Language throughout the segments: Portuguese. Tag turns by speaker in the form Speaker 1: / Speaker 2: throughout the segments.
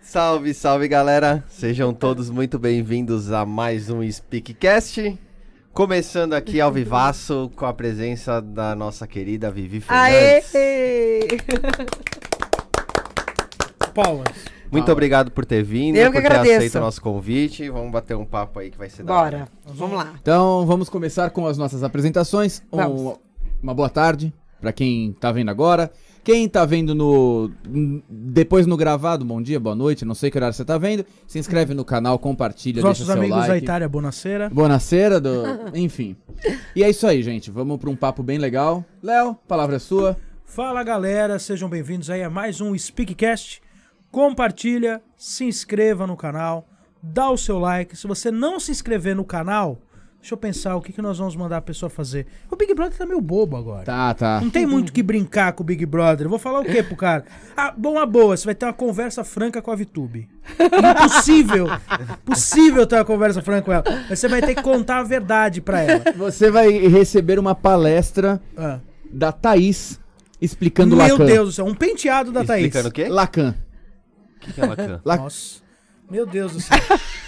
Speaker 1: Salve, salve galera! Sejam todos muito bem-vindos a mais um Speakcast. Começando aqui ao vivaço com a presença da nossa querida Vivi
Speaker 2: Aê!
Speaker 1: Fernandes.
Speaker 3: Palmas.
Speaker 1: Muito obrigado por ter vindo,
Speaker 2: Eu que
Speaker 1: por ter
Speaker 2: agradeço.
Speaker 1: aceito o nosso convite. Vamos bater um papo aí que vai ser da hora.
Speaker 2: Bora, vamos lá.
Speaker 3: Então, vamos começar com as nossas apresentações. Um-
Speaker 2: Vamos.
Speaker 3: uma boa tarde para quem tá vendo agora. Quem tá vendo no depois no gravado, bom dia, boa noite, não sei que horário você tá vendo. Se inscreve no canal, compartilha,
Speaker 4: Os
Speaker 3: deixa
Speaker 4: nossos
Speaker 3: seu
Speaker 4: amigos da
Speaker 3: like.
Speaker 4: Itália, Bonacera.
Speaker 3: Boa nascera, do... enfim. E é isso aí, gente. Vamos para um papo bem legal. Léo, palavra é sua.
Speaker 4: Fala galera, sejam bem-vindos aí a mais um Speakcast. Compartilha, se inscreva no canal, dá o seu like. Se você não se inscrever no canal, deixa eu pensar o que, que nós vamos mandar a pessoa fazer. O Big Brother tá meio bobo agora.
Speaker 3: Tá, tá.
Speaker 4: Não tem muito o que brincar com o Big Brother. Eu vou falar o quê pro cara? Ah, bom, a boa, você vai ter uma conversa franca com a Vitube. Impossível. Possível ter uma conversa franca com ela. Mas você vai ter que contar a verdade pra ela.
Speaker 3: Você vai receber uma palestra
Speaker 4: Ah.
Speaker 3: da Thaís explicando
Speaker 4: Meu
Speaker 3: Lacan.
Speaker 4: Deus do céu, um penteado da Thaís.
Speaker 1: Explicando o quê?
Speaker 3: Lacan.
Speaker 1: O que que é Lacan?
Speaker 3: Lacan.
Speaker 4: Nossa. Meu Deus do céu.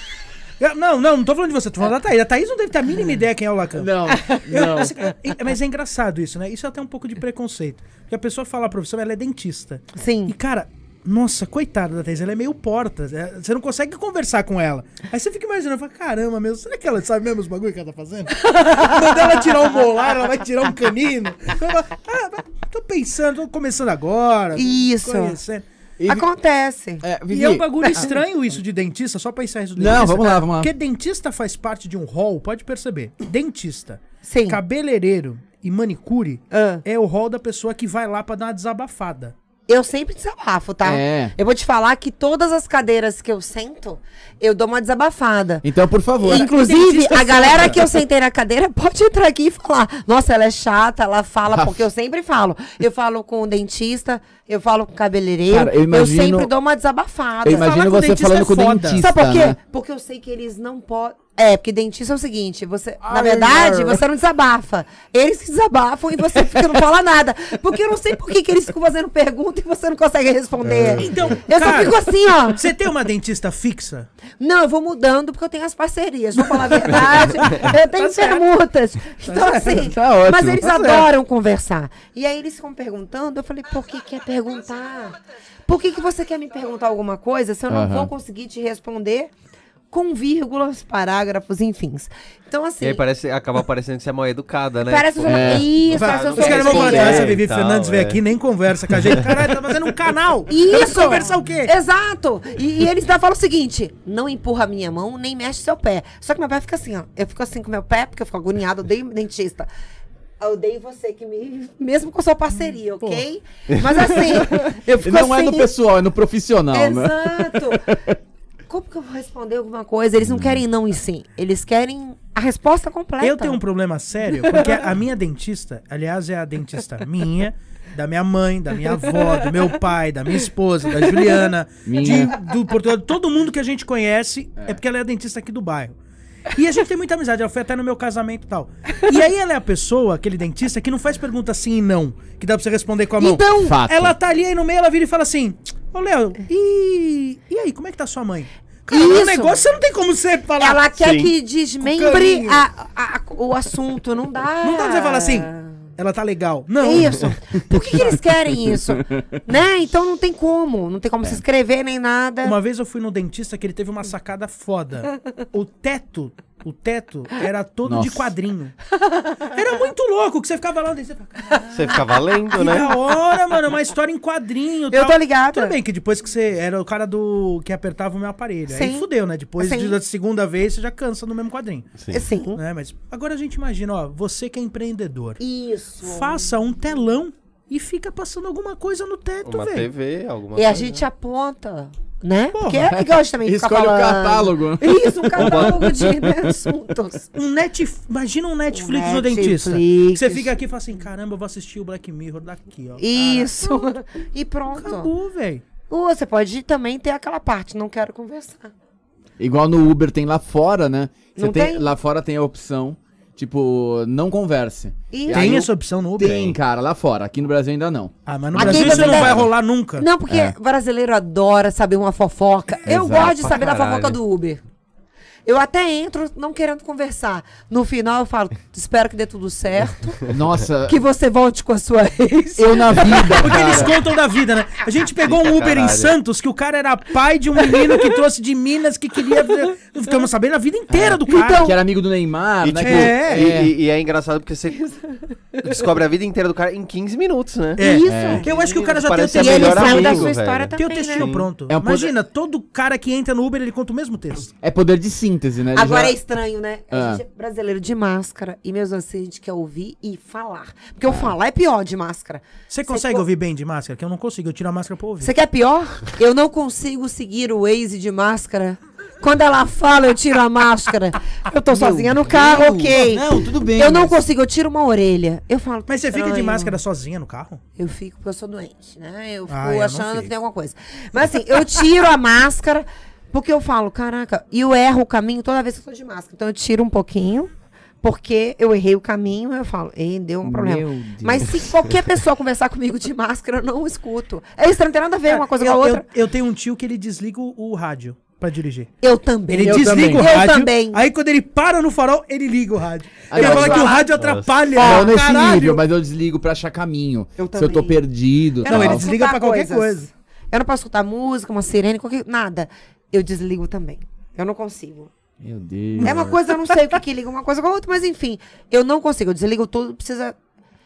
Speaker 4: Eu- não, não, não tô falando de você, tô falando da Thaís. A Thaís não deve ter a mínima ideia quem é o Lacan.
Speaker 3: Não,
Speaker 4: Eu-
Speaker 3: não.
Speaker 4: assim, é- mas é engraçado isso, né? Isso é até um pouco de preconceito. Porque a pessoa fala a profissão, ela é dentista. E,
Speaker 2: Sim.
Speaker 4: cara, nossa, coitada da Thaís, ela é meio porta. é, Você não consegue conversar com ela. Aí você fica imaginando, fala, caramba, meu, será que ela sabe mesmo os bagulho que ela tá fazendo? Quando ela tirar um molar, ela vai tirar um canino. Eu falo, ah, tô pensando, tô começando agora. tô
Speaker 2: Isso.
Speaker 3: é
Speaker 4: Conhecendo.
Speaker 3: E-
Speaker 2: Acontece.
Speaker 3: É, Vivi,
Speaker 4: E é um bagulho estranho isso de dentista, só pra encerrar isso do
Speaker 3: Não,
Speaker 4: dentista.
Speaker 3: vamos lá, vamos lá.
Speaker 4: Porque dentista faz parte de um hall, pode perceber. Dentista,
Speaker 2: Sim.
Speaker 4: cabeleireiro e manicure
Speaker 2: Ah.
Speaker 4: é o hall da pessoa que vai lá pra dar uma desabafada.
Speaker 2: Eu sempre desabafo, tá?
Speaker 3: É.
Speaker 2: Eu vou te falar que todas as cadeiras que eu sento, eu dou uma desabafada.
Speaker 3: Então, por favor.
Speaker 2: Inclusive, a galera que eu sentei na cadeira pode entrar aqui e falar. Nossa, ela é chata, ela fala, porque eu sempre falo. Eu falo com o dentista, eu falo com o cabeleireiro.
Speaker 3: Cara, eu imagino-
Speaker 2: sempre dou uma desabafada.
Speaker 3: Eu
Speaker 4: Falar
Speaker 3: imagino
Speaker 4: com
Speaker 3: você
Speaker 4: dentista
Speaker 3: falando
Speaker 4: é
Speaker 3: com o
Speaker 4: foda.
Speaker 3: dentista.
Speaker 2: Sabe por quê?
Speaker 3: Né?
Speaker 2: Porque eu sei que eles não podem. É, porque dentista é o seguinte, você, na
Speaker 4: Ai,
Speaker 2: verdade,
Speaker 4: ai.
Speaker 2: você não desabafa. Eles que desabafam e você fica, não fala nada. Porque eu não sei por que, que eles ficam fazendo pergunta e você não consegue responder.
Speaker 4: Então,
Speaker 2: eu só
Speaker 4: cara,
Speaker 2: fico assim, ó.
Speaker 4: Você tem uma dentista fixa?
Speaker 2: Não, eu vou mudando porque eu tenho as parcerias, vou falar a verdade. eu tenho
Speaker 4: certo.
Speaker 2: permutas. Então, assim,
Speaker 3: Tá ótimo.
Speaker 2: mas eles
Speaker 3: Tá certo.
Speaker 2: adoram conversar. E aí eles ficam perguntando, eu falei, por que quer perguntar? Por que, que você quer me perguntar alguma coisa se eu não
Speaker 3: Aham.
Speaker 2: vou conseguir te responder com vírgulas, parágrafos, enfim. Então, assim,
Speaker 1: E aí parece, acaba parecendo que você é mal educada, né?
Speaker 2: parece que eu sou-
Speaker 3: É.
Speaker 2: Isso,
Speaker 4: Vai,
Speaker 2: parece que eu
Speaker 4: os
Speaker 2: sou
Speaker 4: caras vão falar,
Speaker 2: espinha.
Speaker 4: essa
Speaker 1: É,
Speaker 4: Vivi
Speaker 1: então,
Speaker 4: Fernandes veio
Speaker 1: é.
Speaker 4: aqui, nem conversa com a gente. Caralho, tá fazendo um canal. Ela
Speaker 2: Isso!
Speaker 4: vai Conversar o quê?
Speaker 2: Exato! E, e eles ainda falam o seguinte: não empurra a minha mão, nem mexe seu pé. Só que meu pé fica assim, ó. Eu fico assim com meu pé, porque eu fico agoniada, odeio dentista. Eu odeio você que me. Mesmo com sua parceria, ok? Mas assim, eu fico
Speaker 3: Não
Speaker 2: assim.
Speaker 3: é no pessoal, é no profissional, né?
Speaker 2: Exato! Como que eu vou responder alguma coisa? Eles não querem não e sim. Eles querem a resposta completa.
Speaker 4: Hum. Eu tenho um problema sério, porque a minha dentista, aliás, é a dentista minha, da minha mãe, da minha avó, do meu pai, da minha esposa, da Juliana,
Speaker 3: Minha.
Speaker 4: de- do português, todo mundo que a gente conhece é. porque ela é a dentista aqui do bairro. E a gente tem muita amizade, ela foi até no meu casamento e tal. E aí ela é a pessoa, aquele dentista, que não faz pergunta sim e não, que dá pra você responder com a mão.
Speaker 2: Então,
Speaker 3: Fato.
Speaker 4: Ela tá ali aí no meio, ela vira e fala assim: Ô Léo, e, e aí, como é que tá sua mãe? Cara, o
Speaker 2: Isso.
Speaker 4: negócio você não tem como você falar.
Speaker 2: ela quer
Speaker 1: Sim.
Speaker 2: que desmembre
Speaker 4: carinho.
Speaker 2: a- a- o assunto. Não dá.
Speaker 4: Não dá pra você falar assim, ela tá legal. Não.
Speaker 2: Ah. Isso. Por que, que eles querem isso? né? Então não tem como. Não tem como se inscrever nem nada.
Speaker 4: Uma vez eu fui no dentista que ele teve uma sacada foda. O teto, o teto era todo de
Speaker 3: Nossa.
Speaker 4: quadrinho. Era muito louco, que você ficava lá no dentista.
Speaker 1: Tipo, Você ficava lendo,
Speaker 4: Que
Speaker 1: né?
Speaker 4: da hora, mano, uma história em quadrinho.
Speaker 2: Eu tô ligada.
Speaker 4: Tudo bem que depois que você era o cara do que apertava o meu aparelho.
Speaker 2: Sim.
Speaker 4: Aí fudeu, né? Depois
Speaker 2: Sim.
Speaker 4: de- da segunda vez você já cansa no mesmo quadrinho.
Speaker 1: Sim.
Speaker 2: Sim.
Speaker 4: Né? Mas agora a gente imagina, ó, você que é empreendedor,
Speaker 2: Isso.
Speaker 4: faça um telão e fica passando alguma coisa no teto,
Speaker 1: Uma
Speaker 4: velho.
Speaker 1: TV, alguma
Speaker 2: E a
Speaker 1: coisa.
Speaker 2: gente aponta, né?
Speaker 4: Porra.
Speaker 2: Porque é legal de também ficar
Speaker 3: Escolhe o
Speaker 2: falando.
Speaker 3: catálogo.
Speaker 2: Isso, um catálogo de né, assuntos.
Speaker 4: Um Netf... Imagina um Netflix no
Speaker 2: Netflix.
Speaker 4: dentista. Que Você fica aqui e fala assim: caramba, eu vou assistir o Black Mirror daqui, ó.
Speaker 2: Isso. E pronto.
Speaker 4: Cara, acabou, velho.
Speaker 2: Ou você pode também ter aquela parte, não quero conversar.
Speaker 3: Igual no Uber tem lá fora, né? Você
Speaker 2: Não
Speaker 3: tem,
Speaker 2: tem?
Speaker 3: Lá fora tem a opção Tipo, não converse.
Speaker 2: E-
Speaker 3: E aí
Speaker 4: Tem
Speaker 3: eu-
Speaker 4: essa opção no Uber?
Speaker 3: Tem, cara, lá fora. Aqui no Brasil ainda não.
Speaker 4: Ah, mas no
Speaker 2: Aqui
Speaker 4: Brasil isso
Speaker 2: também
Speaker 4: não vai
Speaker 2: deve.
Speaker 4: rolar nunca.
Speaker 2: Não, porque brasileiro adora saber uma fofoca. Eu
Speaker 1: Exato,
Speaker 2: gosto de
Speaker 1: pra
Speaker 2: saber da
Speaker 1: caralho.
Speaker 2: fofoca do Uber. Eu até entro não querendo conversar. No final eu falo, espero que dê tudo certo,
Speaker 3: Nossa,
Speaker 2: que você volte com a sua ex.
Speaker 3: eu na vida,
Speaker 4: Porque eles
Speaker 3: cara.
Speaker 4: contam da vida, né? A gente pegou
Speaker 1: Eita,
Speaker 4: um Uber em
Speaker 1: caralho.
Speaker 4: Santos que o cara era pai de um menino que trouxe de Minas que queria. Ficamos sabendo a vida inteira do cara.
Speaker 2: Então-
Speaker 3: Que era amigo do Neymar,
Speaker 1: E,
Speaker 3: né?
Speaker 1: tipo,
Speaker 4: É.
Speaker 1: e- e- e é engraçado porque você descobre a vida inteira do cara em 15 minutos, né?
Speaker 4: É.
Speaker 2: Isso.
Speaker 4: Que eu acho que o cara já tem o
Speaker 1: Parece ser
Speaker 2: E ele
Speaker 1: melhor
Speaker 4: textinho.
Speaker 2: sabe da
Speaker 1: amigo,
Speaker 2: sua história
Speaker 1: velho.
Speaker 4: Tem o
Speaker 2: também, né?
Speaker 4: textinho pronto.
Speaker 3: É um poder-
Speaker 4: Imagina, todo cara que entra no Uber, ele conta o mesmo texto.
Speaker 3: É poder de síntese, né? Ele
Speaker 2: Agora
Speaker 3: já-
Speaker 2: é estranho, né? A
Speaker 3: Ah.
Speaker 2: gente é brasileiro de máscara e mesmo assim a gente quer ouvir e falar. Porque eu falar é pior de máscara.
Speaker 4: Você consegue
Speaker 2: co-
Speaker 4: ouvir bem de máscara? Que eu não consigo, eu tiro a máscara pra ouvir.
Speaker 2: Você quer pior? Eu não consigo seguir o Waze de máscara. Quando ela fala, eu tiro a máscara. Eu tô sozinha no carro,
Speaker 3: Deus.
Speaker 2: ok.
Speaker 3: Não, tudo bem,
Speaker 2: Eu não
Speaker 3: mas-
Speaker 2: consigo, eu tiro uma orelha. Eu falo.
Speaker 4: Mas você fica de
Speaker 2: "Estranho."
Speaker 4: máscara sozinha no carro?
Speaker 2: Eu fico porque eu sou doente, né? Eu fico
Speaker 4: Ah, eu não
Speaker 2: achando
Speaker 4: fico.
Speaker 2: que tem alguma coisa. Mas assim, eu tiro a máscara porque eu falo, caraca, e eu erro o caminho toda vez que eu tô de máscara. Então eu tiro um pouquinho. Porque eu errei o caminho, eu falo, ei, deu um problema.
Speaker 3: Meu Deus.
Speaker 2: Mas se qualquer pessoa conversar comigo de máscara, eu não escuto. É isso, não tem nada a ver uma coisa
Speaker 4: eu,
Speaker 2: com a
Speaker 4: eu-
Speaker 2: outra.
Speaker 4: Eu, tenho um tio que ele desliga o, o rádio pra dirigir.
Speaker 2: Eu também.
Speaker 4: Ele
Speaker 3: Eu
Speaker 4: desliga
Speaker 3: também.
Speaker 4: o
Speaker 2: Eu
Speaker 4: rádio.
Speaker 2: também.
Speaker 4: Aí quando ele para no farol, ele liga o rádio.
Speaker 3: Aí
Speaker 4: Ele
Speaker 3: eu
Speaker 4: fala
Speaker 3: vou
Speaker 4: que o
Speaker 3: falar.
Speaker 4: rádio atrapalha.
Speaker 3: Não nesse
Speaker 4: caralho.
Speaker 3: nível, mas eu desligo pra achar caminho.
Speaker 2: Eu
Speaker 3: se eu tô
Speaker 2: também.
Speaker 3: perdido.
Speaker 2: Eu
Speaker 4: Não,
Speaker 3: tal.
Speaker 4: ele
Speaker 2: posso
Speaker 4: desliga
Speaker 2: escutar
Speaker 4: pra qualquer coisa.
Speaker 2: Eu não posso escutar música, uma sirene, qualquer... nada. Eu desligo também. Eu não consigo.
Speaker 3: Meu Deus.
Speaker 2: É uma coisa, eu não sei o que, que liga uma coisa com a outra, mas enfim, eu não consigo. Eu desligo tudo, precisa.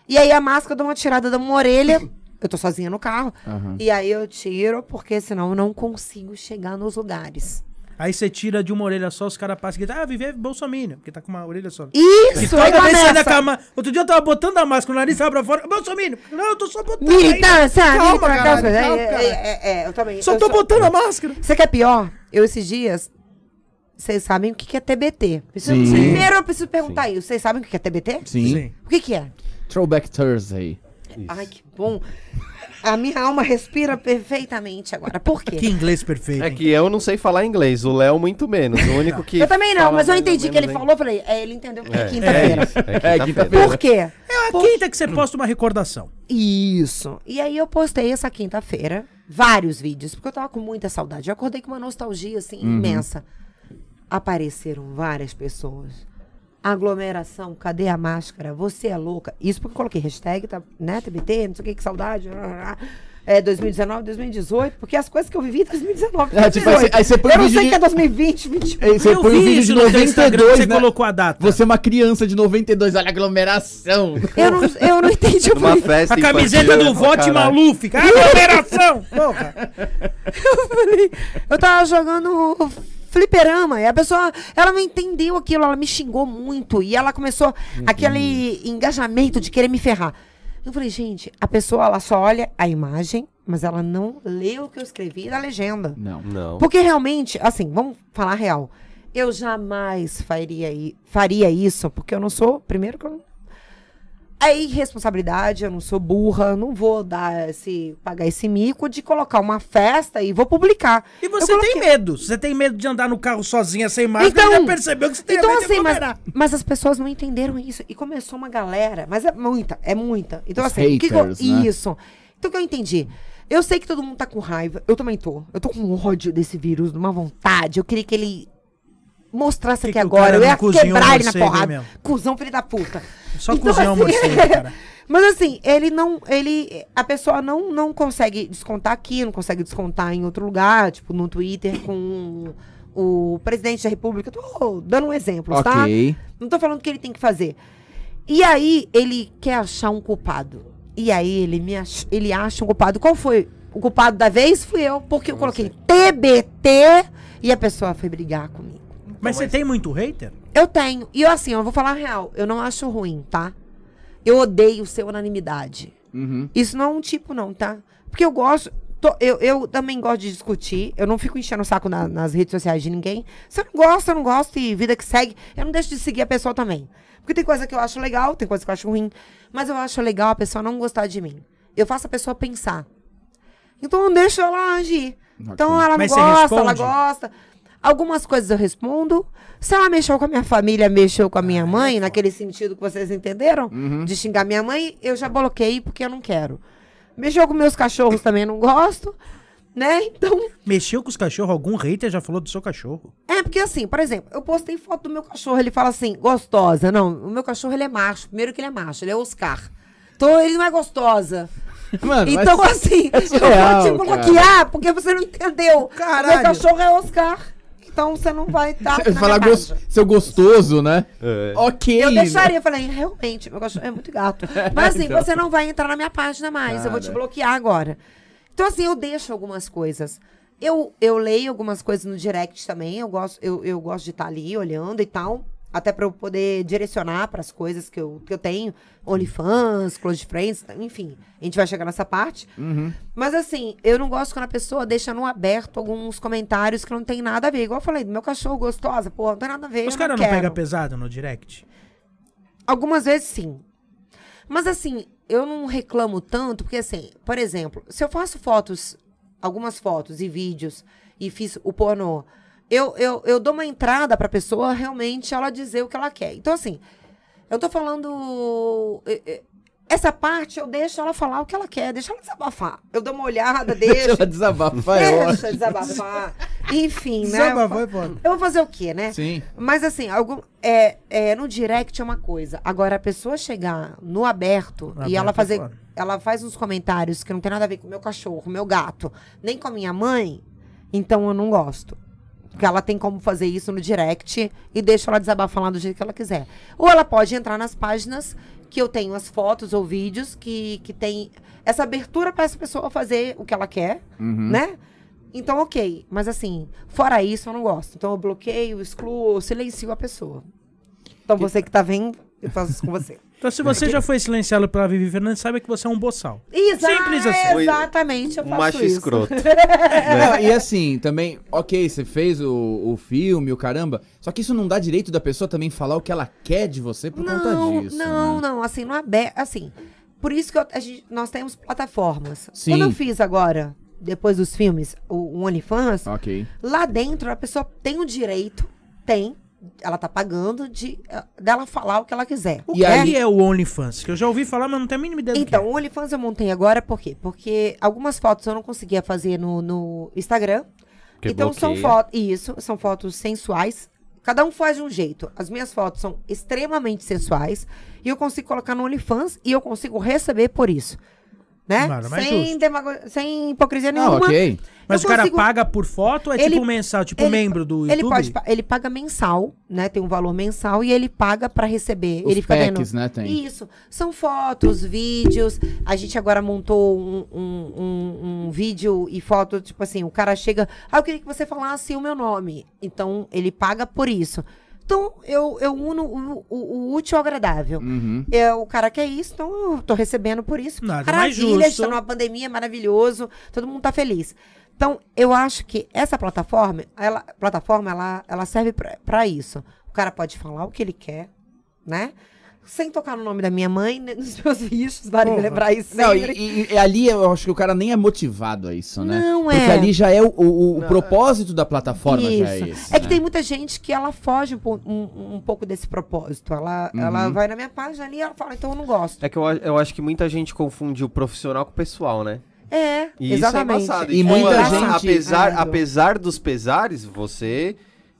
Speaker 2: E aí a máscara eu dou uma tirada da uma orelha. Eu tô sozinha no carro.
Speaker 3: Aham.
Speaker 2: E aí eu tiro, porque senão eu não consigo chegar nos lugares.
Speaker 4: Aí você tira de uma orelha só, os caras passam e gritam, ah, viver Bolsonaro, porque tá com uma orelha só. E
Speaker 2: Isso, é aí
Speaker 4: toda vez sai da
Speaker 2: começa.
Speaker 4: cama. Outro dia eu tava botando a máscara, o nariz sai pra fora. Bolsonaro, não, eu tô só botando. aí.
Speaker 2: Militância,
Speaker 4: Calma,
Speaker 2: militância, aquelas
Speaker 4: caralho,
Speaker 2: coisas. É,
Speaker 4: calma,
Speaker 2: é,
Speaker 4: caralho.
Speaker 2: é, é, é, eu também.
Speaker 4: Só
Speaker 2: eu
Speaker 4: tô
Speaker 2: sou-
Speaker 4: botando a máscara.
Speaker 2: Você quer pior? Eu esses dias, vocês sabem o que que é TBT. Preciso-
Speaker 3: Sim.
Speaker 2: Primeiro eu preciso perguntar isso. Vocês sabem o que que é TBT?
Speaker 3: Sim.
Speaker 2: O que que é?
Speaker 3: Throwback Thursday.
Speaker 2: Ai, que bom. A minha alma respira perfeitamente agora. Por quê?
Speaker 4: Que inglês perfeito.
Speaker 1: É
Speaker 4: hein?
Speaker 1: que eu não sei falar inglês, o Léo muito menos. O único que.
Speaker 2: Eu também não,
Speaker 1: fala
Speaker 2: mas eu
Speaker 1: mais ou
Speaker 2: entendi que ele
Speaker 1: menos, hein?
Speaker 2: falou, falei, é, ele entendeu que é,
Speaker 1: É,
Speaker 2: quinta-feira.
Speaker 1: É,
Speaker 3: É,
Speaker 1: é
Speaker 3: quinta-feira.
Speaker 1: quinta-feira.
Speaker 2: Por quê?
Speaker 4: É a quinta que você posta uma recordação.
Speaker 2: Isso. E aí eu postei essa quinta-feira vários vídeos, porque eu tava com muita saudade. Eu acordei com uma nostalgia, assim,
Speaker 3: Uhum.
Speaker 2: imensa. Apareceram várias pessoas. Aglomeração, cadê a máscara? Você é louca. Isso porque eu coloquei hashtag, tá, né, TBT, não sei o que, que saudade. blá, blá, blá. É 2019, 2018, porque as coisas que eu vivi em 2019,
Speaker 3: É, tipo,
Speaker 2: 2018.
Speaker 3: aí você- aí você põe
Speaker 2: eu não
Speaker 3: vídeo
Speaker 2: sei
Speaker 3: de-
Speaker 2: que é 2020, 2021.
Speaker 3: Ei, Você
Speaker 4: Eu
Speaker 3: põe
Speaker 4: vi
Speaker 3: um vídeo
Speaker 4: isso
Speaker 3: de
Speaker 4: no teu Instagram que
Speaker 3: 92,
Speaker 4: Você
Speaker 3: né?
Speaker 4: colocou a data.
Speaker 3: Você é uma criança de 92, olha a aglomeração.
Speaker 2: Eu não, eu não entendi. Eu
Speaker 1: Numa
Speaker 2: falei,
Speaker 1: festa
Speaker 4: A camiseta
Speaker 1: infantil,
Speaker 4: do
Speaker 1: né?
Speaker 4: Vote
Speaker 1: Caralho.
Speaker 4: Maluf. cara, Aglomeração! Porra.
Speaker 2: Eu falei, eu tava jogando fliperama e a pessoa, ela não entendeu aquilo, ela me xingou muito e ela começou aquele engajamento de querer me ferrar. Eu falei, gente, a pessoa ela só olha a imagem, mas ela não lê o que eu escrevi na legenda.
Speaker 3: Não.
Speaker 1: Não.
Speaker 2: Porque realmente, assim, vamos falar a real. Eu jamais faria, i- faria isso, porque eu não sou. Primeiro que eu. não- É irresponsabilidade, eu não sou burra, não vou dar esse, pagar esse mico de colocar uma festa e vou publicar.
Speaker 4: E
Speaker 2: Eu
Speaker 4: você
Speaker 2: coloquei-
Speaker 4: tem medo. Você tem medo de andar no carro sozinha sem máscara.
Speaker 2: Então-
Speaker 4: você já percebeu que você tem
Speaker 2: Então,
Speaker 4: medo de
Speaker 2: assim, mas,
Speaker 4: aglomerar.
Speaker 2: mas as pessoas não entenderam isso. E começou uma galera, mas é muita, é muita. Então,
Speaker 3: Os
Speaker 2: assim, o que que eu-
Speaker 3: haters, né?
Speaker 2: isso. Então, o que eu entendi? Eu sei que todo mundo tá com raiva, eu também tô. Eu tô com ódio desse vírus, numa vontade. Eu queria que ele mostrasse
Speaker 4: Que
Speaker 2: aqui
Speaker 4: que o
Speaker 2: agora.
Speaker 4: cara
Speaker 2: Eu
Speaker 4: não
Speaker 2: ia
Speaker 4: cozinhou
Speaker 2: quebrar ele na
Speaker 4: morcego, hein,
Speaker 2: porrada.
Speaker 4: meu?
Speaker 2: Cusão, filho da puta. Então, assim,
Speaker 4: Só cozinhar um morcego, cara.
Speaker 2: Mas assim, ele não. Ele, a pessoa não, não consegue descontar aqui, não consegue descontar em outro lugar, tipo no Twitter com o presidente da República. Eu tô dando um exemplo, tá?
Speaker 3: Ok.
Speaker 2: Não tô falando o que ele tem que fazer. E aí, ele quer achar um culpado. E aí, ele, me ach... ele acha um culpado. Qual foi? O culpado da vez fui eu, porque eu coloquei TBT e a pessoa foi brigar comigo.
Speaker 4: Mas você tem muito hater?
Speaker 2: Eu tenho. E eu, assim, eu vou falar a real. Eu não acho ruim, tá? Eu odeio ser unanimidade.
Speaker 3: Uhum.
Speaker 2: Isso não é um tipo, não, tá? Porque eu gosto. tô- eu, eu também gosto de discutir. Eu não fico enchendo o saco na- nas redes sociais de ninguém. Se eu não gosto, eu não gosto. E vida que segue. Eu não deixo de seguir a pessoa também. Porque tem coisa que eu acho legal, tem coisa que eu acho ruim. Mas eu acho legal a pessoa não gostar de mim. Eu faço a pessoa pensar. Então eu deixo ela agir. Então ela não
Speaker 4: Mas você
Speaker 2: gosta, ela
Speaker 4: responde?
Speaker 2: gosta. Algumas coisas eu respondo. Se ela mexeu com a minha família, mexeu com a minha mãe, naquele sentido que vocês entenderam, de xingar minha mãe, eu já bloqueei porque eu não quero. Mexeu com meus cachorros também, eu não gosto. Né? Então,
Speaker 4: Mexeu com os cachorros, algum hater já falou do seu cachorro.
Speaker 2: é porque assim, por exemplo, eu postei foto do meu cachorro, ele fala assim, gostosa. Não, o meu cachorro ele é macho. Primeiro que ele é macho, ele é Oscar. Então ele não é gostosa.
Speaker 3: Mano, mas- é
Speaker 2: Então, assim,
Speaker 3: surreal,
Speaker 2: eu vou te bloquear porque você não entendeu.
Speaker 4: Caralho.
Speaker 2: Meu cachorro é Oscar. Então você não vai estar.
Speaker 3: Você falar gos- seu gostoso, né?
Speaker 1: É.
Speaker 3: Ok.
Speaker 2: Eu
Speaker 3: né?
Speaker 2: deixaria, eu falei, realmente, meu cachorro é muito gato. Mas assim, você não vai entrar na minha página mais, eu vou te
Speaker 3: Cara.
Speaker 2: bloquear agora. Então, assim, eu deixo algumas coisas. Eu, eu leio algumas coisas no direct também, eu gosto, eu, eu gosto de estar ali olhando e tal. Até pra eu poder direcionar pras coisas que eu, que eu tenho. OnlyFans, Close Friends, enfim. A gente vai chegar nessa parte. Mas assim, eu não gosto quando a pessoa deixa no aberto alguns comentários que não tem nada a ver. Igual eu falei, meu cachorro gostosa, porra, não tem nada a ver.
Speaker 4: Os
Speaker 2: eu
Speaker 4: caras não
Speaker 2: não
Speaker 4: pegam
Speaker 2: quero.
Speaker 4: pesado no direct?
Speaker 2: Algumas vezes sim. Mas assim, eu não reclamo tanto, porque assim, por exemplo, se eu faço fotos, algumas fotos e vídeos, e fiz o pornô, eu, eu, eu dou uma entrada pra pessoa realmente ela dizer o que ela quer. Então, assim, eu tô falando. eh, eh, Essa parte eu deixo ela falar o que ela quer, deixa ela desabafar. Eu dou uma olhada,
Speaker 3: Deixa
Speaker 2: deixo.
Speaker 3: ela desabafar, é
Speaker 2: deixa
Speaker 3: ótimo.
Speaker 2: desabafar. Enfim, né?
Speaker 4: Desabafou e é foda.
Speaker 2: Eu vou fazer o quê, né?
Speaker 3: Sim.
Speaker 2: Mas assim, algum, é, é, no direct é uma coisa. Agora, a pessoa chegar no aberto
Speaker 4: Aberto
Speaker 2: e ela
Speaker 4: é
Speaker 2: fazer.
Speaker 4: foda.
Speaker 2: Ela faz uns comentários que não tem nada a ver com o meu cachorro, com o meu gato, nem com a minha mãe, então eu não gosto. Porque ela tem como fazer isso no direct e deixa ela desabafar lá do jeito que ela quiser. Ou ela pode entrar nas páginas que eu tenho as fotos ou vídeos que, que tem essa abertura pra essa pessoa fazer o que ela quer
Speaker 3: Uhum.
Speaker 2: né? Então, ok. Mas assim, fora isso, eu não gosto. Então, eu bloqueio, excluo, silencio a pessoa. Então, você que tá vendo, eu faço isso com você.
Speaker 4: Então, se você já foi silenciado pela Vivi Fernandes, saiba que você é um boçal.
Speaker 2: Exa
Speaker 4: Simples assim.
Speaker 2: Exatamente, eu
Speaker 1: Um
Speaker 2: faço
Speaker 1: macho
Speaker 2: isso.
Speaker 1: escroto. né?
Speaker 3: Não, e assim, também, ok, você fez o, o filme, o caramba. Só que isso não dá direito da pessoa também falar o que ela quer de você por
Speaker 2: Não,
Speaker 3: conta disso.
Speaker 2: não,
Speaker 3: né?
Speaker 2: não. Assim, não aberto. Assim, por isso que eu- a gente- nós temos plataformas.
Speaker 3: Sim.
Speaker 2: Quando eu fiz agora, depois dos filmes, o, o OnlyFans,
Speaker 3: Ok.
Speaker 2: Lá dentro, a pessoa tem o direito, tem, ela tá pagando, de eh, dela falar o que ela quiser.
Speaker 4: O
Speaker 3: E
Speaker 4: que
Speaker 3: aí-
Speaker 4: é o OnlyFans? Que eu já ouvi falar, mas não tenho a mínima ideia do que
Speaker 2: Então, o OnlyFans eu montei agora, por quê? Porque algumas fotos eu não conseguia fazer no, no Instagram.
Speaker 1: Porque
Speaker 2: então são
Speaker 1: bloqueia.
Speaker 2: fotos. Isso, são fotos sensuais. Cada um faz de um jeito. As minhas fotos são extremamente sensuais. E eu consigo colocar no OnlyFans e eu consigo receber por isso. Né?
Speaker 4: Nada mais
Speaker 2: sem,
Speaker 4: justo.
Speaker 2: demago- sem hipocrisia
Speaker 3: Ah,
Speaker 2: nenhuma.
Speaker 3: ok.
Speaker 4: é. Mas
Speaker 2: eu
Speaker 4: o cara
Speaker 2: consigo-
Speaker 4: paga por foto? É
Speaker 2: Ele-
Speaker 4: tipo mensal, tipo
Speaker 2: ele-
Speaker 4: membro do YouTube?
Speaker 2: Ele, pode, pa- ele paga mensal, né? Tem um valor mensal e ele paga pra receber. ele
Speaker 3: Os
Speaker 2: fica vendo.
Speaker 3: packs, né, tem.
Speaker 2: Isso. São fotos, vídeos. A gente agora montou um, um- um- um vídeo e foto, tipo assim, o cara chega. Ah, eu queria que você falasse o meu nome. Então, ele paga por isso. Então, eu, eu uno o, o- o útil ao agradável.
Speaker 3: Uhum.
Speaker 2: É, o cara quer isso, então eu tô recebendo por isso.
Speaker 4: Nada mais
Speaker 2: Maravilha, a gente tá
Speaker 4: justo.
Speaker 2: numa pandemia, maravilhoso, todo mundo tá feliz. Então, eu acho que essa plataforma, ela, plataforma, ela, ela serve pra pra isso. O cara pode falar o que ele quer, né? Sem tocar no nome da minha mãe, né, nos meus bichos, vale me
Speaker 4: Porra.
Speaker 2: lembrar isso
Speaker 3: Não,
Speaker 2: sempre.
Speaker 3: e, e- e ali eu acho que o cara nem é motivado a isso, né?
Speaker 2: Não
Speaker 3: Porque
Speaker 2: é.
Speaker 3: ali já é o, o- o propósito da plataforma, já é
Speaker 2: Isso.
Speaker 3: esse.
Speaker 2: É que
Speaker 3: né?
Speaker 2: tem muita gente que ela foge um, po- um- um pouco desse propósito. Ela, ela vai na minha página ali e ela fala, então eu não gosto.
Speaker 1: É que eu, a- eu acho que muita gente confunde o profissional com o pessoal, né?
Speaker 2: É,
Speaker 1: E
Speaker 2: exatamente.
Speaker 1: isso é embaçado.
Speaker 3: E
Speaker 1: Tipo,
Speaker 3: muita
Speaker 1: a-
Speaker 3: gente-
Speaker 1: Apesar,
Speaker 2: Errado.
Speaker 1: apesar dos pesares, você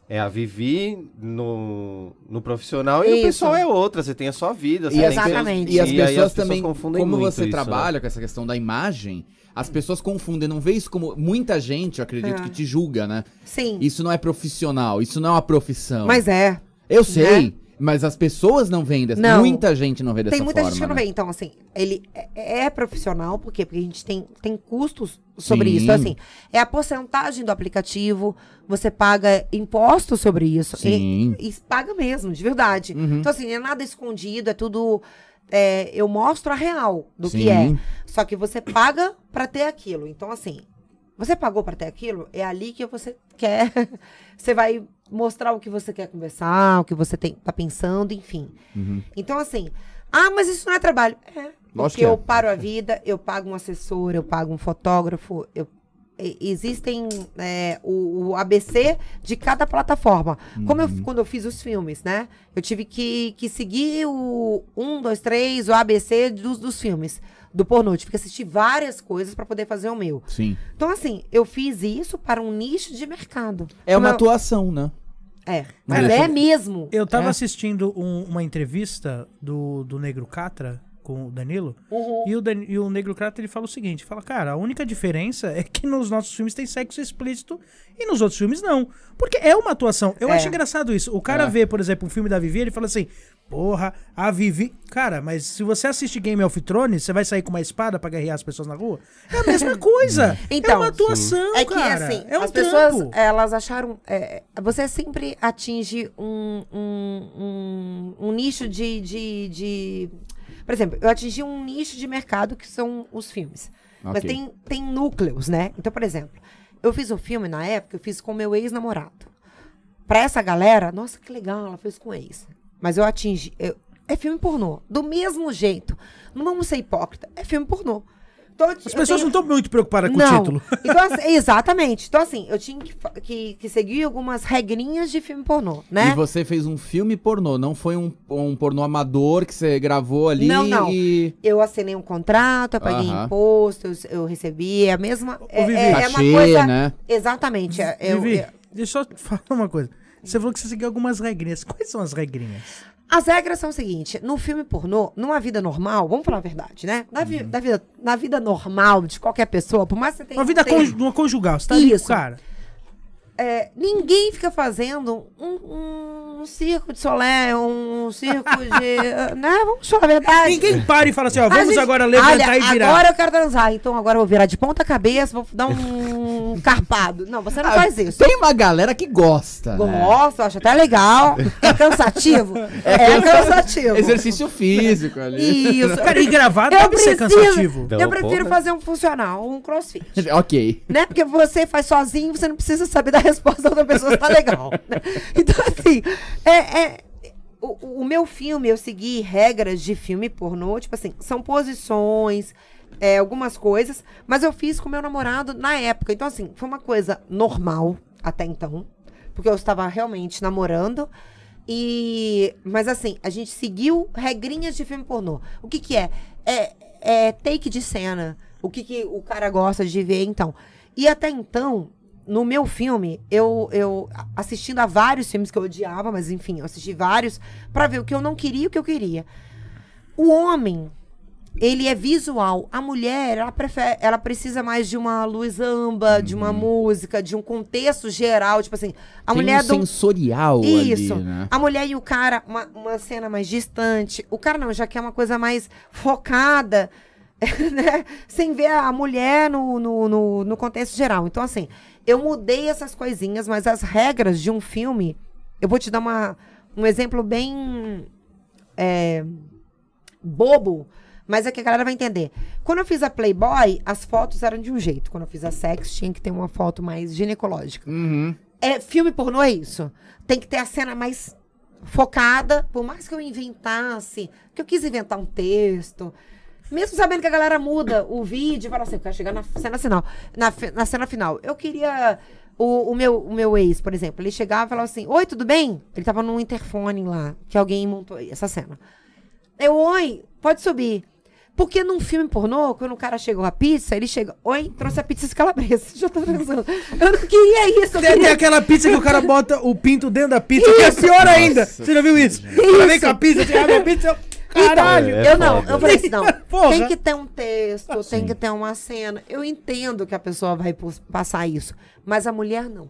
Speaker 1: é a Vivi no, no profissional e o
Speaker 2: Isso.
Speaker 1: pessoal é outra. Você tem a sua vida. você
Speaker 3: E
Speaker 1: tem
Speaker 3: as,
Speaker 2: Exatamente.
Speaker 1: seus-
Speaker 3: e as
Speaker 1: aí
Speaker 3: pessoas também,
Speaker 1: confundem
Speaker 3: como
Speaker 1: muito
Speaker 3: você
Speaker 1: isso, né?
Speaker 3: trabalha com essa questão da imagem, as pessoas confundem, não vê isso como muita gente, eu acredito,
Speaker 2: É.
Speaker 3: que te julga, né?
Speaker 2: Sim,
Speaker 3: Isso não é profissional, isso não é uma profissão.
Speaker 2: mas é.
Speaker 3: eu sei, mas as pessoas não veem dessa,
Speaker 2: Não.
Speaker 3: muita gente não vê dessa
Speaker 2: Tem muita
Speaker 3: forma,
Speaker 2: gente que não
Speaker 3: né?
Speaker 2: vê. Então, assim, ele é, é profissional, por quê? Porque a gente tem, tem custos sobre
Speaker 3: Sim.
Speaker 2: isso. Então, assim, é a porcentagem do aplicativo, você paga impostos sobre isso.
Speaker 3: Sim.
Speaker 2: E, e paga mesmo, de verdade.
Speaker 3: Uhum.
Speaker 2: Então, assim, é nada escondido, é tudo. é, eu mostro a real do
Speaker 3: Sim.
Speaker 2: que é. Só que você paga pra ter aquilo. Então, assim, você pagou pra ter aquilo, é ali que você quer. você vai mostrar o que você quer conversar, o que você tem, tá pensando, enfim.
Speaker 3: Uhum.
Speaker 2: Então, assim, ah, mas isso não é trabalho. É.
Speaker 3: Lógico
Speaker 2: Porque
Speaker 3: que é.
Speaker 2: eu paro a vida, eu pago um assessor, eu pago um fotógrafo, eu, e- existem é, o, o ABC de cada plataforma. Como eu,
Speaker 3: Uhum.
Speaker 2: quando eu fiz os filmes, né? Eu tive que, que seguir o 1, 2, 3, o ABC dos, dos filmes, do pornô. Eu tive que assistir várias coisas para poder fazer o meu.
Speaker 3: Sim.
Speaker 2: Então, assim, eu fiz isso para um nicho de mercado.
Speaker 3: É uma
Speaker 2: Como eu-
Speaker 3: atuação, né?
Speaker 2: É,
Speaker 3: Mas
Speaker 2: mas
Speaker 3: deixa
Speaker 2: é
Speaker 3: eu-
Speaker 2: mesmo.
Speaker 4: Eu tava
Speaker 3: É.
Speaker 4: assistindo um- uma entrevista do, do Negro Catra com o Danilo.
Speaker 2: Uhum.
Speaker 4: E o, Dan- e o Negro Crato ele fala o seguinte: fala, cara, a única diferença é que nos nossos filmes tem sexo explícito e nos outros filmes não. Porque é uma atuação. Eu
Speaker 2: É.
Speaker 4: acho engraçado isso. O cara
Speaker 3: É.
Speaker 4: vê, por exemplo, um filme da Vivi, ele fala assim: porra, a Vivi. Cara, mas se você assiste Game of Thrones, você vai sair com uma espada pra guerrear as pessoas na rua? É a mesma coisa. é
Speaker 2: Então,
Speaker 4: uma atuação,
Speaker 2: É que
Speaker 4: cara.
Speaker 2: assim,
Speaker 4: é um
Speaker 2: as pessoas
Speaker 4: trampo.
Speaker 2: elas acharam. é, você sempre atinge um, um, um, um nicho de, de, de- Por exemplo, eu atingi um nicho de mercado que são os filmes. Mas
Speaker 3: Ok.
Speaker 2: tem, tem núcleos, né? Então, por exemplo, eu fiz um filme na época, eu fiz com meu ex-namorado. Pra essa galera, nossa, que legal, ela fez com ex. Mas eu atingi. eu- é filme pornô. Do mesmo jeito. Não vamos ser hipócrita. É filme pornô. Então, eu-
Speaker 4: As
Speaker 2: eu
Speaker 4: pessoas
Speaker 2: tenho-
Speaker 4: não estão muito preocupadas com o título.
Speaker 2: então, assim, exatamente. Então, assim, eu tinha que, fa- que, que seguir algumas regrinhas de filme pornô, né?
Speaker 3: E você fez um filme pornô, não foi um, um pornô amador que você gravou ali
Speaker 2: Não, não.
Speaker 3: e.
Speaker 2: Eu assinei um contrato, eu paguei
Speaker 3: Aham.
Speaker 2: imposto, eu, eu recebi, é a mesma. É,
Speaker 4: Vivi.
Speaker 2: é, é uma
Speaker 3: Cachê,
Speaker 2: coisa.
Speaker 3: né?
Speaker 2: Exatamente. é- eu-
Speaker 4: Vivi,
Speaker 2: eu-
Speaker 4: deixa eu só te falar uma coisa. Você falou que você seguiu algumas regrinhas. Quais são as regrinhas?
Speaker 2: As regras são o seguinte: no filme pornô, numa vida normal, vamos falar a verdade, né? Na, vi- da vida, na vida normal de qualquer pessoa, por mais que você tenha.
Speaker 4: Uhum. Uma vida
Speaker 2: tenha-
Speaker 4: conju- uma conjugal. Você tá ali com o
Speaker 2: Isso.
Speaker 4: cara.
Speaker 2: é, ninguém fica fazendo um, um circo de solé, um circo de. né? Vamos falar a verdade.
Speaker 4: Ninguém para e fala assim, ó,
Speaker 2: A
Speaker 4: vamos
Speaker 2: gente-
Speaker 4: agora levantar
Speaker 2: Olha,
Speaker 4: e virar.
Speaker 2: Agora eu quero transar, então agora eu vou virar de ponta cabeça, vou dar um carpado. Não, você não
Speaker 4: Ah,
Speaker 2: faz isso.
Speaker 3: Tem uma galera que gosta. Né?
Speaker 2: Gosto, acho até legal. É cansativo? É, cansativo.
Speaker 3: Exercício físico ali.
Speaker 2: Isso.
Speaker 4: Cara, e gravar
Speaker 2: Eu
Speaker 4: Ah, deve ser
Speaker 2: preciso,
Speaker 4: cansativo.
Speaker 1: Dá
Speaker 2: eu
Speaker 1: um
Speaker 2: prefiro
Speaker 1: ponto.
Speaker 2: fazer um funcional, um crossfit.
Speaker 3: ok.
Speaker 2: né? Porque você faz sozinho, você não precisa saber da resposta da outra pessoa se tá legal. né? Então, assim, é. é- o, o meu filme, eu segui regras de filme pornô, tipo assim, são posições, é, algumas coisas, mas eu fiz com meu namorado na época. Então, assim, foi uma coisa normal até então, porque eu estava realmente namorando. E. Mas assim, a gente seguiu regrinhas de filme pornô. O que que é? É, é take de cena. O que que o cara gosta de ver, então. E até então, no meu filme, eu, eu a- assistindo a vários filmes que eu odiava, mas enfim, eu assisti vários pra ver o que eu não queria e o que eu queria. O homem, ele é visual. A mulher, ela, prefere, ela precisa mais de uma luz amba, de uma música, de um contexto geral. Tipo assim, a
Speaker 3: Uhum. Tem
Speaker 2: mulher
Speaker 3: um
Speaker 2: do
Speaker 3: sensorial
Speaker 2: isso.
Speaker 3: ali, né?
Speaker 2: A mulher e o cara, uma, uma cena mais distante. O cara não, já quer uma coisa mais focada, né? Sem ver a mulher no, no, no, no contexto geral. Então, assim, eu mudei essas coisinhas, mas as regras de um filme. Eu vou te dar uma, um exemplo bem é, bobo, mas é que a galera vai entender. Quando eu fiz a Playboy, as fotos eram de um jeito. Quando eu fiz a Sex, tinha que ter uma foto mais ginecológica.
Speaker 3: Uhum.
Speaker 2: É, filme pornô é isso. Tem que ter a cena mais focada, por mais que eu inventasse, que eu quis inventar um texto. Mesmo sabendo que a galera muda o vídeo e fala assim, eu quero chegar na cena final. Na, fi- na cena final. Eu queria. O, o meu, o meu ex, por exemplo, ele chegava e falava assim: Oi, tudo bem? Ele tava num interfone lá, que alguém montou essa cena. Eu, oi, pode subir. Porque num filme pornô, quando o cara chegou a pizza, ele chega, oi, trouxe a pizza escalabresa. Já tô pensando. Eu não queria isso, eu
Speaker 4: Tem, tem
Speaker 2: queria
Speaker 4: aquela pizza que o cara bota o pinto dentro da pizza, que é pior ainda. Você já viu isso? Você vem com a pizza, você abre a pizza, eu- caralho.
Speaker 2: Então,
Speaker 1: É, é
Speaker 2: eu não,
Speaker 1: foda.
Speaker 2: eu falei assim, não,
Speaker 4: Porra.
Speaker 2: tem que ter um texto, tem que ter uma cena. Eu entendo que a pessoa vai pos- passar isso, mas a mulher não.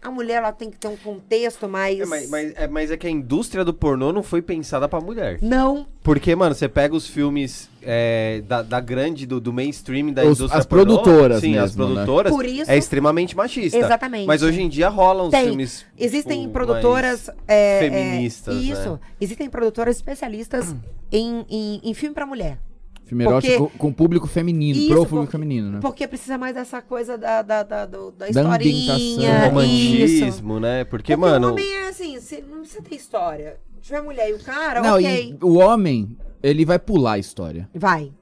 Speaker 2: A mulher, ela tem que ter um contexto mais...
Speaker 1: É, mas, mas- é, mas é que a indústria do pornô não foi pensada pra mulher.
Speaker 2: Não,
Speaker 1: Porque, mano, você pega os filmes é, da, da grande, do, do mainstream, da
Speaker 3: Os-
Speaker 1: indústria
Speaker 3: as
Speaker 1: pornô,
Speaker 3: produtoras
Speaker 1: Sim, as
Speaker 3: mesmo, né?
Speaker 1: produtoras.
Speaker 2: Por isso-
Speaker 1: é extremamente machista.
Speaker 2: Exatamente.
Speaker 1: Mas hoje em dia rolam os
Speaker 2: Tem.
Speaker 1: filmes.
Speaker 2: Existem
Speaker 1: tipo,
Speaker 2: produtoras
Speaker 1: mais
Speaker 2: é, é,
Speaker 1: feministas. né?
Speaker 2: isso. Existem produtoras especialistas em, em, em filme pra mulher.
Speaker 3: Filme
Speaker 2: Ah, Porque-
Speaker 3: erótico com público feminino,
Speaker 2: Isso,
Speaker 3: pro público
Speaker 2: porque-
Speaker 3: feminino, né?
Speaker 2: Porque precisa mais dessa coisa da, da, da, do- da
Speaker 1: O
Speaker 3: ambientação.
Speaker 2: historinha. é, isso.
Speaker 1: romantismo, né? Porque,
Speaker 2: Porque
Speaker 1: mano.
Speaker 2: o homem é assim, você não precisa ter história. Se tiver mulher e o cara,
Speaker 3: Não,
Speaker 2: ok.
Speaker 3: e o homem, ele vai pular a história.
Speaker 2: Vai.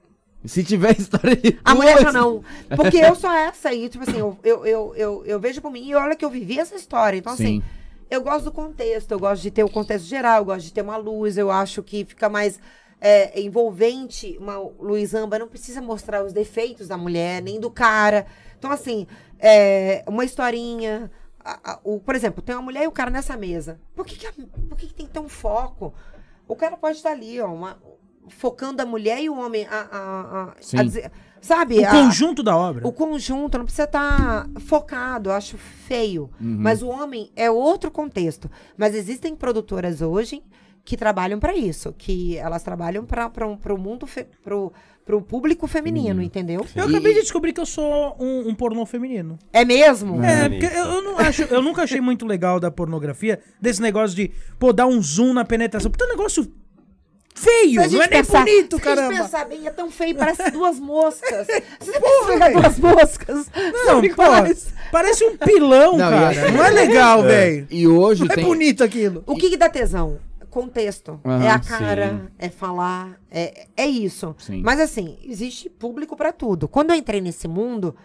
Speaker 3: Se tiver história de
Speaker 2: A
Speaker 3: rua,
Speaker 2: mulher já
Speaker 3: assim,
Speaker 2: não. Porque eu sou essa aí, tipo assim, eu, eu, eu, eu, eu vejo por mim e olha que eu vivi essa história. Então, assim,
Speaker 3: Sim.
Speaker 2: eu gosto do contexto, eu gosto de ter o contexto geral, eu gosto de ter uma luz, eu acho que fica mais é, envolvente uma Luizamba, não precisa mostrar os defeitos da mulher, nem do cara. Então, assim, é, uma historinha. a- a- o, por exemplo, tem uma mulher e o cara nessa mesa. Por que, que a- por que, que tem que ter um foco? O cara pode estar ali, ó, uma- focando a mulher e o homem. A, a- a-
Speaker 3: Sim.
Speaker 2: a dizer- sabe?
Speaker 4: O
Speaker 2: A-
Speaker 4: conjunto da obra.
Speaker 2: o conjunto não precisa estar focado, eu acho feio.
Speaker 4: Uhum.
Speaker 2: Mas o homem é outro contexto. Mas existem produtoras hoje que trabalham para isso, que elas trabalham para um, o mundo, para o público feminino, entendeu?
Speaker 4: Eu acabei de descobrir que eu sou um, um pornô feminino.
Speaker 2: É mesmo?
Speaker 4: É, porque eu, eu não acho, eu nunca achei muito legal da pornografia, desse negócio de, pô, dar um zoom na penetração. Porque é um negócio
Speaker 2: Se a
Speaker 4: feio,
Speaker 2: gente
Speaker 4: não é nem
Speaker 2: pensar-
Speaker 4: bonito,
Speaker 2: se a gente
Speaker 4: caramba.
Speaker 2: pensar bem, é tão feio, parece duas moscas. Você pensa pegar duas moscas?
Speaker 4: Não,
Speaker 2: São
Speaker 4: pô,
Speaker 2: iguais.
Speaker 4: parece um pilão,
Speaker 3: Não, e
Speaker 4: cara.
Speaker 3: assim-
Speaker 4: Não é legal, velho.
Speaker 3: E hoje
Speaker 4: Não é
Speaker 3: tem.
Speaker 4: bonito aquilo.
Speaker 2: O que, que dá tesão? Contexto.
Speaker 3: Aham,
Speaker 2: é a
Speaker 1: sim.
Speaker 2: cara, é falar, é, é isso.
Speaker 3: Sim.
Speaker 2: Mas assim, existe público pra tudo. Quando eu entrei nesse mundo,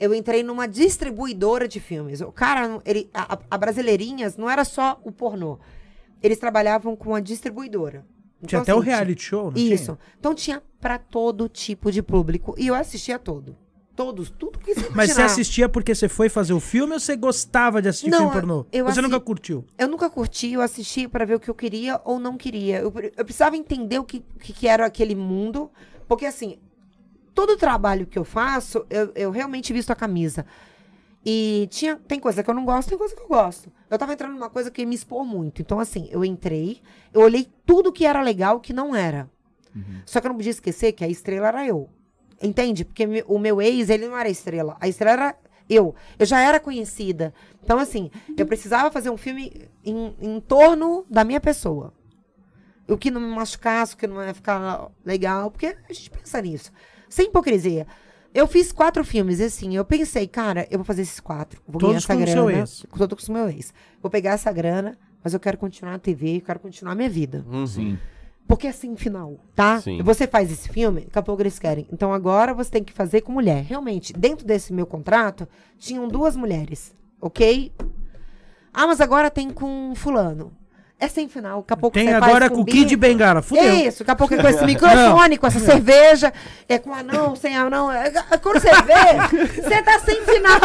Speaker 2: eu entrei numa distribuidora de filmes. O cara, ele, a, a- a Brasileirinhas não era só o pornô. Eles trabalhavam com a distribuidora.
Speaker 4: Tinha
Speaker 2: Então,
Speaker 4: até o
Speaker 2: assim,
Speaker 4: reality show, não tinha?
Speaker 2: Isso. Então tinha pra todo tipo de público. E eu assistia todo. Todos, tudo que se
Speaker 4: Mas você
Speaker 2: imaginar.
Speaker 4: assistia porque você foi fazer o filme ou você gostava de assistir
Speaker 2: Não,
Speaker 4: filme pornô?
Speaker 2: eu
Speaker 4: você
Speaker 2: assi-
Speaker 4: nunca curtiu?
Speaker 2: Eu nunca curti, eu assisti pra ver o que eu queria ou não queria. Eu, pre- eu precisava entender o que, o que que era aquele mundo, porque assim, todo o trabalho que eu faço, eu, eu realmente visto a camisa. E tinha, tem coisa que eu não gosto, tem coisa que eu gosto. Eu tava entrando numa coisa que ia me expor muito. Então, assim, eu entrei, eu olhei tudo que era legal e que não era. Só que eu não podia esquecer que a estrela era eu. Entende? Porque me- o meu ex, ele não era estrela. A estrela era eu. Eu já era conhecida. Então, assim, eu precisava fazer um filme em, em torno da minha pessoa. O que não me machucasse, o que não ia ficar legal. Porque a gente pensa nisso. Sem hipocrisia. Eu fiz quatro filmes, e assim, eu pensei, cara, eu vou fazer esses quatro. Vou
Speaker 4: Todos
Speaker 2: ganhar
Speaker 4: com o
Speaker 2: essa
Speaker 4: seu
Speaker 2: grana.
Speaker 4: ex.
Speaker 2: Todos com o meu ex. Vou pegar essa grana, mas eu quero continuar na TV, eu quero continuar a minha vida.
Speaker 3: Sim.
Speaker 2: Porque é sem final, tá?
Speaker 1: Sim.
Speaker 2: Você faz esse filme, daqui a pouco eles querem. Então agora você tem que fazer com mulher. Realmente, dentro desse meu contrato, tinham duas mulheres, ok? Ah, mas agora tem com fulano. É sem final, daqui a pouco
Speaker 4: Tem
Speaker 2: você
Speaker 4: agora
Speaker 2: faz
Speaker 4: com o Kid
Speaker 2: bico.
Speaker 4: Bengala. Fudeu.
Speaker 2: É isso, daqui a pouco é com esse microfone, com essa cerveja, é com anão, sem anão. É, é, quando você vê, você tá sem final.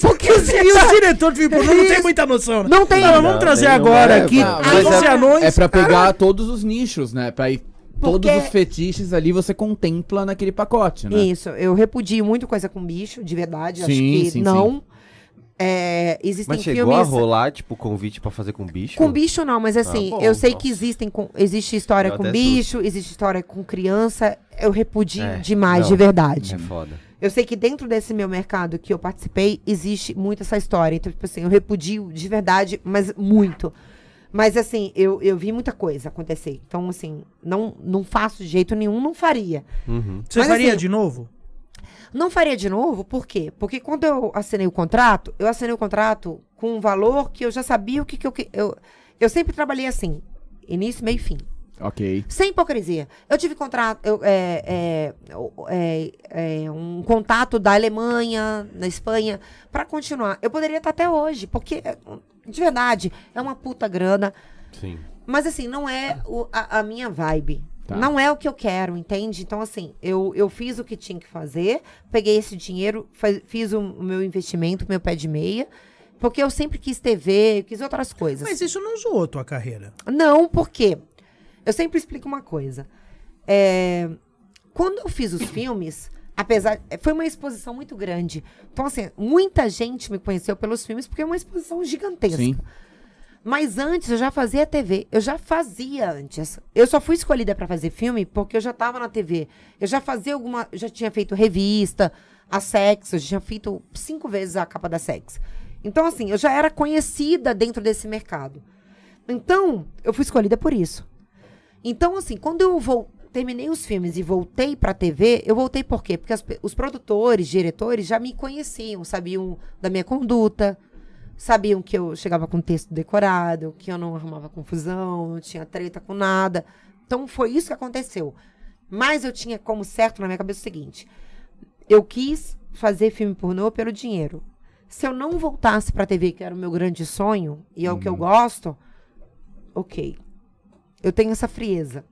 Speaker 2: Porque você
Speaker 4: E
Speaker 2: tá-
Speaker 4: os diretores de filme pornô não tem muita noção, né?
Speaker 2: Não tem.
Speaker 4: Fala, vamos
Speaker 1: Não,
Speaker 4: trazer
Speaker 1: tem, não
Speaker 4: agora
Speaker 1: é,
Speaker 4: aqui
Speaker 1: pá.
Speaker 3: Mas
Speaker 4: 12
Speaker 3: é-
Speaker 4: anões.
Speaker 3: É pra pegar todos os nichos, né? Pra ir. Todos
Speaker 2: Porque-
Speaker 3: os fetiches ali você contempla naquele pacote, né?
Speaker 2: Isso, eu repudio muito coisa com bicho, de verdade. acho
Speaker 3: Sim,
Speaker 2: que
Speaker 3: sim,
Speaker 2: não. É, existem
Speaker 1: Mas chegou a
Speaker 2: filmes.
Speaker 1: rolar, tipo, convite pra fazer com bicho?
Speaker 2: Com bicho não, mas assim,
Speaker 1: Ah, bom,
Speaker 2: eu sei
Speaker 1: nossa.
Speaker 2: que existem com, existe história
Speaker 1: Deu
Speaker 2: com
Speaker 1: até
Speaker 2: bicho, existe história com criança. Eu repudio
Speaker 1: É,
Speaker 2: demais,
Speaker 1: não.
Speaker 2: de verdade.
Speaker 1: É foda.
Speaker 2: Eu sei que dentro desse meu mercado que eu participei, existe muito essa história. Então, tipo assim, eu repudio de verdade, mas muito. Mas assim, eu, eu vi muita coisa acontecer. Então, assim, não, não faço de jeito nenhum, não faria.
Speaker 1: Uhum.
Speaker 4: Você
Speaker 2: Mas
Speaker 4: faria
Speaker 2: assim-
Speaker 4: de novo?
Speaker 2: Não faria de novo, por quê? Porque quando eu assinei o contrato, eu assinei o contrato com um valor que eu já sabia o que, que eu, que- eu. Eu sempre trabalhei assim: início, meio e fim.
Speaker 3: Ok.
Speaker 2: Sem hipocrisia. Eu tive contrato, eu, é, é, o- é, é, um contato da Alemanha, na Espanha, pra continuar. Eu poderia estar até hoje, porque, de verdade, é uma puta grana.
Speaker 1: Sim.
Speaker 2: Mas assim, não é o- a, a minha vibe.
Speaker 3: Tá.
Speaker 2: Não é o que eu quero, entende? Então, assim, eu, eu fiz o que tinha que fazer, peguei esse dinheiro, fa- fiz o meu investimento, meu pé de meia, porque eu sempre quis TV, quis outras coisas.
Speaker 3: assim
Speaker 4: Mas isso não zoou tua carreira.
Speaker 2: Não, porque eu sempre explico uma coisa. É, quando eu fiz os filmes, apesar foi uma exposição muito grande. Então assim, muita gente me conheceu pelos filmes porque é uma exposição gigantesca.
Speaker 3: Sim.
Speaker 2: Mas antes eu já fazia TV, eu já fazia antes. Eu só fui escolhida pra fazer filme porque eu já tava na TV. Eu já fazia alguma, eu já tinha feito revista, a Sex, eu já tinha feito cinco vezes a capa da Sex. Então assim, eu já era conhecida dentro desse mercado. Então, eu fui escolhida por isso. Então, assim, quando eu vol- terminei os filmes e voltei pra TV, eu voltei por quê? Porque as pe- os produtores, diretores já me conheciam, sabiam da minha conduta, sabiam que eu chegava com texto decorado, que eu não arrumava confusão, não tinha treta com nada. Então, foi isso que aconteceu. Mas eu tinha como certo na minha cabeça o seguinte: eu quis fazer filme pornô pelo dinheiro. Se eu não voltasse pra TV, que era o meu grande sonho, e é o que eu gosto, ok. Eu tenho essa frieza.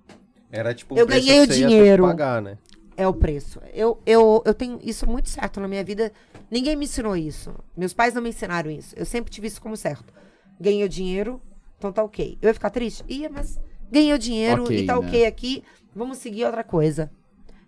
Speaker 1: Era tipo
Speaker 2: Eu
Speaker 1: preço
Speaker 2: ganhei
Speaker 1: que
Speaker 2: o
Speaker 1: você ia ter que
Speaker 2: dinheiro.
Speaker 1: pagar, né?
Speaker 2: É o preço. Eu, eu, eu tenho isso muito certo na minha vida. Ninguém me ensinou isso. Meus pais não me ensinaram isso. Eu sempre tive isso como certo. Ganhei o dinheiro, então tá ok. Eu ia ficar triste? Ia, mas ganhei o dinheiro
Speaker 3: Ok,
Speaker 2: e tá
Speaker 3: né?
Speaker 2: ok aqui. Vamos seguir outra coisa.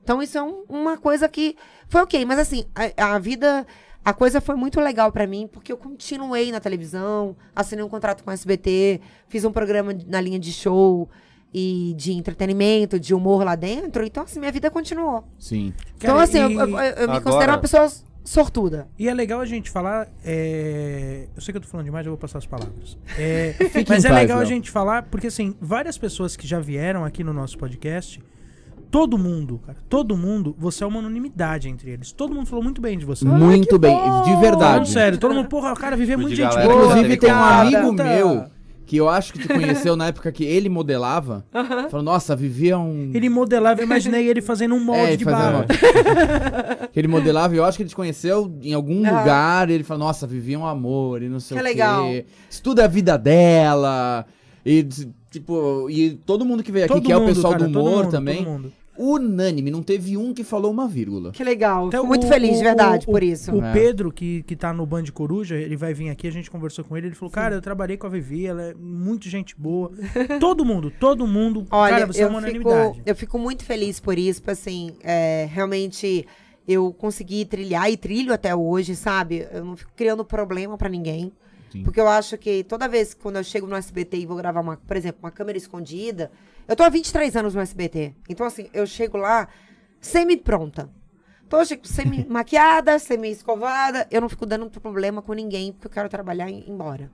Speaker 2: Então isso é um- uma coisa que foi ok. Mas assim, a, a vida... A coisa foi muito legal pra mim, porque eu continuei na televisão, assinei um contrato com a SBT, fiz um programa na linha de show e de entretenimento, de humor lá dentro. Então, assim, minha vida continuou.
Speaker 3: Sim.
Speaker 2: Então,
Speaker 4: Cara,
Speaker 2: assim, eu,
Speaker 4: e-
Speaker 2: eu- eu- eu me
Speaker 1: agora-
Speaker 2: considero uma pessoa sortuda.
Speaker 4: E é legal a gente falar. é, Eu sei que eu tô falando demais, eu vou passar as palavras. É,
Speaker 3: Fique
Speaker 4: mas
Speaker 3: em
Speaker 4: é
Speaker 3: paz,
Speaker 4: legal a
Speaker 3: Léo.
Speaker 4: gente falar, porque assim, várias pessoas que já vieram aqui no nosso podcast, todo mundo, cara, todo mundo, você é uma unanimidade entre eles. Todo mundo falou muito bem de você.
Speaker 3: Muito bem, de
Speaker 4: Falando
Speaker 3: verdade.
Speaker 4: sério, todo mundo, porra, cara, viver
Speaker 1: Fui
Speaker 4: muito
Speaker 1: Tipo de
Speaker 4: gente
Speaker 1: galera,
Speaker 4: é boa.
Speaker 3: Inclusive, tem um
Speaker 1: Obrigada.
Speaker 3: amigo
Speaker 4: Puta.
Speaker 3: meu que eu acho que te conheceu na época que ele modelava. Falou, nossa, vivia um.
Speaker 4: Ele modelava, eu imaginei ele fazendo um molde
Speaker 3: É,
Speaker 4: de
Speaker 3: fazia
Speaker 4: barro.
Speaker 3: uma- Que ele modelava, e eu acho que ele te conheceu em algum lugar. e ele falou, nossa, vivia um amor e não sei
Speaker 2: Que
Speaker 3: o
Speaker 2: legal.
Speaker 3: quê. Estuda a vida dela. E, tipo, e todo mundo que veio aqui,
Speaker 4: Todo
Speaker 3: que é o
Speaker 4: mundo,
Speaker 3: pessoal
Speaker 4: cara,
Speaker 3: do
Speaker 4: todo
Speaker 3: humor
Speaker 4: mundo,
Speaker 3: também,
Speaker 4: todo mundo.
Speaker 3: unânime, não teve um que falou uma vírgula.
Speaker 2: Que legal.
Speaker 4: Então,
Speaker 2: Fico muito
Speaker 4: o-
Speaker 2: feliz,
Speaker 4: o-
Speaker 2: de verdade,
Speaker 4: o-
Speaker 2: por isso.
Speaker 4: O
Speaker 3: É.
Speaker 4: Pedro, que, que tá no Band Coruja, ele vai vir aqui, a gente conversou com ele, ele falou, cara, eu trabalhei com a Vivi, ela é muito gente boa. todo mundo, todo mundo.
Speaker 2: Olha,
Speaker 4: cara, você é
Speaker 2: eu,
Speaker 4: uma
Speaker 2: fico,
Speaker 4: unanimidade.
Speaker 2: eu fico muito feliz por isso, porque, assim, é, realmente eu consegui trilhar e trilho até hoje, sabe? Eu não fico criando problema pra ninguém.
Speaker 3: Sim.
Speaker 2: Porque eu acho que toda vez que quando eu chego no SBT e vou gravar, uma, por exemplo, uma câmera escondida, eu tô há 23 anos no SBT. Então, assim, eu chego lá semi-pronta. Tô chego semi-maquiada, semi-escovada. Eu não fico dando problema com ninguém, porque eu quero trabalhar e ir embora.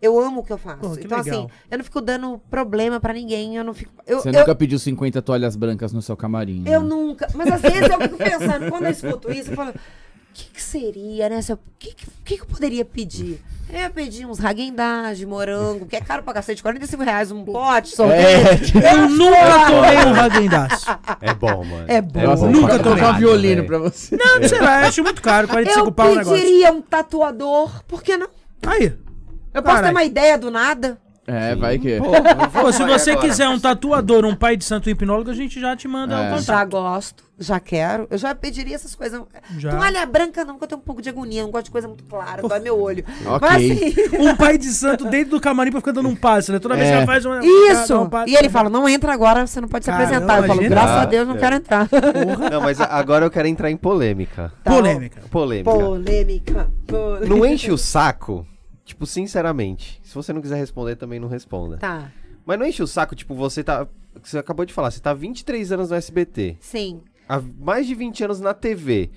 Speaker 2: Eu amo o que eu faço.
Speaker 4: Pô, que
Speaker 2: então,
Speaker 4: legal.
Speaker 2: assim, eu não fico dando problema pra ninguém. Eu não fico. Eu,
Speaker 3: Você
Speaker 2: eu-
Speaker 3: nunca pediu 50 toalhas brancas no seu camarim.
Speaker 2: eu
Speaker 3: né?
Speaker 2: nunca. Mas às vezes eu fico pensando, quando eu escuto isso, eu falo. O que, que seria, né? se eu- O que, que, o que que eu poderia pedir? Eu ia pedir uns Hagendaz de morango, que é caro pra cacete, 45 reais um pote, sorvete.
Speaker 3: É, tipo,
Speaker 4: Eu nunca tomei um Hagendass.
Speaker 1: É bom, mano.
Speaker 2: É bom.
Speaker 3: nossa,
Speaker 4: nunca
Speaker 3: nunca
Speaker 4: tomei.
Speaker 3: tocar
Speaker 1: Caralho,
Speaker 3: violino
Speaker 1: velho.
Speaker 3: pra você.
Speaker 4: Não, sei lá, eu acho muito caro, 45
Speaker 2: Eu
Speaker 4: pau o negócio.
Speaker 2: pediria um tatuador, por que não?
Speaker 4: Aí.
Speaker 2: Eu posso ter
Speaker 4: Caralho.
Speaker 2: uma ideia do nada?
Speaker 3: É, vai que.
Speaker 4: Pô, se você
Speaker 1: agora.
Speaker 4: quiser um tatuador, um pai de santo hipnólogo, a gente já te manda
Speaker 3: É.
Speaker 4: um
Speaker 2: Já
Speaker 4: contrato.
Speaker 2: gosto, já quero. Eu já pediria essas coisas.
Speaker 4: Já.
Speaker 2: Toalha branca não, porque eu tenho um pouco de agonia. Não gosto de coisa muito clara, dói meu olho.
Speaker 3: Ok.
Speaker 2: Mas assim,
Speaker 4: Um pai de santo dentro do camarim pra ficar dando um passe, né? Toda vez
Speaker 3: É.
Speaker 4: que ela faz uma.
Speaker 2: isso!
Speaker 4: dá um passe.
Speaker 2: e ele fala, não entra agora, você não pode se
Speaker 4: Caramba,
Speaker 2: apresentar. Eu falo,
Speaker 4: imagina.
Speaker 2: graças a
Speaker 1: Ah,
Speaker 2: Deus, não
Speaker 1: é.
Speaker 2: quero entrar.
Speaker 1: Não, mas a- agora eu quero entrar em polêmica.
Speaker 2: Então,
Speaker 4: Polêmica.
Speaker 1: Polêmica.
Speaker 2: Polêmica. polêmica.
Speaker 1: Não enche o saco, tipo, sinceramente. Se você não quiser responder, também não responda.
Speaker 2: Tá,
Speaker 1: Mas não enche o saco, tipo, você tá. Você acabou de falar, você tá 23 anos no SBT,
Speaker 2: sim.
Speaker 1: há mais de 20 anos na TV.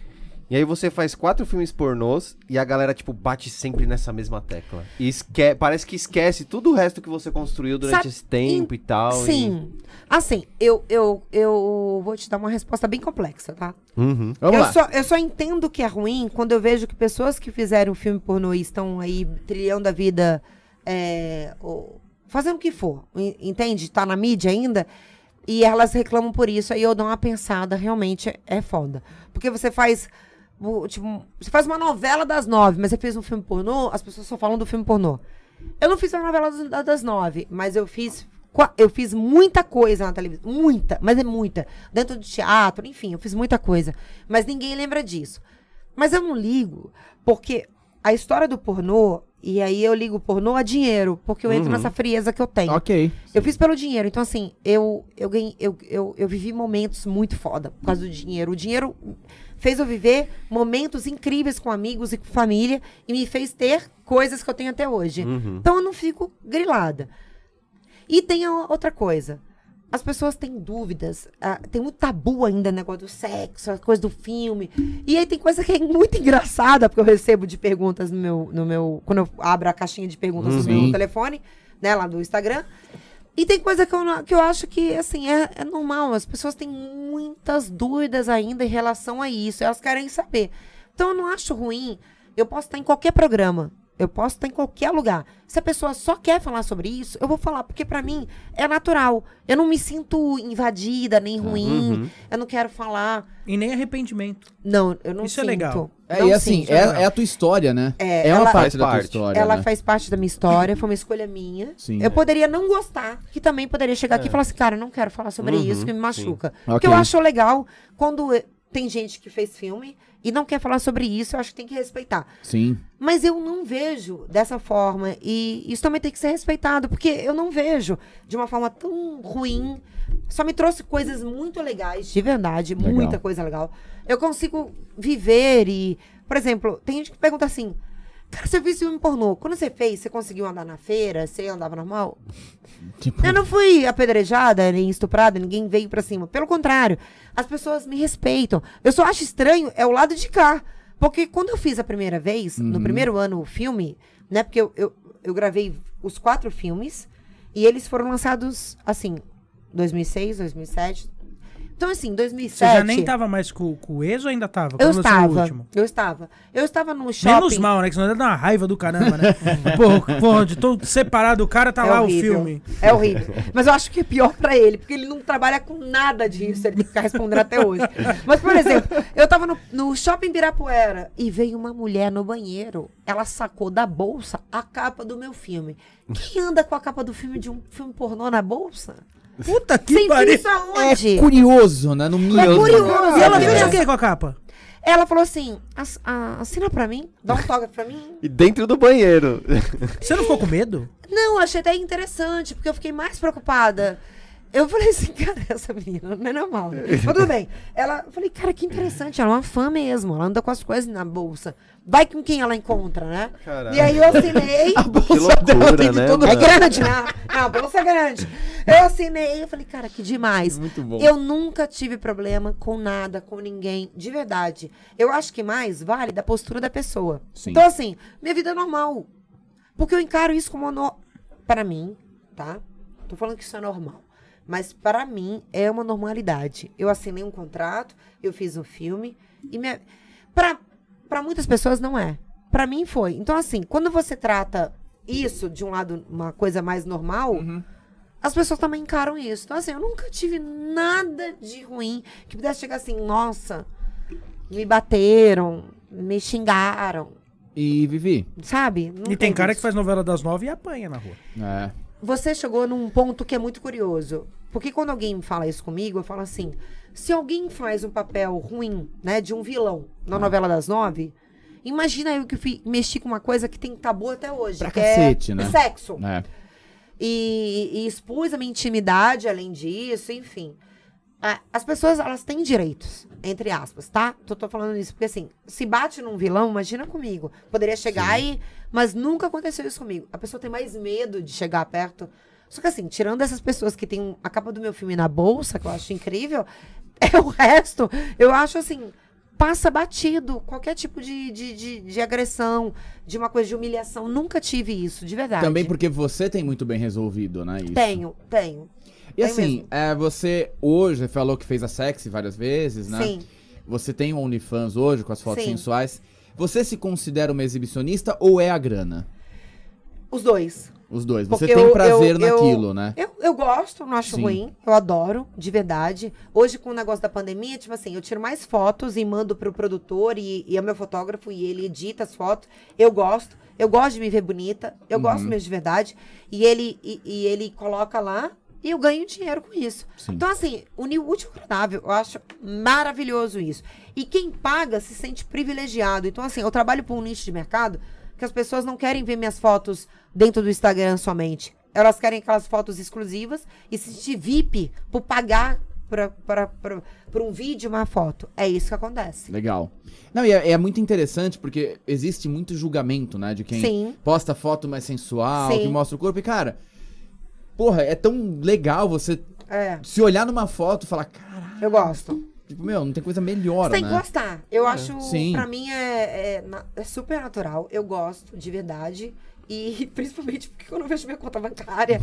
Speaker 1: E aí você faz quatro filmes pornôs e a galera, tipo, bate sempre nessa mesma tecla. E esque parece que esquece tudo o resto que você construiu durante
Speaker 2: Sabe,
Speaker 1: esse tempo e tal. e-
Speaker 2: Sim. Assim, eu, eu, eu vou te dar uma resposta bem complexa, tá?
Speaker 1: Uhum.
Speaker 3: Vamos
Speaker 2: eu,
Speaker 3: lá.
Speaker 2: Só, eu só entendo que é ruim quando eu vejo que pessoas que fizeram um filme pornô e estão aí trilhando a vida, é, o- fazendo o que for, en- entende? Tá na mídia ainda. E elas reclamam por isso. Aí eu dou uma pensada, realmente é- é foda. Porque você faz. o- Tipo, você faz uma novela das nove, mas você fez um filme pornô, as pessoas só falam do filme pornô. Eu não fiz uma novela das- da- das nove, mas eu fiz. qua- Eu fiz muita coisa na televisão. Muita, mas é muita. Dentro do teatro, enfim, eu fiz muita coisa. Mas ninguém lembra disso. Mas eu não ligo, porque a história do pornô, e aí eu ligo o pornô a dinheiro, porque eu entro
Speaker 1: Uhum.
Speaker 2: nessa frieza que eu tenho.
Speaker 3: Ok.
Speaker 2: Eu fiz pelo dinheiro, então assim, eu eu, ganhei, eu, eu eu vivi momentos muito foda por causa do dinheiro. O dinheiro fez eu viver momentos incríveis com amigos e com família e me fez ter coisas que eu tenho até hoje.
Speaker 1: Uhum.
Speaker 2: Então eu não fico grilada. E tem a outra coisa. As pessoas têm dúvidas, ah, tem muito tabu ainda, né, negócio do sexo, a coisa do filme. E aí tem coisa que é muito engraçada, porque eu recebo de perguntas no meu. No meu quando eu abro a caixinha de perguntas no
Speaker 3: Uhum.
Speaker 2: meu telefone, né, lá do Instagram. E tem coisa que eu, não- que eu acho que, assim, é, é normal. As pessoas têm muitas dúvidas ainda em relação a isso. Elas querem saber. Então, eu não acho ruim. Eu posso estar em qualquer programa. Eu posso estar em qualquer lugar. Se a pessoa só quer falar sobre isso, eu vou falar, porque pra mim é natural. Eu não me sinto invadida, nem
Speaker 4: Uhum.
Speaker 2: ruim. Eu não quero falar.
Speaker 4: E nem arrependimento.
Speaker 2: Não, eu não
Speaker 4: Isso é
Speaker 2: sinto.
Speaker 4: legal.
Speaker 3: É,
Speaker 2: Não
Speaker 3: e assim,
Speaker 2: sinto.
Speaker 3: é, é a tua história, né?
Speaker 2: É,
Speaker 3: uma
Speaker 2: ela-
Speaker 3: parte da tua
Speaker 1: Faz parte.
Speaker 3: história.
Speaker 2: Ela
Speaker 3: né?
Speaker 2: faz parte da minha história, foi uma escolha minha.
Speaker 3: Sim. É.
Speaker 2: eu poderia não gostar, que também poderia chegar aqui e falar assim, cara, eu não quero falar sobre
Speaker 1: Uhum,
Speaker 2: isso, que me machuca. Porque
Speaker 3: Ok.
Speaker 2: eu acho legal quando eh, tem gente que fez filme e não quer falar sobre isso, eu acho que tem que respeitar.
Speaker 3: Sim.
Speaker 2: Mas eu não vejo dessa forma. E isso também tem que ser respeitado, porque eu não vejo de uma forma tão ruim. Só me trouxe coisas muito legais, de verdade,
Speaker 3: Legal.
Speaker 2: muita coisa legal. Eu consigo viver e. Por exemplo, tem gente que pergunta assim. Cara, você fez filme pornô. Quando você fez, você conseguiu andar na feira? Você andava normal?
Speaker 3: Tipo,
Speaker 2: Eu não fui apedrejada, nem estuprada, ninguém veio pra cima. Pelo contrário, as pessoas me respeitam. Eu só acho estranho é o lado de cá. Porque quando eu fiz a primeira vez, no primeiro ano o filme, né? Porque eu, eu, eu gravei os quatro filmes e eles foram lançados assim, 2006, 2007. Então, assim, 2007.
Speaker 4: Você já nem tava mais com, com o ex ou ainda tava?
Speaker 2: Eu
Speaker 4: Quando lançou o
Speaker 2: estava,
Speaker 4: último?
Speaker 2: eu estava. Eu estava num shopping.
Speaker 4: Menos mal, né? Que senão deve dar uma raiva do caramba, né? porra, porra, de todo separado, o cara tá
Speaker 2: É
Speaker 4: lá
Speaker 2: horrível.
Speaker 4: o filme.
Speaker 2: É horrível. Mas eu acho que é pior pra ele, porque ele não trabalha com nada disso, ele tem que ficar respondendo até hoje. Mas, por exemplo, eu tava no, no shopping Birapuera e veio uma mulher no banheiro. Ela sacou da bolsa a capa do meu filme. Quem anda com a capa do filme de um filme pornô na bolsa?
Speaker 4: Puta que É
Speaker 2: Sem um.
Speaker 4: pariu.
Speaker 2: isso aonde?
Speaker 3: curioso, né? No mínimo.
Speaker 2: É curioso.
Speaker 4: E ela
Speaker 2: né?
Speaker 4: fez o que com a capa?
Speaker 2: Ela falou assim: "Ass- ah, assina pra mim, dá um autógrafo pra mim.
Speaker 1: E dentro do banheiro.
Speaker 4: Você não ficou com medo?
Speaker 2: Não, eu achei até interessante, porque eu fiquei mais preocupada. Eu falei assim, cara, essa menina não é normal. Né? Mas tudo bem. Ela, eu falei, cara, que interessante, ela é uma fã mesmo, ela anda com as coisas na bolsa. Vai com quem ela encontra, né?
Speaker 1: Caralho.
Speaker 2: E aí eu assinei.
Speaker 1: que loucura, né?
Speaker 2: É
Speaker 1: mano?
Speaker 2: grande, né? A bolsa é grande. Eu assinei, eu falei, cara, que demais.
Speaker 3: Muito bom.
Speaker 2: Eu nunca tive problema com nada, com ninguém, de verdade. Eu acho que mais vale da postura da pessoa.
Speaker 3: Sim.
Speaker 2: Então, assim, minha vida é normal. Porque eu encaro isso como. No... Para mim, tá? Tô falando que isso é normal. Mas para mim é uma normalidade. Eu assinei um contrato, eu fiz um filme. E minha... pra, pra muitas pessoas não é. Pra mim foi. Então, assim, quando você trata isso de um lado, uma coisa mais normal as pessoas também encaram isso. Então, assim, eu nunca tive nada de ruim que pudesse chegar assim, nossa, me bateram, me xingaram,
Speaker 3: E Vivi?
Speaker 2: sabe? Não
Speaker 4: e tem cara que
Speaker 2: isso.
Speaker 4: faz novela das nove e apanha na rua.
Speaker 3: É.
Speaker 2: Você chegou num ponto que é muito curioso. Porque quando alguém me fala isso comigo, eu falo assim: se alguém faz um papel ruim, né, de um vilão
Speaker 4: Ah.
Speaker 2: na novela das nove, imagina eu que fui, mexi com uma coisa que tem tabu até hoje.
Speaker 3: Pra
Speaker 2: que
Speaker 3: cacete,
Speaker 2: é
Speaker 3: né?
Speaker 2: Sexo.
Speaker 3: É.
Speaker 2: e, e expus a minha intimidade além disso, enfim. A- As pessoas, elas têm direitos, entre aspas, tá? Tô, tô falando isso porque, assim, se bate num vilão, imagina comigo. Poderia chegar e... Mas nunca aconteceu isso comigo. A pessoa tem mais medo de chegar perto. Só que, assim, tirando essas pessoas que têm um, a capa do meu filme na bolsa, que eu acho incrível, é o resto, eu acho, assim, passa batido qualquer tipo de, de, de, de agressão, de uma coisa de humilhação. Nunca tive isso, de verdade.
Speaker 3: Também porque você tem muito bem resolvido, né? Isso.
Speaker 2: Tenho, tenho.
Speaker 3: E
Speaker 2: tem
Speaker 3: assim,
Speaker 2: mesmo.
Speaker 3: é, você hoje falou que fez a sexy várias vezes, né?
Speaker 2: Sim.
Speaker 3: Você tem um OnlyFans hoje com as fotos
Speaker 2: Sim.
Speaker 3: sensuais. Você se considera uma exibicionista ou é a grana?
Speaker 2: Os dois.
Speaker 3: Os dois. Você
Speaker 2: Porque
Speaker 3: tem
Speaker 2: eu- eu-
Speaker 3: prazer
Speaker 2: eu-
Speaker 3: naquilo, né?
Speaker 2: Eu, eu gosto, não acho
Speaker 3: Sim.
Speaker 2: ruim. Eu adoro, de verdade. Hoje, com o negócio da pandemia, tipo assim, eu tiro mais fotos e mando pro produtor e, e é o meu fotógrafo e ele edita as fotos. Eu gosto. Eu gosto de me ver bonita. Eu
Speaker 3: Uhum.
Speaker 2: gosto mesmo de verdade. E ele, e, e ele coloca lá e eu ganho dinheiro com isso.
Speaker 3: Sim.
Speaker 2: Então, assim, unir o útil ao agradável, eu acho maravilhoso isso. E quem paga se sente privilegiado. Então, assim, eu trabalho para um nicho de mercado que as pessoas não querem ver minhas fotos dentro do Instagram somente. Elas querem aquelas fotos exclusivas e se sentir VIP por pagar para um vídeo uma foto. É isso que acontece.
Speaker 3: Legal. Não, e é, é muito interessante porque existe muito julgamento, né? De quem
Speaker 2: Sim.
Speaker 3: posta foto mais sensual,
Speaker 2: Sim.
Speaker 3: que mostra o corpo. E, cara, porra, é tão legal você
Speaker 2: É,
Speaker 3: se olhar numa foto e falar, caralho,
Speaker 2: eu gosto.
Speaker 3: tipo, meu, não tem coisa melhor,
Speaker 2: Você tem
Speaker 3: né?
Speaker 2: que gostar. Eu acho,
Speaker 3: Sim.
Speaker 2: pra mim, é, é, na- é super natural. Eu gosto, de verdade. E principalmente porque eu não vejo minha conta bancária.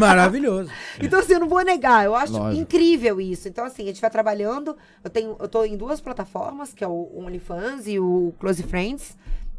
Speaker 4: Maravilhoso.
Speaker 2: Então, assim, eu não vou negar. Eu acho
Speaker 3: Lógico.
Speaker 2: incrível isso. Então, assim, a gente vai trabalhando. Eu, tenho, eu tô em duas plataformas, que é o OnlyFans e o Close Friends.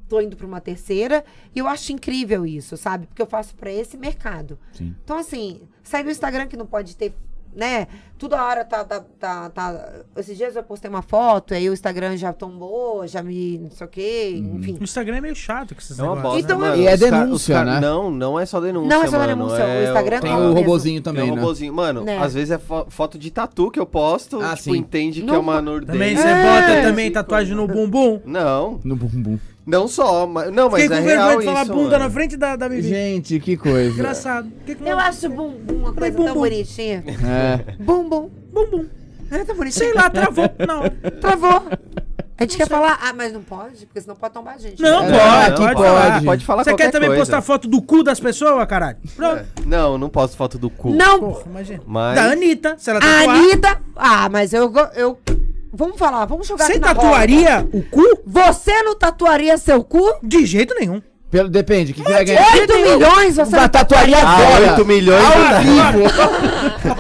Speaker 2: tô indo para uma terceira e eu acho incrível isso, sabe? Porque eu faço para esse mercado.
Speaker 3: Sim.
Speaker 2: Então, assim, sai do Instagram que não pode ter, né? Toda hora tá, tá, tá, tá- Esses dias eu postei uma foto, aí o Instagram já tombou, já me. não sei o quê, enfim.
Speaker 4: O Instagram é meio chato com esses
Speaker 1: É uma
Speaker 4: negócios.
Speaker 1: bosta,
Speaker 2: Então,
Speaker 1: mano.
Speaker 3: E é
Speaker 1: Os car-
Speaker 3: denúncia,
Speaker 1: os car-
Speaker 3: né?
Speaker 1: Não, não é só denúncia,
Speaker 2: Não é só
Speaker 1: mano,
Speaker 2: denúncia, o
Speaker 1: é
Speaker 2: Instagram
Speaker 3: Tem
Speaker 2: Ah,
Speaker 3: o
Speaker 2: mesmo.
Speaker 3: robozinho
Speaker 1: Tem
Speaker 3: também,
Speaker 1: um
Speaker 3: né?
Speaker 1: robozinho. Mano,
Speaker 2: Né.
Speaker 1: às vezes é fo- foto de tatu que eu posto,
Speaker 3: Ah,
Speaker 1: tipo,
Speaker 3: sim.
Speaker 1: entende que
Speaker 2: Não,
Speaker 1: é uma nordeste.
Speaker 4: né? Também você
Speaker 2: É.
Speaker 4: bota também tatuagem no bumbum.
Speaker 1: Não,
Speaker 3: No bumbum.
Speaker 1: não só, mas, não, mas
Speaker 4: Fiquei
Speaker 1: é
Speaker 4: com
Speaker 1: real
Speaker 4: vergonha
Speaker 1: isso,
Speaker 4: de falar bunda
Speaker 1: mano.
Speaker 4: na frente da, da Bibi.
Speaker 3: Gente, que coisa.
Speaker 4: Engraçado. Por que que
Speaker 2: Eu
Speaker 4: não-
Speaker 2: acho bumbum uma
Speaker 4: Falei
Speaker 2: coisa tão
Speaker 4: bumbum.
Speaker 2: bonitinha.
Speaker 3: É.
Speaker 2: Bumbum.
Speaker 4: Bumbum.
Speaker 2: Não é tão bonitinho.
Speaker 4: Sei lá, travou. Não.
Speaker 2: Travou. A gente quer falar, ah, mas não pode, porque senão pode tombar a gente.
Speaker 4: Não,
Speaker 1: É,
Speaker 4: pode,
Speaker 3: não,
Speaker 4: pode,
Speaker 3: aqui
Speaker 4: falar.
Speaker 1: Pode, pode falar
Speaker 4: Você quer
Speaker 1: qualquer
Speaker 4: também
Speaker 1: coisa.
Speaker 4: postar foto do cu das pessoas, caralho? Pronto.
Speaker 1: Não, não posto foto do cu.
Speaker 2: Não.
Speaker 4: É. Porra, imagina.
Speaker 1: Mas-
Speaker 4: Da Anitta, se ela
Speaker 2: A
Speaker 4: tatuar.
Speaker 2: Anitta. Ah, mas eu. go- eu vamos falar, vamos jogar
Speaker 4: Você
Speaker 2: aqui na
Speaker 4: tatuaria o cu?
Speaker 2: roda. Você não tatuaria seu cu?
Speaker 4: De jeito nenhum.
Speaker 3: Pelo, depende, o que, que vai
Speaker 4: É,
Speaker 3: ganhar?
Speaker 2: 8 milhões você
Speaker 3: Da
Speaker 2: não
Speaker 3: tatuaria agora.
Speaker 1: Ah, 8 milhões
Speaker 3: Ao
Speaker 1: de
Speaker 3: vivo.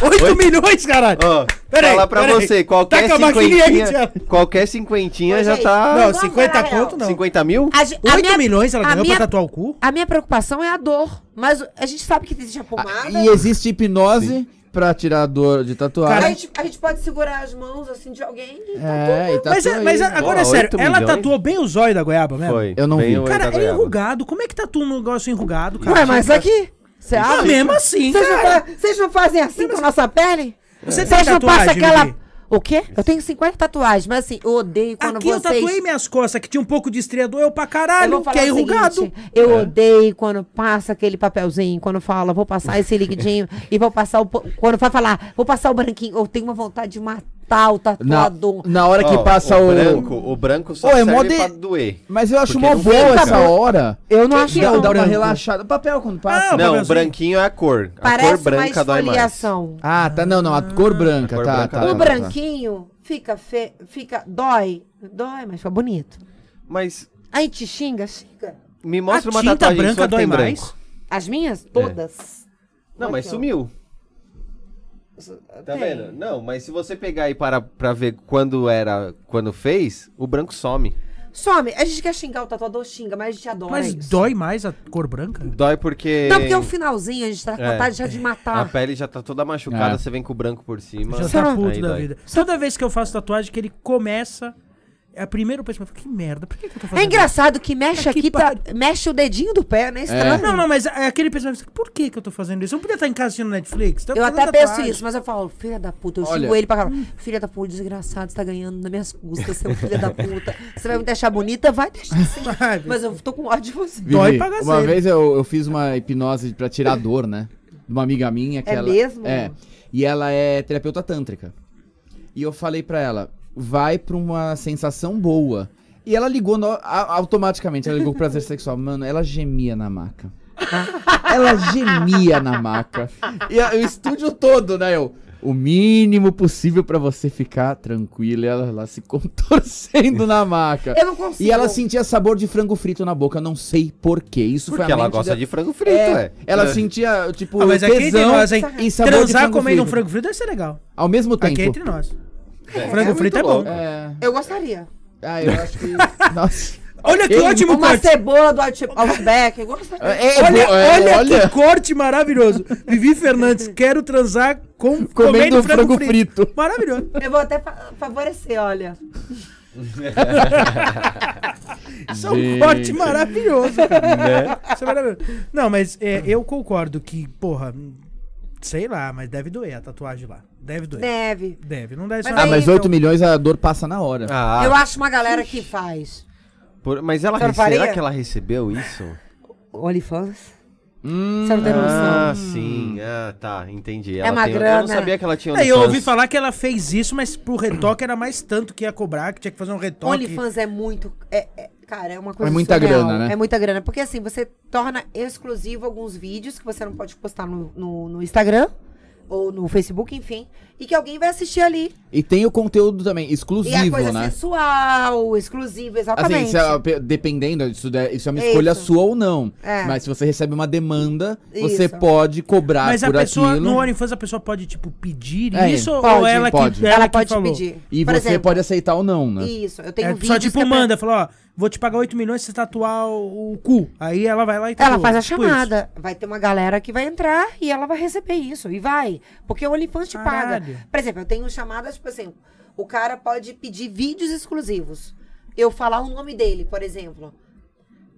Speaker 4: 8 milhões, caralho.
Speaker 1: Ó,
Speaker 4: Peraí,
Speaker 1: falar pra
Speaker 4: peraí.
Speaker 1: você, qualquer
Speaker 4: Taca a maquininha aí,
Speaker 1: cinquentinha,
Speaker 4: Thiago.
Speaker 1: qualquer cinquentinha
Speaker 2: Ô,
Speaker 1: já
Speaker 2: gente,
Speaker 1: tá...
Speaker 4: Não,
Speaker 2: Vamos
Speaker 4: 50
Speaker 2: falar real.
Speaker 4: conto não.
Speaker 1: 50 mil?
Speaker 2: A ge- a
Speaker 4: 8
Speaker 2: minha-
Speaker 4: milhões ela
Speaker 2: a
Speaker 4: ganhou
Speaker 2: minha-
Speaker 4: pra tatuar o cu?
Speaker 2: A minha preocupação é a dor. Mas a gente sabe que existe a pomada.
Speaker 3: Ah, E existe hipnose pra tirar a dor de tatuagem.
Speaker 2: a, gente, a gente pode segurar as mãos assim de alguém. e
Speaker 3: É, e tá
Speaker 4: Mas, é-
Speaker 3: tudo
Speaker 4: mas
Speaker 3: aí.
Speaker 4: é- agora é
Speaker 1: Pô,
Speaker 4: sério,
Speaker 1: oito
Speaker 4: ela
Speaker 1: milhões?
Speaker 4: tatuou bem o zóio da goiaba
Speaker 2: Ah,
Speaker 4: mesmo?
Speaker 1: Foi.
Speaker 3: Eu não
Speaker 1: Bem
Speaker 3: vi.
Speaker 1: o olho
Speaker 4: Cara,
Speaker 1: da
Speaker 4: é
Speaker 1: goiaba.
Speaker 4: enrugado. Como é que tatua um negócio enrugado, cara?
Speaker 2: Ué, mas é aqui? Você
Speaker 4: Ah,
Speaker 2: acha?
Speaker 4: mesmo assim,
Speaker 2: Vocês não, tá-
Speaker 4: cara.
Speaker 2: fa- vocês não fazem assim com a nossa pele?
Speaker 4: Você tem
Speaker 2: Vocês não
Speaker 4: tatuagem,
Speaker 2: passam aquela.
Speaker 4: Bibi?
Speaker 2: O quê? Eu tenho 50 tatuagens, mas assim, eu odeio quando
Speaker 4: Aqui eu
Speaker 2: vocês.
Speaker 4: tatuei minhas costas, que tinha um pouco de estria, doeu pra
Speaker 2: Eu
Speaker 4: caralho,
Speaker 2: vou
Speaker 4: que
Speaker 2: falar
Speaker 4: é
Speaker 2: o
Speaker 4: enrugado.
Speaker 2: seguinte, eu
Speaker 1: É.
Speaker 2: odeio quando passa aquele papelzinho, quando fala, vou passar esse liquidinho e vou passar o. po- Quando vai falar, vou passar o branquinho. Eu tenho uma vontade de matar o
Speaker 3: Na,
Speaker 2: tatuador.
Speaker 3: na hora que
Speaker 1: Ó,
Speaker 3: passa o.
Speaker 1: branco, o branco só
Speaker 3: Ô, é
Speaker 1: serve
Speaker 3: mó de-
Speaker 1: pra doer.
Speaker 3: Mas eu acho
Speaker 1: Porque
Speaker 3: mó
Speaker 1: não
Speaker 3: boa
Speaker 1: fica.
Speaker 3: essa hora.
Speaker 2: Eu não
Speaker 3: Dá-
Speaker 2: acho que
Speaker 3: dá,
Speaker 2: não.
Speaker 3: uma
Speaker 4: branco?
Speaker 3: relaxada. O papel quando passa.
Speaker 4: Ah,
Speaker 1: Não,
Speaker 4: papelzinho.
Speaker 1: o branquinho é a cor. A cor
Speaker 2: Parece uma
Speaker 1: branca dói mais. Ah,
Speaker 2: esfoliação.
Speaker 3: Ah, tá. Não, não. A cor branca,
Speaker 1: A cor
Speaker 3: tá,
Speaker 1: branca
Speaker 3: tá,
Speaker 1: dá
Speaker 3: tá,
Speaker 2: O
Speaker 1: mais.
Speaker 3: tá.
Speaker 2: branquinho fica fe... fica. dói. Dói, mas fica bonito.
Speaker 1: Mas
Speaker 2: Aí te xinga, xinga.
Speaker 1: me mostra
Speaker 4: A
Speaker 1: uma
Speaker 4: tinta
Speaker 1: tatuagem
Speaker 4: branca
Speaker 1: sua que
Speaker 4: dói
Speaker 1: tem
Speaker 4: mais?
Speaker 1: branco.
Speaker 2: As minhas?
Speaker 1: É.
Speaker 2: Todas.
Speaker 1: Não, mas
Speaker 2: Aqui, ó.
Speaker 1: sumiu. Tá
Speaker 2: Tem.
Speaker 1: vendo? Não, mas se você pegar e parar pra ver quando era, quando fez, o branco some.
Speaker 2: Some. A gente quer xingar o tatuador, xinga, mas a gente adora
Speaker 4: Mas
Speaker 2: isso.
Speaker 4: dói mais a cor branca?
Speaker 1: Dói porque,
Speaker 2: Não, porque é o finalzinho, a gente tá com
Speaker 1: É.
Speaker 2: vontade já de
Speaker 1: a
Speaker 2: matar.
Speaker 1: pele já tá toda machucada,
Speaker 3: É.
Speaker 1: você vem com o branco por cima.
Speaker 4: Já tá
Speaker 1: aí
Speaker 4: puto da
Speaker 1: dói.
Speaker 4: vida. Toda vez que eu faço tatuagem, que ele começa. É a primeira pessoa que fala, que merda, por que, que eu tô fazendo
Speaker 2: É engraçado que mexe
Speaker 4: É que
Speaker 2: aqui, tá, mexe o dedinho do pé, né?
Speaker 4: isso?
Speaker 2: Estranho.
Speaker 4: Não, não, mas é aquele pensamento, por que, que eu tô fazendo isso? Eu não podia estar em casa assistindo Netflix? Tô
Speaker 2: Eu
Speaker 4: fazendo
Speaker 2: até penso
Speaker 4: tatuagem.
Speaker 2: isso, mas eu falo, filha da puta, eu
Speaker 3: Olha.
Speaker 2: xingo ele pra caralho. Filha da puta, desgraçado, você tá ganhando nas minhas custas, seu filho da puta. Você vai me deixar bonita? Vai deixar sim.
Speaker 4: Vai,
Speaker 2: mas eu tô com ódio de você.
Speaker 3: Vivi,
Speaker 4: Dói pra
Speaker 3: Uma
Speaker 4: cacete.
Speaker 3: vez eu, eu fiz uma hipnose pra tirar a dor, né? De uma amiga minha que
Speaker 2: É
Speaker 3: ela.
Speaker 2: mesmo?
Speaker 3: É. E ela é terapeuta tântrica. E eu falei pra ela, vai pra uma sensação boa. E ela ligou no- a- automaticamente, ela ligou pro prazer sexual. Mano, ela gemia na maca. Ela gemia na maca. E a- o estúdio todo, né? Eu, o mínimo possível pra você ficar tranquila. E ela lá se contorcendo na maca.
Speaker 2: Eu não consigo.
Speaker 3: E ela assim, sentia sabor de frango frito na boca, não sei porquê. Isso foi
Speaker 1: Porque
Speaker 3: a
Speaker 1: ela
Speaker 3: mente
Speaker 1: gosta
Speaker 3: dela.
Speaker 1: de frango frito,
Speaker 3: É,
Speaker 1: ué.
Speaker 3: Ela
Speaker 1: É.
Speaker 3: sentia, tipo,
Speaker 4: Ah, mas aqui entre
Speaker 3: tesão
Speaker 4: nós, hein?
Speaker 3: e sabor de
Speaker 4: Transar
Speaker 3: frango
Speaker 4: comendo um
Speaker 3: frito.
Speaker 4: frango frito deve ser legal.
Speaker 3: Ao mesmo tempo.
Speaker 4: Aqui entre nós.
Speaker 1: É,
Speaker 4: frango
Speaker 1: muito
Speaker 4: frito é bom.
Speaker 1: louco.
Speaker 3: É.
Speaker 2: Eu gostaria.
Speaker 3: Ah, eu acho que... Nossa.
Speaker 4: Olha que
Speaker 3: Ei,
Speaker 4: ótimo
Speaker 2: Uma
Speaker 4: corte.
Speaker 2: cebola do Out- Outback, eu gostaria.
Speaker 3: É, é
Speaker 4: Olha,
Speaker 3: bo- é,
Speaker 4: olha, que corte maravilhoso. Vivi Fernandes, quero transar com, comendo, frango,
Speaker 3: frango
Speaker 4: frito.
Speaker 3: frito.
Speaker 4: Maravilhoso.
Speaker 2: Eu vou até fa- favorecer, olha.
Speaker 4: Isso é um
Speaker 3: Gente.
Speaker 4: corte maravilhoso, cara.
Speaker 3: Né?
Speaker 4: Isso é maravilhoso. Não, mas é, eu concordo que, porra, sei lá, mas deve doer a tatuagem lá. Deve doer.
Speaker 2: Neve.
Speaker 4: Deve, não deve
Speaker 2: Mas
Speaker 4: ser.
Speaker 3: Ah, mas
Speaker 2: Então-
Speaker 3: 8 milhões a dor passa na hora.
Speaker 1: Ah,
Speaker 2: Eu acho uma galera que faz.
Speaker 1: por- mas ela
Speaker 2: Senhora
Speaker 1: rece- será
Speaker 2: Faria?
Speaker 1: que ela recebeu isso?
Speaker 2: OnlyFans?
Speaker 3: Hum,
Speaker 2: Você não tem noção.
Speaker 1: Ah, sim. Ah, tá, entendi.
Speaker 2: uma
Speaker 1: tem- Eu não
Speaker 2: grana.
Speaker 1: sabia que ela
Speaker 3: Ah,
Speaker 1: tinha
Speaker 4: É, eu
Speaker 1: OnlyFans.
Speaker 4: ouvi falar que ela fez isso, mas pro retoque era mais tanto que ia cobrar, que tinha que fazer um retoque.
Speaker 2: OnlyFans é muito. É, é- cara, é uma coisa.
Speaker 3: É muita
Speaker 2: surreal.
Speaker 3: grana, né?
Speaker 2: É muita grana. Porque assim, você torna exclusivo alguns vídeos que você não pode postar no, no, no Instagram ou no Facebook, enfim. E que alguém vai assistir ali.
Speaker 3: E tem o conteúdo também,
Speaker 2: e a
Speaker 3: exclusivo,
Speaker 2: coisa assim,
Speaker 3: né?
Speaker 2: sensual, exclusiva,
Speaker 3: Assim,
Speaker 2: exatamente.
Speaker 3: se a- dependendo, isso, é- isso é uma
Speaker 2: Isso.
Speaker 3: escolha sua ou não.
Speaker 2: É.
Speaker 3: Mas se você recebe uma demanda, você
Speaker 2: Isso.
Speaker 3: pode cobrar
Speaker 4: Mas a
Speaker 3: Ah, por
Speaker 4: pessoa,
Speaker 3: aquilo.
Speaker 4: no OnlyFans, a pessoa pode, tipo, pedir
Speaker 3: É,
Speaker 4: isso ou
Speaker 2: pode,
Speaker 4: ela
Speaker 3: pode.
Speaker 4: que
Speaker 2: Ela
Speaker 4: que
Speaker 2: pode
Speaker 4: falou?
Speaker 2: pedir.
Speaker 3: E
Speaker 2: Por
Speaker 3: você
Speaker 2: exemplo,
Speaker 3: pode aceitar ou não, né?
Speaker 2: Isso, eu tenho
Speaker 4: É,
Speaker 2: vídeos.
Speaker 4: só tipo
Speaker 2: que é pra-
Speaker 4: manda, fala, ó, vou te pagar 8 milhões se você tatuar o o cu. Aí ela vai lá e
Speaker 2: Ela
Speaker 4: tatua.
Speaker 2: faz a
Speaker 4: Tipo isso.
Speaker 2: chamada. Vai ter uma galera que vai entrar e ela vai receber isso. E vai. Porque o OnlyFans te paga.
Speaker 4: Caralho.
Speaker 2: Por exemplo, eu tenho chamadas, tipo assim, o cara pode pedir vídeos exclusivos. Eu falar o nome dele, por exemplo.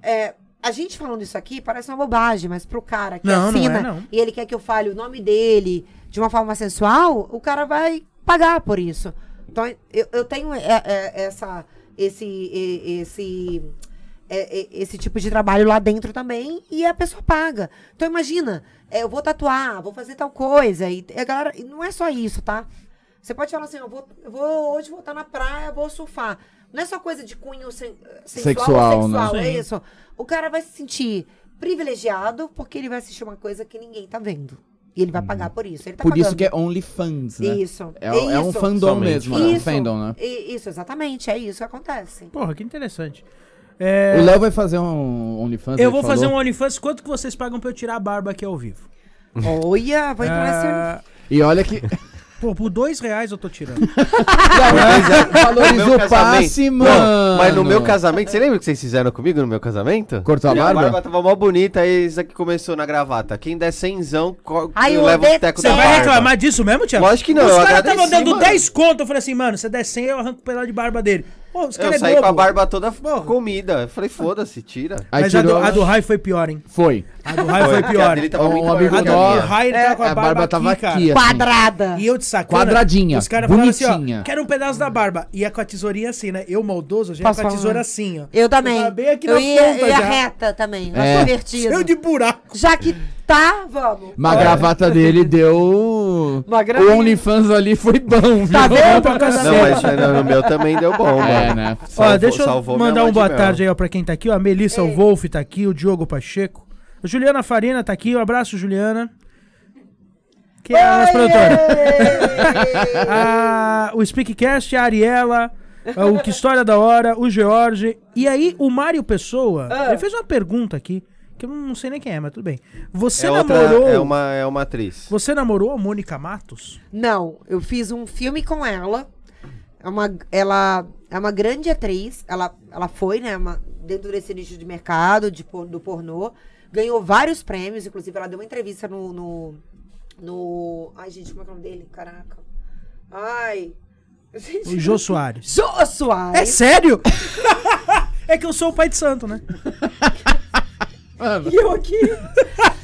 Speaker 2: É, a gente falando isso aqui parece uma bobagem, mas pro cara que
Speaker 4: Não, não é,
Speaker 2: assina
Speaker 4: não.
Speaker 2: e ele quer que eu fale o nome dele de uma forma sensual, o cara vai pagar por isso. Então, eu, eu tenho é, é, essa, esse, e- esse, é, é, esse tipo de trabalho lá dentro também e a pessoa paga. Então, imagina, é, eu vou tatuar, vou fazer tal coisa. E a galera, e não é só isso, tá? Você pode falar assim, eu vou, eu vou hoje vou estar na praia, vou surfar. Não é só coisa de cunho sen,
Speaker 3: Sexual,
Speaker 2: sexual,
Speaker 3: né?
Speaker 2: ou sexual é
Speaker 4: Sim.
Speaker 2: isso. O cara vai se sentir privilegiado porque ele vai assistir uma coisa que ninguém tá vendo. E ele vai pagar por isso. Ele tá
Speaker 3: Hum. Por
Speaker 2: pagando.
Speaker 3: isso que é OnlyFans, né?
Speaker 2: Isso.
Speaker 3: É, é um
Speaker 2: isso.
Speaker 3: fandom
Speaker 1: Somente.
Speaker 3: mesmo, né? Um
Speaker 2: Isso.
Speaker 3: fandom, né?
Speaker 2: E- Isso, exatamente. É isso que acontece.
Speaker 4: Porra, que interessante. É,
Speaker 3: O Léo vai fazer um OnlyFans.
Speaker 4: eu
Speaker 3: ele
Speaker 4: vou
Speaker 3: falou.
Speaker 4: fazer um OnlyFans. Quanto que vocês pagam pra eu tirar a barba aqui ao vivo?
Speaker 2: Olha, vou entrar nesse
Speaker 4: Ah,
Speaker 3: E olha que.
Speaker 4: Pô, por dois reais eu tô tirando.
Speaker 1: Né? No
Speaker 3: Valoriza
Speaker 1: meu
Speaker 3: o passe,
Speaker 1: casamento-
Speaker 3: mano.
Speaker 1: Não, mas no meu casamento, você lembra o que vocês fizeram comigo no meu casamento?
Speaker 3: Cortou a
Speaker 1: Minha
Speaker 3: barba?
Speaker 1: tava mó bonita aí isso aqui começou na gravata. Quem der cenzão, co-
Speaker 2: Ai,
Speaker 1: eu
Speaker 2: eu
Speaker 1: levo o
Speaker 2: odeio-
Speaker 1: teco
Speaker 4: Você
Speaker 1: da
Speaker 4: vai
Speaker 1: barba.
Speaker 4: reclamar disso mesmo, Thiago?
Speaker 1: Lógico que não,
Speaker 4: Os
Speaker 1: eu
Speaker 4: caras
Speaker 1: agradeci,
Speaker 4: estavam dando
Speaker 1: mano.
Speaker 4: 10 conto. Eu falei assim, mano, você der 100, eu arranco o pedaço de barba dele. Pô, os
Speaker 1: Eu
Speaker 4: caras é
Speaker 1: saí
Speaker 4: bobo.
Speaker 1: com a barba toda
Speaker 4: Porra.
Speaker 1: comida. Eu falei, foda-se, tira.
Speaker 3: Aí
Speaker 4: Mas a do,
Speaker 3: tirou.
Speaker 4: a do Rai foi pior, hein?
Speaker 3: Foi.
Speaker 4: A do Rai foi
Speaker 1: porque a
Speaker 4: pior.
Speaker 1: dele tava
Speaker 3: Um
Speaker 1: muito maior
Speaker 3: amigo
Speaker 1: que a
Speaker 4: A
Speaker 3: nosso-
Speaker 4: do
Speaker 1: minha.
Speaker 4: Rai ele tava com a, barba,
Speaker 3: tava
Speaker 4: aqui, cara.
Speaker 3: aqui. assim.
Speaker 2: Quadrada.
Speaker 4: E eu de sacana.
Speaker 3: Quadradinha,
Speaker 4: Os caras falaram assim,
Speaker 3: bonitinha.
Speaker 4: ó, quero um pedaço da barba. E a com a tesourinha assim, né? Eu, maldoso, já ia
Speaker 2: Posso
Speaker 4: com a
Speaker 1: um
Speaker 2: falar?
Speaker 4: tesoura assim, ó.
Speaker 2: Eu também.
Speaker 4: Tá bem aqui na
Speaker 2: eu ia,
Speaker 4: ponta
Speaker 2: eu ia
Speaker 4: já.
Speaker 2: reta também.
Speaker 3: É.
Speaker 2: É. Divertido.
Speaker 4: Cheio de buraco.
Speaker 2: Já que tá, vamos.
Speaker 3: Mas a gravata dele deu.
Speaker 2: Uma
Speaker 3: O
Speaker 2: graninha.
Speaker 3: OnlyFans ali foi bom, viu?
Speaker 2: Tá vendo?
Speaker 1: Não, mas no no meu também deu bom,
Speaker 3: É,
Speaker 1: mano.
Speaker 3: né?
Speaker 4: Ó,
Speaker 1: Salvou-
Speaker 4: deixa eu
Speaker 1: salvou minha
Speaker 4: mandar
Speaker 1: lua
Speaker 4: um
Speaker 1: de
Speaker 4: boa
Speaker 1: mel.
Speaker 4: tarde aí, ó, pra quem tá aqui, ó. A Melissa Wolf tá aqui, o Diogo Pacheco. A Juliana Farina tá aqui, um abraço, Juliana. Que é a nossa produtora. A- o Speakcast, a Ariela, a- o Que História da Hora, o George. E aí, o Mário Pessoa, ele fez uma pergunta aqui, que eu não sei nem quem é, mas tudo bem. Você
Speaker 1: É, outra,
Speaker 4: namorou.
Speaker 1: é, uma, é uma atriz.
Speaker 4: Você namorou a Mônica Matos?
Speaker 2: Não, eu fiz um filme com ela. É uma, ela é uma grande atriz. Ela, ela foi, né? uma- dentro desse nicho de mercado, de, por- do pornô. Ganhou vários prêmios. Inclusive, ela deu uma entrevista no. no, no- ai, gente, como é que é o nome dele? Caraca. Ai. Gente,
Speaker 4: O Jô Soares.
Speaker 2: Jô
Speaker 4: É
Speaker 2: Soares.
Speaker 4: sério? é que eu sou o pai de santo, né?
Speaker 2: E eu aqui.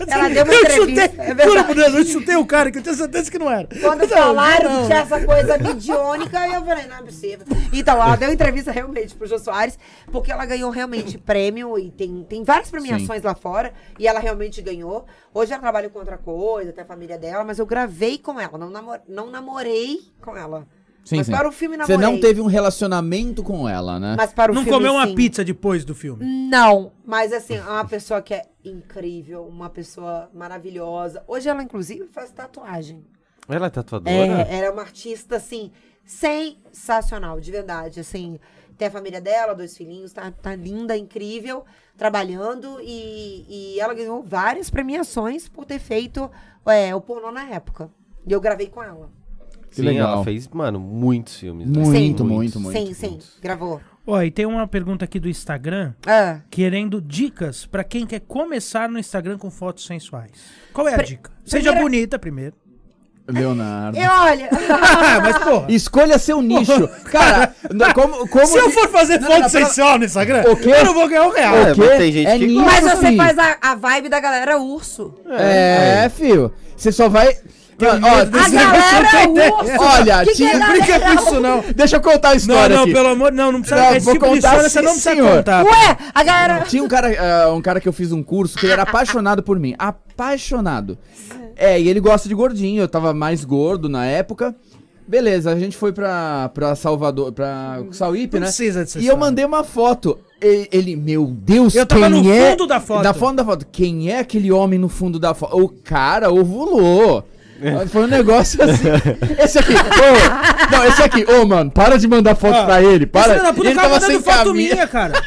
Speaker 2: Ela deu uma
Speaker 4: eu
Speaker 2: entrevista.
Speaker 4: chutei,
Speaker 2: é
Speaker 4: juro
Speaker 2: verdade.
Speaker 4: por Deus, eu chutei o cara, que eu tinha certeza que não era.
Speaker 2: Quando falaram que tinha essa coisa midiônica, eu falei, não é possível. Então, ela deu entrevista realmente pro Jô Soares, porque ela ganhou realmente prêmio e tem, tem várias premiações lá fora, e ela realmente ganhou. Hoje ela trabalha com outra coisa, tem a família dela, mas eu gravei com ela, não, namor- não namorei com ela.
Speaker 3: Sim,
Speaker 2: mas
Speaker 3: sim.
Speaker 2: para o filme namorei.
Speaker 3: Você não teve um relacionamento com ela, né?
Speaker 2: Mas para o
Speaker 4: Não
Speaker 2: filme,
Speaker 4: comeu uma
Speaker 2: sim.
Speaker 4: pizza depois do filme.
Speaker 2: Não, mas assim, é uma pessoa que é incrível, uma pessoa maravilhosa. Hoje ela, inclusive, faz tatuagem.
Speaker 1: Ela é tatuadora?
Speaker 2: É, era uma artista, assim, sensacional, de verdade. Assim, tem a família dela, dois filhinhos, tá, tá linda, incrível, trabalhando. E, e ela ganhou várias premiações por ter feito é, o pornô na época. E eu gravei com ela.
Speaker 3: Que
Speaker 1: Sim,
Speaker 3: legal.
Speaker 1: ela fez, mano, muitos filmes. né?
Speaker 3: Muito,
Speaker 2: Sim.
Speaker 3: muito, muito.
Speaker 2: sim, sim, gravou.
Speaker 4: Ó, e tem uma pergunta aqui do Instagram,
Speaker 2: Ah,
Speaker 4: querendo dicas pra quem quer começar no Instagram com fotos sensuais. Qual é a
Speaker 2: Pre-
Speaker 4: dica? Seja
Speaker 2: primeira-
Speaker 4: bonita primeiro.
Speaker 3: Leonardo.
Speaker 2: e olha,
Speaker 4: Ah, mas porra.
Speaker 3: Escolha seu nicho. Cara, na- como, como
Speaker 4: Se eu for fazer
Speaker 3: Não, não,
Speaker 4: foto
Speaker 3: não, pera-
Speaker 4: sensual no Instagram,
Speaker 3: O quê?
Speaker 4: eu não vou ganhar um real.
Speaker 1: É,
Speaker 3: O quê?
Speaker 1: mas tem gente
Speaker 3: é
Speaker 1: que
Speaker 3: nicho,
Speaker 2: mas você
Speaker 3: fi.
Speaker 2: faz a, a vibe da galera urso.
Speaker 3: É, fio. Você só vai. Mano, ó,
Speaker 2: A
Speaker 3: você-
Speaker 2: galera é urso.
Speaker 3: Olha,
Speaker 2: Que que
Speaker 3: tinha-
Speaker 2: é galera?
Speaker 3: brinca com isso não. Deixa eu contar a
Speaker 4: Não,
Speaker 3: história
Speaker 4: não,
Speaker 3: aqui.
Speaker 4: pelo amor, não, não precisa.
Speaker 3: Não,
Speaker 4: esse
Speaker 3: vou
Speaker 4: tipo de
Speaker 3: contar
Speaker 4: história
Speaker 3: sim,
Speaker 4: você não precisa
Speaker 3: senhor.
Speaker 4: contar.
Speaker 2: Ué, a galera.
Speaker 3: Tinha um cara, ah, um cara que eu fiz um curso que ele era apaixonado por mim. Apaixonado. É, e ele gosta de gordinho, eu tava mais gordo na época. Beleza, a gente foi pra, pra Salvador, pra Sauípe,
Speaker 4: Não
Speaker 3: né?
Speaker 4: precisa dessa
Speaker 3: E eu
Speaker 4: história.
Speaker 3: mandei uma foto. Ele, ele, meu Deus,
Speaker 4: Eu tava
Speaker 3: quem
Speaker 4: no
Speaker 3: é?
Speaker 4: fundo da foto.
Speaker 3: Da fundo da foto. Quem é aquele homem no fundo da foto? O cara ovulou.
Speaker 4: É.
Speaker 3: Foi um negócio assim. Esse aqui, ô. não, esse aqui, ô, mano, para de mandar foto pra ele.
Speaker 4: Ah,
Speaker 3: Para.
Speaker 4: Esse filho da puta
Speaker 3: ele
Speaker 4: tava
Speaker 3: tava
Speaker 4: mandando
Speaker 3: sem
Speaker 4: foto
Speaker 3: camisa.
Speaker 4: minha, cara.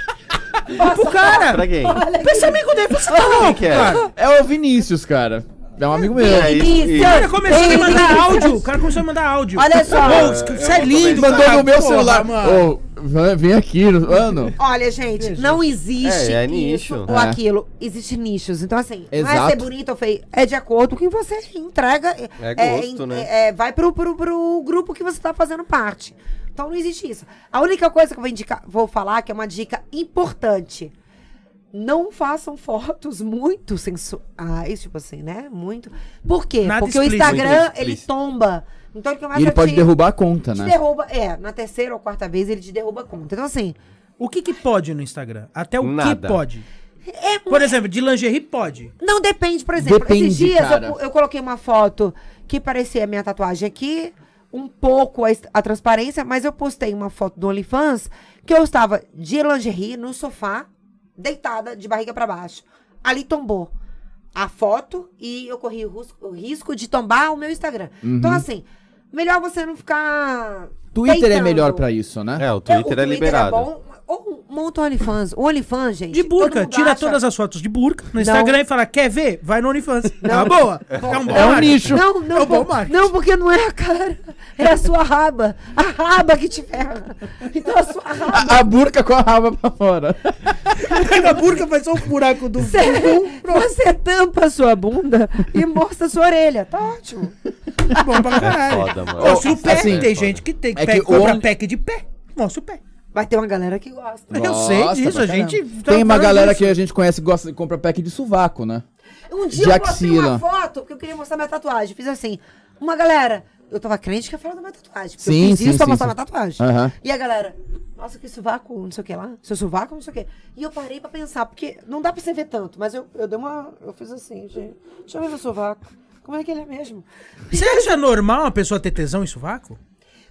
Speaker 4: pro cara.
Speaker 1: Pra quem?
Speaker 4: Esse amigo dele, pra você tá
Speaker 1: Quem
Speaker 4: louco,
Speaker 1: que é?
Speaker 4: cara.
Speaker 3: É o Vinícius, cara. É um amigo meu.
Speaker 1: É isso,
Speaker 2: Vinícius.
Speaker 1: isso.
Speaker 4: O cara começou a
Speaker 2: Ei,
Speaker 4: mandar
Speaker 2: Vinícius.
Speaker 4: áudio. O cara começou a mandar áudio.
Speaker 2: Olha só.
Speaker 4: Ô, Você é lindo,
Speaker 1: vou
Speaker 3: Mandou
Speaker 4: cara.
Speaker 3: no meu
Speaker 4: Porra,
Speaker 3: celular.
Speaker 4: mano.
Speaker 3: Ô, vai- vem aqui, mano.
Speaker 2: Olha, gente, não existe
Speaker 1: É, é
Speaker 2: isso
Speaker 1: nicho.
Speaker 2: ou
Speaker 3: É.
Speaker 2: aquilo. Existe nichos. Então, assim, não é ser
Speaker 3: Exato.
Speaker 2: bonito ou feio. É de acordo com o que você entrega.
Speaker 1: É gosto,
Speaker 2: em-
Speaker 1: né?
Speaker 2: é- é, vai pro, pro, pro grupo que você tá fazendo parte. Então, não existe isso. A única coisa que eu vou indicar, vou falar, que é uma dica importante. Não façam fotos muito sensuais, tipo assim, né? Muito. Por quê?
Speaker 4: Nada
Speaker 2: Porque o
Speaker 4: explícito.
Speaker 2: Instagram,
Speaker 1: Muito
Speaker 2: ele
Speaker 1: explícito.
Speaker 2: tomba. Então, ele começa
Speaker 3: E ele
Speaker 2: a
Speaker 3: pode
Speaker 2: te-
Speaker 3: derrubar a conta,
Speaker 2: te
Speaker 3: né?
Speaker 2: derruba, é, na terceira ou quarta vez ele te derruba a conta. Então, assim,
Speaker 4: O que que pode no Instagram? Até o
Speaker 1: Nada.
Speaker 4: que pode? Por exemplo, de lingerie pode.
Speaker 2: Não, depende, por exemplo.
Speaker 3: Depende,
Speaker 2: esses dias
Speaker 3: cara.
Speaker 2: eu, eu coloquei uma foto que parecia a minha tatuagem aqui, um pouco a, est- a transparência, mas eu postei uma foto do OnlyFans que eu estava de lingerie no sofá, deitada, de barriga pra baixo. Ali tombou a foto e eu corri o rus- o risco de tombar o meu Instagram. Então, assim, melhor você não ficar.
Speaker 3: Uhum. Twitter é
Speaker 2: deitando.
Speaker 3: melhor pra isso, né?
Speaker 1: É, o Twitter é liberado.
Speaker 2: bom, ou monta o OnlyFans. O OnlyFans, gente.
Speaker 4: De
Speaker 2: todo
Speaker 4: burca,
Speaker 2: mundo
Speaker 4: tira
Speaker 2: acha-
Speaker 4: todas as fotos de burca no Instagram e fala, quer ver? Vai no OnlyFans. Tá boa. É um bom
Speaker 3: É um
Speaker 4: marketing.
Speaker 3: nicho.
Speaker 2: Não, não,
Speaker 4: É o bom
Speaker 2: por-
Speaker 4: marketing.
Speaker 2: não, porque não é a cara. É a sua raba. A raba que te ferra. Então a sua raba.
Speaker 3: A, a burca com a raba pra fora.
Speaker 4: Pega a burca, faz só um buraco do...
Speaker 2: Você, você tampa a sua bunda e mostra a sua orelha. Tá ótimo.
Speaker 4: Bom pra
Speaker 1: É
Speaker 4: caralho.
Speaker 1: foda, mano.
Speaker 4: Ô, se o pé,
Speaker 3: Assim,
Speaker 4: tem gente que tem
Speaker 3: é
Speaker 4: pé,
Speaker 3: que
Speaker 4: compra
Speaker 3: o-
Speaker 4: pack de pé. Mostra o pé.
Speaker 2: Vai ter uma galera que gosta.
Speaker 4: Eu sei
Speaker 3: Gosta
Speaker 4: disso,
Speaker 3: pra
Speaker 4: a gente...
Speaker 3: caramba.
Speaker 4: tá
Speaker 3: Tem uma
Speaker 4: falando
Speaker 3: galera
Speaker 4: disso.
Speaker 3: que a gente conhece que gosta de compra pack de sovaco, né?
Speaker 2: Um dia
Speaker 3: De
Speaker 2: eu postei uma
Speaker 3: axila.
Speaker 2: foto, porque eu queria mostrar minha tatuagem. Fiz assim, uma galera. Eu tava crente que ia falar da minha tatuagem. Porque eu
Speaker 3: Sim,
Speaker 2: fiz
Speaker 3: sim,
Speaker 2: isso pra
Speaker 3: sim,
Speaker 2: mostrar
Speaker 3: sim.
Speaker 2: minha tatuagem.
Speaker 3: Aham.
Speaker 2: E a galera, nossa, que sovaco, não sei o que lá. Seu sovaco, não sei o que. E eu parei pra pensar, porque não dá pra você ver tanto, mas eu, eu dei uma. Eu fiz assim, gente. Deixa eu ver meu sovaco. Como é que ele é mesmo?
Speaker 4: Você acha normal uma pessoa ter tesão em sovaco?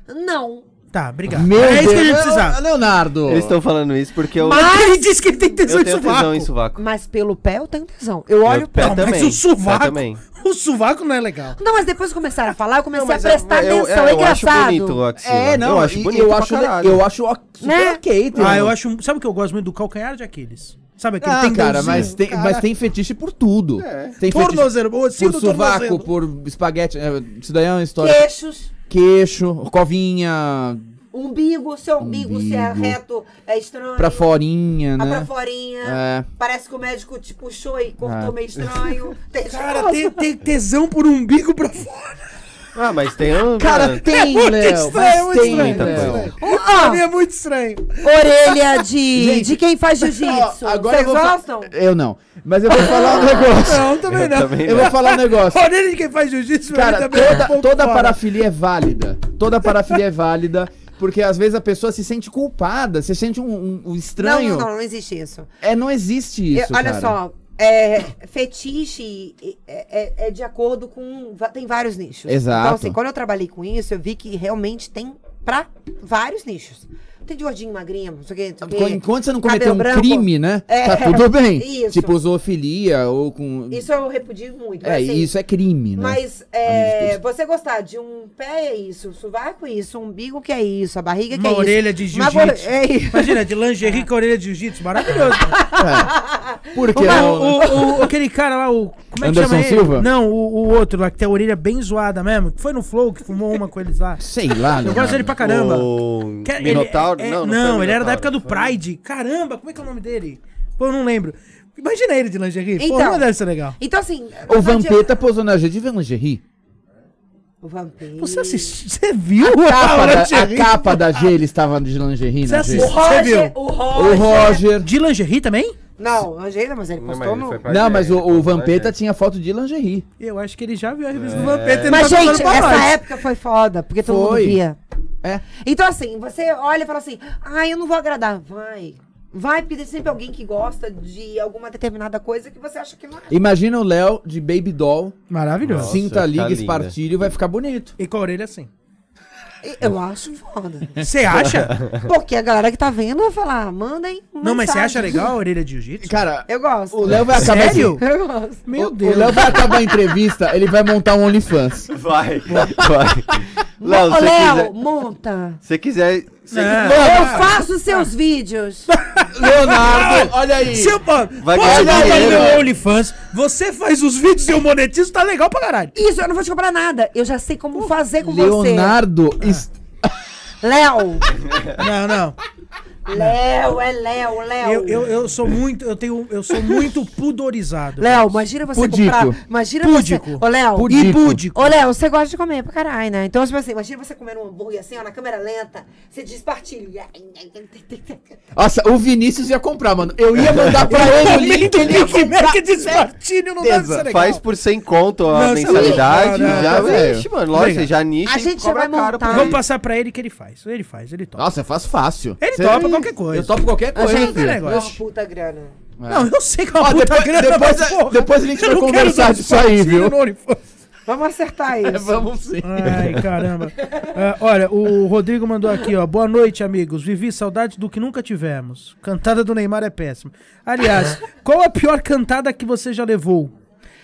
Speaker 2: Não.
Speaker 4: Tá, obrigado. é isso que a gente
Speaker 3: Deus.
Speaker 4: precisava.
Speaker 3: Leonardo.
Speaker 1: Eles estão falando isso porque eu,
Speaker 4: Mas ele disse que ele tem tesão
Speaker 1: eu
Speaker 4: em
Speaker 1: tenho
Speaker 4: sovaco.
Speaker 1: tesão em sovaco.
Speaker 2: Mas pelo pé eu tenho tesão. Eu olho
Speaker 1: Meu pé
Speaker 2: pra.
Speaker 4: Não, mas
Speaker 1: também.
Speaker 4: o sovaco.
Speaker 1: Pé também.
Speaker 4: O sovaco não é legal.
Speaker 2: Não, mas depois que começaram a falar, eu comecei a
Speaker 1: Mas eu-
Speaker 2: prestar
Speaker 1: eu-
Speaker 2: atenção. É,
Speaker 1: eu acho
Speaker 2: engraçado.
Speaker 1: bonito o axila.
Speaker 3: É, não,
Speaker 1: eu acho
Speaker 3: e-
Speaker 1: bonito
Speaker 3: Eu
Speaker 1: pra
Speaker 3: acho,
Speaker 1: caralho.
Speaker 3: eu acho ok- super
Speaker 2: Né?
Speaker 3: ok, tem
Speaker 4: Ah, eu
Speaker 3: um-
Speaker 4: acho. Sabe o que eu gosto muito do calcanhar de Aquiles? Sabe aquele
Speaker 3: Ah,
Speaker 4: tem
Speaker 3: cara, mas tem, mas tem fetiche por tudo.
Speaker 1: É.
Speaker 3: Tem
Speaker 4: Tornozelo, ô,
Speaker 3: fetiche
Speaker 4: sim,
Speaker 3: por
Speaker 4: do
Speaker 3: sovaco,
Speaker 4: tornozelo.
Speaker 3: por espaguete. é, Isso daí é uma história.
Speaker 2: Queixos.
Speaker 3: Queixo, covinha,
Speaker 2: Umbigo, seu umbigo, se é
Speaker 3: Umbigo.
Speaker 2: reto, é estranho.
Speaker 3: pra forinha,
Speaker 2: A Ah, pra
Speaker 3: né?
Speaker 2: forinha.
Speaker 3: É.
Speaker 2: Parece que o médico te puxou e cortou
Speaker 3: Ah.
Speaker 2: meio estranho. Tem-
Speaker 4: Cara,
Speaker 2: Nossa,
Speaker 4: tem, tem tesão por umbigo pra fora.
Speaker 1: Ah, mas tem um.
Speaker 3: Cara, tem,
Speaker 4: muito
Speaker 3: Léo,
Speaker 4: estranho,
Speaker 3: mas
Speaker 4: muito
Speaker 3: tem,
Speaker 4: estranho,
Speaker 1: muito
Speaker 3: Léo.
Speaker 1: estranho.
Speaker 4: Pra mim é muito estranho.
Speaker 2: Orelha de,
Speaker 3: Gente,
Speaker 2: de quem faz
Speaker 3: Ó,
Speaker 2: jiu-jitsu.
Speaker 3: agora eu
Speaker 2: Vocês
Speaker 3: vou fa-
Speaker 2: gostam?
Speaker 3: Eu não. Mas eu vou falar um negócio.
Speaker 4: Não, também
Speaker 1: Eu
Speaker 4: não.
Speaker 1: também
Speaker 3: Eu
Speaker 1: não.
Speaker 3: vou falar um negócio.
Speaker 4: Orelha de quem faz jiu-jitsu, pra mim
Speaker 3: Cara,
Speaker 4: também é um
Speaker 3: toda,
Speaker 4: pouco
Speaker 3: toda
Speaker 4: fora.
Speaker 3: parafilia é válida. Toda parafilia é válida. Porque às vezes a pessoa se sente culpada, se sente um, um- um estranho.
Speaker 2: Não, não, não, não existe isso.
Speaker 3: É, não existe isso.
Speaker 2: Eu- olha
Speaker 3: cara.
Speaker 2: só, é, fetiche é, é- é de acordo com. va- Tem vários nichos.
Speaker 3: Exato.
Speaker 2: Então, assim, quando eu trabalhei com isso, eu vi que realmente tem pra vários nichos. Tem de gordinho, magrinho, não sei o quê, não sei o quê.
Speaker 3: Enqu- Enquanto você não cometer
Speaker 2: Cabelo
Speaker 3: um
Speaker 2: branco.
Speaker 3: crime, né?
Speaker 2: É,
Speaker 3: Tá tudo bem.
Speaker 2: isso.
Speaker 3: Tipo zoofilia ou com.
Speaker 2: Isso eu repudio muito.
Speaker 3: é,
Speaker 2: mas, assim,
Speaker 3: isso é crime, né?
Speaker 2: Mas é,
Speaker 3: Além de
Speaker 2: você gostar de um pé é isso, o sovaco é isso, o umbigo que é isso, a barriga que
Speaker 4: Uma
Speaker 2: é isso.
Speaker 4: orelha de
Speaker 2: Uma
Speaker 4: jiu-jitsu.
Speaker 2: gore- é isso.
Speaker 4: Imagina, de lingerie com a orelha de jiu-jitsu, maravilhoso.
Speaker 3: Porque
Speaker 4: Não,
Speaker 3: não,
Speaker 4: o, o- aquele cara lá, o. Como é que
Speaker 3: é um, Anderson
Speaker 4: chama ele?
Speaker 3: Silva?
Speaker 4: Não, o, o outro lá, que tem a orelha bem zoada mesmo, que foi no Flow, que fumou uma com eles lá.
Speaker 3: Sei lá,
Speaker 4: Eu gosto dele pra caramba.
Speaker 1: O...
Speaker 4: Que- ele-
Speaker 1: Minotauro?
Speaker 4: é-
Speaker 1: não,
Speaker 4: não,
Speaker 1: não, foi
Speaker 4: ele era da época do
Speaker 1: Minotauro,
Speaker 4: Pride. Caramba, como é que é o nome dele? Pô, eu não lembro. Imagina ele de lingerie. Pô,
Speaker 2: Então.
Speaker 4: não deve ser legal.
Speaker 2: Então, assim.
Speaker 3: O
Speaker 2: não adianta-
Speaker 3: Vampeta posou na gente de lingerie.
Speaker 2: O vampeta.
Speaker 4: Você assistiu? Você viu?
Speaker 3: A capa, da, a
Speaker 4: lingerie?
Speaker 3: capa da G, ele estava de lingerie,
Speaker 4: Você
Speaker 3: né?
Speaker 2: O
Speaker 4: assistiu?
Speaker 3: G?
Speaker 4: Você
Speaker 2: Roger.
Speaker 4: viu?
Speaker 2: O
Speaker 3: O
Speaker 2: Roger.
Speaker 3: Roger.
Speaker 4: De lingerie também?
Speaker 2: Não, Angela, mas ele
Speaker 1: Não, mas
Speaker 2: postou
Speaker 1: ele foi
Speaker 2: no.
Speaker 1: pra
Speaker 3: Não,
Speaker 1: gente,
Speaker 3: mas o,
Speaker 1: ele
Speaker 3: o
Speaker 1: postou na
Speaker 3: Vampeta
Speaker 1: gente.
Speaker 3: tinha foto de lingerie.
Speaker 4: Eu acho que ele já viu a revista do
Speaker 1: É.
Speaker 4: Vampeta. ele
Speaker 2: Mas,
Speaker 4: tá contando
Speaker 2: gente,
Speaker 4: pra
Speaker 2: essa
Speaker 4: nós.
Speaker 2: época foi foda, porque todo mundo
Speaker 3: Foi.
Speaker 2: via.
Speaker 3: É.
Speaker 2: Então, assim, você olha e fala assim: ah, eu não vou agradar. Vai. Vai, porque tem sempre alguém que gosta de alguma determinada coisa que você acha que não é.
Speaker 3: Imagina o Léo de Baby Doll,
Speaker 4: Maravilhoso.
Speaker 1: Nossa,
Speaker 3: cinta
Speaker 1: vai ficar
Speaker 3: liga,
Speaker 1: linda.
Speaker 3: espartilho, vai ficar bonito.
Speaker 4: E com a orelha assim.
Speaker 2: Eu acho foda.
Speaker 4: Você acha?
Speaker 2: Porque a galera que tá vendo vai falar, mandem.
Speaker 4: não, mas você
Speaker 2: mensagem.
Speaker 4: acha legal a orelha de jiu-jitsu?
Speaker 3: Cara,
Speaker 2: Eu gosto.
Speaker 3: o Léo vai acabar.
Speaker 4: Sério?
Speaker 2: Eu gosto.
Speaker 4: Meu
Speaker 3: o-
Speaker 4: Deus.
Speaker 3: O Léo vai acabar a entrevista, ele vai montar um OnlyFans.
Speaker 1: Vai, vai. Léo,
Speaker 2: Ô,
Speaker 1: se
Speaker 2: Léo,
Speaker 1: quiser-
Speaker 2: monta.
Speaker 1: se quiser. se-
Speaker 4: Não.
Speaker 2: Eu
Speaker 3: Mano,
Speaker 2: faço seus vídeos.
Speaker 3: Leonardo, olha aí.
Speaker 4: Seu mano,
Speaker 1: Vai
Speaker 4: pode
Speaker 1: ganhar
Speaker 4: botar no
Speaker 1: dinheiro,
Speaker 4: meu
Speaker 1: velho.
Speaker 4: OnlyFans. Você faz os vídeos e eu monetizo, tá legal pra caralho.
Speaker 2: Isso, eu não vou te comprar nada. Eu já sei como fazer com
Speaker 3: Leonardo.
Speaker 2: você.
Speaker 3: es-
Speaker 2: Léo,
Speaker 4: Não, não.
Speaker 2: Léo, é Léo, Léo.
Speaker 4: Eu, eu, eu sou muito, eu tenho, eu sou muito pudorizado.
Speaker 2: Léo, imagina você
Speaker 3: Pudico.
Speaker 2: comprar. Imagina você.
Speaker 4: Pudico.
Speaker 2: Ô, Léo.
Speaker 3: Pudico.
Speaker 4: E pudico.
Speaker 2: Ô, Léo, você gosta de comer pra caralho, né? Então, tipo assim, imagina você comendo um hambúrguer assim, ó, na câmera lenta, você despartilha.
Speaker 3: Nossa, o Vinícius ia comprar, mano. Eu ia mandar pra ele o link, ele ia
Speaker 2: é
Speaker 3: comprar.
Speaker 4: que despartilho não deve ser legal.
Speaker 1: Faz por 100 conto a
Speaker 4: Não, isso é
Speaker 1: mensalidade.
Speaker 4: legal, né?
Speaker 1: já,
Speaker 3: Velho.
Speaker 1: vixe, mano. Lógico, você já nicha
Speaker 2: A
Speaker 1: e
Speaker 2: gente já
Speaker 1: cobra
Speaker 2: vai
Speaker 1: caro pra
Speaker 2: montar.
Speaker 4: Vamos
Speaker 1: ele.
Speaker 4: passar pra ele que ele faz. Ele faz, ele topa.
Speaker 3: Nossa, eu faço fácil.
Speaker 4: Ele
Speaker 3: Cê- é
Speaker 4: topa qualquer coisa.
Speaker 3: Eu topo qualquer
Speaker 4: Mas
Speaker 3: coisa.
Speaker 4: aí,
Speaker 3: filho.
Speaker 4: né, negócio.
Speaker 2: Uma puta grana.
Speaker 4: Não, eu sei que é uma
Speaker 3: Ó,
Speaker 4: puta
Speaker 3: depois-
Speaker 4: grana,
Speaker 3: depois
Speaker 4: mas,
Speaker 3: a-
Speaker 4: porra,
Speaker 3: depois a gente
Speaker 4: eu
Speaker 3: vai
Speaker 4: não quero
Speaker 3: conversar
Speaker 4: dar
Speaker 3: disso aí,
Speaker 4: despartilho
Speaker 3: viu?
Speaker 4: no OnlyFans.
Speaker 2: É, Vamos acertar isso.
Speaker 3: Vamos sim.
Speaker 4: Ai, caramba. Ah, olha, o Rodrigo mandou aqui, ó. Boa noite, amigos. Vivi saudade do que nunca tivemos. Cantada do Neymar é péssima. Aliás, qual a pior cantada que você já levou?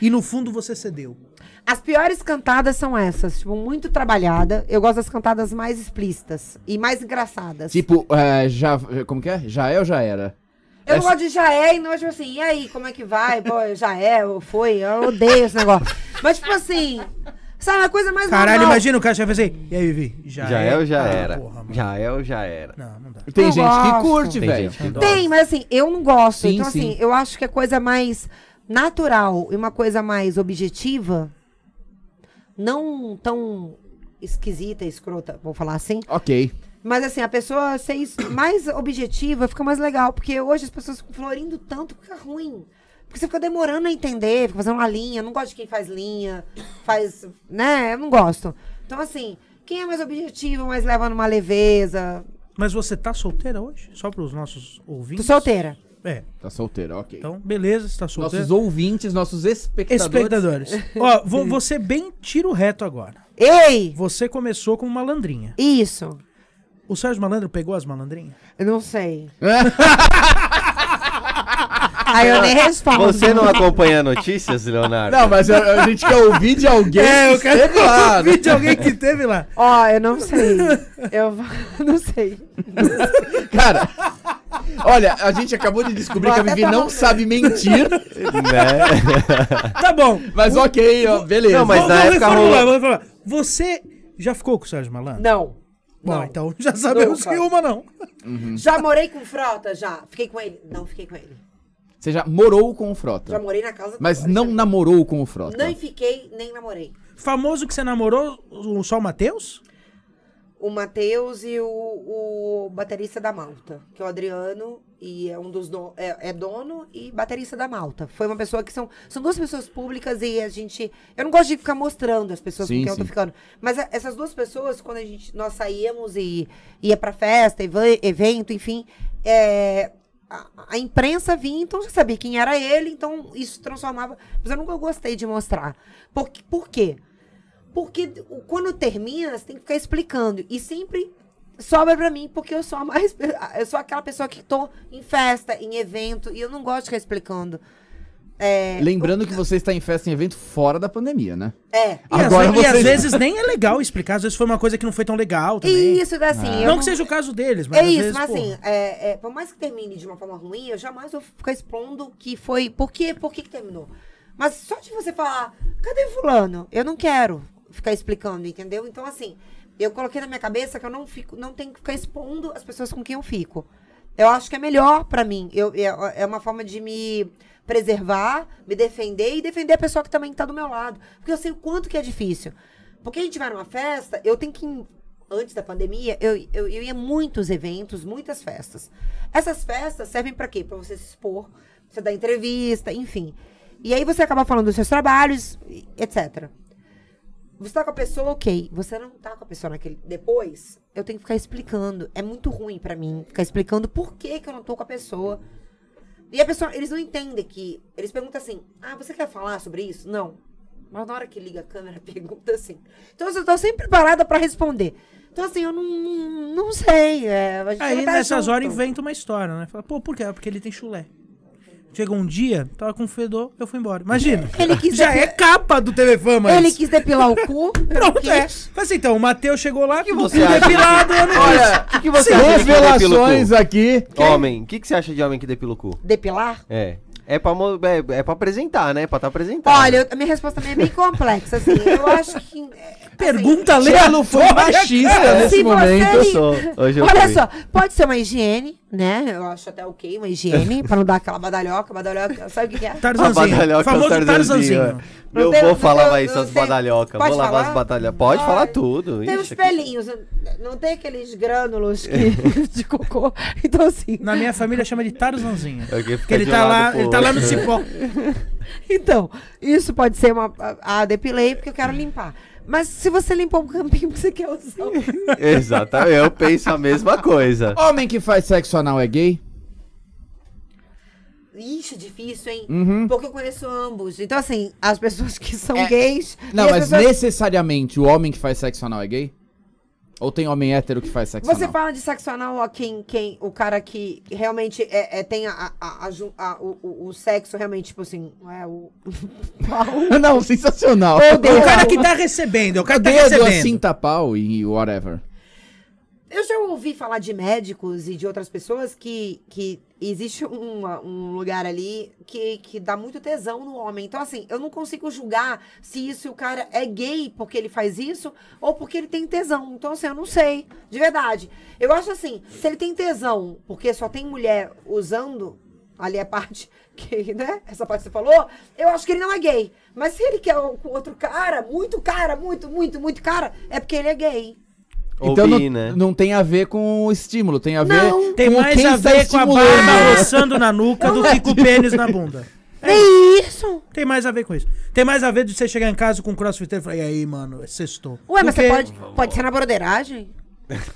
Speaker 4: E no fundo você cedeu.
Speaker 2: As piores cantadas são essas, tipo, muito trabalhada. Eu gosto das cantadas mais explícitas e mais engraçadas.
Speaker 3: Tipo, é, já. Como que é? Já é ou já era?
Speaker 2: eu não gosto de já é e não, tipo assim, e aí, como é que vai? Pô, já é, ou foi, eu odeio esse negócio. Mas, tipo assim, sabe, a coisa mais
Speaker 4: Caralho,
Speaker 2: normal.
Speaker 4: imagina o cara já fez assim. E aí, Vivi?
Speaker 1: Já é ou já
Speaker 4: Ah,
Speaker 1: era?
Speaker 4: porra, mano.
Speaker 1: Já é ou já era?
Speaker 4: Não, não dá.
Speaker 3: Tem
Speaker 2: Eu
Speaker 3: gente que
Speaker 2: gosto.
Speaker 3: curte,
Speaker 1: Tem
Speaker 3: velho.
Speaker 1: gente que gosta.
Speaker 2: Tem, mas assim, eu não gosto.
Speaker 3: Sim,
Speaker 2: então, assim,
Speaker 3: sim.
Speaker 2: eu acho que é coisa mais natural e uma coisa mais objetiva, não tão esquisita, escrota, vou falar assim.
Speaker 3: Ok.
Speaker 2: Mas assim, a pessoa ser is- mais objetiva fica mais legal, porque hoje as pessoas ficam florindo tanto que fica ruim. Porque você fica demorando a entender, fica fazendo uma linha, eu não gosto de quem faz linha, faz, né? Eu não gosto. Então assim, quem é mais objetivo, mais leva numa leveza.
Speaker 4: Mas você tá solteira hoje? Só pros nossos
Speaker 2: Tô
Speaker 4: ouvintes?
Speaker 2: solteira.
Speaker 4: É.
Speaker 3: Tá solteiro, ok.
Speaker 4: Então, beleza, você tá solteira.
Speaker 3: nossos ouvintes, nossos espectadores.
Speaker 4: Espectadores. Ó, vou, vou ser bem tiro reto agora.
Speaker 2: Ei!
Speaker 4: Você começou como malandrinha.
Speaker 2: Isso.
Speaker 4: O Sérgio Malandro pegou as malandrinhas?
Speaker 2: Eu não sei. Aí eu nem respondo.
Speaker 1: Você não acompanha notícias, Leonardo?
Speaker 3: Não, mas a, a gente quer ouvir de alguém.
Speaker 4: É, eu
Speaker 3: que
Speaker 4: quero
Speaker 3: esteve lá, né?
Speaker 4: ouvir de alguém que teve lá.
Speaker 2: Ó, eu não sei. Eu não sei.
Speaker 3: Cara, olha, a gente acabou de descobrir
Speaker 2: Vou
Speaker 3: que a
Speaker 2: até
Speaker 3: Vivi
Speaker 2: tomar
Speaker 3: não
Speaker 2: um
Speaker 3: sabe mentir,
Speaker 1: Né?
Speaker 4: Tá bom.
Speaker 3: mas ok, ó, beleza.
Speaker 1: Não, mas-
Speaker 4: vou,
Speaker 1: na
Speaker 4: vou
Speaker 1: época rolou.
Speaker 4: reformular, vou reformular. Você já ficou com o Sérgio Malandro?
Speaker 2: Não.
Speaker 4: Bom,
Speaker 2: não.
Speaker 4: então já sabemos
Speaker 2: Nunca.
Speaker 4: que uma não.
Speaker 2: Já morei com frota, já. Fiquei com ele. Não, fiquei com ele.
Speaker 3: Você já morou com o
Speaker 2: Já
Speaker 3: Frota,
Speaker 2: morei na casa do
Speaker 3: mas
Speaker 2: Boris.
Speaker 3: não namorou com o Frota.
Speaker 2: Nem fiquei, nem namorei.
Speaker 4: Famoso que você namorou o só o Matheus?
Speaker 2: O Matheus e o, o baterista da Malta, que é o Adriano, e é um dos do- é, é dono e baterista da Malta. Foi uma pessoa que são. São duas pessoas públicas e a gente. Eu não gosto de ficar mostrando as pessoas
Speaker 3: Sim,
Speaker 2: com quem eu tô
Speaker 3: sim.
Speaker 2: ficando. Mas a- essas duas pessoas, quando a gente, nós saíamos e ia pra festa, eva- evento, enfim, é, a, a imprensa vinha, então já sabia quem era ele, então isso transformava. Mas eu nunca gostei de mostrar. Por, que- por quê? Porque o- quando termina, você tem que ficar explicando. E sempre sobra pra mim, porque eu sou a mais. pe- Eu sou aquela pessoa que tô em festa, em evento, e eu não gosto de ficar explicando. É.
Speaker 3: Lembrando que você está em festa em evento fora da pandemia, né?
Speaker 2: é.
Speaker 4: E, às
Speaker 3: Agora
Speaker 4: ve- e às,
Speaker 3: vocês-
Speaker 4: vezes nem é legal explicar, às vezes foi uma coisa que não foi tão legal também. Ah.
Speaker 2: E isso, assim. eu
Speaker 4: Não que seja o caso deles, mas
Speaker 2: É
Speaker 4: às
Speaker 2: isso,
Speaker 4: vezes,
Speaker 2: mas
Speaker 4: pô,
Speaker 2: assim, é, é, por mais que termine de uma forma ruim, eu jamais vou ficar expondo que foi. Por quê? Por que, que terminou? Mas só de você falar, cadê fulano? Eu não quero ficar explicando, entendeu? Então, assim, eu coloquei na minha cabeça que eu não fico, não tenho que ficar expondo as pessoas com quem eu fico. Eu acho que é melhor pra mim. Eu, é, é uma forma de me preservar, me defender e defender a pessoa que também tá do meu lado. Porque eu sei o quanto que é difícil. Porque a gente vai numa festa, eu tenho que antes da pandemia, eu, eu, eu ia a muitos eventos, muitas festas. Essas festas servem para quê? Para você se expor, você dar entrevista, enfim. E aí você acaba falando dos seus trabalhos, e- etc. Você tá com a pessoa, ok. Você não tá com a pessoa naquele. Depois, eu tenho que ficar explicando. É muito ruim para mim ficar explicando por que, que eu não tô com a pessoa. E a pessoa, eles não entendem que. Eles perguntam assim: ah, você quer falar sobre isso? Não. Mas na hora que liga a câmera, pergunta assim. Então assim, eu tô sempre parada pra responder. Então assim, eu não, não, não sei. É, a gente
Speaker 4: Aí
Speaker 2: não tá
Speaker 4: nessas
Speaker 2: junto.
Speaker 4: horas inventa uma história, né? Fala, pô, por quê? Ah, Porque ele tem chulé. Chegou um dia, tava com fedor, eu fui embora. Imagina.
Speaker 2: Ele quis
Speaker 4: Já
Speaker 2: depilar-
Speaker 4: é capa do TV Fama.
Speaker 2: Ele
Speaker 4: isso.
Speaker 2: quis depilar o cu. eu
Speaker 4: Pronto,
Speaker 2: quis.
Speaker 4: é. Mas então, o Matheus chegou lá com o
Speaker 1: você acha?
Speaker 4: depilado, né? eu não
Speaker 1: Olha, o que, que você acha de quem depila o
Speaker 3: Revelações aqui.
Speaker 1: cu? Homem, o que, que você acha de homem que depila o cu?
Speaker 2: Depilar?
Speaker 1: ah, É. É pra, mo- é, é pra apresentar, né? Pra tá apresentado.
Speaker 2: Olha, eu- a minha resposta também é bem complexa, assim. Eu acho que. é,
Speaker 4: Pergunta
Speaker 3: Lelo foi
Speaker 4: aleatória.
Speaker 3: machista
Speaker 4: né?
Speaker 3: nesse
Speaker 2: Se você
Speaker 3: momento.
Speaker 1: Eu sou. Hoje eu
Speaker 2: Olha
Speaker 1: fui.
Speaker 2: só, pode ser uma higiene, né? Eu acho até ok uma higiene, pra não dar aquela badalhoca, badalhoca. Sabe o que que
Speaker 4: Tá.
Speaker 2: é?
Speaker 1: A
Speaker 4: Tarzanzinho.
Speaker 1: badalhoca,
Speaker 4: Famoso
Speaker 1: o Tarzanzinho,
Speaker 4: Tarzanzinho.
Speaker 1: é.
Speaker 2: Não
Speaker 1: Meu
Speaker 2: tem-
Speaker 1: avô
Speaker 2: não
Speaker 1: falava
Speaker 2: tem-
Speaker 1: isso,
Speaker 2: não
Speaker 1: as
Speaker 2: tem-
Speaker 1: badalhocas.
Speaker 2: pode
Speaker 1: Vou lavar
Speaker 2: falar?
Speaker 1: as badalhocas. Pode
Speaker 2: Ai,
Speaker 1: falar tudo.
Speaker 2: Tem
Speaker 1: Ixi,
Speaker 2: uns
Speaker 1: aqui-
Speaker 2: pelinhos, não tem aqueles grânulos que- de cocô. Então, assim.
Speaker 4: Na minha família chama de Tarzanzinho.
Speaker 1: aqui
Speaker 4: Porque
Speaker 1: fica
Speaker 4: ele
Speaker 1: É, de
Speaker 4: tá,
Speaker 1: lado
Speaker 4: lá,
Speaker 1: pro
Speaker 4: ele tá lá no
Speaker 1: outro, né?
Speaker 4: cipó.
Speaker 2: Então, isso pode ser uma. Ah, ah, depilei porque eu quero limpar. Mas se você limpar o campinho que você quer usar.
Speaker 1: Exatamente. Eu penso a mesma coisa.
Speaker 3: Homem que faz sexo anal é gay?
Speaker 2: Ixi, é difícil, hein? Porque eu conheço ambos. Então, assim, as pessoas que são
Speaker 3: É.
Speaker 2: gays.
Speaker 3: Não,
Speaker 2: e as
Speaker 3: mas
Speaker 2: pessoas-
Speaker 3: necessariamente o homem que faz sexo anal é gay? Ou tem homem hétero que faz sexo
Speaker 2: Você
Speaker 3: anal?
Speaker 2: fala de sexo anal a quem, quem o cara que realmente é, é- tem a, a- a ju- a- o, o- o sexo realmente, tipo assim, não é o.
Speaker 3: Não, sensacional.
Speaker 2: Ou
Speaker 4: É o
Speaker 2: Deus.
Speaker 4: cara que tá recebendo, é o cara que tá
Speaker 3: Dedo a
Speaker 1: assim,
Speaker 4: recebendo.
Speaker 3: cinta pau e whatever.
Speaker 2: Eu já ouvi falar de médicos e de outras pessoas que, que existe uma- um lugar ali que, que dá muito tesão no homem. Então, assim, eu não consigo julgar se isso o cara é gay porque ele faz isso ou porque ele tem tesão. Então, assim, eu não sei, de verdade. Eu acho assim, se ele tem tesão porque só tem mulher usando, ali é a parte que, né? Essa parte que você falou, eu acho que ele não é gay. Mas se ele quer o- com outro cara, muito cara, muito, muito, muito cara, é porque ele é gay.
Speaker 1: Ou
Speaker 3: então
Speaker 1: bi,
Speaker 3: não,
Speaker 1: né?
Speaker 3: não tem a ver com o estímulo, tem a ver
Speaker 2: Não.
Speaker 4: Tem
Speaker 3: com
Speaker 4: mais
Speaker 3: quem
Speaker 4: a
Speaker 1: tá
Speaker 3: está
Speaker 4: ver com a
Speaker 3: estimulando.
Speaker 4: barba roçando na nuca do
Speaker 1: é
Speaker 4: que com o pênis na bunda.
Speaker 2: É isso!
Speaker 4: Tem mais a ver com isso. Tem mais a ver de você chegar em casa com um crossfiteiro e falar, e aí, mano, é sextou.
Speaker 2: Ué, mas
Speaker 4: Porque-
Speaker 2: você pode, pode ser na broderagem?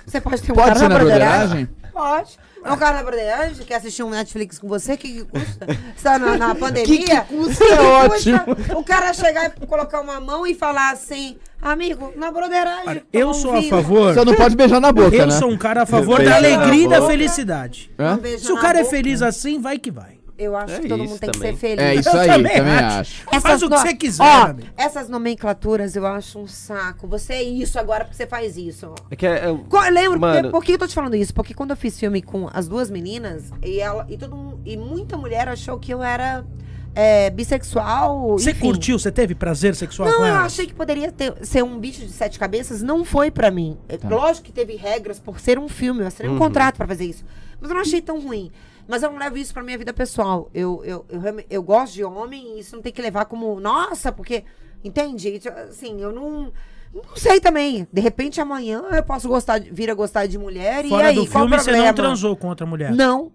Speaker 2: Você pode ter um
Speaker 3: Pode
Speaker 2: cara
Speaker 3: ser
Speaker 2: na
Speaker 3: na
Speaker 2: broderagem? Pode. É um cara na broderagem, quer assistir um Netflix com você, o que, que custa? Você tá na, na pandemia?
Speaker 3: Que que custa? É
Speaker 2: O cara chegar e colocar uma mão e falar assim, amigo, na broderagem.
Speaker 4: Olha,
Speaker 2: toma
Speaker 4: eu
Speaker 2: um
Speaker 4: sou a
Speaker 2: vinho,
Speaker 4: favor.
Speaker 3: Você não pode beijar na boca,
Speaker 4: Eu
Speaker 3: né?
Speaker 4: sou um cara a favor da
Speaker 1: Beijo na
Speaker 4: alegria e da
Speaker 1: boca.
Speaker 4: felicidade.
Speaker 2: um
Speaker 3: Hã?
Speaker 2: beijo
Speaker 4: Se o
Speaker 2: na
Speaker 4: cara é
Speaker 2: boca."
Speaker 4: feliz assim, vai que vai.
Speaker 2: Eu acho
Speaker 1: É
Speaker 2: que todo
Speaker 1: isso
Speaker 2: mundo tem que
Speaker 1: também.
Speaker 2: ser feliz.
Speaker 3: É isso
Speaker 4: Eu
Speaker 3: aí,
Speaker 4: também
Speaker 3: também,
Speaker 4: acho.
Speaker 3: acho.
Speaker 4: Faz o que
Speaker 2: no-
Speaker 4: você quiser,
Speaker 2: Ó,
Speaker 4: meu amigo.
Speaker 2: essas nomenclaturas eu acho um saco. Você é isso agora porque você faz isso.
Speaker 1: É que é- é-
Speaker 2: Co- Eu lembro,
Speaker 1: Mano.
Speaker 2: porque, por que eu tô te falando isso? Porque quando eu fiz filme com as duas meninas, e, ela, e, todo mundo- e muita mulher achou que eu era é, bissexual.
Speaker 4: Você
Speaker 2: enfim.
Speaker 4: curtiu? Você teve prazer sexual
Speaker 2: Não,
Speaker 4: com
Speaker 2: eu
Speaker 4: ela?
Speaker 2: achei que poderia ter- ser um bicho de sete cabeças, não foi pra mim. É,
Speaker 4: Tá.
Speaker 2: Lógico que teve regras por ser um filme, eu
Speaker 4: Uhum.
Speaker 2: assinei um contrato pra fazer isso. Mas eu não achei tão ruim. Mas eu não levo isso pra minha vida pessoal. Eu, eu, eu, realme- eu gosto de homem e isso não tem que levar como, nossa, porque. Entende? Isso, Assim, eu não. Não sei também. De repente amanhã eu posso gostar, de- vir a gostar de mulher e
Speaker 4: Fora
Speaker 2: aí,
Speaker 4: do
Speaker 2: qual o
Speaker 4: filme, você
Speaker 2: problema?
Speaker 4: não transou com outra
Speaker 1: É.
Speaker 4: mulher.
Speaker 2: Não.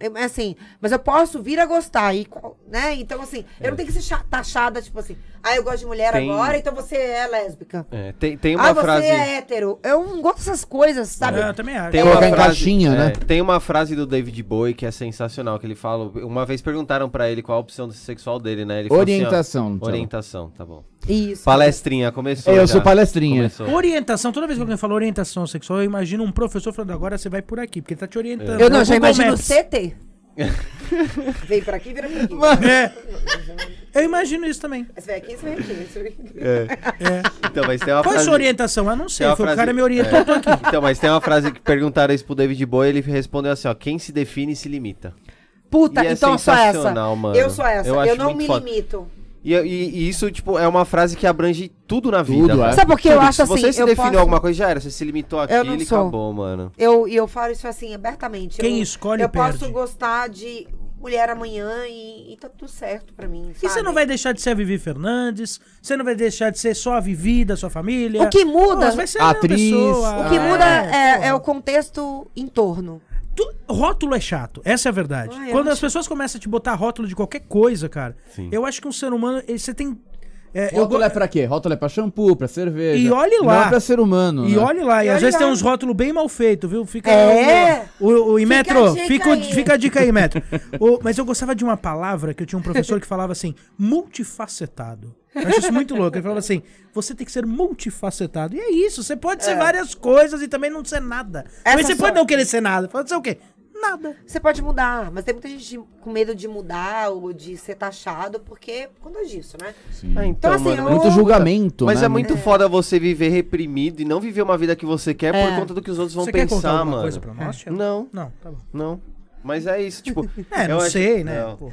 Speaker 2: Eu- é assim, mas eu posso vir a gostar, e, qual- né? Então, assim, eu não tenho que ser cha- taxada, tipo assim, ah, eu gosto de mulher
Speaker 1: É. Tem-
Speaker 2: agora, então você é lésbica.
Speaker 1: é, tem, tem uma
Speaker 2: Ah, você
Speaker 1: frase.
Speaker 2: é hétero. Eu não gosto dessas coisas, sabe?
Speaker 4: É, Eu também acho.
Speaker 1: Tem
Speaker 3: Colocar
Speaker 1: uma
Speaker 3: em
Speaker 1: frase,
Speaker 3: caixinha,
Speaker 1: é,
Speaker 3: né?
Speaker 1: Tem uma frase do David Bowie que é sensacional, que ele fala. Uma vez perguntaram pra ele qual a opção sexual dele, né? Ele falou assim, ó,
Speaker 3: Orientação, Tchelo.
Speaker 1: orientação, tá bom.
Speaker 2: Isso.
Speaker 1: Palestrinha, começou.
Speaker 3: Eu
Speaker 1: já.
Speaker 3: sou palestrinha.
Speaker 1: Começou.
Speaker 4: Orientação, toda vez que alguém fala orientação sexual, eu imagino um professor falando, agora você vai por aqui, porque ele tá te orientando.
Speaker 2: Eu não, já
Speaker 4: Google
Speaker 2: imagino
Speaker 4: Maps.
Speaker 2: CT. vem pra aqui, vira pra aqui.
Speaker 4: É. Eu imagino isso também.
Speaker 2: Você vem aqui, você vem aqui. Você vem aqui.
Speaker 1: É. Então, mas tem uma
Speaker 4: Qual é a
Speaker 1: frase.
Speaker 4: sua orientação? Ah, não sei.
Speaker 1: Tem uma
Speaker 4: Foi o
Speaker 1: frase-
Speaker 4: cara me orientou,
Speaker 1: é.
Speaker 2: um
Speaker 4: eu tô aqui.
Speaker 1: Então, mas tem uma frase que perguntaram isso pro David Bowie, ele respondeu assim, ó, quem se define se limita.
Speaker 2: Puta,
Speaker 1: E é
Speaker 2: então eu sou essa.
Speaker 1: sensacional, mano.
Speaker 2: Eu sou essa.
Speaker 1: Eu
Speaker 2: Eu,
Speaker 1: acho
Speaker 2: não
Speaker 1: muito
Speaker 2: me
Speaker 1: foda.
Speaker 2: limito.
Speaker 1: E, e- e isso, tipo, é uma frase que abrange tudo na vida.
Speaker 3: Tudo, é.
Speaker 1: velho.
Speaker 2: Sabe por que eu
Speaker 1: Tudo.
Speaker 2: acho
Speaker 1: Se você
Speaker 2: assim,
Speaker 1: se
Speaker 2: eu
Speaker 1: definiu
Speaker 2: posso-
Speaker 1: alguma coisa, já era. Você se limitou
Speaker 2: não
Speaker 1: àquilo e
Speaker 2: sou.
Speaker 1: acabou, mano.
Speaker 2: Eu, e eu falo isso assim, abertamente.
Speaker 4: Quem
Speaker 2: eu,
Speaker 4: escolhe,
Speaker 2: Eu
Speaker 4: perde.
Speaker 2: posso gostar de mulher amanhã e, e tá tudo certo pra mim,
Speaker 4: E você não vai deixar de ser a Vivi Fernandes, você não vai deixar de ser só a Vivi da sua família.
Speaker 2: O que muda-
Speaker 4: Não, você vai ser uma
Speaker 3: Atriz.
Speaker 4: pessoa.
Speaker 2: O que
Speaker 4: É,
Speaker 2: muda
Speaker 4: porra.
Speaker 2: é, é o contexto em torno.
Speaker 4: Tu- rótulo é chato, essa é a verdade.
Speaker 2: Ai, eu
Speaker 4: Quando
Speaker 2: não
Speaker 4: as pessoas começam a te botar rótulo de qualquer coisa, cara,
Speaker 1: Sim.
Speaker 4: eu acho que um ser humano, ele- você tem. é, eu
Speaker 3: Rótulo
Speaker 4: go-
Speaker 3: é pra quê? Rótulo é pra shampoo, pra cerveja.
Speaker 4: E olhe lá.
Speaker 3: Não é pra ser humano,
Speaker 4: E
Speaker 3: né?
Speaker 4: olhe lá, e,
Speaker 2: E
Speaker 4: às
Speaker 2: olhe
Speaker 4: vezes
Speaker 2: lá.
Speaker 4: tem uns rótulos bem mal feitos, viu? Fica
Speaker 2: É.
Speaker 4: o, o, o- e
Speaker 2: Fica
Speaker 4: Metro,
Speaker 2: a dica
Speaker 4: fica, o-
Speaker 2: aí.
Speaker 4: fica a dica aí, Metro. O- mas eu gostava de uma palavra que eu tinha um professor que falava assim, multifacetado. Eu acho isso muito louco. Ele falava assim: você tem que ser multifacetado. E é isso, você pode ser várias coisas e também não ser nada. mas
Speaker 2: Essa
Speaker 4: você
Speaker 2: sou
Speaker 4: pode
Speaker 2: eu.
Speaker 4: não querer ser nada. Pode ser o quê? Nada.
Speaker 2: Você pode mudar, mas tem muita gente de- com medo de mudar ou de ser taxado, porque por conta disso, né?
Speaker 1: Ah, então,
Speaker 2: assim,
Speaker 1: mano,
Speaker 2: eu-
Speaker 3: É Muito julgamento,
Speaker 1: Mas
Speaker 3: né?
Speaker 1: é muito foda você viver reprimido e não
Speaker 2: É.
Speaker 1: viver uma vida que você quer por conta do que os outros vão
Speaker 4: você quer contar
Speaker 1: pensar,
Speaker 4: alguma
Speaker 1: mano. É.
Speaker 4: coisa pra nós? Thiago?
Speaker 1: Não,
Speaker 4: Não, tá bom.
Speaker 1: não. Mas é isso, tipo.
Speaker 4: É, não
Speaker 1: eu acho-
Speaker 4: sei, né?
Speaker 1: não.
Speaker 4: Pô.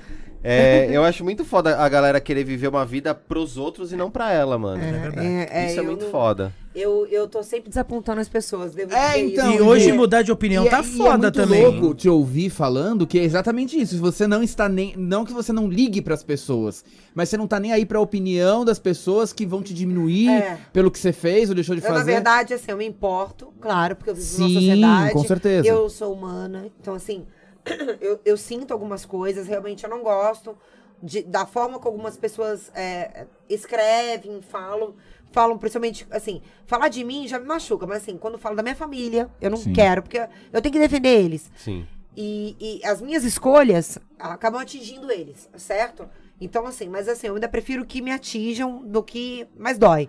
Speaker 1: É, eu acho muito foda a galera querer viver uma vida pros outros e não pra ela, mano.
Speaker 4: verdade.
Speaker 2: É,
Speaker 1: isso é
Speaker 2: eu
Speaker 1: muito
Speaker 2: não-
Speaker 1: foda.
Speaker 2: Eu, eu tô sempre desapontando as pessoas. Devo
Speaker 3: É,
Speaker 2: dizer
Speaker 3: então,
Speaker 2: Isso.
Speaker 4: e hoje
Speaker 3: e-
Speaker 4: mudar de opinião
Speaker 3: E é-
Speaker 4: tá
Speaker 3: e é
Speaker 4: foda
Speaker 3: muito
Speaker 4: também.
Speaker 3: louco te ouvir falando que é exatamente isso. Você não está nem. Não que você não ligue pras pessoas, mas você não tá nem aí pra opinião das pessoas que vão te diminuir
Speaker 2: É.
Speaker 3: pelo que você fez ou deixou de
Speaker 2: Eu,
Speaker 3: fazer.
Speaker 2: na verdade, assim, eu me importo, claro, porque eu vivo numa
Speaker 3: Sim,
Speaker 2: sociedade.
Speaker 3: com certeza.
Speaker 2: Eu sou humana, então, assim, eu, eu sinto algumas coisas, realmente eu não gosto de- da forma que algumas pessoas é, escrevem, falam. Falam, principalmente, assim, falar de mim já me machuca, mas assim, quando falo da minha família, eu não
Speaker 3: Sim.
Speaker 2: quero, porque eu tenho que defender eles.
Speaker 1: Sim.
Speaker 2: E, e as minhas escolhas acabam atingindo eles, certo? Então, assim, mas assim, eu ainda prefiro que me atinjam do que mais dói.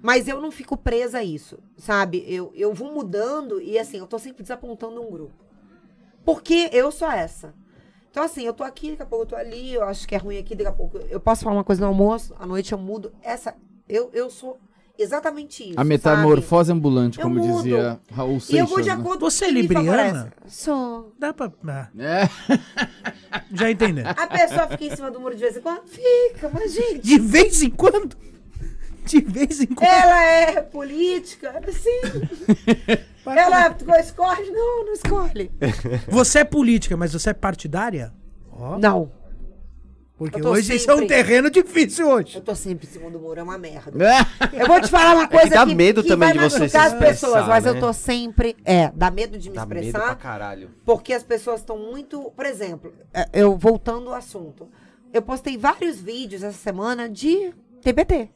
Speaker 2: Mas eu não fico presa a isso, sabe? Eu, eu vou mudando e, assim, eu tô sempre desapontando um grupo. Porque eu sou essa. Então, assim, eu tô aqui, daqui a pouco eu tô ali, eu acho que é ruim aqui, daqui a pouco eu posso falar uma coisa no almoço, à noite eu mudo. Essa, eu, eu sou exatamente isso.
Speaker 3: A
Speaker 2: sabe?
Speaker 3: metamorfose ambulante,
Speaker 2: Eu
Speaker 3: como
Speaker 2: mudo.
Speaker 3: dizia Raul Seixas.
Speaker 2: E eu vou de
Speaker 3: né?
Speaker 2: acordo
Speaker 4: Você é
Speaker 2: com o que me
Speaker 4: libriana?
Speaker 2: favorece. Sou.
Speaker 4: Dá pra. ah,
Speaker 3: É.
Speaker 4: já entendi.
Speaker 2: A pessoa fica em cima do muro de vez em quando? Fica, mas gente.
Speaker 4: De vez em quando? De vez em quando.
Speaker 2: Ela é política? Sim. Ela escolhe? Não, não escolhe.
Speaker 4: Você é política, mas você é partidária? Ó,
Speaker 2: Não.
Speaker 4: porque
Speaker 2: eu tô
Speaker 4: hoje isso é um
Speaker 2: sempre-
Speaker 4: terreno difícil hoje.
Speaker 2: Eu tô sempre em cima do muro, é uma merda. Eu vou te falar uma coisa
Speaker 1: É dá medo também
Speaker 2: vai
Speaker 1: de você
Speaker 2: machucar
Speaker 1: se
Speaker 2: as pessoas,
Speaker 1: expressar,
Speaker 2: mas eu
Speaker 1: né?
Speaker 2: tô sempre... É, dá medo de me
Speaker 1: Dá medo pra
Speaker 2: expressar,
Speaker 1: caralho.
Speaker 2: porque as pessoas estão muito... Por exemplo, é, eu voltando ao assunto, eu postei vários vídeos essa semana de TBT.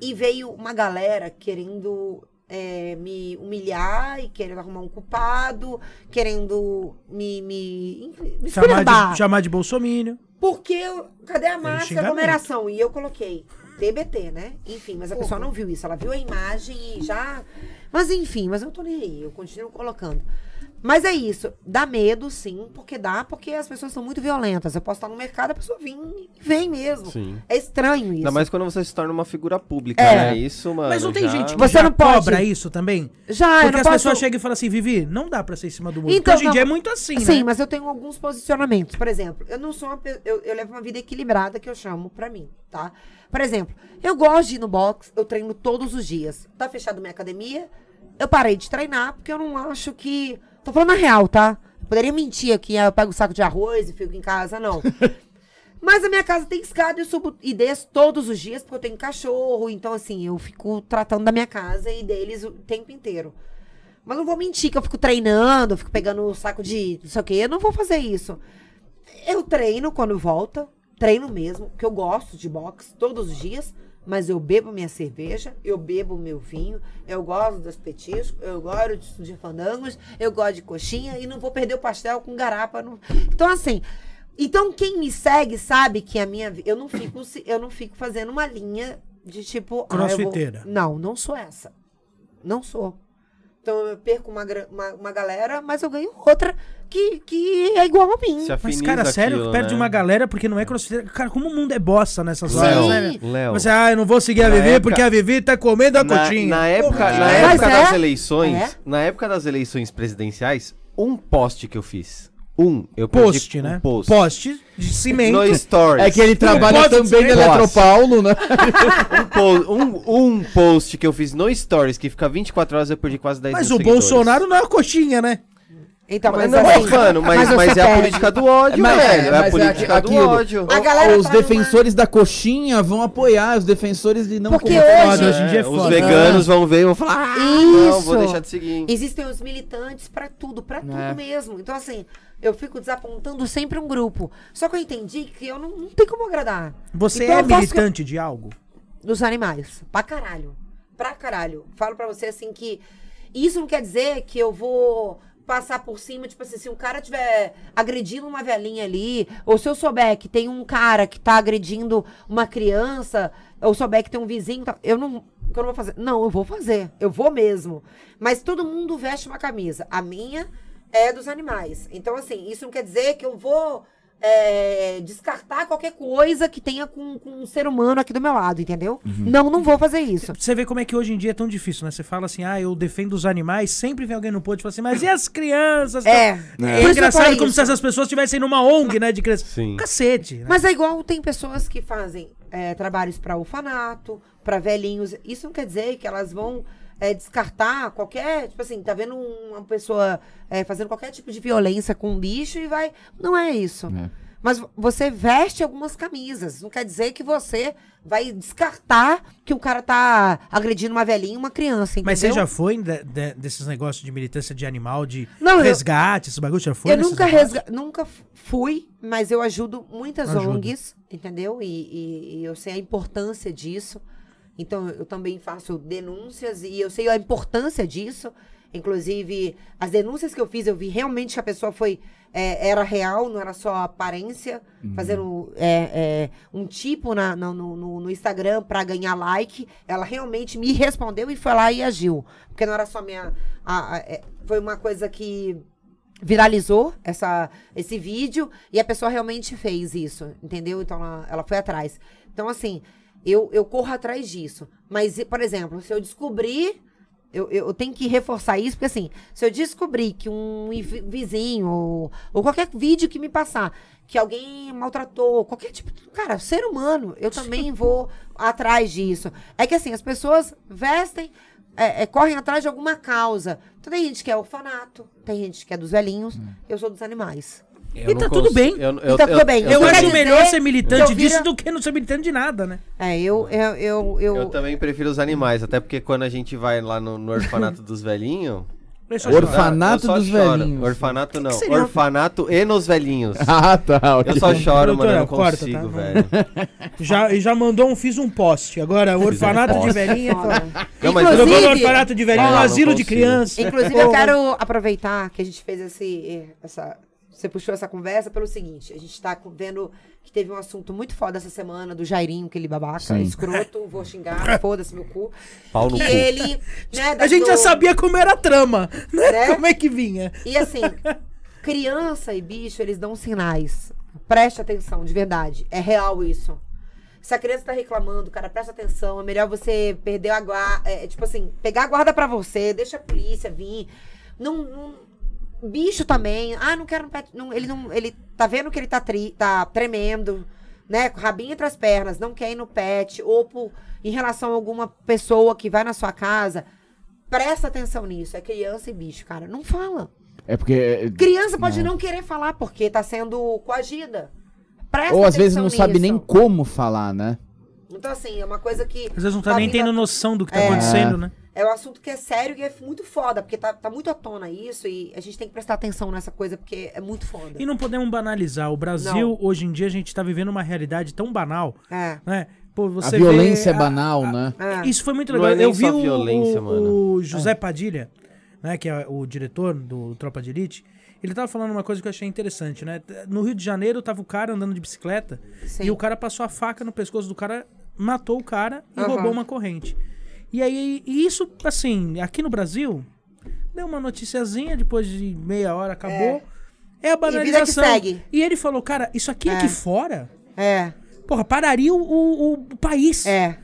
Speaker 2: E veio uma galera querendo é, me humilhar e querendo arrumar um culpado, querendo me, me, enfim, me
Speaker 4: Chamar
Speaker 2: esculhambar.
Speaker 4: de, chamar de bolsominion.
Speaker 2: Porque eu- cadê a massa e
Speaker 4: xingamento.
Speaker 2: aglomeração? E eu coloquei TBT, né? Enfim, mas a pessoa não viu isso. Ela viu a imagem e já. Mas enfim, mas eu tô nem aí, eu continuo colocando. Mas é isso, dá medo sim, porque dá, porque as pessoas são muito violentas. Eu posso estar no mercado, a pessoa vem e vem mesmo.
Speaker 1: Sim.
Speaker 2: É estranho isso.
Speaker 1: Ainda mais quando você se torna uma figura pública,
Speaker 2: É.
Speaker 1: né? Isso, mano.
Speaker 4: Mas não tem
Speaker 1: já-
Speaker 4: gente que
Speaker 2: Você
Speaker 4: já
Speaker 2: não pode.
Speaker 4: cobra isso também?
Speaker 2: Já, eu
Speaker 4: Porque
Speaker 2: não
Speaker 4: as
Speaker 2: posso...
Speaker 4: pessoas chegam e falam assim, Vivi, não dá pra ser em cima do muro.
Speaker 2: Então,
Speaker 4: Porque hoje em
Speaker 2: não.
Speaker 4: dia é muito assim,
Speaker 2: Sim,
Speaker 4: né?
Speaker 2: mas eu tenho alguns posicionamentos. Por exemplo, eu não sou uma pe- eu, eu levo uma vida equilibrada que eu chamo pra mim, tá? Por exemplo, eu gosto de ir no box, eu treino todos os dias. Tá fechado minha academia? Eu parei de treinar porque eu não acho que tô falando a real, tá? Poderia mentir aqui, ah, eu pego um saco de arroz e fico em casa, não. Mas a minha casa tem escada e eu subo e desço todos os dias, porque eu tenho cachorro. Então, assim, eu fico tratando da minha casa e deles o tempo inteiro. Mas não vou mentir que eu fico treinando, eu fico pegando o saco de não sei o quê. Eu não vou fazer isso. Eu treino quando volta, treino mesmo, que eu gosto de boxe todos os dias, mas eu bebo minha cerveja, eu bebo meu vinho, eu gosto dos petiscos, eu gosto de, de fandangos, eu gosto de coxinha e não vou perder o pastel com garapa. não- Então, assim. Então, quem me segue sabe que a minha. vi- Eu não fico, se- eu não fico fazendo uma linha de tipo. ah, eu vou-
Speaker 4: Crossfiteira.
Speaker 2: Não, não sou essa. Não sou. Então, eu perco uma, gra- uma, uma galera, mas eu ganho outra que, que é igual a mim.
Speaker 1: Se
Speaker 4: Mas,
Speaker 1: afiniza
Speaker 4: cara, sério,
Speaker 1: aquilo,
Speaker 4: perde
Speaker 1: né?
Speaker 4: uma galera porque não é crossfiteira. Cara, como o mundo é bosta nessas horas, né?
Speaker 1: Léo, Léo.
Speaker 4: Você, ah, eu não vou seguir a
Speaker 1: Na
Speaker 4: Vivi
Speaker 1: época-
Speaker 4: porque a Vivi tá comendo a
Speaker 1: na,
Speaker 4: coxinha.
Speaker 1: na época, na
Speaker 2: Mas
Speaker 1: época
Speaker 2: é.
Speaker 1: das eleições,
Speaker 2: É.
Speaker 1: na época das eleições presidenciais, um post que eu fiz. Um, eu perdi
Speaker 4: Post,
Speaker 1: um
Speaker 4: né?
Speaker 1: Post.
Speaker 4: Poste de cimento.
Speaker 1: No stories.
Speaker 3: É que ele trabalha
Speaker 4: pode
Speaker 3: também
Speaker 4: ser.
Speaker 3: na Eletropaulo, né?
Speaker 1: um, po- um- um post que eu fiz no stories, que fica 24 horas, eu perdi quase 10
Speaker 4: Mas
Speaker 1: mil
Speaker 4: o
Speaker 1: seguidores.
Speaker 4: Bolsonaro não é uma coxinha, né?
Speaker 2: Então,
Speaker 1: Mas
Speaker 2: mas,
Speaker 1: não,
Speaker 2: assim,
Speaker 1: mas, mano, mas,
Speaker 2: mas
Speaker 1: mas
Speaker 2: você
Speaker 1: é a
Speaker 2: perde.
Speaker 1: política do ódio,
Speaker 3: Mas é,
Speaker 1: velho. É, a
Speaker 3: mas é
Speaker 1: política
Speaker 3: aqui-
Speaker 1: do
Speaker 3: aquilo.
Speaker 1: ódio.
Speaker 2: A galera
Speaker 3: Os
Speaker 2: tá numa-
Speaker 3: defensores da coxinha vão apoiar, os defensores de não
Speaker 2: Porque
Speaker 3: comer
Speaker 2: hoje-
Speaker 3: nada.
Speaker 4: hoje em dia é
Speaker 1: os
Speaker 4: foda.
Speaker 1: veganos vão ver e vão falar, ah, não, vou
Speaker 2: Isso.
Speaker 1: deixar de seguir.
Speaker 2: Existem os militantes pra tudo, pra
Speaker 3: É.
Speaker 2: tudo mesmo. Então, assim, eu fico desapontando sempre um grupo. Só que eu entendi que eu não, não tenho como agradar.
Speaker 4: Você
Speaker 2: Então
Speaker 4: é
Speaker 2: eu faço-
Speaker 4: militante de algo?
Speaker 2: dos animais. Pra caralho. Pra caralho. Falo pra você assim que. Isso não quer dizer que eu vou passar por cima, tipo assim, se um cara tiver agredindo uma velhinha ali, ou se eu souber que tem um cara que tá agredindo uma criança, ou souber que tem um vizinho, tá- eu não, que eu não vou fazer. Não, eu vou fazer. Eu vou mesmo. Mas todo mundo veste uma camisa. A minha é dos animais. Então assim, isso não quer dizer que eu vou é, é, descartar qualquer coisa que tenha com, com um ser humano aqui do meu lado, entendeu? Não, não vou fazer isso.
Speaker 4: Você vê como é que hoje em dia é tão difícil, né? Você fala assim, ah, eu defendo os animais, sempre vem alguém no post e fala assim, mas e as crianças?
Speaker 2: É. Por isso
Speaker 4: É
Speaker 2: eu
Speaker 4: engraçado
Speaker 2: falei
Speaker 4: como
Speaker 2: isso.
Speaker 4: se essas pessoas estivessem numa ONG, né, de criança.
Speaker 1: Sim.
Speaker 4: Cacete, né?
Speaker 2: Mas é igual tem pessoas que fazem é, trabalhos para orfanato, para velhinhos. Isso não quer dizer que elas vão é, descartar qualquer. Tipo assim, tá vendo uma pessoa é, fazendo qualquer tipo de violência com um bicho e vai. Não é isso.
Speaker 3: É.
Speaker 2: Mas vo- você veste algumas camisas. Não quer dizer que você vai descartar que o cara tá agredindo uma velhinha e uma criança. Entendeu?
Speaker 4: Mas você já foi de- de- desses negócios de militância de animal, de
Speaker 2: Não, eu-
Speaker 4: resgate, esses bagulhos? Já foi?
Speaker 2: eu
Speaker 4: nesses
Speaker 2: nunca,
Speaker 4: negócios?
Speaker 2: resga- nunca f- fui, mas eu ajudo muitas
Speaker 4: Ajuda.
Speaker 2: ONGs, entendeu? E, e- e eu sei a importância disso. Então, eu também faço denúncias e eu sei a importância disso. Inclusive, as denúncias que eu fiz, eu vi realmente que a pessoa foi é, era real, não era só aparência,
Speaker 4: Uhum.
Speaker 2: fazendo é, é, um tipo na- na- no, no- no Instagram para ganhar like. Ela realmente me respondeu e foi lá e agiu. Porque não era só minha. a- a- é, foi uma coisa que viralizou essa, esse vídeo e a pessoa realmente fez isso, entendeu? Então ela, ela foi atrás. Então, assim, eu, eu corro atrás disso. Mas, e, por exemplo, se eu descobrir. Eu, eu eu tenho que reforçar isso, porque assim, se eu descobrir que um vi- vizinho ou, ou qualquer vídeo que me passar, que alguém maltratou, qualquer tipo de. Cara, ser humano, eu também vou atrás disso. É que assim, as pessoas vestem é, é, correm atrás de alguma causa. Então tem gente que é orfanato, tem gente que é dos velhinhos, eu sou dos animais.
Speaker 1: Eu
Speaker 4: E
Speaker 1: não
Speaker 4: tá tudo
Speaker 1: consigo-
Speaker 4: bem.
Speaker 1: Eu,
Speaker 2: E tá tudo bem.
Speaker 1: Eu, um
Speaker 4: Eu
Speaker 2: Não
Speaker 1: também-
Speaker 4: acho
Speaker 2: quer
Speaker 4: melhor
Speaker 2: dizer
Speaker 4: ser
Speaker 2: que
Speaker 4: militante
Speaker 2: eu
Speaker 4: disso
Speaker 2: vira-
Speaker 4: do que não ser militante de nada, né?
Speaker 2: É, eu. Eu, eu, eu,
Speaker 1: eu também prefiro os animais, até porque quando a gente vai lá no, no orfanato dos velhinhos.
Speaker 4: Deixa eu
Speaker 1: eu
Speaker 4: chorar.
Speaker 3: Orfanato
Speaker 1: só
Speaker 3: dos
Speaker 1: choro.
Speaker 3: velhinhos.
Speaker 1: Orfanato não.
Speaker 4: seria?
Speaker 1: Orfanato e nos velhinhos.
Speaker 3: Ah, tá. ok.
Speaker 1: Eu só choro, mano. Eu não
Speaker 4: Doutora, corta,
Speaker 1: consigo,
Speaker 4: tá?
Speaker 1: velho.
Speaker 4: Já, e já mandou um, fiz um post. Agora, o orfanato de velhinha.
Speaker 2: Foda.
Speaker 1: Não, mas
Speaker 2: Inclusive-
Speaker 4: Jogou no orfanato de velhinha,
Speaker 1: Ah,
Speaker 4: no
Speaker 1: não
Speaker 4: asilo de
Speaker 1: consigo.
Speaker 4: criança.
Speaker 2: Inclusive, eu quero aproveitar que a gente fez esse, eh, essa. Você puxou essa conversa pelo seguinte: a gente tá com- vendo que teve um assunto muito foda essa semana do Jairinho, aquele babaca,
Speaker 3: Sim.
Speaker 2: escroto, vou xingar, foda-se meu cu.
Speaker 1: Pau no
Speaker 2: Que
Speaker 1: cu.
Speaker 2: ele. Né,
Speaker 4: A gente já
Speaker 2: dançou-
Speaker 4: sabia como era a trama, né?
Speaker 2: Né?
Speaker 4: Como é que vinha.
Speaker 2: E assim, criança e bicho, eles dão sinais. Preste atenção, de verdade. É real isso. Se a criança tá reclamando, cara, presta atenção. É melhor você perder a guarda. É, tipo assim, pegar a guarda pra você, deixa a polícia vir. Não. não- bicho também. Ah, não quero um pet. não, ele não. Ele tá vendo que ele tá, tri, tá tremendo, né? Com o rabinho entre as pernas, não quer ir no pet. Ou por, em relação a alguma pessoa que vai na sua casa. Presta ação nisso. É criança e bicho, cara. Não fala.
Speaker 3: É porque. é,
Speaker 2: Criança pode não querer falar porque tá sendo coagida. Presta
Speaker 3: Ou às vezes
Speaker 2: atenção
Speaker 3: não sabe nem
Speaker 2: nisso.
Speaker 3: como falar, né?
Speaker 2: Então, assim, é uma coisa que.
Speaker 4: Às vezes não tá
Speaker 2: a
Speaker 4: nem
Speaker 2: vida-
Speaker 4: tendo noção do que tá
Speaker 2: É.
Speaker 4: acontecendo, né?
Speaker 2: É um assunto que é sério e é muito foda, porque tá, tá muito à tona isso e a gente tem que prestar atenção nessa coisa porque é muito foda.
Speaker 4: E não podemos banalizar. O Brasil, hoje em dia, a gente tá vivendo uma realidade tão banal,
Speaker 2: É.
Speaker 4: né? Pô,
Speaker 3: A
Speaker 4: você vê ah,
Speaker 3: violência é
Speaker 4: a-
Speaker 3: banal, né?
Speaker 2: é.
Speaker 4: Isso foi muito
Speaker 1: Não
Speaker 4: legal.
Speaker 1: é nem
Speaker 4: eu vi
Speaker 1: só
Speaker 4: o,
Speaker 1: violência,
Speaker 4: o-
Speaker 1: mano. É.
Speaker 4: o José Padilha, né, que é o diretor do Tropa de Elite, ele tava falando uma coisa que eu achei interessante, né? No Rio de Janeiro tava o cara andando de bicicleta
Speaker 2: Sim.
Speaker 4: e o cara passou a faca no pescoço do cara, matou o cara e
Speaker 2: Aham.
Speaker 4: roubou uma corrente. E aí, e isso, assim, aqui no Brasil, deu uma noticiazinha, depois de meia hora acabou. É, a banalização.
Speaker 2: segue.
Speaker 4: E ele falou, cara, isso aqui aqui fora,
Speaker 2: É.
Speaker 4: porra, pararia o, o- o país.
Speaker 2: É.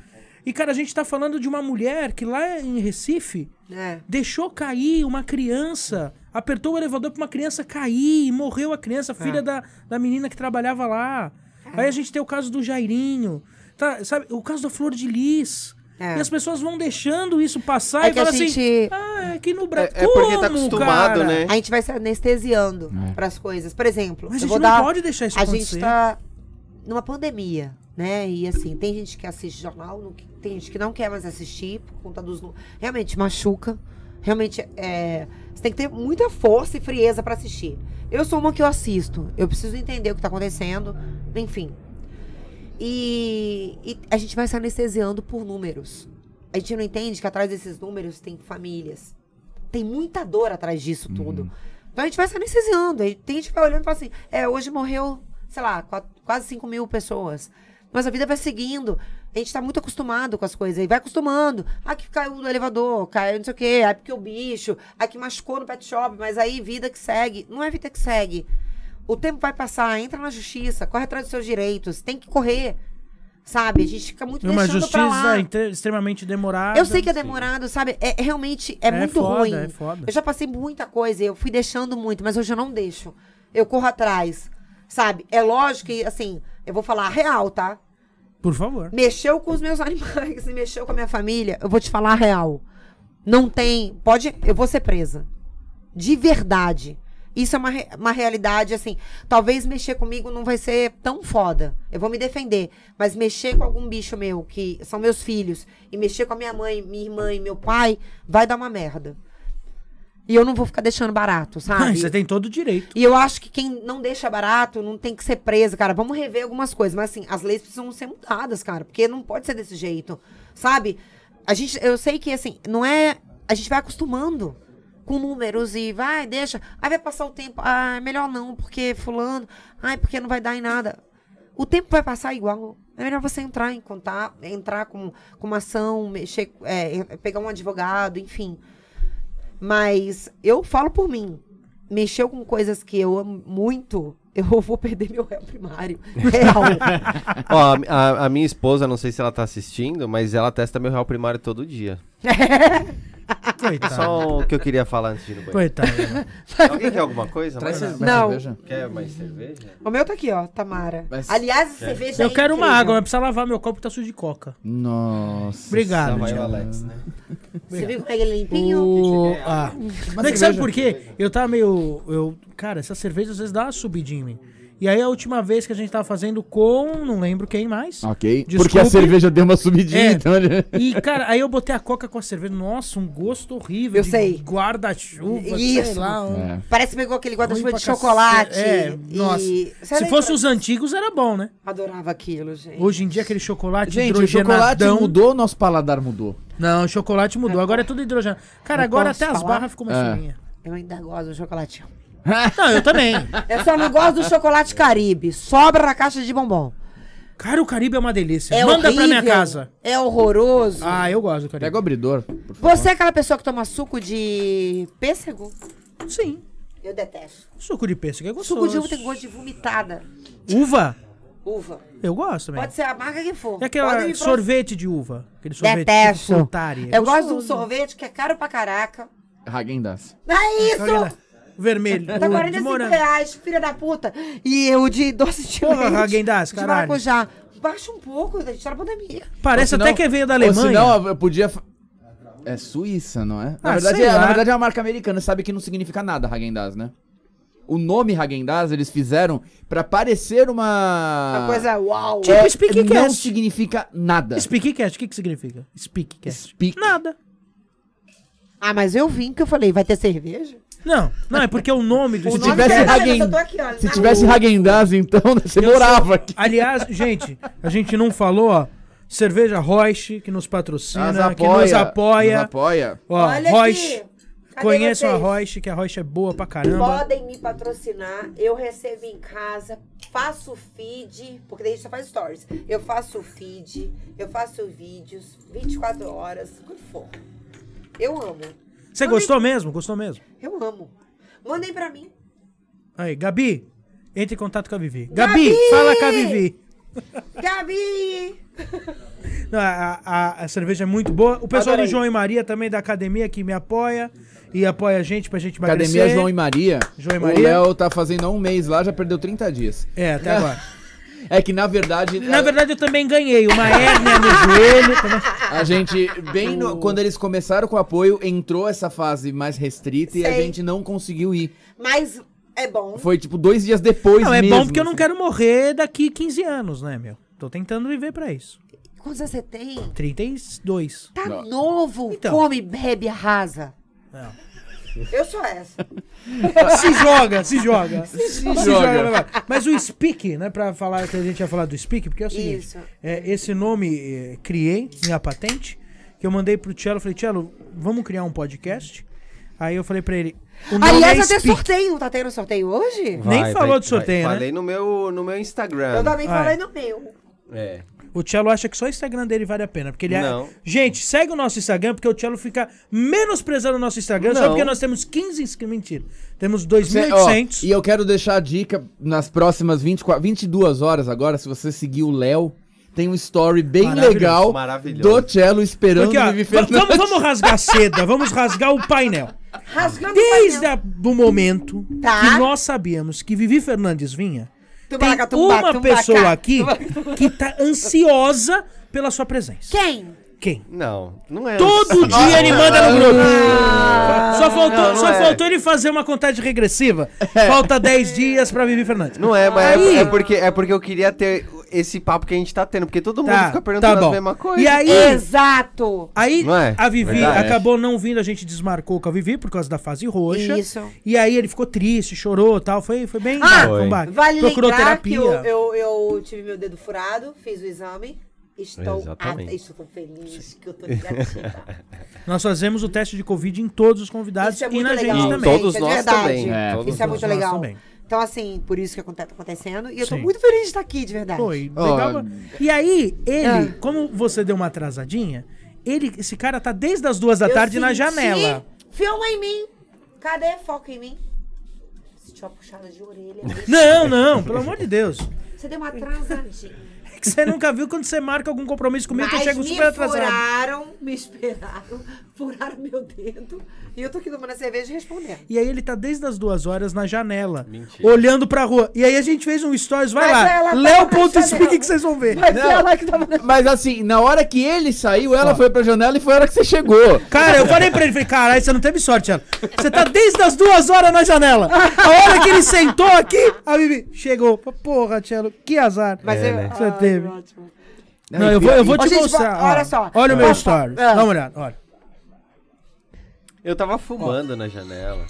Speaker 4: E, cara, a gente tá falando de uma mulher que lá em Recife
Speaker 2: É.
Speaker 4: deixou cair uma criança, apertou o elevador pra uma criança cair e morreu a
Speaker 2: É.
Speaker 4: criança, filha da, da menina que trabalhava lá. Aí a gente tem o caso do Jairinho, tá, sabe? O caso da Flor de Lis.
Speaker 2: É.
Speaker 4: E as pessoas vão deixando isso passar
Speaker 2: É
Speaker 4: e
Speaker 2: que a
Speaker 4: falam assim.
Speaker 2: gente-
Speaker 4: Ah, é que no Brasil.
Speaker 1: É, é porque
Speaker 4: Como,
Speaker 1: tá acostumado,
Speaker 4: cara?
Speaker 1: né?
Speaker 2: A gente vai se anestesiando pras coisas. Por exemplo,
Speaker 4: É. Mas a
Speaker 2: eu
Speaker 4: gente
Speaker 2: vou
Speaker 4: não
Speaker 2: dar...
Speaker 4: pode deixar isso
Speaker 2: a
Speaker 4: acontecer.
Speaker 2: gente tá numa pandemia, né? E assim, tem gente que assiste jornal, não- tem gente que não quer mais assistir por conta dos. nu- Realmente machuca. Realmente é. Você tem que ter muita força e frieza pra assistir. Eu sou uma que eu assisto. Eu preciso entender o que tá acontecendo. Enfim. E, e a gente vai se anestesiando por números. A gente não entende que atrás desses números tem famílias. Tem muita dor atrás disso
Speaker 4: Uhum.
Speaker 2: tudo. Então a gente vai se anestesiando. Aí tem gente que vai olhando e fala assim: é, hoje morreu, sei lá, qua- quase 5 mil pessoas. Mas a vida vai seguindo. A gente tá muito acostumado com as coisas. E vai acostumando. Ah, que caiu do elevador, caiu não sei o quê, ah, porque o bicho, ah, que machucou no pet shop, mas aí vida que segue. Não é vida que segue. O tempo vai passar, entra na justiça, corre atrás dos seus direitos, tem que correr. Sabe? A gente fica muito
Speaker 4: Uma
Speaker 2: deixando pra lá.
Speaker 4: justiça entre- extremamente demorada.
Speaker 2: Eu sei que é demorado, sabe? É, é realmente é, muito
Speaker 4: foda,
Speaker 2: ruim.
Speaker 4: assim, né? É foda.
Speaker 2: Eu já passei muita coisa, eu fui deixando muito, mas hoje eu não deixo. Eu corro atrás. Sabe? É lógico que, assim, eu vou falar a real, tá?
Speaker 4: Por favor.
Speaker 2: Mexeu com os meus animais e mexeu com a minha família, eu vou te falar a real. Não tem. Pode. Eu vou ser presa. De verdade. Isso é uma, re- uma realidade, assim. Talvez mexer comigo não vai ser tão foda. Eu vou me defender. Mas mexer com algum bicho meu, que são meus filhos, e mexer com a minha mãe, minha irmã e meu pai, vai dar uma merda. E eu não vou ficar deixando barato,
Speaker 4: Ah,
Speaker 2: sabe?
Speaker 4: você tem todo o direito.
Speaker 2: E eu acho que quem não deixa barato não tem que ser preso, cara. Vamos rever algumas coisas, mas assim, as leis precisam ser mudadas, cara, porque não pode ser desse jeito, sabe? A gente, eu sei que assim, não é, a gente vai acostumando com números e vai, deixa, aí vai passar o tempo, ah, é melhor não, porque fulano, ai, porque não vai dar em nada. O tempo vai passar igual. É melhor você entrar em contato, entrar com, com uma ação, mexer, é, em- pegar um advogado, enfim. Mas eu falo por mim. Mexeu com coisas que eu amo muito, eu vou perder meu réu primário. Real.
Speaker 1: Ó, a, a- a minha esposa, não sei se ela tá assistindo, mas ela testa meu real primário todo dia.
Speaker 4: Coitado.
Speaker 1: Só o que eu queria falar antes de ir no banheiro.
Speaker 4: Coitado.
Speaker 1: Alguém quer alguma coisa?
Speaker 3: Traz
Speaker 1: mais?
Speaker 3: essa- essa
Speaker 2: Não.
Speaker 3: cerveja.
Speaker 1: Quer mais cerveja?
Speaker 2: o meu tá aqui, ó, Tamara.
Speaker 3: Mas-
Speaker 2: Aliás, a cerveja
Speaker 4: Eu
Speaker 2: é
Speaker 4: quero uma
Speaker 2: incrível.
Speaker 4: água, mas precisa lavar meu copo que tá sujo de coca.
Speaker 3: Nossa.
Speaker 4: Obrigado.
Speaker 1: Lá vai o
Speaker 4: Thiago.
Speaker 1: Alex, né?
Speaker 2: Você viu como é que ele é limpinho?
Speaker 4: O... Ah.
Speaker 2: um-
Speaker 4: Mas é que sabe
Speaker 3: cerveja.
Speaker 4: por quê? Eu tava meio. Eu... Cara, essa cerveja às vezes dá uma subidinha em mim. E aí a última vez que a gente tava fazendo com. Não lembro quem mais.
Speaker 3: Ok.
Speaker 4: Desculpe.
Speaker 3: Porque a cerveja deu uma subidinha,
Speaker 4: É.
Speaker 3: então. né?
Speaker 4: E, cara, aí eu botei a coca com a cerveja. Nossa, um gosto horrível.
Speaker 2: Eu
Speaker 4: de
Speaker 2: sei.
Speaker 4: Guarda-chuva. Sei
Speaker 2: Isso.
Speaker 4: lá, um-
Speaker 3: É.
Speaker 2: Parece que pegou aquele guarda-chuva
Speaker 4: Ruim pra
Speaker 2: de chocolate.
Speaker 4: cacete. É,
Speaker 2: e-
Speaker 4: nossa.
Speaker 2: Você
Speaker 4: Se
Speaker 2: lembra?
Speaker 4: fosse os antigos, era bom, né?
Speaker 2: Adorava aquilo, gente.
Speaker 4: Hoje em dia, aquele chocolate
Speaker 3: Gente, o chocolate
Speaker 4: hidrogenadão...
Speaker 3: mudou, nosso paladar mudou.
Speaker 4: Não, o chocolate mudou. Agora é tudo hidrogenado. Cara,
Speaker 2: Eu
Speaker 4: agora
Speaker 2: posso
Speaker 4: até as
Speaker 2: falar?
Speaker 4: barras ficam mais
Speaker 3: É.
Speaker 4: fininhas.
Speaker 2: Eu ainda gosto do chocolatinho.
Speaker 4: Não, eu também.
Speaker 2: Eu só não gosto do chocolate Caribe. Sobra na caixa de bombom.
Speaker 4: Cara, o Caribe é uma delícia.
Speaker 2: É
Speaker 4: Manda pra
Speaker 2: horrível,
Speaker 4: minha casa.
Speaker 2: É horroroso.
Speaker 4: Ah, eu gosto do Caribe.
Speaker 3: Pega o abridor. por favor.
Speaker 2: Você é aquela pessoa que toma suco de pêssego?
Speaker 4: Sim.
Speaker 2: Eu detesto.
Speaker 4: Suco de pêssego é gostoso.
Speaker 2: Suco de uva tem gosto de vomitada.
Speaker 4: Uva?
Speaker 2: Uva.
Speaker 4: Eu gosto também.
Speaker 2: Pode ser a marca que for.
Speaker 4: É
Speaker 2: Podem
Speaker 4: aquele
Speaker 2: me
Speaker 4: sorvete de uva. Aquele
Speaker 2: pro-
Speaker 4: sorvete
Speaker 2: Detesto.
Speaker 4: frutari. É
Speaker 2: eu gosto de um
Speaker 4: gostoso.
Speaker 2: sorvete que é caro pra caraca.
Speaker 3: Häagen-Dazs.
Speaker 2: É
Speaker 4: Olha lá.
Speaker 2: isso!
Speaker 4: Vermelho.
Speaker 2: Tá
Speaker 4: o
Speaker 2: 45
Speaker 4: de morango.
Speaker 2: reais, filha da puta. E eu de doce de
Speaker 4: Porra,
Speaker 2: leite.
Speaker 4: Häagen-Dazs,
Speaker 2: de
Speaker 4: caralho.
Speaker 2: maracujá. Baixa um pouco, a gente tá na pandemia.
Speaker 4: Parece
Speaker 3: Ou
Speaker 4: até
Speaker 3: senão-
Speaker 4: que veio da
Speaker 3: Ou
Speaker 4: Alemanha.
Speaker 3: senão eu podia. fa- É Suíça, não é?
Speaker 4: Ah,
Speaker 3: Na, verdade,
Speaker 4: sei
Speaker 3: é
Speaker 4: lá.
Speaker 3: na verdade é uma marca americana, você sabe que não significa nada Häagen-Dazs, né? O nome Häagen-Dazs eles fizeram pra parecer uma.
Speaker 2: Uma coisa uau.
Speaker 4: Tipo Speak
Speaker 3: É, Não
Speaker 4: Cast.
Speaker 3: significa nada.
Speaker 4: Speak Cast, o que, que significa? Speak Cast.
Speaker 3: Speak.
Speaker 4: Nada.
Speaker 2: Ah, mas eu vim que eu falei, vai ter cerveja?
Speaker 4: Não, não, é porque o nome do
Speaker 2: O
Speaker 3: Se
Speaker 2: nome
Speaker 3: tivesse
Speaker 2: é-
Speaker 3: Hagen-
Speaker 2: Eu tô aqui, ó,
Speaker 3: Se
Speaker 2: na
Speaker 3: tivesse
Speaker 2: rua.
Speaker 3: Häagen-Dazs, então você
Speaker 4: Eu
Speaker 3: morava
Speaker 4: sou-
Speaker 3: aqui.
Speaker 4: Aliás, gente, a gente não falou, ó. Cerveja Roche, que nos patrocina,
Speaker 3: Mas
Speaker 4: que nos apoia.
Speaker 3: Nos apoia.
Speaker 4: Ó,
Speaker 2: Olha
Speaker 4: Roche.
Speaker 2: aqui. Cadê
Speaker 4: Conheçam a
Speaker 2: vocês?
Speaker 4: Roche, que a Roche é boa pra caramba.
Speaker 2: Podem me patrocinar, eu recebo em casa, faço feed, porque daí a gente só faz stories. Eu faço feed, eu faço vídeos, 24 horas, o que for. Eu amo,
Speaker 4: Você gostou mesmo? Gostou mesmo?
Speaker 2: eu amo. Mandem pra mim.
Speaker 4: Aí, Gabi, entre em contato com a Vivi. Gabi,
Speaker 2: Gabi!
Speaker 4: fala com a Vivi.
Speaker 2: Gabi!
Speaker 4: Não, a, a- a cerveja é muito boa. O pessoal
Speaker 2: Adorei.
Speaker 4: do João e Maria também, da academia, que me apoia e apoia a gente pra gente emagrecer.
Speaker 3: Academia João e Maria.
Speaker 4: João e
Speaker 3: O
Speaker 4: Maria.
Speaker 3: Léo tá fazendo há um mês lá, já perdeu 30 dias.
Speaker 4: É, até agora.
Speaker 3: É que na verdade.
Speaker 4: Na
Speaker 3: a-
Speaker 4: verdade, eu também ganhei uma hérnia no joelho. também.
Speaker 3: A gente, bem no- quando eles começaram com o apoio, entrou essa fase mais restrita e a
Speaker 2: Sei.
Speaker 3: gente não conseguiu ir.
Speaker 2: Mas é bom.
Speaker 3: Foi tipo dois dias depois
Speaker 4: Não, é
Speaker 3: mesmo,
Speaker 4: bom porque eu não
Speaker 3: assim.
Speaker 4: quero morrer daqui 15 anos, né, meu? Tô tentando viver pra isso.
Speaker 2: Quantos anos você tem?
Speaker 4: 32.
Speaker 2: Tá
Speaker 3: Não.
Speaker 2: novo,
Speaker 4: Então. É.
Speaker 2: come, bebe, arrasa.
Speaker 4: Não.
Speaker 2: Eu sou essa.
Speaker 4: Se joga, se joga. Se
Speaker 3: joga.
Speaker 4: vai lá. Mas o Speak, né? Pra falar que a gente ia falar do Speak, porque é o seguinte:
Speaker 2: Isso.
Speaker 4: é, esse nome eh, criei, minha patente, que eu mandei pro Tchelo. Falei, Tchelo, vamos criar um podcast? Aí eu falei pra ele. O nome é
Speaker 2: Aliás, até
Speaker 4: Speak.
Speaker 2: sorteio. Tá tendo sorteio hoje?
Speaker 4: Nem falou de sorteio, né?
Speaker 1: Falei no meu, no meu Instagram.
Speaker 2: Eu também
Speaker 4: Vai.
Speaker 2: falei no meu.
Speaker 1: É.
Speaker 4: O Cello acha que só o Instagram dele vale a pena. Porque ele é-
Speaker 1: Não.
Speaker 4: Gente, segue o nosso Instagram, porque o Cello fica menosprezando o nosso Instagram, só
Speaker 1: Não.
Speaker 4: porque nós temos 15 inscritos. Mentira. Temos
Speaker 3: Cê- ó,
Speaker 4: 2.800.
Speaker 3: e eu quero deixar a dica nas próximas 24, 22 horas agora, se você seguir o Léo, tem um story bem
Speaker 4: Maravilhoso,
Speaker 3: legal
Speaker 1: maravilhoso.
Speaker 3: do Cello esperando
Speaker 4: Porque, ó,
Speaker 3: o Vivi Fernandes.
Speaker 4: vamos, vamos rasgar a seda, vamos rasgar o painel.
Speaker 2: Rasgando
Speaker 4: Desde
Speaker 2: o painel.
Speaker 4: o momento
Speaker 2: Tá.
Speaker 4: que nós sabíamos que Vivi Fernandes vinha, tem
Speaker 2: Tumbalaca, tumbá,
Speaker 4: uma
Speaker 2: tumbacá.
Speaker 4: pessoa aqui que tá ansiosa pela sua presença.
Speaker 2: Quem?
Speaker 4: Quem?
Speaker 1: Não, não é.
Speaker 4: Todo
Speaker 1: assim.
Speaker 4: dia ele manda no grupo. Só faltou,
Speaker 1: Não, não
Speaker 4: só
Speaker 1: é.
Speaker 4: faltou ele fazer uma contagem regressiva. Falta 10 dias pra Vivi Fernandes.
Speaker 1: Não é, mas
Speaker 4: Aí-
Speaker 1: é, é porque, é porque eu queria ter esse papo que a gente tá tendo, porque todo mundo
Speaker 4: Tá,
Speaker 1: fica
Speaker 4: tá
Speaker 1: perguntando
Speaker 4: bom.
Speaker 1: a mesma coisa.
Speaker 4: E aí,
Speaker 2: Exato.
Speaker 4: aí
Speaker 1: Não é?
Speaker 4: a Vivi
Speaker 1: Verdade.
Speaker 4: acabou não vindo, a gente desmarcou com a Vivi por causa da fase roxa.
Speaker 2: Isso.
Speaker 4: E aí ele ficou triste, chorou e tal. Foi, foi bem.
Speaker 2: Ah,
Speaker 4: foi.
Speaker 2: Vale
Speaker 4: Procurou
Speaker 2: lembrar
Speaker 4: terapia.
Speaker 2: que eu, eu, eu tive meu dedo furado, fiz o exame. Estou,
Speaker 1: Exatamente.
Speaker 2: a- estou feliz que eu tô negativa.
Speaker 4: Nós fazemos o teste de Covid em todos os convidados
Speaker 2: Isso é
Speaker 4: e
Speaker 2: muito
Speaker 4: na
Speaker 2: legal.
Speaker 4: gente
Speaker 1: Em
Speaker 4: também.
Speaker 1: todos
Speaker 2: é
Speaker 1: nós
Speaker 2: verdade.
Speaker 1: também.
Speaker 3: É.
Speaker 1: Todos
Speaker 2: Isso é
Speaker 1: nós.
Speaker 2: muito
Speaker 4: nós
Speaker 2: legal.
Speaker 4: também.
Speaker 2: Então, assim, por isso que aconte- tá acontecendo. E eu tô
Speaker 4: Sim.
Speaker 2: muito feliz de estar aqui, de verdade.
Speaker 4: Foi.
Speaker 3: Ó,
Speaker 4: legal. E aí, ele,
Speaker 2: Ah.
Speaker 4: como você deu uma atrasadinha, ele, esse cara tá desde as duas da
Speaker 2: Eu
Speaker 4: tarde na
Speaker 2: senti-
Speaker 4: janela.
Speaker 2: Filma em mim. Cadê? Foca em mim. Você tinha uma puxada de orelha.
Speaker 4: Não, não, pelo amor de Deus.
Speaker 2: Você deu uma transadinha.
Speaker 4: É que você nunca viu quando você marca algum compromisso comigo que eu
Speaker 2: Mas
Speaker 4: chego
Speaker 2: me
Speaker 4: super atrasado.
Speaker 2: furaram, me esperaram, furaram meu dedo. E eu tô aqui tomando a cerveja e respondendo.
Speaker 4: E aí ele tá desde as duas horas na janela,
Speaker 1: Mentira.
Speaker 4: olhando pra rua. E aí a gente fez um stories, vai
Speaker 2: Mas ela
Speaker 4: lá,
Speaker 2: tá na
Speaker 4: leo.speak
Speaker 2: janela.
Speaker 4: que vocês vão ver.
Speaker 2: Mas
Speaker 3: Não.
Speaker 2: ela que tá tava na
Speaker 3: Mas assim, na hora que ele saiu, ela foi pra janela e foi a hora que você chegou.
Speaker 4: Cara, eu falei pra ele, falei, caralho, você não teve sorte, ela. Você tá desde as duas horas na janela. A hora que ele sentou aqui, a Bibi chegou. Porra, Tchelo, que azar.
Speaker 2: Mas
Speaker 1: É,
Speaker 2: eu,
Speaker 1: né?
Speaker 4: Você teve.
Speaker 2: ótimo.
Speaker 4: Não, eu vou, eu vou
Speaker 2: Ó,
Speaker 4: te
Speaker 2: gente,
Speaker 4: mostrar.
Speaker 2: ó, olha
Speaker 4: ó.
Speaker 2: só.
Speaker 4: Olha o meu
Speaker 2: Posso-
Speaker 4: stories.
Speaker 2: Ah.
Speaker 4: Dá uma olhada, olha.
Speaker 1: Eu tava fumando na janela.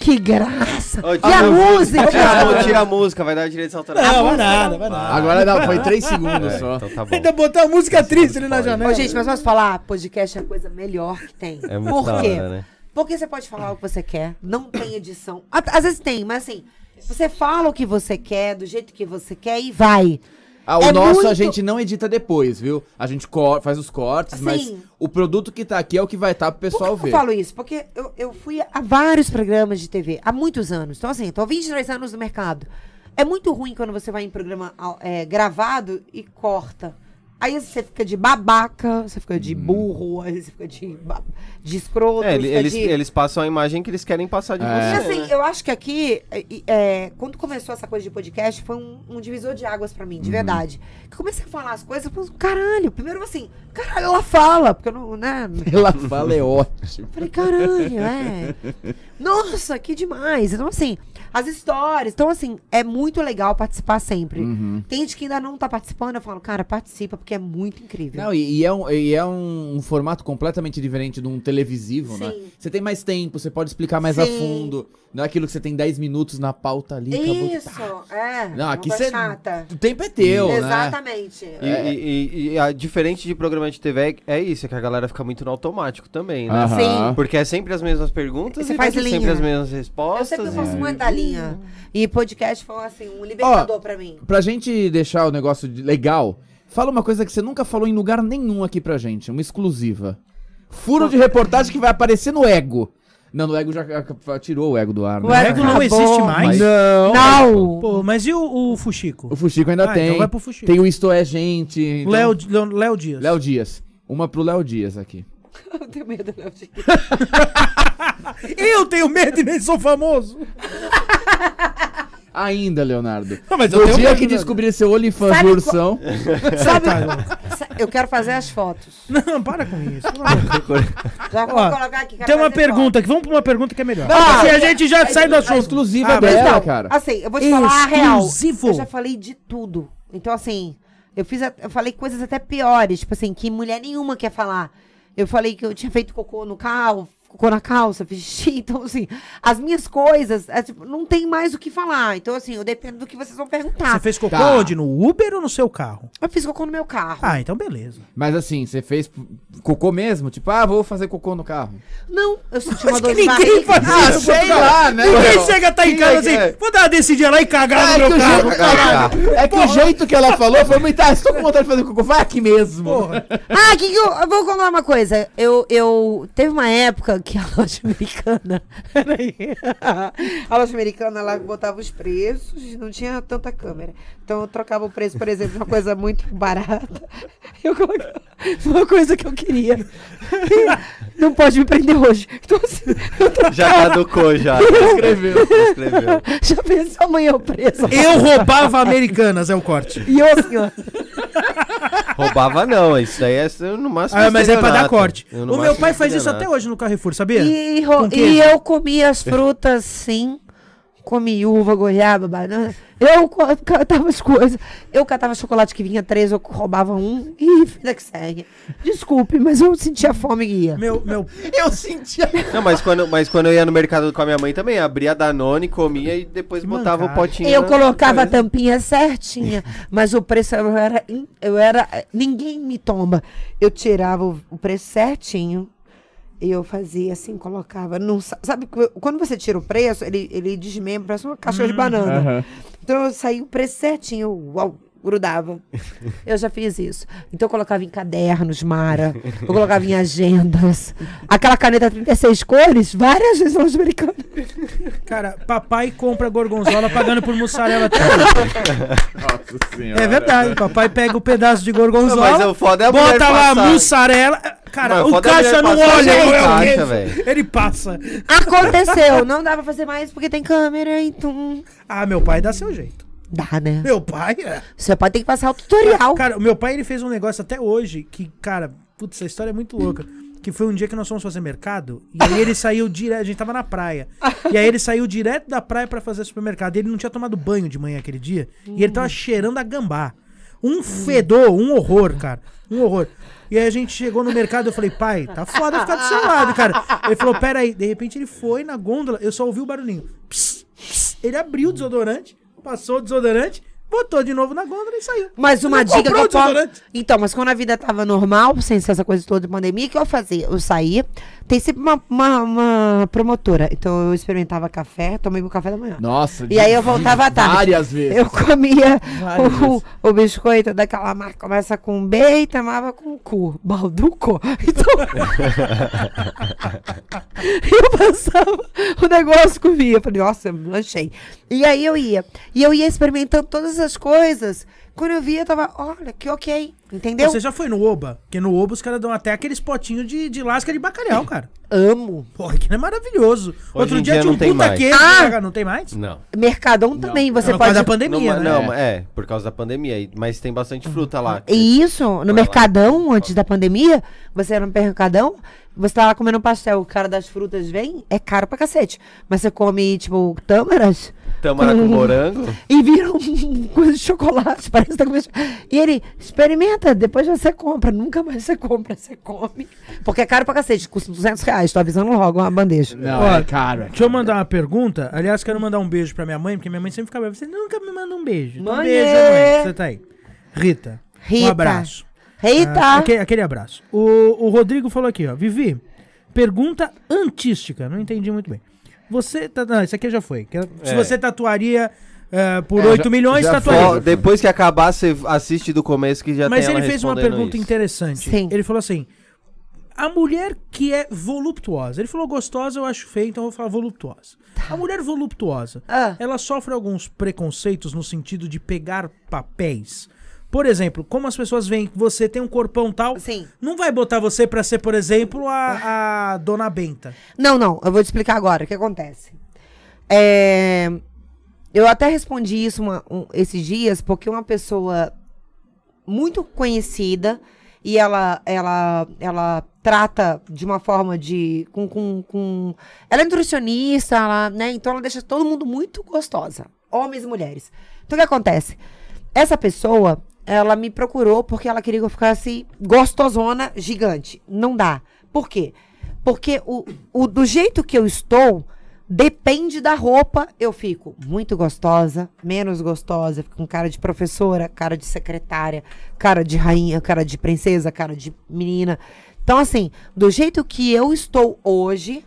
Speaker 2: Que graça!
Speaker 1: Ó,
Speaker 2: e a
Speaker 1: tira-
Speaker 2: música?
Speaker 1: Tira, a mu- tira a música, vai dar direitos autorais.
Speaker 4: Não, vai nada, vai nada.
Speaker 3: Agora não, foi três segundos
Speaker 1: Ah. É,
Speaker 3: só.
Speaker 1: então tá bom.
Speaker 4: Ainda botou a música triste ali na
Speaker 1: pode. né?
Speaker 4: janela.
Speaker 2: Ô, gente, mas posso falar? Podcast é a coisa melhor que tem.
Speaker 1: É muito
Speaker 2: Por
Speaker 1: da
Speaker 2: quê?
Speaker 1: hora, né?
Speaker 2: Porque você pode falar o que você quer, não tem edição. Á- Às vezes tem, mas assim, você fala o que você quer, do jeito que você quer e vai.
Speaker 3: Ah, o
Speaker 2: É
Speaker 3: nosso a
Speaker 2: muito-
Speaker 3: gente não edita depois, viu? A gente co- faz os cortes, mas
Speaker 2: Sim.
Speaker 3: o produto que tá aqui é o que vai estar pro
Speaker 2: Por que
Speaker 3: pessoal
Speaker 2: eu
Speaker 3: ver.
Speaker 2: falo isso? Porque eu, eu fui a vários programas de TV, há muitos anos. Então, assim, tô há 23 anos no mercado. É muito ruim quando você vai em programa ao- é, gravado e corta. Aí você fica de babaca, você fica de burro, aí você fica de, ba- de escroto.
Speaker 1: Uhum. É, ele-
Speaker 2: fica
Speaker 1: eles,
Speaker 2: de...
Speaker 1: eles passam a imagem que eles querem passar de
Speaker 2: E
Speaker 1: você.
Speaker 2: assim,
Speaker 1: né?
Speaker 2: eu acho que aqui, é, e, é, quando começou essa coisa de podcast, foi um, um divisor de águas pra
Speaker 1: Uhum.
Speaker 2: mim, de verdade. Que eu comecei a falar as coisas, eu falei, caralho, primeiro assim, caralho, ela fala, porque eu não, né?
Speaker 3: Ela fala é ótimo.
Speaker 2: Falei, caralho, é. Nossa, que demais. Então, assim, as histórias. Então, assim, é muito legal participar sempre.
Speaker 4: Uhum.
Speaker 2: Tem gente que ainda não tá participando, eu falo, cara, participa, porque é muito incrível.
Speaker 3: Não, e, e é, um, e é um, um formato completamente diferente de um televisivo, né?
Speaker 2: Sim.
Speaker 3: Você tem mais tempo, você pode explicar mais a
Speaker 2: Sim.
Speaker 3: fundo. Não é aquilo que você tem 10 minutos na pauta ali, acabou. que tá.
Speaker 2: Isso, é.
Speaker 3: Não, aqui
Speaker 2: você.
Speaker 3: você.
Speaker 2: Chata.
Speaker 3: O tempo é teu, né?
Speaker 2: Exatamente.
Speaker 1: E, e- e- e a diferente de programa de TV é é isso, é que a galera fica muito no automático também, né?
Speaker 3: Aham.
Speaker 2: Sim.
Speaker 1: Porque é sempre as mesmas perguntas
Speaker 2: Você
Speaker 1: e
Speaker 2: faz
Speaker 1: vai ser
Speaker 2: linha.
Speaker 1: sempre as mesmas
Speaker 2: Eu
Speaker 1: respostas.
Speaker 2: sempre
Speaker 1: e-
Speaker 2: faço muita linha. E podcast foi, assim, um libertador pra mim.
Speaker 3: Pra gente deixar o negócio de- legal, fala uma coisa que você nunca falou em lugar nenhum aqui pra gente, uma exclusiva. Furo de reportagem que vai aparecer no Ego. Não, no Ego já já tirou o Ego do ar, né?
Speaker 2: O
Speaker 4: O
Speaker 2: Ego
Speaker 4: ego não
Speaker 2: acabou.
Speaker 4: existe mais.
Speaker 3: Não.
Speaker 2: Não!
Speaker 4: Pô, mas e o, o Fuxico?
Speaker 3: O Fuxico ainda
Speaker 4: Ah,
Speaker 3: tem.
Speaker 4: então vai pro Fuxico.
Speaker 3: Tem o Isto é Gente. então-
Speaker 4: Léo, Léo, Léo Dias.
Speaker 3: Léo Dias. Uma pro Léo Dias aqui.
Speaker 2: Eu tenho medo, Léo. de-
Speaker 4: Eu tenho medo e nem sou famoso.
Speaker 3: Ainda, Leonardo.
Speaker 4: Não, mas eu
Speaker 3: no
Speaker 4: tenho
Speaker 3: dia
Speaker 4: medo,
Speaker 3: que
Speaker 4: né?
Speaker 3: descobrir seu OnlyFans
Speaker 2: Sabe
Speaker 3: do ursão,
Speaker 2: Sabe? Sa- Eu quero fazer as fotos.
Speaker 4: tá Não, para com isso. pelo amor de Deus.
Speaker 2: Já vou
Speaker 4: Ó,
Speaker 2: colocar aqui. quero
Speaker 4: Ah, Tem uma
Speaker 2: fazer
Speaker 4: pergunta aqui. Vamos pra uma pergunta que é melhor.
Speaker 2: Ah,
Speaker 4: Assim a gente já sai do
Speaker 3: a
Speaker 4: assunto.
Speaker 3: exclusiva
Speaker 4: Ah, mas
Speaker 2: foto.
Speaker 3: dela,
Speaker 2: Então,
Speaker 3: cara.
Speaker 2: assim, eu vou te falar a real.
Speaker 4: Exclusivo.
Speaker 2: Eu já falei de tudo. Então, assim, eu fiz, a- eu falei coisas até piores, tipo assim, que mulher nenhuma quer falar. Eu falei que eu tinha feito cocô no carro, cocô na calça, vixi. Então, assim, as minhas coisas, é, tipo, não tem mais o que falar. Então, assim, eu dependo do que vocês vão perguntar.
Speaker 4: Você fez cocô
Speaker 3: Tá.
Speaker 4: onde? No Uber ou no seu carro?
Speaker 2: Eu fiz cocô no meu carro.
Speaker 4: Ah, então beleza.
Speaker 3: Mas assim, você fez cocô mesmo? Tipo, ah, vou fazer cocô no carro.
Speaker 2: Não, eu senti uma
Speaker 4: Acho
Speaker 2: dor
Speaker 4: que
Speaker 2: de
Speaker 4: ninguém
Speaker 2: barriga.
Speaker 4: faz
Speaker 3: Ah,
Speaker 4: isso.
Speaker 3: sei
Speaker 4: Portugal.
Speaker 3: lá, né,
Speaker 4: Ninguém
Speaker 3: meu?
Speaker 4: chega tá em
Speaker 1: Quem
Speaker 4: casa
Speaker 1: é
Speaker 4: assim,
Speaker 1: que é?
Speaker 4: vou dar uma decidinha lá e
Speaker 3: Ah,
Speaker 4: cagar no meu carro.
Speaker 1: Caralho.
Speaker 3: É que o jeito que ela falou foi muito. Ah, estou com vontade de fazer cocô. Vai aqui mesmo.
Speaker 4: Porra.
Speaker 2: Ah, que que eu, eu vou contar uma coisa. Eu, eu teve uma época que a loja americana. Peraí. A loja americana lá botava os preços, e não tinha tanta câmera. Então eu trocava o preço, por exemplo, de uma coisa muito barata. Eu colocava uma coisa que eu queria. Não pode me prender hoje. Então assim, eu trocava.
Speaker 1: Já tá caducou, já. Escreveu. Escreveu.
Speaker 2: Já pensou amanhã eu preso.
Speaker 4: Eu roubava americanas, é o corte.
Speaker 2: E eu assim, ó.
Speaker 1: Roubava não, isso daí é no máximo.
Speaker 4: Ah, mas é pra dar
Speaker 1: estelionato.
Speaker 4: corte.
Speaker 1: Eu,
Speaker 4: O
Speaker 1: no
Speaker 4: meu
Speaker 1: máximo,
Speaker 4: pai faz isso até
Speaker 1: estelionato.
Speaker 4: hoje no Carrefour, sabia?
Speaker 2: E, ro-
Speaker 4: Com
Speaker 2: e
Speaker 4: queijo.
Speaker 2: eu comi as frutas sim. Comi uva, goiaba, banana. Eu co- catava as coisas. Eu catava chocolate que vinha três, eu roubava um. E vida que segue. Desculpe, mas eu sentia fome e ia.
Speaker 4: Meu, meu,
Speaker 3: Eu sentia.
Speaker 1: Não, mas quando, mas quando eu ia no mercado com a minha mãe também, abria a Danone, comia e depois
Speaker 4: Que
Speaker 1: botava
Speaker 4: mancada.
Speaker 1: o potinho.
Speaker 2: Eu
Speaker 1: na-
Speaker 2: colocava a tampinha certinha, mas o preço eu era, in- eu era. Ninguém me tomba. Eu tirava o, o preço certinho e eu fazia assim, colocava. Num, sa- sabe, que quando você tira o preço, ele, ele desmembra, parece uma caixa de banana. Então eu saí o preço certinho, uau, grudava. Eu já fiz isso. Então eu colocava em cadernos, Mara, eu colocava em agendas. Aquela caneta 36 cores, várias vezes lojas americanas.
Speaker 4: cara, papai compra gorgonzola pagando por mussarela.
Speaker 3: Nossa senhora.
Speaker 4: É verdade, papai pega o pedaço de
Speaker 1: Não,
Speaker 4: gorgonzola,
Speaker 1: Mas o foda é a mulher
Speaker 4: bota lá
Speaker 1: passar.
Speaker 4: a mussarela. Cara,
Speaker 1: Mas
Speaker 4: o
Speaker 1: foda é a mulher
Speaker 4: caixa não
Speaker 1: passar,
Speaker 4: olha,
Speaker 1: ele
Speaker 4: eu- eu-
Speaker 1: encaixa,
Speaker 4: ele-
Speaker 1: velho.
Speaker 4: ele passa.
Speaker 2: Aconteceu, não dá pra fazer mais porque tem câmera, então.
Speaker 4: Ah, meu pai dá seu jeito.
Speaker 2: Dá, né?
Speaker 4: Meu pai é.
Speaker 2: Você pode ter que passar o tutorial.
Speaker 4: Cara, o meu pai ele fez um negócio até hoje que, cara, putz, essa história é muito louca. Que foi um dia que nós fomos fazer mercado e aí ele saiu direto, a gente tava na praia. E aí ele saiu direto da praia pra fazer supermercado. E ele não tinha tomado banho de manhã aquele dia e ele tava cheirando a gambá. Um fedor, um horror, cara. Um horror. E aí a gente chegou no mercado, eu falei, pai, tá foda ficar do seu lado, cara. Ele falou, pera aí. De repente ele foi na gôndola, eu só ouvi o barulhinho. Pss, pss. Ele abriu o desodorante, passou o desodorante, botou de novo na gôndola e saiu.
Speaker 2: Mas uma
Speaker 4: Não
Speaker 2: dica que
Speaker 4: comprou
Speaker 2: eu posso...
Speaker 4: desodorante?
Speaker 2: Então, mas quando a vida tava normal, sem ser essa coisa toda de pandemia, o que eu fazia? Eu saía, tem sempre uma, uma- uma promotora. Então eu experimentava café, tomei meu café da manhã.
Speaker 3: Nossa,
Speaker 2: E aí eu voltava à tarde.
Speaker 3: Várias vezes.
Speaker 2: Eu comia
Speaker 3: Várias
Speaker 2: o, o biscoito daquela marca, começa com B e tomava com cu. Balduco. Então. eu passava o negócio, comia. Falei, nossa, eu lanchei. E aí eu ia. E eu ia experimentando todas essas coisas. Quando eu via, eu tava, olha, que ok. Entendeu?
Speaker 4: Você já foi no Oba? Porque no Oba os caras dão até aqueles potinhos de, de lasca de bacalhau, cara.
Speaker 2: Amo.
Speaker 4: Porra, aquilo é maravilhoso. Outro
Speaker 1: em
Speaker 4: dia,
Speaker 1: dia
Speaker 4: tinha um
Speaker 1: não tem
Speaker 4: puta
Speaker 1: mais.
Speaker 4: queijo.
Speaker 2: Ah!
Speaker 4: né? Não tem mais?
Speaker 1: Não.
Speaker 2: Mercadão também, você
Speaker 4: Por
Speaker 2: pode.
Speaker 4: causa da
Speaker 1: Não,
Speaker 4: pandemia,
Speaker 1: ma-
Speaker 4: né?
Speaker 1: não, é, por causa da pandemia. e- Mas tem bastante fruta lá.
Speaker 2: E isso, no
Speaker 1: lá.
Speaker 2: Mercadão, antes da pandemia, você era no Mercadão, você tá lá comendo um pastel, o cara das frutas vem, é caro pra cacete. Mas você come, tipo, tâmaras
Speaker 1: Tâmara com morango.
Speaker 2: e vira um coisa de chocolate, parece que tá comendo. cho- E ele experimenta, depois você compra, nunca mais você compra, você come. Porque é caro pra cacete, custa 200 reais, tô avisando logo, uma bandeja.
Speaker 3: Não,
Speaker 4: Ó,
Speaker 3: é caro. é
Speaker 4: Deixa eu mandar uma pergunta. Aliás, quero mandar um beijo pra minha mãe, porque minha mãe sempre ficava. Você nunca me manda um beijo. Então,
Speaker 2: Mãe!
Speaker 4: beijo, mãe. Você tá aí. Rita. Um
Speaker 2: Rita.
Speaker 4: abraço.
Speaker 2: Eita!
Speaker 4: Ah, aque- aquele abraço. O, o Rodrigo falou aqui, ó. Vivi, pergunta antística. Não entendi muito bem. Você. Tá, não, isso aqui já foi. Que- Se
Speaker 1: É.
Speaker 4: você tatuaria eh, por
Speaker 3: É,
Speaker 4: 8
Speaker 3: já-
Speaker 4: milhões,
Speaker 3: já
Speaker 4: tatuaria.
Speaker 1: Ó, depois que acabar, você assiste do começo que já
Speaker 4: Mas
Speaker 1: tem
Speaker 4: ele
Speaker 1: ela
Speaker 4: fez uma
Speaker 1: respondendo
Speaker 4: pergunta
Speaker 1: isso.
Speaker 4: interessante.
Speaker 2: Sim.
Speaker 4: Ele falou assim: a mulher que é voluptuosa. Ele falou gostosa, eu acho feio, então eu vou falar voluptuosa. A mulher voluptuosa,
Speaker 2: Tá. Ah.
Speaker 4: ela sofre alguns preconceitos no sentido de pegar papéis. Por exemplo, como as pessoas veem que você tem um corpão tal,
Speaker 2: Sim. Ah.
Speaker 4: não vai botar você pra ser, por exemplo, a, a Dona Benta.
Speaker 2: Não, não, eu vou te explicar agora o que acontece. É, eu até respondi isso uma- um- esses dias porque uma pessoa muito conhecida e ela ela ela trata de uma forma de com, com, com ela é nutricionista, ela, né? Então ela deixa todo mundo muito gostosa, homens e mulheres. Então o que acontece? Essa pessoa, ela me procurou porque ela queria que eu ficasse gostosona gigante. Não dá. Por quê? Porque o, o- do jeito que eu estou, depende da roupa, eu fico muito gostosa, menos gostosa, fico com cara de professora, cara de secretária, cara de rainha, cara de princesa, cara de menina. Então, assim, do jeito que eu estou hoje,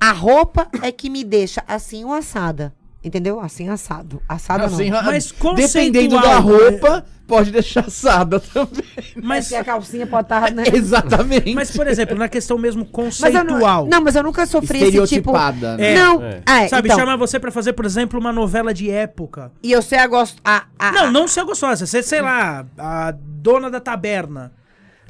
Speaker 2: a roupa é que me deixa assim ou assada. Entendeu? Assim assado. Assada não.
Speaker 3: Assim,
Speaker 4: Mas
Speaker 3: dependendo
Speaker 4: conceitual,
Speaker 3: da
Speaker 4: né?
Speaker 3: roupa, pode deixar assada também.
Speaker 4: Mas,
Speaker 2: Porque é a calcinha pode estar, né?
Speaker 3: é Exatamente.
Speaker 4: mas, por exemplo, na questão mesmo
Speaker 2: Mas eu
Speaker 4: conceitual.
Speaker 2: não, não, mas eu nunca sofri esse tipo.
Speaker 3: Estereotipada, né?
Speaker 4: É.
Speaker 2: Não,
Speaker 1: É.
Speaker 2: ah, é,
Speaker 4: Sabe,
Speaker 2: então,
Speaker 4: chamar você pra fazer, por exemplo, uma novela de época.
Speaker 2: E eu sei a gosto. A, a-
Speaker 4: Não, não ser gostosa. Ser, sei lá, a dona da taberna.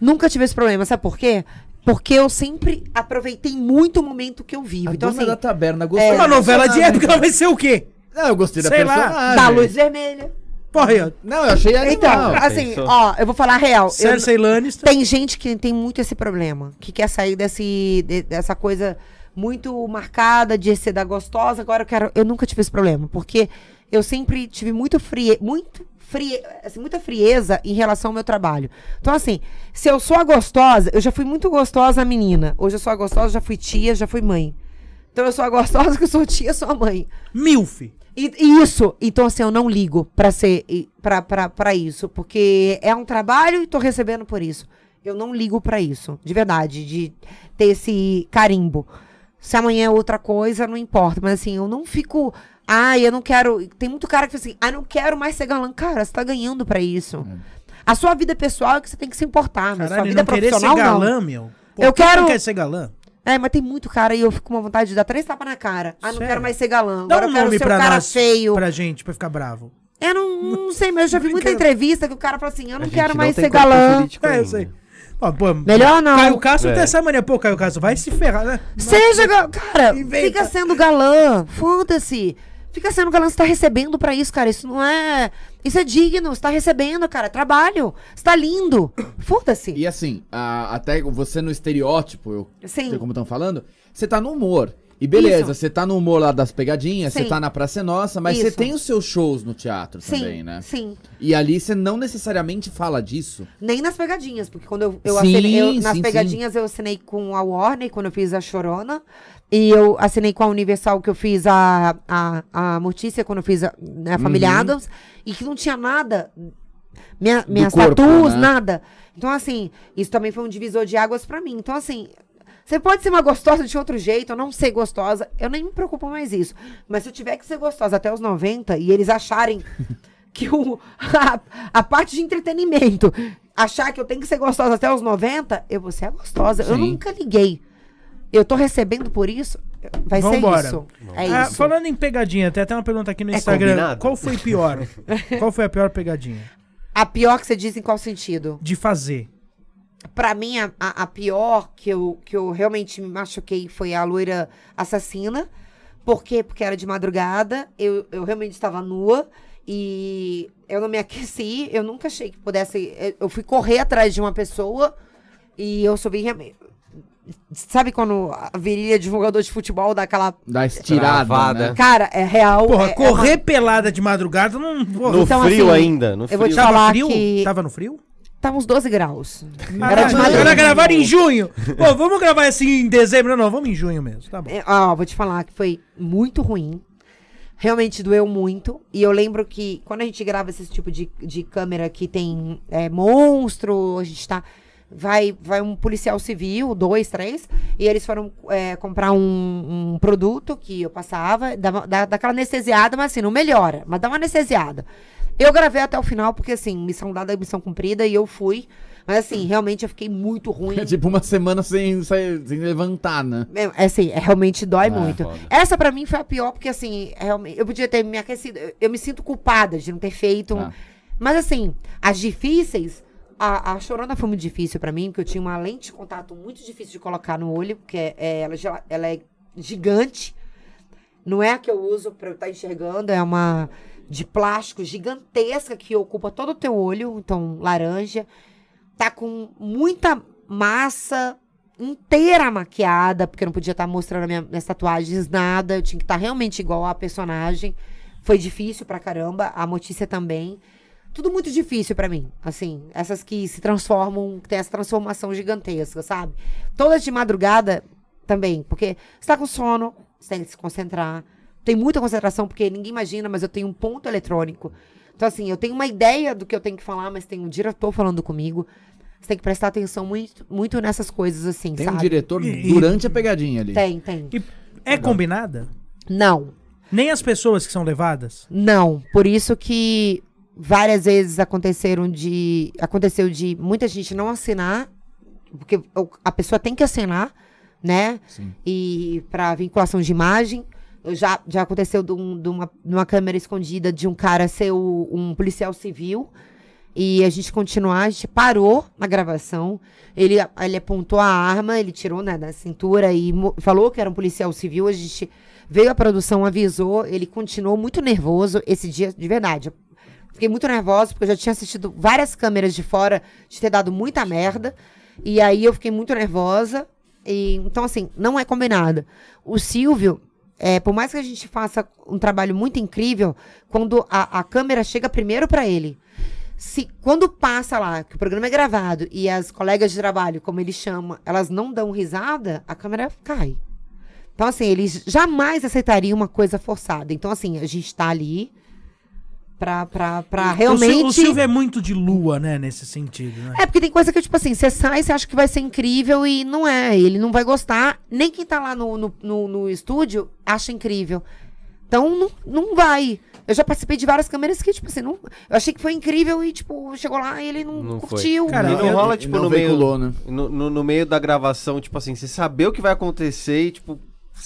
Speaker 2: Nunca tive esse problema, sabe por quê? Porque eu sempre aproveitei muito o momento que eu vivo.
Speaker 3: A
Speaker 2: então,
Speaker 3: dona
Speaker 2: assim,
Speaker 3: da
Speaker 2: da...
Speaker 3: taberna gostou.
Speaker 4: uma novela de época, ela vai ser o quê?
Speaker 3: Não, eu gostei da
Speaker 4: Sei lá,
Speaker 3: personagem.
Speaker 2: luz vermelha.
Speaker 4: Porra, aí, ó.
Speaker 3: Não, eu achei animal.
Speaker 2: Então,
Speaker 1: Não,
Speaker 2: assim,
Speaker 1: pensou?
Speaker 2: ó, eu vou falar a real. Eu,
Speaker 4: Cersei Lannister.
Speaker 2: tem gente que tem muito esse problema, que quer sair desse, de- dessa coisa muito marcada de ser da gostosa. Agora eu quero. Eu nunca tive esse problema, porque eu sempre tive muito frie, muito frie, assim, muita frieza em relação ao meu trabalho. Então, assim, se eu sou a gostosa, eu já fui muito gostosa menina. Hoje eu sou a gostosa, já fui tia, já fui mãe. Então eu sou a gostosa que eu sou tia, sou a mãe.
Speaker 4: Milf.
Speaker 2: E, e isso, então assim, eu não ligo pra ser e- pra- pra pra isso, porque é um trabalho e tô recebendo por isso. Eu não ligo pra isso, de verdade, de ter esse carimbo. Se amanhã é outra coisa, não importa, mas assim, eu não fico, ai, eu não quero, tem muito cara que fala assim: "Ah, não quero mais ser galã". Cara, você tá ganhando pra isso. A sua vida pessoal é que você tem que se importar, mas sua
Speaker 4: Caralho,
Speaker 2: vida
Speaker 4: não querer ser
Speaker 2: profissional não.
Speaker 4: galã, meu.
Speaker 2: Eu
Speaker 4: quem
Speaker 2: quero-
Speaker 4: Não quer ser galã?
Speaker 2: É, mas tem muito cara e eu fico com uma vontade de dar três tapas na cara. Ah, não
Speaker 4: Sério?
Speaker 2: quero mais ser galã.
Speaker 4: Dá
Speaker 2: Agora
Speaker 4: um
Speaker 2: eu quero
Speaker 4: nome
Speaker 2: ser o
Speaker 4: pra
Speaker 2: cara
Speaker 4: nós.
Speaker 2: feio.
Speaker 4: Pra gente, pra ficar bravo.
Speaker 2: Eu não, não sei, mas eu já vi muita
Speaker 4: Brincadeira.
Speaker 2: entrevista que o cara fala assim: eu não
Speaker 1: A gente
Speaker 2: quero mais
Speaker 1: tem
Speaker 2: ser
Speaker 1: corpo
Speaker 2: galã.
Speaker 1: político
Speaker 4: É, eu
Speaker 1: ainda.
Speaker 4: sei. Ó, pô,
Speaker 2: Tipo Melhor não.
Speaker 4: Caio Castro
Speaker 1: É.
Speaker 4: tem essa mania. Pô, Caio Castro, vai se ferrar, né?
Speaker 2: Seja, ga- cara,
Speaker 4: Inventa.
Speaker 2: fica sendo galã. Foda-se. Fica sendo galã, você tá recebendo pra isso, cara. Isso não é. Isso é digno, você tá recebendo, cara. é Trabalho. Você tá lindo. Foda-se.
Speaker 1: é
Speaker 3: E assim, a- até você no estereótipo, eu
Speaker 2: Sim.
Speaker 3: sei como estão falando, você tá no humor. E beleza,
Speaker 2: Isso.
Speaker 3: você tá no humor lá das pegadinhas, você
Speaker 2: Sim.
Speaker 3: tá na Praça é Nossa, mas
Speaker 2: Isso.
Speaker 3: você tem os seus shows no teatro
Speaker 2: Sim,
Speaker 3: também, né?
Speaker 2: sim.
Speaker 3: E ali você não necessariamente fala disso.
Speaker 2: Nem nas pegadinhas, porque quando eu, eu
Speaker 3: Sim,
Speaker 2: assinei. eu- nas
Speaker 3: sim,
Speaker 2: pegadinhas eu assinei com a Warner quando eu fiz a Chorona. E eu assinei com a Universal que eu fiz a, a, a Mortícia quando eu fiz a, né, a Família
Speaker 3: Uhum.
Speaker 2: Adams. E que não tinha nada. Minha, minhas
Speaker 3: corpo,
Speaker 2: tatuas,
Speaker 3: né?
Speaker 2: nada. Então, assim, isso também foi um divisor de águas pra mim. Então, assim. Você pode ser uma gostosa de outro jeito, ou não ser gostosa. Eu nem me preocupo mais isso. Mas se eu tiver que ser gostosa até os 90 e eles acharem que o, a, a parte de entretenimento achar que eu tenho que ser gostosa até os 90, eu vou ser a gostosa. Eu
Speaker 3: Sim.
Speaker 2: nunca liguei. Eu tô recebendo por isso, vai
Speaker 4: Vambora.
Speaker 2: ser isso. É
Speaker 4: Ah,
Speaker 2: isso. É
Speaker 4: falando em pegadinha, tem até uma pergunta aqui no Instagram.
Speaker 1: combinado?
Speaker 4: Qual foi pior? qual foi a pior pegadinha?
Speaker 2: A pior que você diz em qual sentido?
Speaker 4: De fazer.
Speaker 2: Pra mim, a, a- a pior que eu, que eu realmente me machuquei foi a loira assassina. Por quê? Porque era de madrugada, eu, eu realmente estava nua e eu não me aqueci, eu nunca achei que pudesse. eh, eu- Eu fui correr atrás de uma pessoa e eu subi. realme- Sabe quando a virilha de jogador de futebol dá aquela.
Speaker 3: Da estirada,
Speaker 1: Travada.
Speaker 3: né?
Speaker 2: Cara, é real.
Speaker 4: Porra,
Speaker 2: é- é
Speaker 4: correr
Speaker 2: uma-
Speaker 4: pelada de madrugada não.
Speaker 1: No
Speaker 4: Porra,
Speaker 2: Então,
Speaker 1: frio
Speaker 2: assim,
Speaker 1: ainda, no
Speaker 2: eu
Speaker 1: frio.
Speaker 2: vou te
Speaker 4: tava
Speaker 2: falar
Speaker 4: frio?
Speaker 2: que-
Speaker 4: Tava no frio?
Speaker 2: Tava tá uns 12 graus.
Speaker 4: Era
Speaker 2: de madrugada.
Speaker 4: gravar em junho. Pô, vamos gravar assim em dezembro? Não, não, vamos em junho mesmo. Tá bom.
Speaker 2: É, ó, vou te falar que foi muito ruim. Realmente doeu muito. E eu lembro que quando a gente grava esse tipo de, de câmera que tem é, monstro, a gente tá. Vai, vai um policial civil, dois, três, e eles foram é, comprar um, um produto que eu passava, dá, uma- dá, dá aquela anestesiada, mas assim, não melhora, mas dá uma anestesiada. Eu gravei até o final, porque assim, missão dada, missão cumprida, e eu fui. Mas assim, realmente eu fiquei muito ruim.
Speaker 3: É tipo uma semana sem, sem, sem levantar, né?
Speaker 2: É, é assim, é, realmente dói
Speaker 3: É,
Speaker 2: muito.
Speaker 1: foda.
Speaker 2: Essa pra mim foi a pior, porque assim, realmente, eu podia ter me aquecido. Eu, eu me sinto culpada de não ter feito. um-
Speaker 3: Ah.
Speaker 2: Mas assim, as difíceis. A, a chorona foi muito difícil pra mim, porque eu tinha uma lente de contato muito difícil de colocar no olho, porque é- é, ela, já- ela é gigante. Não é a que eu uso pra eu estar enxergando, é uma de plástico gigantesca que ocupa todo o teu olho, então laranja. Tá com muita massa inteira maquiada, porque eu não podia estar mostrando minha- minhas tatuagens nada, eu tinha que estar realmente igual a personagem. Foi difícil pra caramba, a notícia também. Tudo muito difícil pra mim, assim, essas que se transformam, que tem essa transformação gigantesca, sabe? Todas de madrugada também. Porque você tá com sono, você tem que se concentrar. Tem muita concentração, porque ninguém imagina, mas eu tenho um ponto eletrônico. Então, assim, eu tenho uma ideia do que eu tenho que falar, mas tem um diretor falando comigo. Você tem que prestar atenção muito, muito nessas coisas, assim,
Speaker 3: Tem um
Speaker 2: sabe?
Speaker 3: diretor durante a pegadinha ali.
Speaker 2: Tem, tem.
Speaker 4: E é combinada?
Speaker 2: Não.
Speaker 4: Nem as pessoas que são levadas?
Speaker 2: Não, por isso que várias vezes aconteceram de aconteceu de muita gente não assinar, porque o- a pessoa tem que assinar, né?
Speaker 3: Sim.
Speaker 2: E para vinculação de imagem, eu já já aconteceu de, um- de uma, de uma câmera escondida de um cara ser o- um policial civil. E a gente continuar, a gente parou na gravação. Ele, ele apontou a arma, ele tirou né, da cintura e mo- falou que era um policial civil. A gente veio a produção, avisou. Ele continuou muito nervoso esse dia, de verdade. Eu Fiquei muito nervosa porque eu já tinha assistido várias câmeras de fora de ter dado muita merda. E aí eu fiquei muito nervosa. E, então, assim, não é combinada. O Silvio, é, por mais que a gente faça um trabalho muito incrível, quando a, a câmera chega primeiro para ele. Se, quando passa lá, que o programa é gravado e as colegas de trabalho, como ele chama, elas não dão risada, a câmera cai. Então, assim, ele jamais aceitaria uma coisa forçada. Então, assim, a gente tá ali pra, pra, pra
Speaker 4: O,
Speaker 2: realmente.
Speaker 4: Sil- o Silvio é muito de lua, né? Nesse sentido, né?
Speaker 2: É, porque tem coisa que, tipo assim, você sai, você acha que vai ser incrível e não é. Ele não vai gostar. Nem quem tá lá no, no, no, no estúdio acha incrível. Então, não, não vai. Eu já participei de várias câmeras que, tipo assim, não, eu achei que foi incrível e, tipo, chegou lá e ele não,
Speaker 1: Não foi.
Speaker 2: curtiu. né?
Speaker 4: Cara,
Speaker 1: e não
Speaker 4: eu-
Speaker 1: rola, tipo,
Speaker 3: não
Speaker 1: no meio.
Speaker 3: veiculou, né?
Speaker 1: No, no, no meio da gravação, tipo assim, você saber o que vai acontecer e, tipo,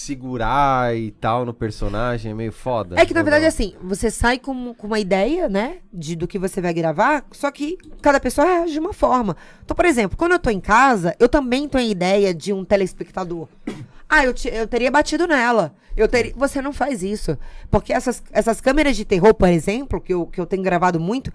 Speaker 1: segurar e tal no personagem é meio foda.
Speaker 2: É que, na
Speaker 1: Ou
Speaker 2: verdade,
Speaker 1: não?
Speaker 2: assim, você sai com, com uma ideia, né? De, do que você vai gravar, só que cada pessoa reage de uma forma. Então, por exemplo, quando eu tô em casa, eu também tenho a ideia de um telespectador. Ah, eu, te- eu teria batido nela. Eu teria... Você não faz isso. Porque essas, essas câmeras de terror, por exemplo, que eu, que eu tenho gravado muito,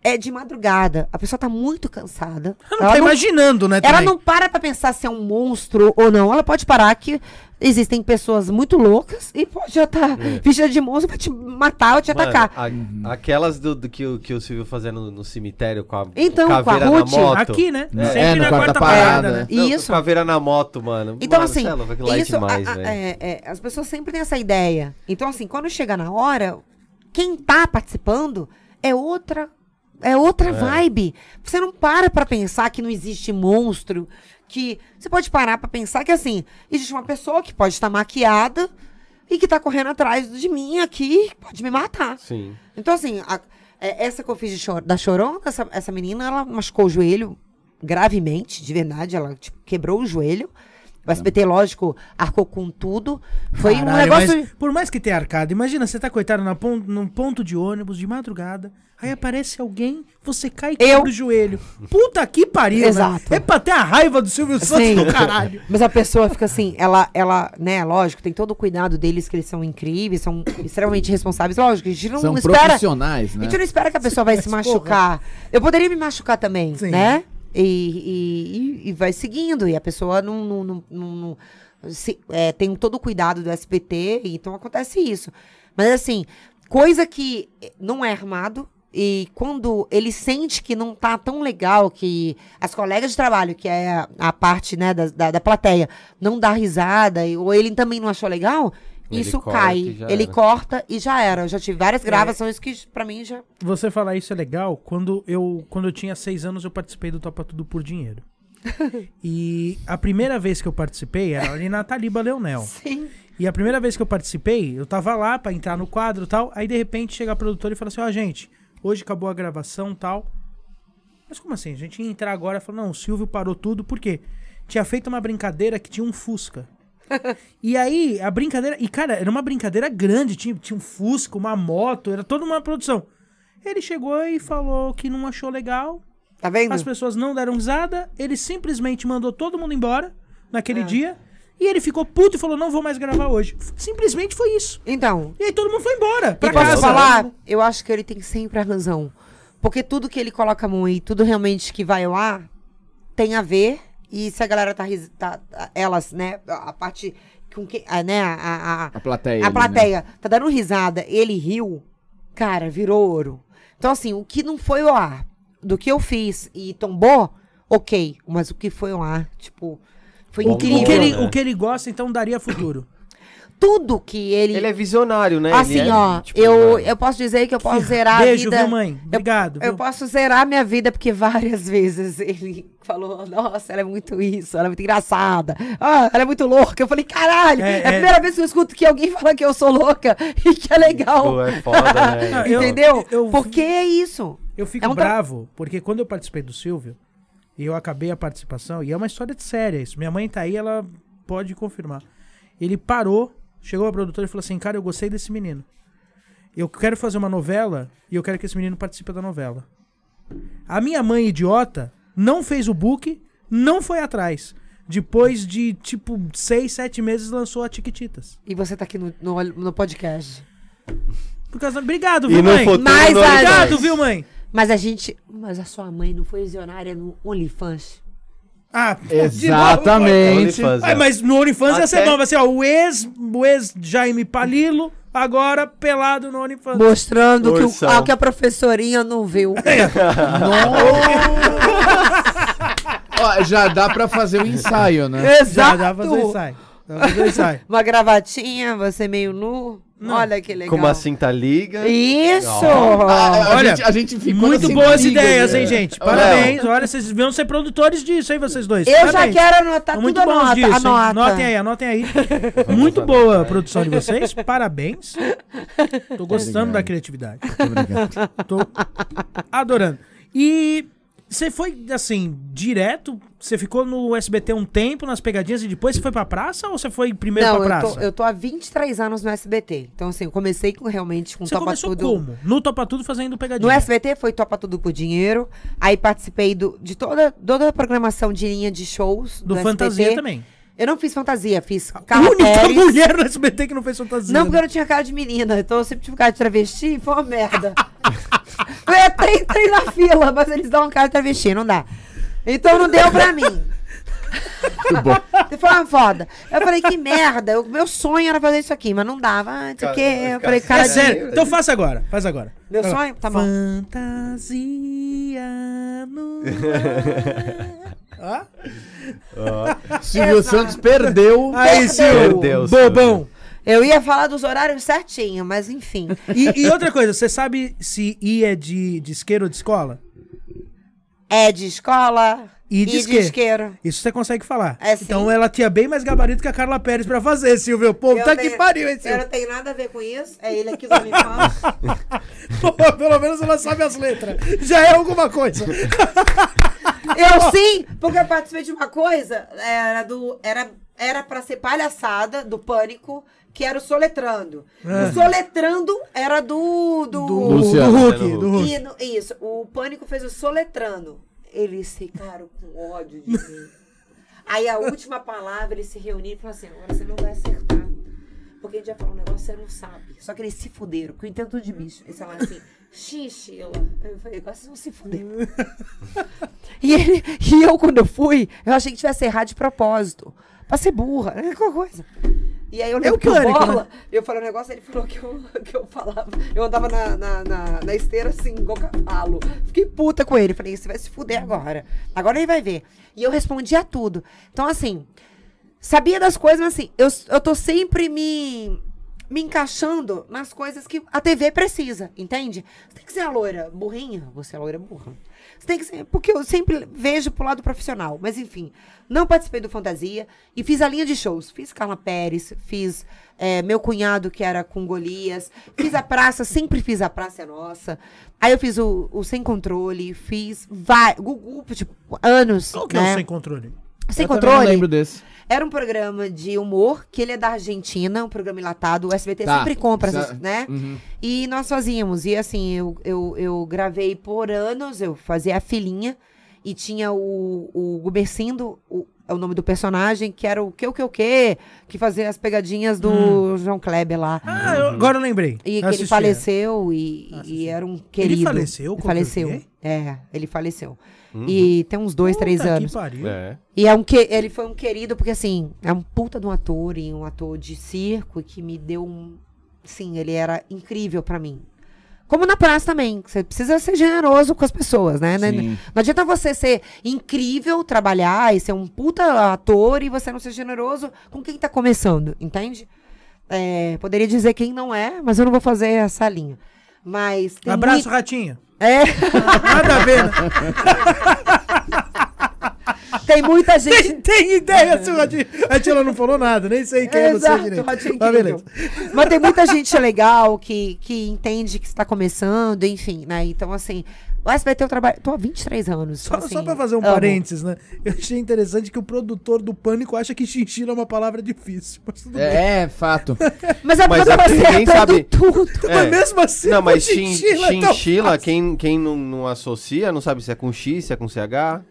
Speaker 2: é de madrugada. A pessoa tá muito cansada.
Speaker 4: Ela não tá imaginando, né?
Speaker 2: Ela
Speaker 4: também.
Speaker 2: não para pra pensar se é um monstro ou não. Ela pode parar que existem pessoas muito loucas e pode já tá
Speaker 4: É.
Speaker 2: vestida de monstro pra te matar ou te
Speaker 1: Mano,
Speaker 2: atacar.
Speaker 1: a- aquelas do, do que, o- que o Silvio fazia no, no cemitério com a
Speaker 2: Então, com a
Speaker 1: caveira na
Speaker 2: Ruth.
Speaker 1: moto.
Speaker 4: Aqui, né?
Speaker 3: É,
Speaker 4: Sempre
Speaker 3: no
Speaker 4: na
Speaker 3: quarta
Speaker 4: quarta,
Speaker 3: parada,
Speaker 4: parada,
Speaker 3: né?
Speaker 4: né?
Speaker 1: Não, com
Speaker 2: Isso.
Speaker 1: Caveira na moto, mano.
Speaker 2: Então,
Speaker 1: Mano,
Speaker 2: assim,
Speaker 1: cê é louco, aquilo lá é
Speaker 2: isso, a-
Speaker 1: demais,
Speaker 2: a-
Speaker 1: velho.
Speaker 2: é, é, as pessoas sempre têm essa ideia. Então, assim, quando chega na hora, quem tá participando é outra é outra vibe. Você não para pra pensar que não existe monstro, que você pode parar pra pensar que assim, existe uma pessoa que pode estar maquiada e que tá correndo atrás de mim aqui, que pode me matar.
Speaker 1: Sim.
Speaker 2: Então, assim, a- é- essa que eu fiz de chor- da chorona, essa, essa menina, ela machucou o joelho gravemente, de verdade. Ela tipo, quebrou o joelho. O SBT, lógico, arcou com tudo. Foi um
Speaker 4: Caralho,
Speaker 2: negócio.
Speaker 4: mas por mais que tenha arcado, imagina, você tá coitado na pon num ponto de ônibus de madrugada, aí aparece alguém, você cai e
Speaker 2: Eu.
Speaker 4: quebra o joelho. Puta que pariu,
Speaker 2: Exato.
Speaker 4: né? É pra ter a raiva do Silvio Santos
Speaker 2: Sim.
Speaker 4: do caralho.
Speaker 2: Mas a pessoa fica assim, ela, ela, né, lógico, tem todo o cuidado deles, que eles são incríveis, são extremamente responsáveis. Lógico, a gente não
Speaker 3: São
Speaker 2: espera.
Speaker 3: profissionais,
Speaker 2: A
Speaker 3: né?
Speaker 2: gente não espera que a pessoa vai se
Speaker 4: mas
Speaker 2: machucar. Eu poderia me machucar também,
Speaker 4: Sim.
Speaker 2: né? E, e, e- e vai seguindo. E a pessoa não, não, não- não- não- se- é, tem todo o cuidado do SBT, então acontece isso. Mas assim, coisa que não é armado. E quando ele sente que não tá tão legal, que as colegas de trabalho, que é a, a parte né, da, da, da plateia, não dá risada, e- ou ele também não achou legal,
Speaker 1: Ele
Speaker 2: isso
Speaker 1: corta e
Speaker 2: cai.
Speaker 1: já
Speaker 2: Ele
Speaker 1: era.
Speaker 2: corta e já era. Eu já tive várias gravações que pra mim já.
Speaker 4: Você falar isso é legal. Quando eu, quando eu tinha seis anos, eu participei do Topa Tudo por Dinheiro. E a primeira vez que eu participei era ali na Taliba Leonel.
Speaker 2: Sim.
Speaker 4: E a primeira vez que eu participei, eu tava lá pra entrar no quadro e tal. Aí de repente chega a produtora e fala assim: Ó, gente, hoje acabou a gravação e tal. Mas como assim? A gente ia entrar agora e falou: Não, o Silvio parou tudo, por quê? Tinha feito uma brincadeira que tinha um Fusca. e aí, a brincadeira. E cara, era uma brincadeira grande: tinha, tinha um Fusca, uma moto, era toda uma produção. Ele chegou e falou que não achou legal,
Speaker 2: Tá vendo?
Speaker 4: as pessoas não deram risada, ele simplesmente mandou todo mundo embora
Speaker 2: É.
Speaker 4: naquele dia. E ele ficou puto e falou: não vou mais gravar hoje. F- Simplesmente foi isso.
Speaker 2: Então,
Speaker 4: E aí todo mundo foi embora. Pra
Speaker 2: e posso
Speaker 4: casa. né?
Speaker 2: falar? Eu acho que ele tem sempre a razão. Porque tudo que ele coloca a mão e tudo realmente que vai ao ar tem a ver. E se a galera tá. ris- tá tá- elas, né? A parte com que. A, né? A, a, a-
Speaker 3: A plateia.
Speaker 2: a
Speaker 3: ali, né?
Speaker 2: plateia tá dando risada, ele riu, cara, virou ouro. Então, assim, o que não foi ao ar, do que eu fiz e tombou, ok. Mas o que foi ao ar, tipo. Foi
Speaker 1: O- o
Speaker 4: O que,
Speaker 2: incrível.
Speaker 4: ele,
Speaker 1: Boa, né?
Speaker 4: o que ele gosta, então, daria futuro.
Speaker 2: Tudo que ele.
Speaker 1: Ele é visionário, né?
Speaker 2: assim,
Speaker 1: Ele é,
Speaker 2: ó,
Speaker 1: tipo,
Speaker 2: eu,
Speaker 1: né?
Speaker 2: eu posso dizer que eu posso zerar
Speaker 4: Beijo,
Speaker 2: a vida.
Speaker 4: viu, mãe? Obrigado.
Speaker 2: Eu
Speaker 4: viu?
Speaker 2: posso zerar minha vida, porque várias vezes ele falou, nossa, ela é muito isso, ela é muito engraçada, ah, ela é muito louca. Eu falei, caralho,
Speaker 4: É,
Speaker 2: é,
Speaker 4: é.
Speaker 2: a primeira vez que eu escuto que alguém fala que eu sou louca e que é legal.
Speaker 1: Pô, é foda, né?
Speaker 4: eu-
Speaker 2: Entendeu?
Speaker 4: eu-
Speaker 2: Porque é isso.
Speaker 4: Eu fico
Speaker 2: É um tra-
Speaker 4: bravo, porque quando eu participei do Silvio, e eu acabei a participação, e é uma história de séria isso. Minha mãe tá aí, ela pode confirmar. Ele parou, chegou a produtora e falou assim: Cara, eu gostei desse menino. Eu quero fazer uma novela e eu quero que esse menino participe da novela. A minha mãe idiota não fez o book, não foi atrás. Depois de, tipo, seis, sete meses, lançou a Tiquititas.
Speaker 2: E você tá aqui no, no, no podcast.
Speaker 4: Por causa. Obrigado,
Speaker 1: E
Speaker 4: viu,
Speaker 1: no
Speaker 4: mãe?
Speaker 1: futuro...
Speaker 2: Mas
Speaker 1: não
Speaker 2: a-
Speaker 1: é
Speaker 4: Obrigado,
Speaker 1: mais.
Speaker 4: viu, mãe?
Speaker 2: Mas a gente. Mas a sua mãe não foi visionária no OnlyFans?
Speaker 4: Ah, pô, de novo,
Speaker 1: É
Speaker 3: Exatamente.
Speaker 1: OnlyFans,
Speaker 4: Ah,
Speaker 1: é.
Speaker 4: mas no OnlyFans ia ser
Speaker 1: Até-
Speaker 4: bom, vai ser ó, o ex, o ex Jaime Palilo, agora pelado no OnlyFans.
Speaker 2: Mostrando que, o,
Speaker 1: Ursão.
Speaker 2: ah, que a professorinha não viu.
Speaker 3: Ó, já dá pra fazer um ensaio, né?
Speaker 4: Já
Speaker 2: Exato.
Speaker 4: dá pra fazer ensaio. Dá pra fazer ensaio.
Speaker 2: Uma gravatinha, você meio nu. Olha que legal.
Speaker 1: Como assim tá liga?
Speaker 2: Isso!
Speaker 3: A- a
Speaker 4: Ah, Olha,
Speaker 3: gente- a gente ficou
Speaker 4: Muito
Speaker 3: assim,
Speaker 4: boas
Speaker 3: liga,
Speaker 4: ideias,
Speaker 3: né?
Speaker 4: hein, gente? Parabéns. Olha, vocês deviam ser produtores disso, hein, vocês dois.
Speaker 2: Eu já
Speaker 4: Parabéns.
Speaker 2: quero anotar
Speaker 4: Muito
Speaker 2: tudo
Speaker 4: bons
Speaker 2: anota,
Speaker 4: disso, hein?
Speaker 2: anota.
Speaker 4: Anotem aí, anotem aí. Muito boa a produção de vocês. Parabéns. Tô gostando
Speaker 3: Obrigado.
Speaker 4: da criatividade.
Speaker 3: Muito obrigado.
Speaker 4: Tô adorando. E você foi, assim, direto? Você ficou no SBT um tempo, nas pegadinhas, e depois você foi pra praça? Ou você foi primeiro
Speaker 2: Não,
Speaker 4: pra
Speaker 2: eu
Speaker 4: praça?
Speaker 2: tô, eu tô há 23 anos no SBT. Então, assim, eu comecei com, realmente com
Speaker 4: Você
Speaker 2: Topa
Speaker 4: começou
Speaker 2: Tudo.
Speaker 4: como? No Topa Tudo fazendo pegadinha.
Speaker 2: No SBT foi Topa Tudo por Dinheiro. Aí participei do- de toda, toda a programação de linha de shows.
Speaker 4: Do, Fantasia também.
Speaker 2: Eu não fiz fantasia, fiz
Speaker 4: A única
Speaker 2: caracteres.
Speaker 4: mulher no SBT que não fez fantasia.
Speaker 2: Não,
Speaker 4: né?
Speaker 2: porque eu não tinha cara de menina. Então eu sempre tive cara de travesti e foi uma merda. eu até entrei na fila, mas eles dão cara de travesti, não dá. Então não deu pra mim.
Speaker 3: Muito bom.
Speaker 2: Foi uma foda. Eu falei, que merda. O meu sonho era fazer isso aqui, mas não dava. Ah, não sei o quê. Eu falei, cara,
Speaker 4: É sério. Então faça agora, faz agora.
Speaker 2: Meu
Speaker 4: Vai lá.
Speaker 2: sonho? Tá bom.
Speaker 4: Fantasia no ar.
Speaker 3: Silvio Santos perdeu.
Speaker 4: Ó. Aí, Silvio.
Speaker 1: Perdeu, Silvio.
Speaker 4: Bobão.
Speaker 2: Eu ia falar dos horários certinho, mas enfim.
Speaker 4: E, e outra coisa, você sabe se I é de, de isqueiro ou de escola?
Speaker 2: É de escola
Speaker 4: E de isqueiro.
Speaker 2: isqueiro.
Speaker 4: Isso você consegue falar.
Speaker 2: É, sim.
Speaker 4: então ela tinha bem mais gabarito que a Carla Pérez pra fazer, Silvio. Pô,
Speaker 2: Eu
Speaker 4: tá
Speaker 2: tenho-
Speaker 4: que pariu, hein,
Speaker 2: Eu não
Speaker 4: Silvio?
Speaker 2: tenho nada a ver com isso. É ele aqui do uniforme.
Speaker 4: Pô, pelo menos ela sabe as letras. Já é alguma coisa.
Speaker 2: Eu sim, porque eu participei de uma coisa, era do. Era, era pra ser palhaçada do pânico, que era o soletrando. O soletrando era do. do,
Speaker 4: Do,
Speaker 3: Luciano.
Speaker 4: do Hulk, do Hulk.
Speaker 2: E no- isso, o pânico fez o soletrando. Eles ficaram com ódio de mim. Aí a última palavra eles se reuniram e falaram assim: agora você não vai acertar. Porque a gente vai falar um negócio que você não sabe. Só que eles se fuderam, que eu entendo tudo de bicho. Eles falaram assim: xixila. Eu falei: agora vocês vão se fuder. E, ele- e eu, quando eu fui, eu achei que tivesse errado de propósito. Pra ser burra, né? Qualquer coisa. E aí eu lembro
Speaker 4: É o
Speaker 2: que
Speaker 4: pânico, né?
Speaker 2: o Bola, eu falei um negócio, ele falou que eu, que eu falava, eu andava na, na, na- na esteira assim, igual cavalo. Fiquei puta com ele, falei, você vai se fuder agora. Agora ele vai ver. E eu respondia tudo. Então, assim, sabia das coisas, mas assim, eu, eu tô sempre me, me encaixando nas coisas que a TV precisa, entende? Você tem que ser a loira burrinha, você é a loira burra. Você tem que ser, porque eu sempre vejo pro lado profissional, mas enfim, não participei do Fantasia e fiz a linha de shows. Fiz Carla Pérez, fiz eh, meu cunhado que era com Golias, fiz a praça, sempre fiz a praça é nossa. Aí eu fiz o, o Sem Controle, fiz vai, Gugu, tipo, anos.
Speaker 4: Qual que é
Speaker 2: né?
Speaker 4: o sem controle?
Speaker 2: Sem
Speaker 3: Eu também
Speaker 2: Controle?
Speaker 3: Não lembro desse.
Speaker 2: Era um programa de humor, que ele é da Argentina, um programa enlatado. O SBT
Speaker 3: Tá.
Speaker 2: sempre compra,
Speaker 3: Sa-
Speaker 2: essas, né?
Speaker 3: Uhum.
Speaker 2: E nós fazíamos. E assim, eu, eu, eu gravei por anos, eu fazia a filhinha. E tinha o, o Gumercindo, o, é o nome do personagem, que era o que, o que, o que, que fazia as pegadinhas do João Kleber lá.
Speaker 4: Hum. Ah, eu- agora eu lembrei.
Speaker 2: E
Speaker 4: Eu
Speaker 2: que ele
Speaker 4: assisti. é. Ah,
Speaker 2: faleceu e, e era um querido.
Speaker 4: faleceu quando eu
Speaker 2: Faleceu.
Speaker 4: vi?
Speaker 2: É, ele faleceu. E tem uns dois, três
Speaker 4: Puta que
Speaker 2: anos.
Speaker 4: pariu.
Speaker 1: É.
Speaker 2: E é um que, ele foi um querido, porque assim, é um puta de um ator e um ator de circo que me deu um. Sim, ele era incrível pra mim. Como na praça também. Você precisa ser generoso com as pessoas, né? Não-
Speaker 3: Sim.
Speaker 2: Não adianta você ser incrível, trabalhar e ser um puta ator e você não ser generoso com quem tá começando, entende? É, poderia dizer quem não é, mas eu não vou fazer essa linha. Mas tem
Speaker 4: Abraço,
Speaker 2: muito-
Speaker 4: ratinho.
Speaker 2: É,
Speaker 4: Nada a ver, né?
Speaker 2: tem muita gente.
Speaker 4: tem, tem ideia se o Ratinho. A Tila não falou nada, nem sei quem é, não sei
Speaker 2: Exato,
Speaker 4: direito.
Speaker 2: Ratinho
Speaker 4: Mas
Speaker 2: incrível.
Speaker 4: beleza.
Speaker 2: Mas tem muita gente legal que, que entende que está começando, enfim, né? Então, assim, o SBT eu trabalho. Tô há 23 anos.
Speaker 4: Só,
Speaker 2: assim,
Speaker 4: só pra fazer um
Speaker 2: amo.
Speaker 4: parênteses, né? Eu achei interessante que o produtor do Pânico acha que chinchila é uma palavra difícil. Mas tudo bem.
Speaker 3: É, é fato.
Speaker 2: Mas é
Speaker 1: Mas
Speaker 2: porque
Speaker 1: é-
Speaker 2: você é
Speaker 1: ninguém sabe-
Speaker 2: sabe... tudo.
Speaker 1: É.
Speaker 4: Mas mesmo assim,
Speaker 1: Não, mas
Speaker 4: pô,
Speaker 1: chin-
Speaker 4: é tão
Speaker 1: chinchila,
Speaker 2: então.
Speaker 4: fácil.
Speaker 1: quem, quem não, não associa, não sabe se é com X, se é com CH.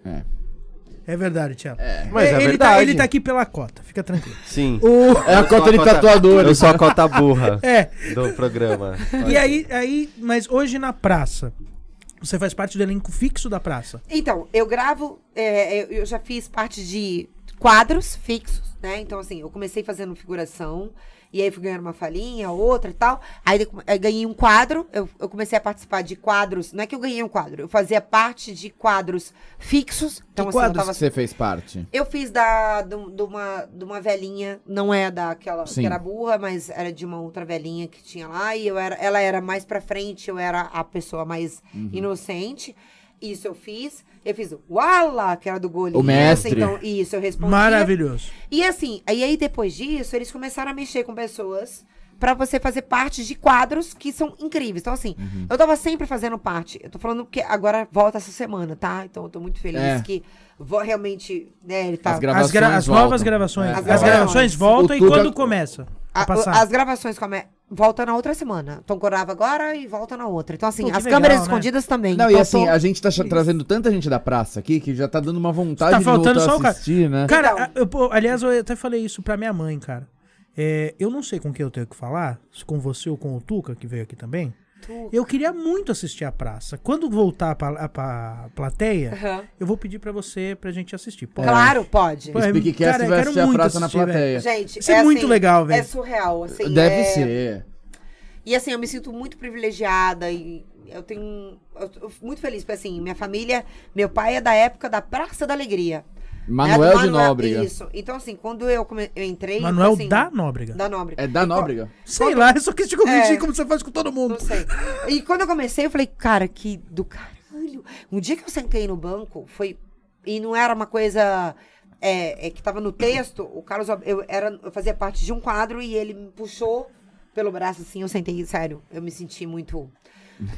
Speaker 4: É verdade, Tiago.
Speaker 1: Mas é
Speaker 4: ele, Tá,
Speaker 1: verdade.
Speaker 4: ele tá aqui pela cota, fica tranquilo.
Speaker 1: Sim.
Speaker 4: O-
Speaker 3: É a
Speaker 1: Eu sou
Speaker 3: cota de
Speaker 1: Eu
Speaker 3: tatuadores.
Speaker 1: sou a cota burra
Speaker 4: É,
Speaker 1: do programa.
Speaker 4: e aí, aí, mas hoje na praça, você faz parte do elenco fixo da praça.
Speaker 2: Então, eu gravo, é, eu, eu já fiz parte de quadros fixos, né? Então, assim, eu comecei fazendo figuração, e aí fui ganhando uma falinha, outra e tal. Aí eu come- eu ganhei um quadro, eu, eu comecei a participar de quadros. Não é que eu ganhei um quadro, eu fazia parte de quadros fixos. Então,
Speaker 3: que
Speaker 2: assim, eu
Speaker 3: quadros
Speaker 2: tava
Speaker 3: que você fez parte?
Speaker 2: Eu fiz da de um- de uma, de uma velhinha, não é daquela
Speaker 3: Sim.
Speaker 2: que era burra, mas era de uma outra velhinha que tinha lá e eu era, ela era mais pra frente, eu era a pessoa mais
Speaker 3: Uhum.
Speaker 2: inocente. Isso eu fiz. Eu fiz o Wala, que era do goleiro.
Speaker 3: O mestre.
Speaker 2: Então, isso, eu respondi.
Speaker 4: Maravilhoso.
Speaker 2: E assim, aí, aí depois disso, eles começaram a mexer com pessoas pra você fazer parte de quadros que são incríveis. Então, assim,
Speaker 4: Uhum.
Speaker 2: eu tava sempre fazendo parte. Eu tô falando que agora volta essa semana, tá? Então eu tô muito feliz
Speaker 3: É.
Speaker 2: que vo- realmente, né, ele tá.
Speaker 3: As gra-
Speaker 4: As, gra- as
Speaker 3: Gravações
Speaker 4: novas
Speaker 3: voltam.
Speaker 4: gravações.
Speaker 3: É.
Speaker 4: As,
Speaker 2: As
Speaker 4: gravações
Speaker 2: gravações.
Speaker 4: voltam
Speaker 3: O
Speaker 4: e
Speaker 3: Tuca-
Speaker 4: quando começa?
Speaker 2: A-
Speaker 4: A, passar.
Speaker 2: as gravações come... volta na outra semana. Então grava agora e volta na outra. Então, assim,
Speaker 4: Pô, que
Speaker 2: as
Speaker 4: legal,
Speaker 2: câmeras
Speaker 4: né?
Speaker 2: escondidas também.
Speaker 3: Não, e
Speaker 2: Então,
Speaker 3: assim,
Speaker 2: tô-
Speaker 3: a gente tá cha- trazendo tanta gente da praça aqui que já tá dando uma vontade
Speaker 4: Tá
Speaker 3: de
Speaker 4: faltando
Speaker 3: voltar
Speaker 4: só o
Speaker 3: a
Speaker 4: cara.
Speaker 3: assistir, né?
Speaker 4: Cara,
Speaker 2: Então.
Speaker 4: a- eu, pô, aliás, eu até falei isso pra minha mãe, cara. É, eu não sei com quem eu tenho que falar, se com você ou com o Tuca, que veio aqui também.
Speaker 2: Tuca.
Speaker 4: Eu queria muito assistir a praça. Quando voltar pra, a, pra plateia,
Speaker 2: Aham.
Speaker 4: eu vou pedir pra você, pra gente assistir. Pode?
Speaker 2: Claro, pode.
Speaker 4: Pô, é-
Speaker 3: Speakcast
Speaker 4: cara, eu
Speaker 3: vai
Speaker 4: quero
Speaker 3: assistir a
Speaker 4: muito
Speaker 3: praça na
Speaker 4: assistir, velho.
Speaker 3: plateia.
Speaker 2: Gente,
Speaker 4: Isso é muito
Speaker 2: assim,
Speaker 4: legal,
Speaker 2: É
Speaker 4: velho.
Speaker 2: surreal, assim.
Speaker 3: Deve
Speaker 2: é-
Speaker 3: ser.
Speaker 2: E assim, eu me sinto muito privilegiada e eu tenho. um, Eu tô muito feliz, porque assim, minha família, meu pai é da época da Praça da Alegria. né?
Speaker 3: Manuel
Speaker 2: Do
Speaker 3: de Nóbrega.
Speaker 2: Isso. Então, assim, quando eu, come- eu entrei.
Speaker 4: Manuel
Speaker 2: assim,
Speaker 4: é da Nóbrega.
Speaker 2: Da Nóbrega.
Speaker 3: É da Nóbrega?
Speaker 4: Sei lá, eu só quis te corrigir
Speaker 2: É.
Speaker 4: como você faz com todo
Speaker 2: Não
Speaker 4: mundo.
Speaker 2: sei. E quando eu comecei, eu falei, cara, que do caralho. Um dia que eu sentei no banco, foi. E não era uma coisa. É, é que tava no texto, o Carlos. Ab- Eu, era, eu fazia parte de um quadro e ele me puxou pelo braço assim, eu sentei, sério, eu me senti muito.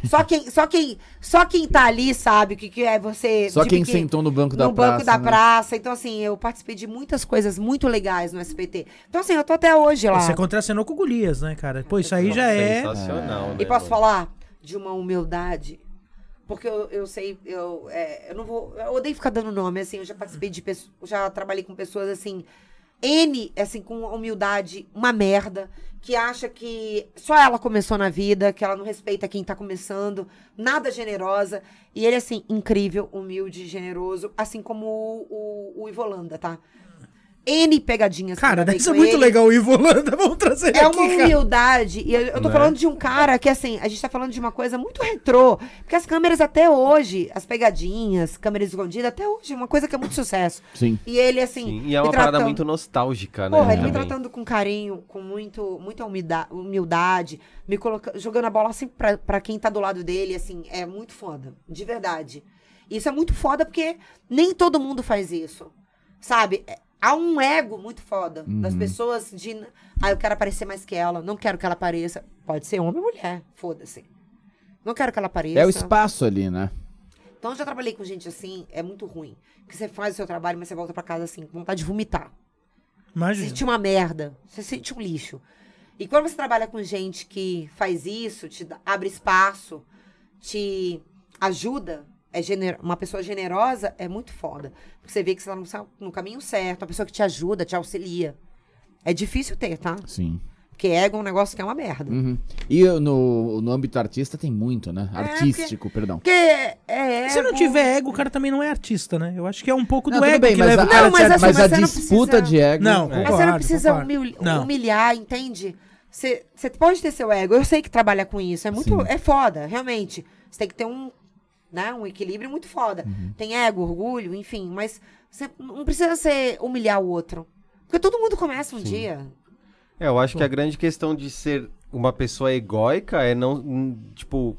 Speaker 2: Só quem, só quem, só quem tá ali sabe o que, que é você.
Speaker 3: Só
Speaker 2: de
Speaker 3: quem
Speaker 2: pequeno-
Speaker 3: sentou no banco da
Speaker 2: no
Speaker 3: praça.
Speaker 2: banco da
Speaker 3: né?
Speaker 2: praça. Então, assim, eu participei de muitas coisas muito legais no SPT. Então, assim, eu tô até hoje lá.
Speaker 4: É, Você contracenou com o Golias, né, cara? Pô, isso aí já é.
Speaker 1: Sensacional, né?
Speaker 2: E posso
Speaker 1: mano?
Speaker 2: falar de uma humildade? Porque eu, eu sei, eu, é, eu não vou. Eu odeio ficar dando nome, assim. Eu já participei de pessoas. Já trabalhei com pessoas assim. N, assim, com humildade, uma merda, que acha que só ela começou na vida, que ela não respeita quem tá começando, nada generosa. E ele, assim, incrível, humilde, generoso, assim como o, o, o Ivolanda, tá? N pegadinhas. que eu
Speaker 4: Cara,
Speaker 2: gravei
Speaker 4: isso é
Speaker 2: tá com
Speaker 4: muito
Speaker 2: ele.
Speaker 4: legal, o Ivo Holanda. Vamos trazer ele
Speaker 2: É
Speaker 4: aqui,
Speaker 2: uma
Speaker 4: cara.
Speaker 2: humildade. E eu, eu tô
Speaker 1: Né?
Speaker 2: falando de um cara que, assim, a gente tá falando de uma coisa muito retrô. Porque as câmeras até hoje, as pegadinhas, câmeras escondidas, até hoje, é uma coisa que é muito sucesso.
Speaker 3: Sim.
Speaker 2: E ele, assim.
Speaker 1: Sim, e é
Speaker 2: me
Speaker 1: uma parada
Speaker 2: tratando-
Speaker 1: muito nostálgica, né?
Speaker 2: Porra, ele me
Speaker 1: também.
Speaker 2: tratando com carinho, com muito, muita humida- humildade, me coloca, jogando a bola assim pra, pra quem tá do lado dele, assim, é muito foda, de verdade. Isso é muito foda porque nem todo mundo faz isso, sabe? É- Há um ego muito foda das
Speaker 3: Uhum.
Speaker 2: pessoas de, n- ah, eu quero aparecer mais que ela, não quero que ela apareça. Pode ser homem ou mulher, foda-se. Não quero que ela apareça.
Speaker 3: É o espaço ali, né?
Speaker 2: Então, eu já trabalhei com gente assim, é muito ruim. Porque você faz o seu trabalho, mas você volta pra casa assim, com vontade de vomitar. Você
Speaker 4: Imagina.
Speaker 2: sente uma merda, você sente um lixo. E quando você trabalha com gente que faz isso, te dá- abre espaço, te ajuda, é gener- uma pessoa generosa é muito foda. Porque você vê que você tá no, sa- no caminho certo, uma pessoa que te ajuda, te auxilia. É difícil ter, tá?
Speaker 3: Sim.
Speaker 2: Porque ego é um negócio que é uma
Speaker 4: Hum.
Speaker 2: merda.
Speaker 3: Uhum. E no, no âmbito artista tem muito,
Speaker 2: É,
Speaker 3: né? Artístico, perdão.
Speaker 2: Porque é ego...
Speaker 4: Se não tiver ego, o cara também não é artista, né? Eu acho que é um pouco
Speaker 3: Não,
Speaker 4: do
Speaker 3: tudo
Speaker 4: ego
Speaker 3: bem,
Speaker 4: que
Speaker 3: mas
Speaker 4: leva
Speaker 3: a, é-
Speaker 4: o cara
Speaker 2: Não, mas
Speaker 4: a
Speaker 2: assim,
Speaker 3: mas a
Speaker 2: você não
Speaker 3: disputa
Speaker 2: precisa-
Speaker 3: de ego.
Speaker 4: Não,
Speaker 3: é.
Speaker 2: Mas você
Speaker 4: Concordo,
Speaker 2: não precisa
Speaker 4: concordo.
Speaker 2: humil-
Speaker 4: Não.
Speaker 2: humilhar, entende? Você você pode ter seu ego. Eu sei que trabalha com isso. É muito. É foda, realmente. Você tem que ter um, né, um equilíbrio muito foda.
Speaker 1: Uhum.
Speaker 2: Tem ego, orgulho, enfim. Mas você não precisa ser humilhar o outro. Porque todo mundo começa um dia.
Speaker 1: É, eu acho que a grande questão de ser uma pessoa egóica é não. hum, Tipo,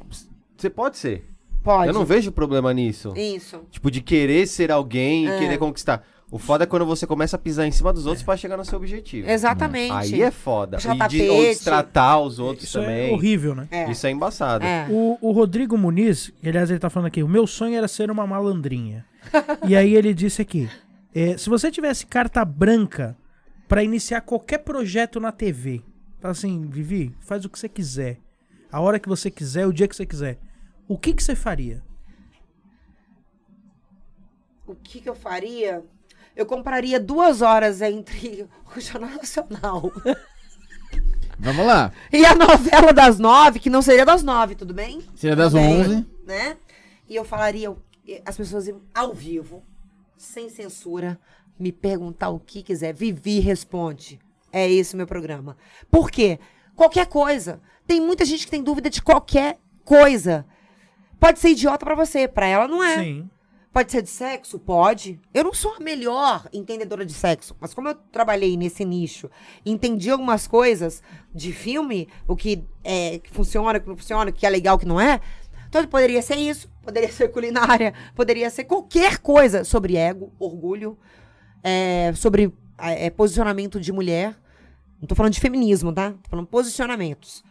Speaker 1: você pode ser.
Speaker 2: Pode.
Speaker 1: Eu não vejo problema nisso.
Speaker 2: Isso.
Speaker 1: Tipo, de querer ser alguém
Speaker 2: É.
Speaker 1: e querer conquistar. O foda é quando você começa a pisar em cima dos outros pra chegar no seu objetivo.
Speaker 2: Exatamente.
Speaker 1: Aí é foda.
Speaker 2: Puxar
Speaker 1: E de, ou
Speaker 2: tapete.
Speaker 1: destratar os outros
Speaker 4: Isso
Speaker 1: também.
Speaker 4: é horrível, né?
Speaker 2: É.
Speaker 1: Isso é embaçado.
Speaker 2: É.
Speaker 4: O, o Rodrigo Muniz, que, aliás, ele tá falando aqui, o meu sonho era ser uma malandrinha. e aí ele disse aqui, é, se você tivesse carta branca pra iniciar qualquer projeto na TV, tá assim, Vivi, faz o que você quiser, a hora que você quiser, o dia que você quiser, o que que você faria?
Speaker 2: o que, que eu faria? Eu compraria duas horas entre o Jornal Nacional
Speaker 3: Vamos lá.
Speaker 2: e a novela das nove, que não seria das nove, tudo bem?
Speaker 3: Seria das
Speaker 2: Bem,
Speaker 3: 11.
Speaker 2: Né? E eu falaria, o- as pessoas iam ao vivo, sem censura, me perguntar o que quiser. Vivi responde. É esse o meu programa. Por quê? Qualquer coisa. Tem muita gente que tem dúvida de qualquer coisa. Pode ser idiota pra você, pra ela não é.
Speaker 4: Sim.
Speaker 2: Pode ser de sexo? Pode. Eu não sou a melhor entendedora de sexo, mas como eu trabalhei nesse nicho, entendi algumas coisas de filme, o que, é, que funciona, o que não funciona, o que é legal, o que não é. Então poderia ser isso, poderia ser culinária, poderia ser qualquer coisa sobre ego, orgulho, é, sobre é, posicionamento de mulher. Não tô falando de feminismo, tá? Tô falando posicionamentos.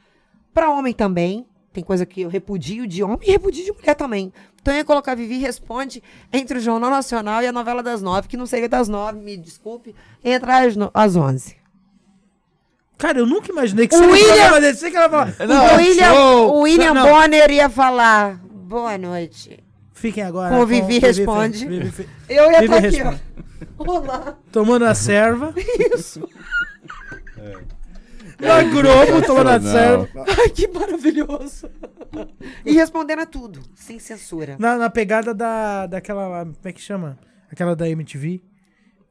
Speaker 2: Pra homem também. Tem coisa que eu repudio de homem e repudio de mulher também. Então eu ia colocar Vivi Responde entre o Jornal Nacional e a novela das nove, que não seria das nove, me desculpe, entre as, no- as onze.
Speaker 4: Cara, eu nunca imaginei que
Speaker 2: O
Speaker 4: seria um
Speaker 2: William-
Speaker 4: programa desse, sei que ela fala,
Speaker 2: Então, o William,
Speaker 3: show!
Speaker 2: o William
Speaker 4: Não, não.
Speaker 2: Bonner ia falar, boa noite.
Speaker 4: fiquem agora.
Speaker 2: Com o Vivi
Speaker 4: Fe-
Speaker 2: Responde.
Speaker 4: Vivi Fe-
Speaker 2: Eu ia
Speaker 4: Vivi
Speaker 2: estar aqui,
Speaker 4: Responde.
Speaker 2: ó. Olá.
Speaker 4: Tomando a serva.
Speaker 2: Isso.
Speaker 4: Na Globo, tomando a
Speaker 3: Não.
Speaker 4: serva.
Speaker 2: Ai, que maravilhoso. E respondendo a tudo, sem censura.
Speaker 4: Na, na pegada da, daquela. Como é que chama? Aquela da MTV?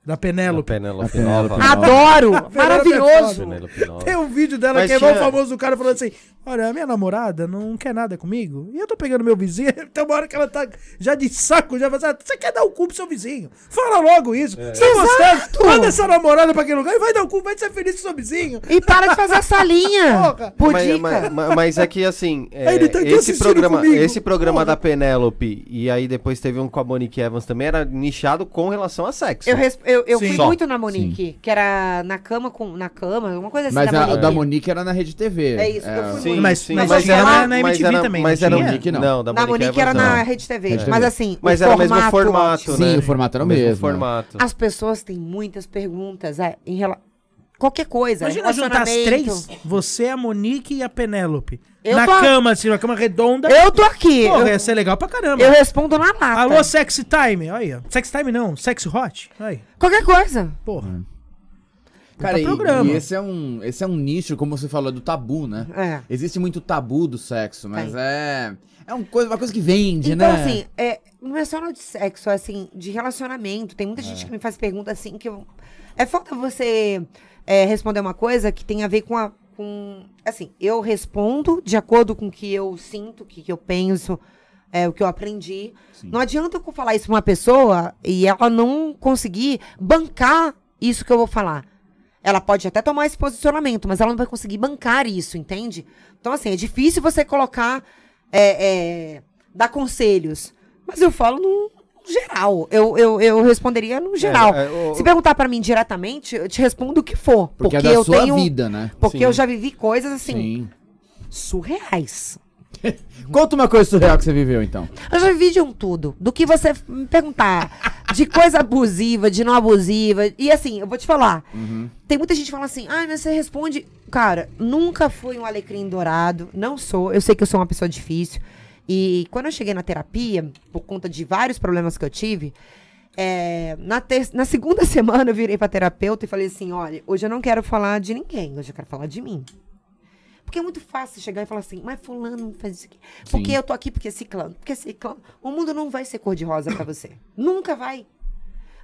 Speaker 4: Da
Speaker 1: Pelo
Speaker 4: Penélope.
Speaker 1: Penélope
Speaker 3: A Penélope
Speaker 1: Nova.
Speaker 3: Nova.
Speaker 2: Adoro!
Speaker 4: Maravilhoso.
Speaker 2: maravilhoso!
Speaker 1: Penélope Nova.
Speaker 4: Tem um vídeo dela
Speaker 1: Mas
Speaker 4: que é mal
Speaker 1: tinha-
Speaker 4: famoso, o cara falando assim: Olha, a minha namorada não quer nada comigo. E eu tô pegando meu vizinho. Tem uma hora que ela tá já de saco, já fazendo. Você quer dar o cu pro seu vizinho? Fala logo isso. Você tá gostando? Manda essa namorada pra aquele lugar e vai dar o cu, vai ser feliz com seu vizinho.
Speaker 2: E para de fazer essa linha!
Speaker 4: Porra.
Speaker 2: Por
Speaker 1: Mas-
Speaker 2: dica.
Speaker 1: Mas, mas- mas é que assim, é,
Speaker 4: Ele tá aqui
Speaker 1: esse,
Speaker 4: assistindo
Speaker 1: programa,
Speaker 4: comigo.
Speaker 1: esse programa
Speaker 4: Porra.
Speaker 1: da Penélope e aí depois teve um com a Monique Evans também era nichado com relação a sexo.
Speaker 2: Eu, res- eu, eu
Speaker 4: Sim.
Speaker 2: fui
Speaker 1: Só.
Speaker 2: muito na Monique, que era na cama com. Na cama, uma coisa assim
Speaker 3: Mas
Speaker 2: da
Speaker 3: a, a
Speaker 2: Monique.
Speaker 3: da Monique era na Rede TV.
Speaker 2: É isso, eu fui
Speaker 1: Sim,
Speaker 4: Mas-
Speaker 1: sim,
Speaker 4: mas
Speaker 2: tinha lá
Speaker 4: na
Speaker 1: mas
Speaker 4: MTV
Speaker 1: era-
Speaker 4: também,
Speaker 1: Mas
Speaker 4: não
Speaker 1: era
Speaker 4: tinha?
Speaker 1: Monique, não. da
Speaker 2: na Monique era
Speaker 1: Evans,
Speaker 2: na
Speaker 1: não.
Speaker 2: Rede TV.
Speaker 1: Rede
Speaker 2: Mas
Speaker 1: TV.
Speaker 2: assim.
Speaker 1: Mas era o mesmo formato,
Speaker 2: ótimo.
Speaker 1: né?
Speaker 3: Sim, o formato era o mesmo.
Speaker 1: formato.
Speaker 2: As pessoas têm muitas perguntas é, em relação. Qualquer coisa.
Speaker 4: Imagina juntar as
Speaker 2: é relacionamento.
Speaker 4: três: você, a Monique e a Penélope.
Speaker 2: Eu
Speaker 4: na
Speaker 2: tô-
Speaker 4: cama, assim, uma cama redonda.
Speaker 2: Eu tô aqui.
Speaker 4: Porra,
Speaker 2: Eu,
Speaker 4: ia ser legal pra caramba.
Speaker 2: eu respondo na lata.
Speaker 4: Alô, sexy time. Olha aí. ó. Sexy time não, sexy hot. Olha aí.
Speaker 2: Qualquer coisa.
Speaker 4: Porra.
Speaker 3: Cara, e,
Speaker 4: programa.
Speaker 3: e esse, é um, esse é um nicho, como você falou, do tabu, né?
Speaker 2: É.
Speaker 3: Existe muito tabu do sexo, mas
Speaker 2: Tem.
Speaker 3: é. É um coisa, uma coisa que vende,
Speaker 2: Então,
Speaker 3: né?
Speaker 2: assim, é, não é só no de sexo, é assim, de relacionamento. Tem muita gente que me faz pergunta assim que eu. É falta você é, responder uma coisa que tem a ver com a. Com, assim, eu respondo de acordo com o que eu sinto, o que, que eu penso, é, o que eu aprendi.
Speaker 3: Sim.
Speaker 2: Não adianta eu falar isso pra uma pessoa e ela não conseguir bancar isso que eu vou falar. Ela pode até tomar esse posicionamento, mas ela não vai conseguir bancar isso, entende? Então, assim, é difícil você colocar. é, é, dar conselhos. Mas eu falo no geral. Eu, eu, eu responderia no geral.
Speaker 1: É, é, o-
Speaker 2: Se perguntar pra mim diretamente, eu te respondo o que for. Porque,
Speaker 3: Porque, é da
Speaker 2: eu
Speaker 3: sua
Speaker 2: tenho.
Speaker 3: vida, né?
Speaker 2: Porque
Speaker 1: Sim.
Speaker 2: eu já vivi coisas assim,
Speaker 3: Sim.
Speaker 2: surreais.
Speaker 3: Conta uma coisa surreal que você viveu, então.
Speaker 2: Eu já vivi de um tudo. Do que você me perguntar. De coisa abusiva, de não abusiva. E assim, eu vou te falar. Tem muita gente que fala assim, ah, mas você responde. Cara, nunca fui um alecrim dourado. Não sou. Eu sei que eu sou uma pessoa difícil. E quando eu cheguei na terapia, por conta de vários problemas que eu tive, é, na, ter- na segunda semana eu virei pra terapeuta e falei assim: olha, hoje eu não quero falar de ninguém, hoje eu quero falar de mim. Porque é muito fácil você chegar e falar assim, mas fulano faz isso aqui. Porque
Speaker 3: Sim.
Speaker 2: eu tô aqui porque é ciclano, porque é ciclano. O mundo não vai ser cor-de-rosa pra você. Nunca vai.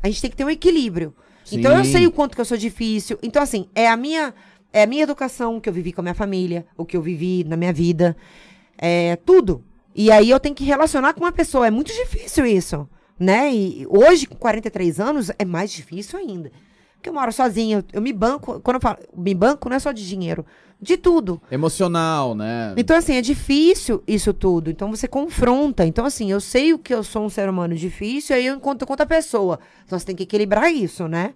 Speaker 2: A gente tem que ter um equilíbrio. Então eu
Speaker 3: Sim.
Speaker 2: sei o quanto que eu sou difícil. Então, assim, é a minha. É a minha educação, o que eu vivi com a minha família, o que eu vivi na minha vida. É tudo. E aí eu tenho que relacionar com uma pessoa. É muito difícil isso, né? E hoje, com 43 anos, é mais difícil ainda. Porque eu moro sozinha, eu- eu me banco. Quando eu falo, me banco não é só de dinheiro, de tudo.
Speaker 3: Emocional, né?
Speaker 2: Então, assim, é difícil isso tudo. Então, você confronta. Então, assim, eu sei o que eu sou um ser humano difícil, aí eu encontro com outra pessoa. Então, você tem que equilibrar isso, né?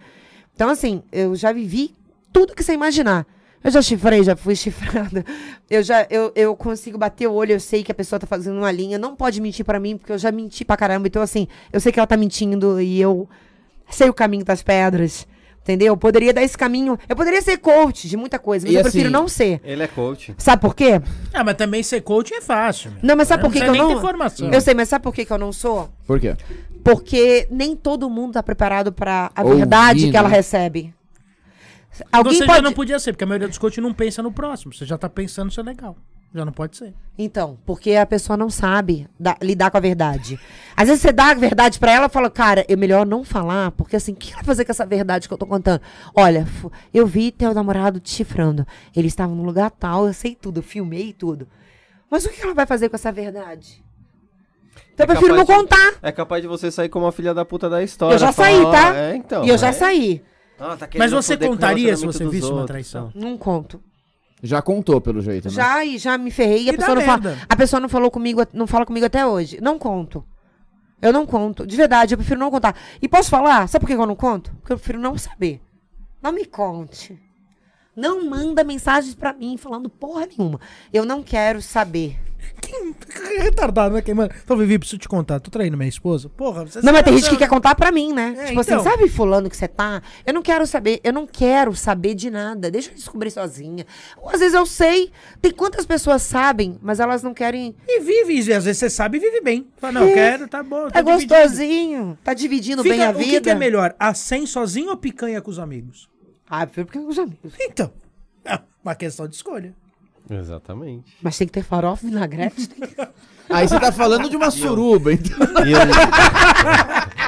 Speaker 2: Então, assim, eu já vivi tudo que você imaginar. Eu já chifrei, já fui chifrada. Eu já eu, eu consigo bater o olho, eu sei que a pessoa tá fazendo uma linha. Não pode mentir pra mim, porque eu já menti pra caramba. Então, assim, eu sei que ela tá mentindo e eu sei o caminho das pedras. Entendeu? Eu poderia dar esse caminho. Eu poderia ser coach de muita coisa, mas
Speaker 3: E
Speaker 2: eu prefiro
Speaker 3: assim-
Speaker 2: não ser.
Speaker 1: Ele é coach.
Speaker 2: Sabe por quê?
Speaker 4: Ah, mas também ser coach é fácil. meu.
Speaker 2: Não, mas sabe por que, que eu
Speaker 4: precisa nem
Speaker 2: não.
Speaker 4: ter formação.
Speaker 2: Eu sei, mas sabe por que, que eu não sou?
Speaker 3: Por quê?
Speaker 2: Porque nem todo mundo tá preparado pra a
Speaker 3: Ouvir,
Speaker 2: verdade que ela
Speaker 3: né?
Speaker 2: recebe. Alguém
Speaker 4: você
Speaker 2: pode.
Speaker 4: já não podia ser, porque a maioria dos coaches não pensa no próximo. Você já tá pensando se é legal. Já não pode ser.
Speaker 2: Então, porque a pessoa não sabe da- lidar com a verdade. Às vezes você dá a verdade pra ela e fala, cara, é melhor não falar, porque assim, o que ela vai fazer com essa verdade que eu tô contando? Olha, fu- eu vi teu namorado te chifrando. Ele estava num lugar tal, eu sei tudo, eu filmei tudo. Mas o que ela vai fazer com essa verdade? Então eu
Speaker 1: É
Speaker 2: prefiro não
Speaker 1: capaz de-
Speaker 2: contar.
Speaker 1: É capaz de você sair como a filha da puta da história.
Speaker 2: Eu já
Speaker 1: falar,
Speaker 2: saí,
Speaker 1: ó,
Speaker 2: tá?
Speaker 1: É, então.
Speaker 2: e eu já
Speaker 1: é.
Speaker 2: saí.
Speaker 1: Ah, tá
Speaker 4: Mas
Speaker 1: querendo
Speaker 4: você
Speaker 1: foder com o
Speaker 4: contaria se
Speaker 1: relacionamento
Speaker 4: você
Speaker 1: dos
Speaker 4: visse uma
Speaker 1: outros,
Speaker 4: traição?
Speaker 2: Não conto.
Speaker 3: Já contou, pelo jeito, né?
Speaker 2: Já e já me ferrei. E a,
Speaker 4: E dá
Speaker 2: pessoa não fala,
Speaker 4: merda.
Speaker 2: a pessoa não falou comigo, não fala comigo até hoje. Não conto. Eu não conto. De verdade, eu prefiro não contar. E posso falar? Sabe por que eu não conto? Porque eu prefiro não saber. Não me conte. Não manda mensagens pra mim falando porra nenhuma. Eu não quero saber.
Speaker 1: então.
Speaker 4: Quem é retardado, né? Quem, mano? Então, Vivi, preciso te contar. Tô traindo minha esposa? Porra, você
Speaker 2: Não, mas tem
Speaker 4: você-
Speaker 2: gente que quer contar pra mim, né?
Speaker 4: É,
Speaker 2: tipo
Speaker 4: então.
Speaker 2: assim, sabe fulano que você tá? Eu não quero saber, eu não quero saber de nada. Deixa eu descobrir sozinha. Ou às vezes eu sei. Tem quantas pessoas sabem, mas elas não querem.
Speaker 4: E vive, e às vezes você sabe e vive bem. Fala, não, eu quero, tá bom.
Speaker 2: Tá
Speaker 4: tô dividindo.
Speaker 2: gostosinho, tá dividindo
Speaker 4: Fica-
Speaker 2: bem a
Speaker 4: o que
Speaker 2: vida.
Speaker 4: que, é melhor, a 100 sozinho ou picanha com os amigos?
Speaker 2: Ah, prefiro porque com os amigos.
Speaker 4: Então, é uma questão de escolha.
Speaker 1: Exatamente.
Speaker 2: Mas tem que ter farofa, vinagrete. tem que-
Speaker 3: Aí você tá falando de uma suruba, então.
Speaker 1: E eu-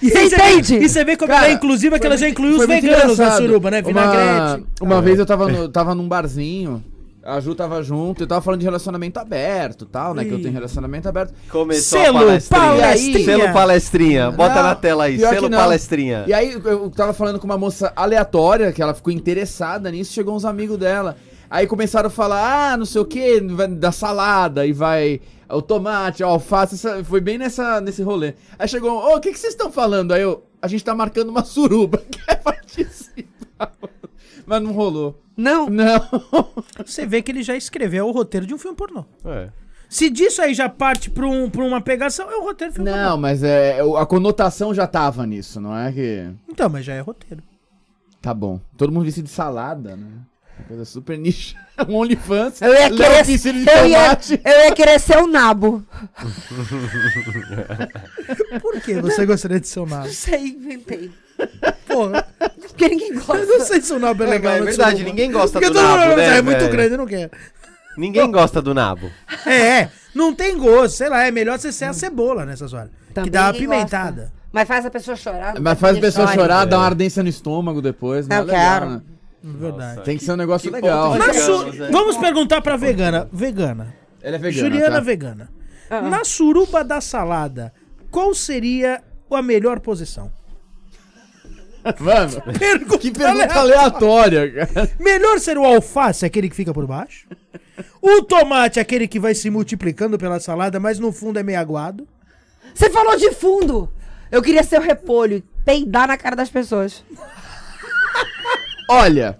Speaker 4: E
Speaker 2: Você
Speaker 4: aí
Speaker 2: entende?
Speaker 4: vê- E você vê como ela é inclusiva, que ela já incluiu os
Speaker 3: Foi muito
Speaker 4: veganos na
Speaker 3: engraçado.
Speaker 4: suruba, né? Vinagrete. É.
Speaker 3: Uma, uma vez eu tava, no- tava num barzinho, a Ju tava junto, eu tava falando de relacionamento aberto e tal, né? Que eu tenho relacionamento aberto.
Speaker 1: Começou
Speaker 4: Selo
Speaker 1: a palestrinha.
Speaker 4: palestrinha.
Speaker 1: Selo palestrinha. Bota
Speaker 3: Não,
Speaker 1: na tela aí.
Speaker 3: pior que
Speaker 1: Selo
Speaker 3: não.
Speaker 1: palestrinha.
Speaker 3: E aí eu- eu tava falando com uma moça aleatória, que ela ficou interessada nisso, chegou uns amigos dela. Aí começaram a falar, ah, não sei o que, da salada, e vai o tomate, a alface, essa- foi bem nessa, nesse rolê. Aí chegou, ô, o que, que vocês estão falando? Aí eu, a gente tá marcando uma suruba, quer participar? Mas não rolou.
Speaker 2: Não.
Speaker 3: Não.
Speaker 4: Você vê que ele já escreveu o roteiro de um filme pornô.
Speaker 1: É.
Speaker 4: Se disso aí já parte pra, um, pra uma pegação, é o roteiro do filme pornô.
Speaker 3: Não, mas é, o- a conotação já tava nisso, não é que...
Speaker 4: Então, mas já é roteiro.
Speaker 3: Tá bom. Todo mundo vestido de salada, né? Uma coisa super nicho. Um OnlyFans.
Speaker 2: Eu ia
Speaker 3: Léo
Speaker 2: querer.
Speaker 3: vestido de
Speaker 2: Eu ia,
Speaker 3: tomate.
Speaker 2: eu ia querer ser o nabo.
Speaker 4: Por que você gostaria de ser o Nabo?
Speaker 2: Não sei, inventei.
Speaker 4: Porra,
Speaker 2: Porque ninguém
Speaker 4: eu não
Speaker 2: gosta.
Speaker 4: sei se o Nabo é
Speaker 1: É,
Speaker 4: legal.
Speaker 1: mas é
Speaker 4: na
Speaker 1: verdade,
Speaker 4: suruba.
Speaker 1: ninguém gosta do
Speaker 4: Porque todo mundo
Speaker 1: nabo,
Speaker 4: vai
Speaker 1: né,
Speaker 4: pensar, é muito
Speaker 1: velho?
Speaker 4: grande, eu não quero.
Speaker 1: Ninguém gosta do nabo.
Speaker 4: É, não tem gosto, sei lá, é melhor você ser a cebola nessas horas. que
Speaker 2: Também
Speaker 4: dá uma
Speaker 2: ninguém gosta.
Speaker 4: pimentada.
Speaker 2: Mas faz a pessoa chorar. não
Speaker 3: Mas
Speaker 2: pode
Speaker 3: faz a
Speaker 2: ninguém
Speaker 3: pessoa
Speaker 2: chore.
Speaker 3: chorar,
Speaker 1: É.
Speaker 3: dá uma ardência no estômago depois. Não
Speaker 2: Eu
Speaker 3: é legal,
Speaker 2: quero.
Speaker 3: né?
Speaker 4: Verdade.
Speaker 3: Tem que ser um negócio
Speaker 1: Que
Speaker 3: legal.
Speaker 1: ponto
Speaker 4: Na
Speaker 1: Vegano, né?
Speaker 4: su-
Speaker 1: Zé.
Speaker 4: Vamos perguntar pra vegana. Vegana.
Speaker 3: Ela é vegana,
Speaker 4: Juliana
Speaker 3: tá?
Speaker 4: vegana. Na suruba da salada, qual seria a melhor posição?
Speaker 3: Mano,
Speaker 4: Pergunta
Speaker 3: que pergunta aleatória, cara.
Speaker 4: Melhor ser o alface, aquele que fica por baixo. O tomate, aquele que vai se multiplicando pela salada, mas no fundo é meio aguado.
Speaker 2: Você falou de fundo. Eu queria ser o repolho. Peidar na cara das pessoas.
Speaker 3: Olha,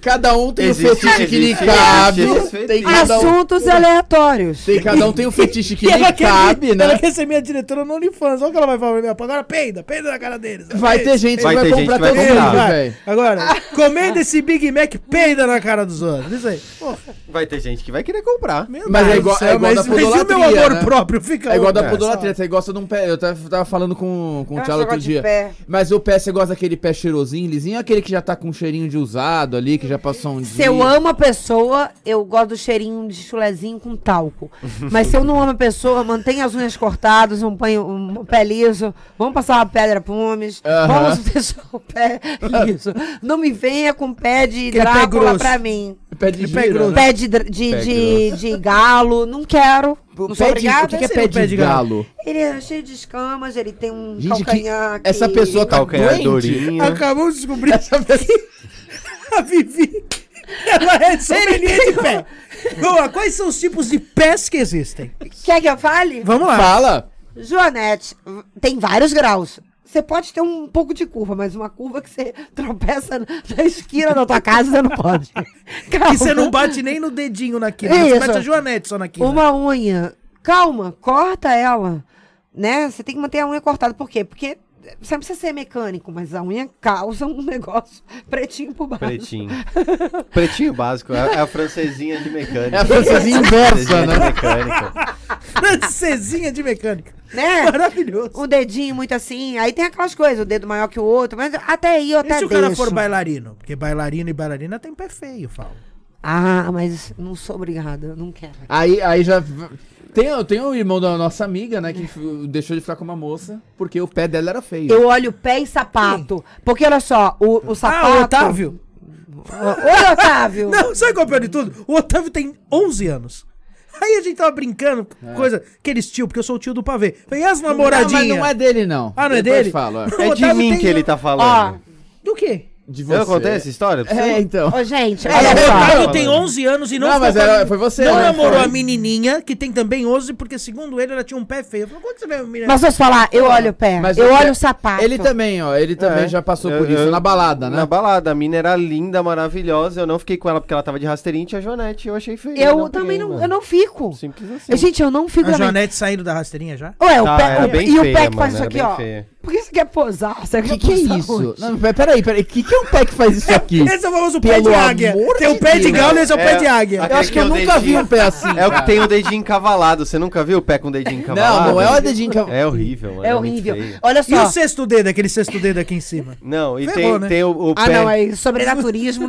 Speaker 3: cada um tem o
Speaker 1: Existe,
Speaker 3: fetiche que lhe
Speaker 1: existe,
Speaker 3: cabe.
Speaker 1: existe esse
Speaker 3: Tem
Speaker 1: fetiche.
Speaker 3: cada, um,
Speaker 2: Assuntos aleatórios.
Speaker 3: tem cada um tem o fetiche que
Speaker 4: E
Speaker 3: lhe
Speaker 4: quer,
Speaker 3: cabe, né?
Speaker 4: ela quer ser minha diretora no OnlyFans. Olha o que ela vai falar pra mim. Agora peida, peida na cara deles.
Speaker 3: Vai ter gente
Speaker 1: Vai
Speaker 3: que vai
Speaker 1: ter gente
Speaker 3: comprar
Speaker 1: que vai
Speaker 3: todo
Speaker 1: comprar.
Speaker 3: mundo,
Speaker 1: Vai.
Speaker 3: velho.
Speaker 4: Agora, comendo esse Big Mac, peida na cara dos outros. Isso aí. Porra,
Speaker 1: Vai ter gente que vai querer comprar.
Speaker 4: meu
Speaker 3: Mas é
Speaker 4: Deus do
Speaker 3: igual- é
Speaker 4: céu,
Speaker 3: igual
Speaker 4: mas,
Speaker 3: da
Speaker 4: mas e o meu
Speaker 3: podolatria,
Speaker 4: amor
Speaker 3: né?
Speaker 4: próprio fica.
Speaker 3: É igual da
Speaker 4: onde?
Speaker 3: podolatria, você gosta de um pé. Eu tava, tava falando com, com o
Speaker 2: Eu
Speaker 3: Thiago
Speaker 2: gosto
Speaker 3: outro
Speaker 2: de
Speaker 3: dia.
Speaker 2: pé.
Speaker 3: Mas o pé, você gosta daquele pé cheirosinho, lisinho, ou aquele que já tá com um cheirinho de usado ali, que já já passou um dia.
Speaker 2: Se eu amo a pessoa, eu gosto do cheirinho de chulezinho com talco. Mas se eu não amo a pessoa, mantenha as unhas cortadas, um, panho, um pé liso, vamos passar uma pedra pumes,
Speaker 3: Aham.
Speaker 2: vamos deixar o pé liso. Não me venha com pé de
Speaker 4: Aquele pé
Speaker 2: Drácula
Speaker 4: grosso.
Speaker 2: pra mim.
Speaker 3: Pé de
Speaker 4: Ele pega
Speaker 3: giro,
Speaker 4: grosso.
Speaker 3: né?
Speaker 2: Pé de, dra- de,
Speaker 1: Pé
Speaker 2: de, de galo, não quero. Não sou
Speaker 3: Pé de, o
Speaker 2: obrigada. assim. um
Speaker 3: que, que é
Speaker 4: Esse
Speaker 3: pé
Speaker 4: não
Speaker 3: de galo?
Speaker 2: Ele é cheio de escamas, ele tem um
Speaker 3: Gente, que-
Speaker 2: calcanhar que...
Speaker 3: Essa pessoa tá
Speaker 1: Calcanhar
Speaker 3: doente?
Speaker 1: durinho.
Speaker 4: Acabamos de descobrir
Speaker 3: Essa pessoa...
Speaker 4: a Vivi. Ela é sommelier de pé. Vamos lá, quais são os tipos de pés que existem?
Speaker 2: Quer que eu fale?
Speaker 4: Vamos lá.
Speaker 3: Fala!
Speaker 2: Joanete, v- tem vários graus. Você pode ter um pouco de curva, mas uma curva que você tropeça na- na esquina da tua casa, você não pode. Calma.
Speaker 4: Que você não bate nem no dedinho na quina.
Speaker 2: Isso.
Speaker 4: Você bate né? a Joanete só na quina.
Speaker 2: Uma unha. Calma, corta ela. Né? Você tem que manter a unha cortada. Por quê? Porque você não precisa ser mecânico, mas a unha causa um negócio pretinho por baixo.
Speaker 1: Pretinho. Pretinho básico. É é a francesinha de mecânica.
Speaker 3: É a francesinha inversa,
Speaker 1: Francesinha de
Speaker 3: né?
Speaker 1: mecânica.
Speaker 4: Francesinha de mecânica.
Speaker 2: Né?
Speaker 4: Maravilhoso.
Speaker 2: Um dedinho muito assim. Aí tem aquelas coisas, o dedo maior que o outro. Mas até aí eu
Speaker 4: E
Speaker 2: até
Speaker 4: se o cara for
Speaker 2: deixo.
Speaker 4: bailarino? Porque bailarino e bailarina tem pé feio, falo.
Speaker 2: Ah, mas não sou obrigada, não quero.
Speaker 3: Aí, aí já... Tem, tem o irmão da nossa amiga, né? Que f- deixou de ficar com uma moça porque o pé dela era feio.
Speaker 2: Eu olho pé e sapato. Porque olha só, o, o sapato.
Speaker 4: Ah, o Otávio.
Speaker 2: Oi, Otávio!
Speaker 4: Não, sabe qual é o pior de tudo? O Otávio tem 11 anos. Aí a gente tava brincando, coisa, aqueles tio, porque eu sou o tio do pavê. Falei, e as
Speaker 3: Não,
Speaker 4: namoradinhas?
Speaker 3: mas não é dele, não.
Speaker 4: Ah, não é
Speaker 3: Depois
Speaker 4: dele?
Speaker 3: Falo, é.
Speaker 1: É de
Speaker 4: Otávio
Speaker 1: mim
Speaker 4: tem
Speaker 1: que ele tá
Speaker 2: Ó,
Speaker 1: falando.
Speaker 4: Do quê?
Speaker 3: De
Speaker 1: Eu contei essa história? pra você?
Speaker 3: É, então.
Speaker 2: Ô, gente,
Speaker 4: O
Speaker 2: olha só.
Speaker 4: Otávio
Speaker 1: Tá
Speaker 4: tem
Speaker 1: falando.
Speaker 4: 11 anos e não,
Speaker 3: Não, mas
Speaker 4: ficou com
Speaker 3: era-
Speaker 4: a-
Speaker 3: foi você,
Speaker 4: Não
Speaker 3: né?
Speaker 4: namorou
Speaker 3: Foi.
Speaker 4: a menininha, que tem também 11, porque segundo ele, ela tinha um pé feio. Eu falei, quando você vê a menina?
Speaker 2: Mas posso falar, eu olho o pé,
Speaker 3: Mas
Speaker 2: eu
Speaker 3: o pé-
Speaker 2: olho o sapato.
Speaker 3: Ele também, ó. Ele também já passou por
Speaker 1: é. Eu-
Speaker 3: isso
Speaker 1: eu-
Speaker 3: na balada, né?
Speaker 1: Na balada. A mina era linda, maravilhosa. Eu não fiquei com ela porque ela tava de rasteirinha e tinha a Joanete. Eu achei feio.
Speaker 2: Eu
Speaker 1: não
Speaker 2: também
Speaker 1: peguei,
Speaker 2: não,
Speaker 1: mano.
Speaker 2: eu não fico.
Speaker 1: Simples assim.
Speaker 2: Eu, gente, eu não fico
Speaker 4: A
Speaker 2: também.
Speaker 4: Joanete saindo da rasteirinha já?
Speaker 2: Ué, é o
Speaker 1: Tá,
Speaker 2: pé,
Speaker 1: era
Speaker 2: o-
Speaker 1: bem
Speaker 2: e o
Speaker 1: feia,
Speaker 2: pé que
Speaker 1: mano,
Speaker 2: faz isso
Speaker 1: era
Speaker 2: aqui,
Speaker 1: bem
Speaker 2: ó.
Speaker 1: feia.
Speaker 2: Por que você quer posar? Você
Speaker 3: O
Speaker 2: quer
Speaker 3: que, que é
Speaker 2: posar
Speaker 3: isso?
Speaker 2: onde?
Speaker 3: Não, pe- peraí, peraí. O que, que é um pé que faz isso aqui?
Speaker 4: Esse é o famoso pé
Speaker 3: Pelo
Speaker 4: de águia.
Speaker 3: amor
Speaker 4: Tem
Speaker 3: de
Speaker 4: o pé de
Speaker 3: Deus.
Speaker 4: galo e esse é o pé de águia.
Speaker 3: Eu acho que eu nunca vi um pé assim.
Speaker 1: É o que
Speaker 3: cara.
Speaker 1: tem o dedinho encavalado. Você nunca viu o pé com o dedinho encavalado?
Speaker 3: Não, não é o dedinho que eu-
Speaker 1: É horrível, mano.
Speaker 2: É
Speaker 1: muito
Speaker 2: horrível.
Speaker 1: feio.
Speaker 2: Olha
Speaker 4: E o
Speaker 2: só.
Speaker 4: sexto dedo, aquele sexto dedo aqui em cima?
Speaker 1: Não, e
Speaker 4: Ferrou,
Speaker 1: tem,
Speaker 4: né?
Speaker 1: tem o, o
Speaker 2: Ah,
Speaker 1: pé,
Speaker 2: não, aí sobrenaturismo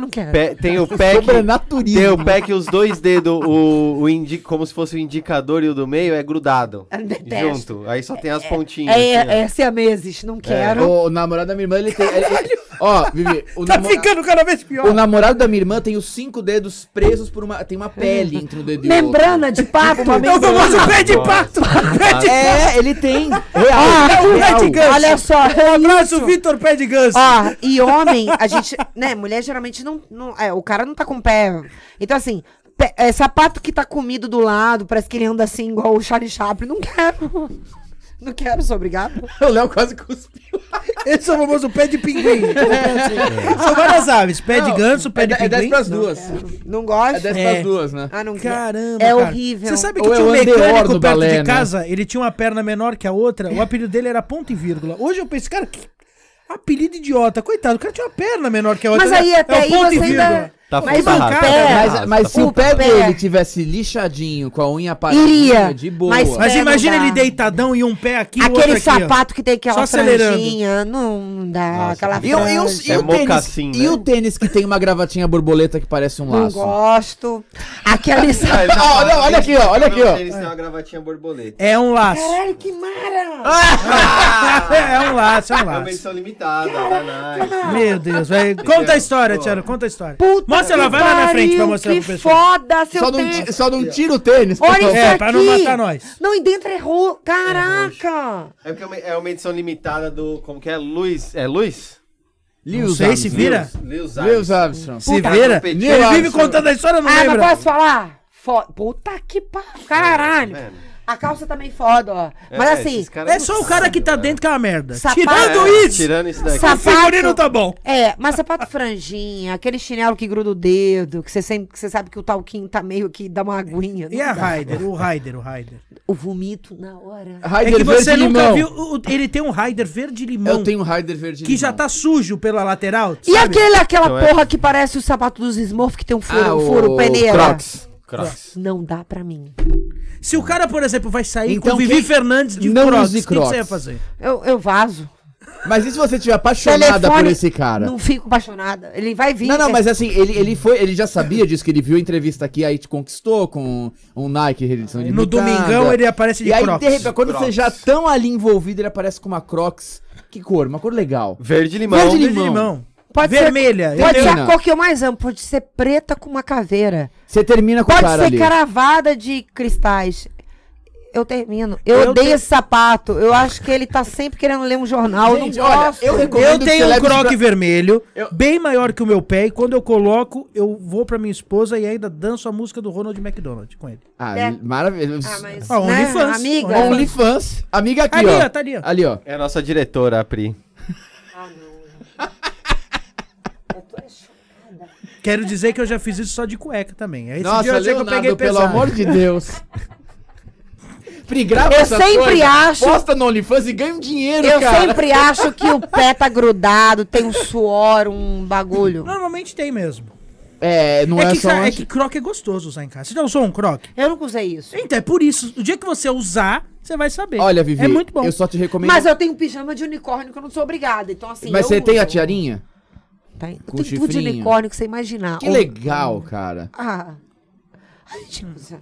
Speaker 2: não quero.
Speaker 1: pé- Tem o pé que...
Speaker 3: Sobrenaturismo.
Speaker 1: Tem o pé que os dois dedos, o, o indi- como se fosse o indicador e o do meio, é grudado.
Speaker 2: Eu detesto.
Speaker 1: Junto. Aí só tem as pontinhas. assim, ó.
Speaker 2: É, é siameses, não quero.
Speaker 3: O, o namorado da minha irmã, ele tem. ele- ele- ó, Vivi, o,
Speaker 4: Tá
Speaker 3: namo-
Speaker 4: ficando cada vez
Speaker 3: o
Speaker 4: pior.
Speaker 3: namorado da minha irmã tem os cinco dedos presos por uma. Tem uma pele entre um dedo
Speaker 2: Membrana de pato.
Speaker 4: É o famoso pé de pato. Pé
Speaker 3: e
Speaker 4: de
Speaker 3: outro. É, ele tem. Real.
Speaker 4: é o Red
Speaker 3: real.
Speaker 4: Ganso.
Speaker 2: Olha só, é
Speaker 4: Abraço, Vitor Pé de Ganso.
Speaker 3: Ah.
Speaker 2: Ó, e homem, a gente, né, mulher geralmente não, não é, o cara não tá com pé. Então assim, pé- é, sapato que tá comido do lado, parece que ele anda assim igual o Charlie Chaplin, não quero. Não quero, sou obrigado.
Speaker 3: O Léo quase cuspiu.
Speaker 4: Esse é o famoso pé de pinguim. São várias aves. Pé de
Speaker 3: Não,
Speaker 4: ganso, pé
Speaker 3: é,
Speaker 4: de
Speaker 3: de-
Speaker 4: pinguim.
Speaker 3: É 10 pras duas.
Speaker 2: Não
Speaker 3: É
Speaker 2: gosto.
Speaker 3: 10
Speaker 4: É.
Speaker 3: pras duas, né?
Speaker 2: Ah, não quero.
Speaker 4: Caramba,
Speaker 2: É
Speaker 4: cara.
Speaker 2: horrível.
Speaker 4: Você sabe que
Speaker 3: Ou é
Speaker 4: tinha um
Speaker 3: o Andeor
Speaker 4: mecânico perto
Speaker 3: do balé,
Speaker 4: de
Speaker 3: né?
Speaker 4: casa, ele tinha uma perna menor que a outra, o apelido dele era ponto e vírgula. Hoje eu penso, cara, que apelido idiota. Coitado, o cara tinha uma perna menor que a outra.
Speaker 2: Mas aí
Speaker 4: É o
Speaker 2: até aí
Speaker 4: ponto e
Speaker 2: você
Speaker 4: vírgula. um
Speaker 2: ainda
Speaker 1: Tá
Speaker 2: Mas o
Speaker 1: ferrado.
Speaker 2: pé-
Speaker 1: Tá
Speaker 3: É, né? Mas,
Speaker 1: ferrado,
Speaker 3: mas
Speaker 1: tá
Speaker 3: se o
Speaker 1: ferrado.
Speaker 3: pé
Speaker 2: O pé.
Speaker 3: dele tivesse lixadinho, com a unha aparadinha,
Speaker 2: Iria,
Speaker 3: de boa.
Speaker 2: mas-
Speaker 4: Mas
Speaker 2: Pé É, não
Speaker 4: imagina
Speaker 2: dá.
Speaker 4: ele deitadão e um pé aqui, o outro
Speaker 2: aquele
Speaker 4: aqui,
Speaker 2: sapato que tem aquela
Speaker 4: Só acelerando.
Speaker 2: franjinha, não dá,
Speaker 1: Nossa,
Speaker 2: aquela
Speaker 3: E, o- e o-
Speaker 2: franja. um,
Speaker 3: e o
Speaker 1: É
Speaker 3: tênis,
Speaker 1: mocassim,
Speaker 3: e
Speaker 1: né?
Speaker 3: o tênis que tem uma gravatinha borboleta que parece um
Speaker 2: Não
Speaker 3: laço?
Speaker 2: gosto. Aquele
Speaker 1: Ah, ele
Speaker 2: sapato.
Speaker 1: tá
Speaker 3: Ó,
Speaker 1: falando
Speaker 3: não, olha aqui, ó, olha aqui, ó.
Speaker 1: Eles têm uma gravatinha borboleta.
Speaker 4: ó. É um laço.
Speaker 2: Caralho, que mara!
Speaker 4: é um laço, é um
Speaker 1: É uma
Speaker 4: laço.
Speaker 1: edição limitada, É da Nike.
Speaker 4: Meu Deus, velho. Conta a história,
Speaker 1: Pô.
Speaker 4: Tiago, conta a história.
Speaker 2: Puta
Speaker 4: Mostra
Speaker 2: que
Speaker 4: lá, vai lá na frente pra
Speaker 2: pariu,
Speaker 4: mostrar
Speaker 2: que
Speaker 4: pro pessoal.
Speaker 2: foda, seu
Speaker 3: Só não,
Speaker 2: tempo.
Speaker 3: ti- só não tira o tênis, por
Speaker 2: Olha
Speaker 3: favor.
Speaker 2: isso
Speaker 4: É,
Speaker 2: aqui.
Speaker 4: pra não matar nós.
Speaker 2: Não, e dentro é ro... Caraca.
Speaker 1: É porque é uma- é uma edição limitada do. Como que é? Luiz. É Luiz?
Speaker 3: Lewis
Speaker 4: Não sei se
Speaker 3: Armstrong.
Speaker 4: vira.
Speaker 1: Lewis
Speaker 3: Lewis
Speaker 1: Armstrong.
Speaker 3: Armstrong.
Speaker 4: Se
Speaker 1: Puta,
Speaker 4: vira.
Speaker 1: competindo.
Speaker 4: Ele vive
Speaker 1: Armstrong.
Speaker 4: contando a história, eu não
Speaker 2: Ah,
Speaker 4: lembro.
Speaker 2: mas posso falar? Foda. Puta que pariu. Caralho.
Speaker 1: Mano.
Speaker 2: A calça também foda, ó.
Speaker 1: É,
Speaker 2: Mas
Speaker 1: esses
Speaker 2: assim,
Speaker 1: caras
Speaker 4: É
Speaker 1: não
Speaker 4: só o cara que tá
Speaker 1: sabem,
Speaker 4: dentro que é uma merda.
Speaker 2: Sapato.
Speaker 4: Tirando
Speaker 1: É,
Speaker 4: isso,
Speaker 1: Tirando isso daqui.
Speaker 4: o figurino tá bom.
Speaker 2: é, mas sapato franjinha, aquele chinelo que gruda o dedo, que você sempre, que você sabe que o talquinho tá meio que dá uma aguinha.
Speaker 4: E
Speaker 2: não
Speaker 4: a
Speaker 2: dá.
Speaker 4: Raider, o Raider, o Raider.
Speaker 2: O vomito na hora.
Speaker 4: É
Speaker 3: Raider
Speaker 4: que você
Speaker 3: verde
Speaker 4: nunca
Speaker 3: limão.
Speaker 4: viu, o- o- ele tem um Raider verde limão
Speaker 3: Eu tenho um Raider verde
Speaker 4: que já
Speaker 3: limão.
Speaker 4: tá sujo pela lateral,
Speaker 2: E
Speaker 4: sabe?
Speaker 2: aquele, aquela
Speaker 1: Então é-
Speaker 2: porra que parece o sapato dos Smurf que tem um furo,
Speaker 3: Ah,
Speaker 2: um furo
Speaker 3: o
Speaker 2: peneira?
Speaker 3: Crocs.
Speaker 1: Crocs.
Speaker 2: Não dá pra mim.
Speaker 4: Se o cara, por exemplo, vai sair
Speaker 3: Então
Speaker 4: com o Vivi
Speaker 3: quem-
Speaker 4: Fernandes de
Speaker 3: Não
Speaker 4: Crocs,
Speaker 3: use
Speaker 4: o que que
Speaker 3: Crocs.
Speaker 4: você ia fazer?
Speaker 2: Eu, eu vazo.
Speaker 3: Mas e se você estiver apaixonada por
Speaker 2: Telefone-
Speaker 3: esse cara?
Speaker 2: Não fico apaixonada. Ele vai vir. é
Speaker 3: Não, não,
Speaker 2: quer-
Speaker 3: mas assim, ele, ele foi, ele já sabia disso, que ele viu a entrevista aqui, aí te conquistou com um Nike redução de
Speaker 4: No domingão ele aparece de
Speaker 3: E aí,
Speaker 4: crocs.
Speaker 3: de repente, quando
Speaker 1: Crocs.
Speaker 3: você já tão ali envolvido, ele aparece com uma Crocs. Que cor? Uma cor legal.
Speaker 1: Verde e limão.
Speaker 3: Verde e
Speaker 4: Verde
Speaker 3: limão.
Speaker 4: limão.
Speaker 2: Pode ser-
Speaker 4: Vermelha.
Speaker 2: Pode ser a
Speaker 3: Entendeu?
Speaker 2: cor que eu mais amo. Pode ser preta com uma caveira.
Speaker 3: Você termina com o
Speaker 2: Pode
Speaker 3: cara
Speaker 2: ser
Speaker 3: ali.
Speaker 2: cravada de cristais. Eu termino. Eu,
Speaker 4: Eu
Speaker 2: odeio
Speaker 4: te-
Speaker 2: esse sapato. Eu acho que ele tá sempre querendo ler um jornal.
Speaker 3: Gente,
Speaker 2: eu não
Speaker 3: olha,
Speaker 2: gosto.
Speaker 3: eu recomendo
Speaker 4: Eu
Speaker 3: que
Speaker 4: tenho
Speaker 3: você
Speaker 4: um
Speaker 3: leve isso
Speaker 4: croque
Speaker 3: pra-
Speaker 4: vermelho,
Speaker 3: Eu-
Speaker 4: bem maior que o meu pé, e quando eu coloco, eu vou pra minha esposa e ainda danço a música do Ronald McDonald com ele.
Speaker 3: Ah,
Speaker 2: É.
Speaker 3: maravilhoso.
Speaker 2: Ah, mas,
Speaker 4: Ah,
Speaker 2: né,
Speaker 4: OnlyFans.
Speaker 2: amiga.
Speaker 3: OnlyFans. Amiga aqui,
Speaker 4: Ali,
Speaker 3: ó.
Speaker 4: ó, tá ali, ó.
Speaker 3: Ali, ó.
Speaker 1: É a nossa diretora, a Pri.
Speaker 2: Ah,
Speaker 4: Quero dizer que eu já fiz isso só de cueca também. É esse
Speaker 3: Nossa,
Speaker 4: dia eu sei que eu
Speaker 3: Leonardo,
Speaker 4: peguei
Speaker 3: pelo
Speaker 4: pesado.
Speaker 3: amor de Deus. Pri, grava
Speaker 2: Eu
Speaker 3: essas
Speaker 2: sempre
Speaker 3: coisas,
Speaker 2: acho-
Speaker 3: Posta no OnlyFans e ganha um dinheiro,
Speaker 2: Eu
Speaker 3: cara.
Speaker 2: sempre acho que o pé tá grudado, tem um suor, um bagulho.
Speaker 4: Normalmente tem mesmo.
Speaker 3: É, não é,
Speaker 4: é, que,
Speaker 3: só...
Speaker 4: ca-
Speaker 3: um-
Speaker 4: é que croque é gostoso usar em casa. Você já usou um croque?
Speaker 2: Eu nunca usei isso.
Speaker 4: Então, é por isso. O dia que você usar, você vai saber.
Speaker 3: Olha, Vivi,
Speaker 4: É muito bom.
Speaker 3: eu só te recomendo...
Speaker 2: Mas eu tenho pijama de unicórnio que eu não sou obrigada. Então, assim.
Speaker 3: Mas
Speaker 2: eu
Speaker 3: você tem
Speaker 2: uso.
Speaker 3: a tiarinha?
Speaker 2: Tem. Eu
Speaker 3: com
Speaker 2: tenho tudo de
Speaker 3: chifrinho?
Speaker 2: unicórnio que você imaginar.
Speaker 3: Que
Speaker 2: Ou-
Speaker 3: legal, cara.
Speaker 2: Ah. A gente usa.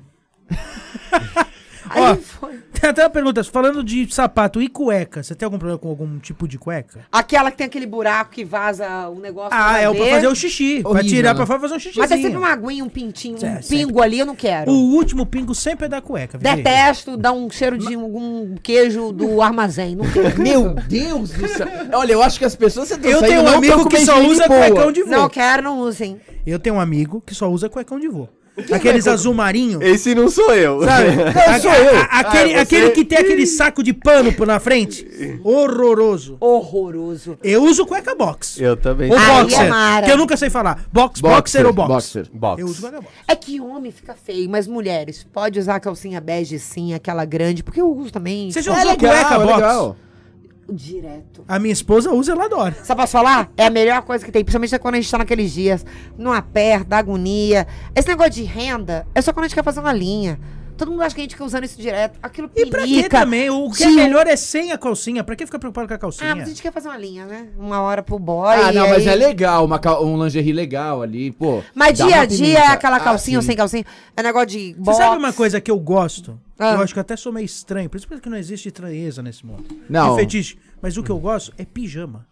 Speaker 4: Ó.
Speaker 2: Aí foi.
Speaker 4: Tem até uma pergunta. Falando de sapato e cueca, você tem algum problema com algum tipo de cueca?
Speaker 2: Aquela que tem aquele buraco que vaza o negócio.
Speaker 4: Ah,
Speaker 2: nada
Speaker 4: é
Speaker 2: a
Speaker 4: o pra
Speaker 2: ver.
Speaker 4: fazer o xixi. pra
Speaker 3: Horrível,
Speaker 4: tirar
Speaker 3: né?
Speaker 4: pra fora fazer um xixi.
Speaker 2: Mas é sempre uma aguinha, um pintinho, um
Speaker 4: É,
Speaker 2: pingo
Speaker 4: sempre.
Speaker 2: ali, eu não quero.
Speaker 4: O
Speaker 3: Uh,
Speaker 4: último pingo sempre é da cueca, Vivi.
Speaker 2: Detesto dar um cheiro de algum queijo do armazém. Não quero.
Speaker 3: Meu Deus do céu. Olha, eu acho que as pessoas... que
Speaker 4: Eu
Speaker 3: saindo
Speaker 4: tenho um
Speaker 3: não tão
Speaker 4: amigo
Speaker 3: com
Speaker 4: que
Speaker 3: uma
Speaker 4: só
Speaker 3: higiene
Speaker 4: usa
Speaker 3: boa.
Speaker 4: cuecão de
Speaker 2: Não
Speaker 4: vô.
Speaker 2: quero, não usem.
Speaker 4: Eu tenho um amigo que só usa cuecão de vô. Aqueles azul marinho.
Speaker 1: Esse não sou eu.
Speaker 4: A-
Speaker 3: sou
Speaker 4: a-
Speaker 3: eu.
Speaker 4: a- aquele,
Speaker 1: Ah, você-
Speaker 4: aquele que tem aquele saco de pano por na frente. Horroroso.
Speaker 2: Horroroso.
Speaker 4: Eu uso cueca box.
Speaker 1: Eu também.
Speaker 4: Ou
Speaker 2: Aí é
Speaker 4: boxer.
Speaker 2: mara.
Speaker 4: que eu nunca sei falar. Box, boxer, ou box?
Speaker 3: Boxer.
Speaker 1: Box.
Speaker 4: Eu uso cueca box.
Speaker 2: É que homem fica feio, mas mulheres, pode usar a calcinha bege sim, aquela grande, porque eu uso também
Speaker 4: Você já
Speaker 2: só-
Speaker 4: usou cueca
Speaker 3: é
Speaker 4: box?
Speaker 2: direto.
Speaker 4: A minha esposa usa, ela adora.
Speaker 2: Sabe posso falar? É a melhor coisa que tem, principalmente quando a gente tá naqueles dias, não aperta, dá agonia. Esse negócio de renda é só quando a gente quer fazer uma linha. Todo mundo acha que a gente fica usando isso direto. Aquilo
Speaker 4: E pra que
Speaker 2: pinica.
Speaker 4: também? O que é
Speaker 2: Sim.
Speaker 4: melhor é sem a calcinha. Pra que ficar preocupado com a calcinha?
Speaker 2: Ah, mas a gente quer fazer uma linha, né? Uma hora pro boy.
Speaker 3: Ah, não,
Speaker 2: e
Speaker 3: mas
Speaker 2: aí-
Speaker 3: é legal, uma cal- um lingerie legal ali, pô.
Speaker 2: Mas
Speaker 3: dá
Speaker 2: dia
Speaker 3: uma
Speaker 2: a dia
Speaker 3: pimenta.
Speaker 2: é aquela
Speaker 3: Ah,
Speaker 2: calcinha ou
Speaker 3: sim.
Speaker 2: sem calcinha. É negócio de
Speaker 4: Você
Speaker 2: box.
Speaker 4: sabe uma coisa que eu gosto?
Speaker 2: Ah.
Speaker 4: Eu acho que eu até sou meio estranho. Por isso que não existe estranheza nesse mundo.
Speaker 3: Não.
Speaker 4: De fetiche. Mas o que eu gosto é pijama.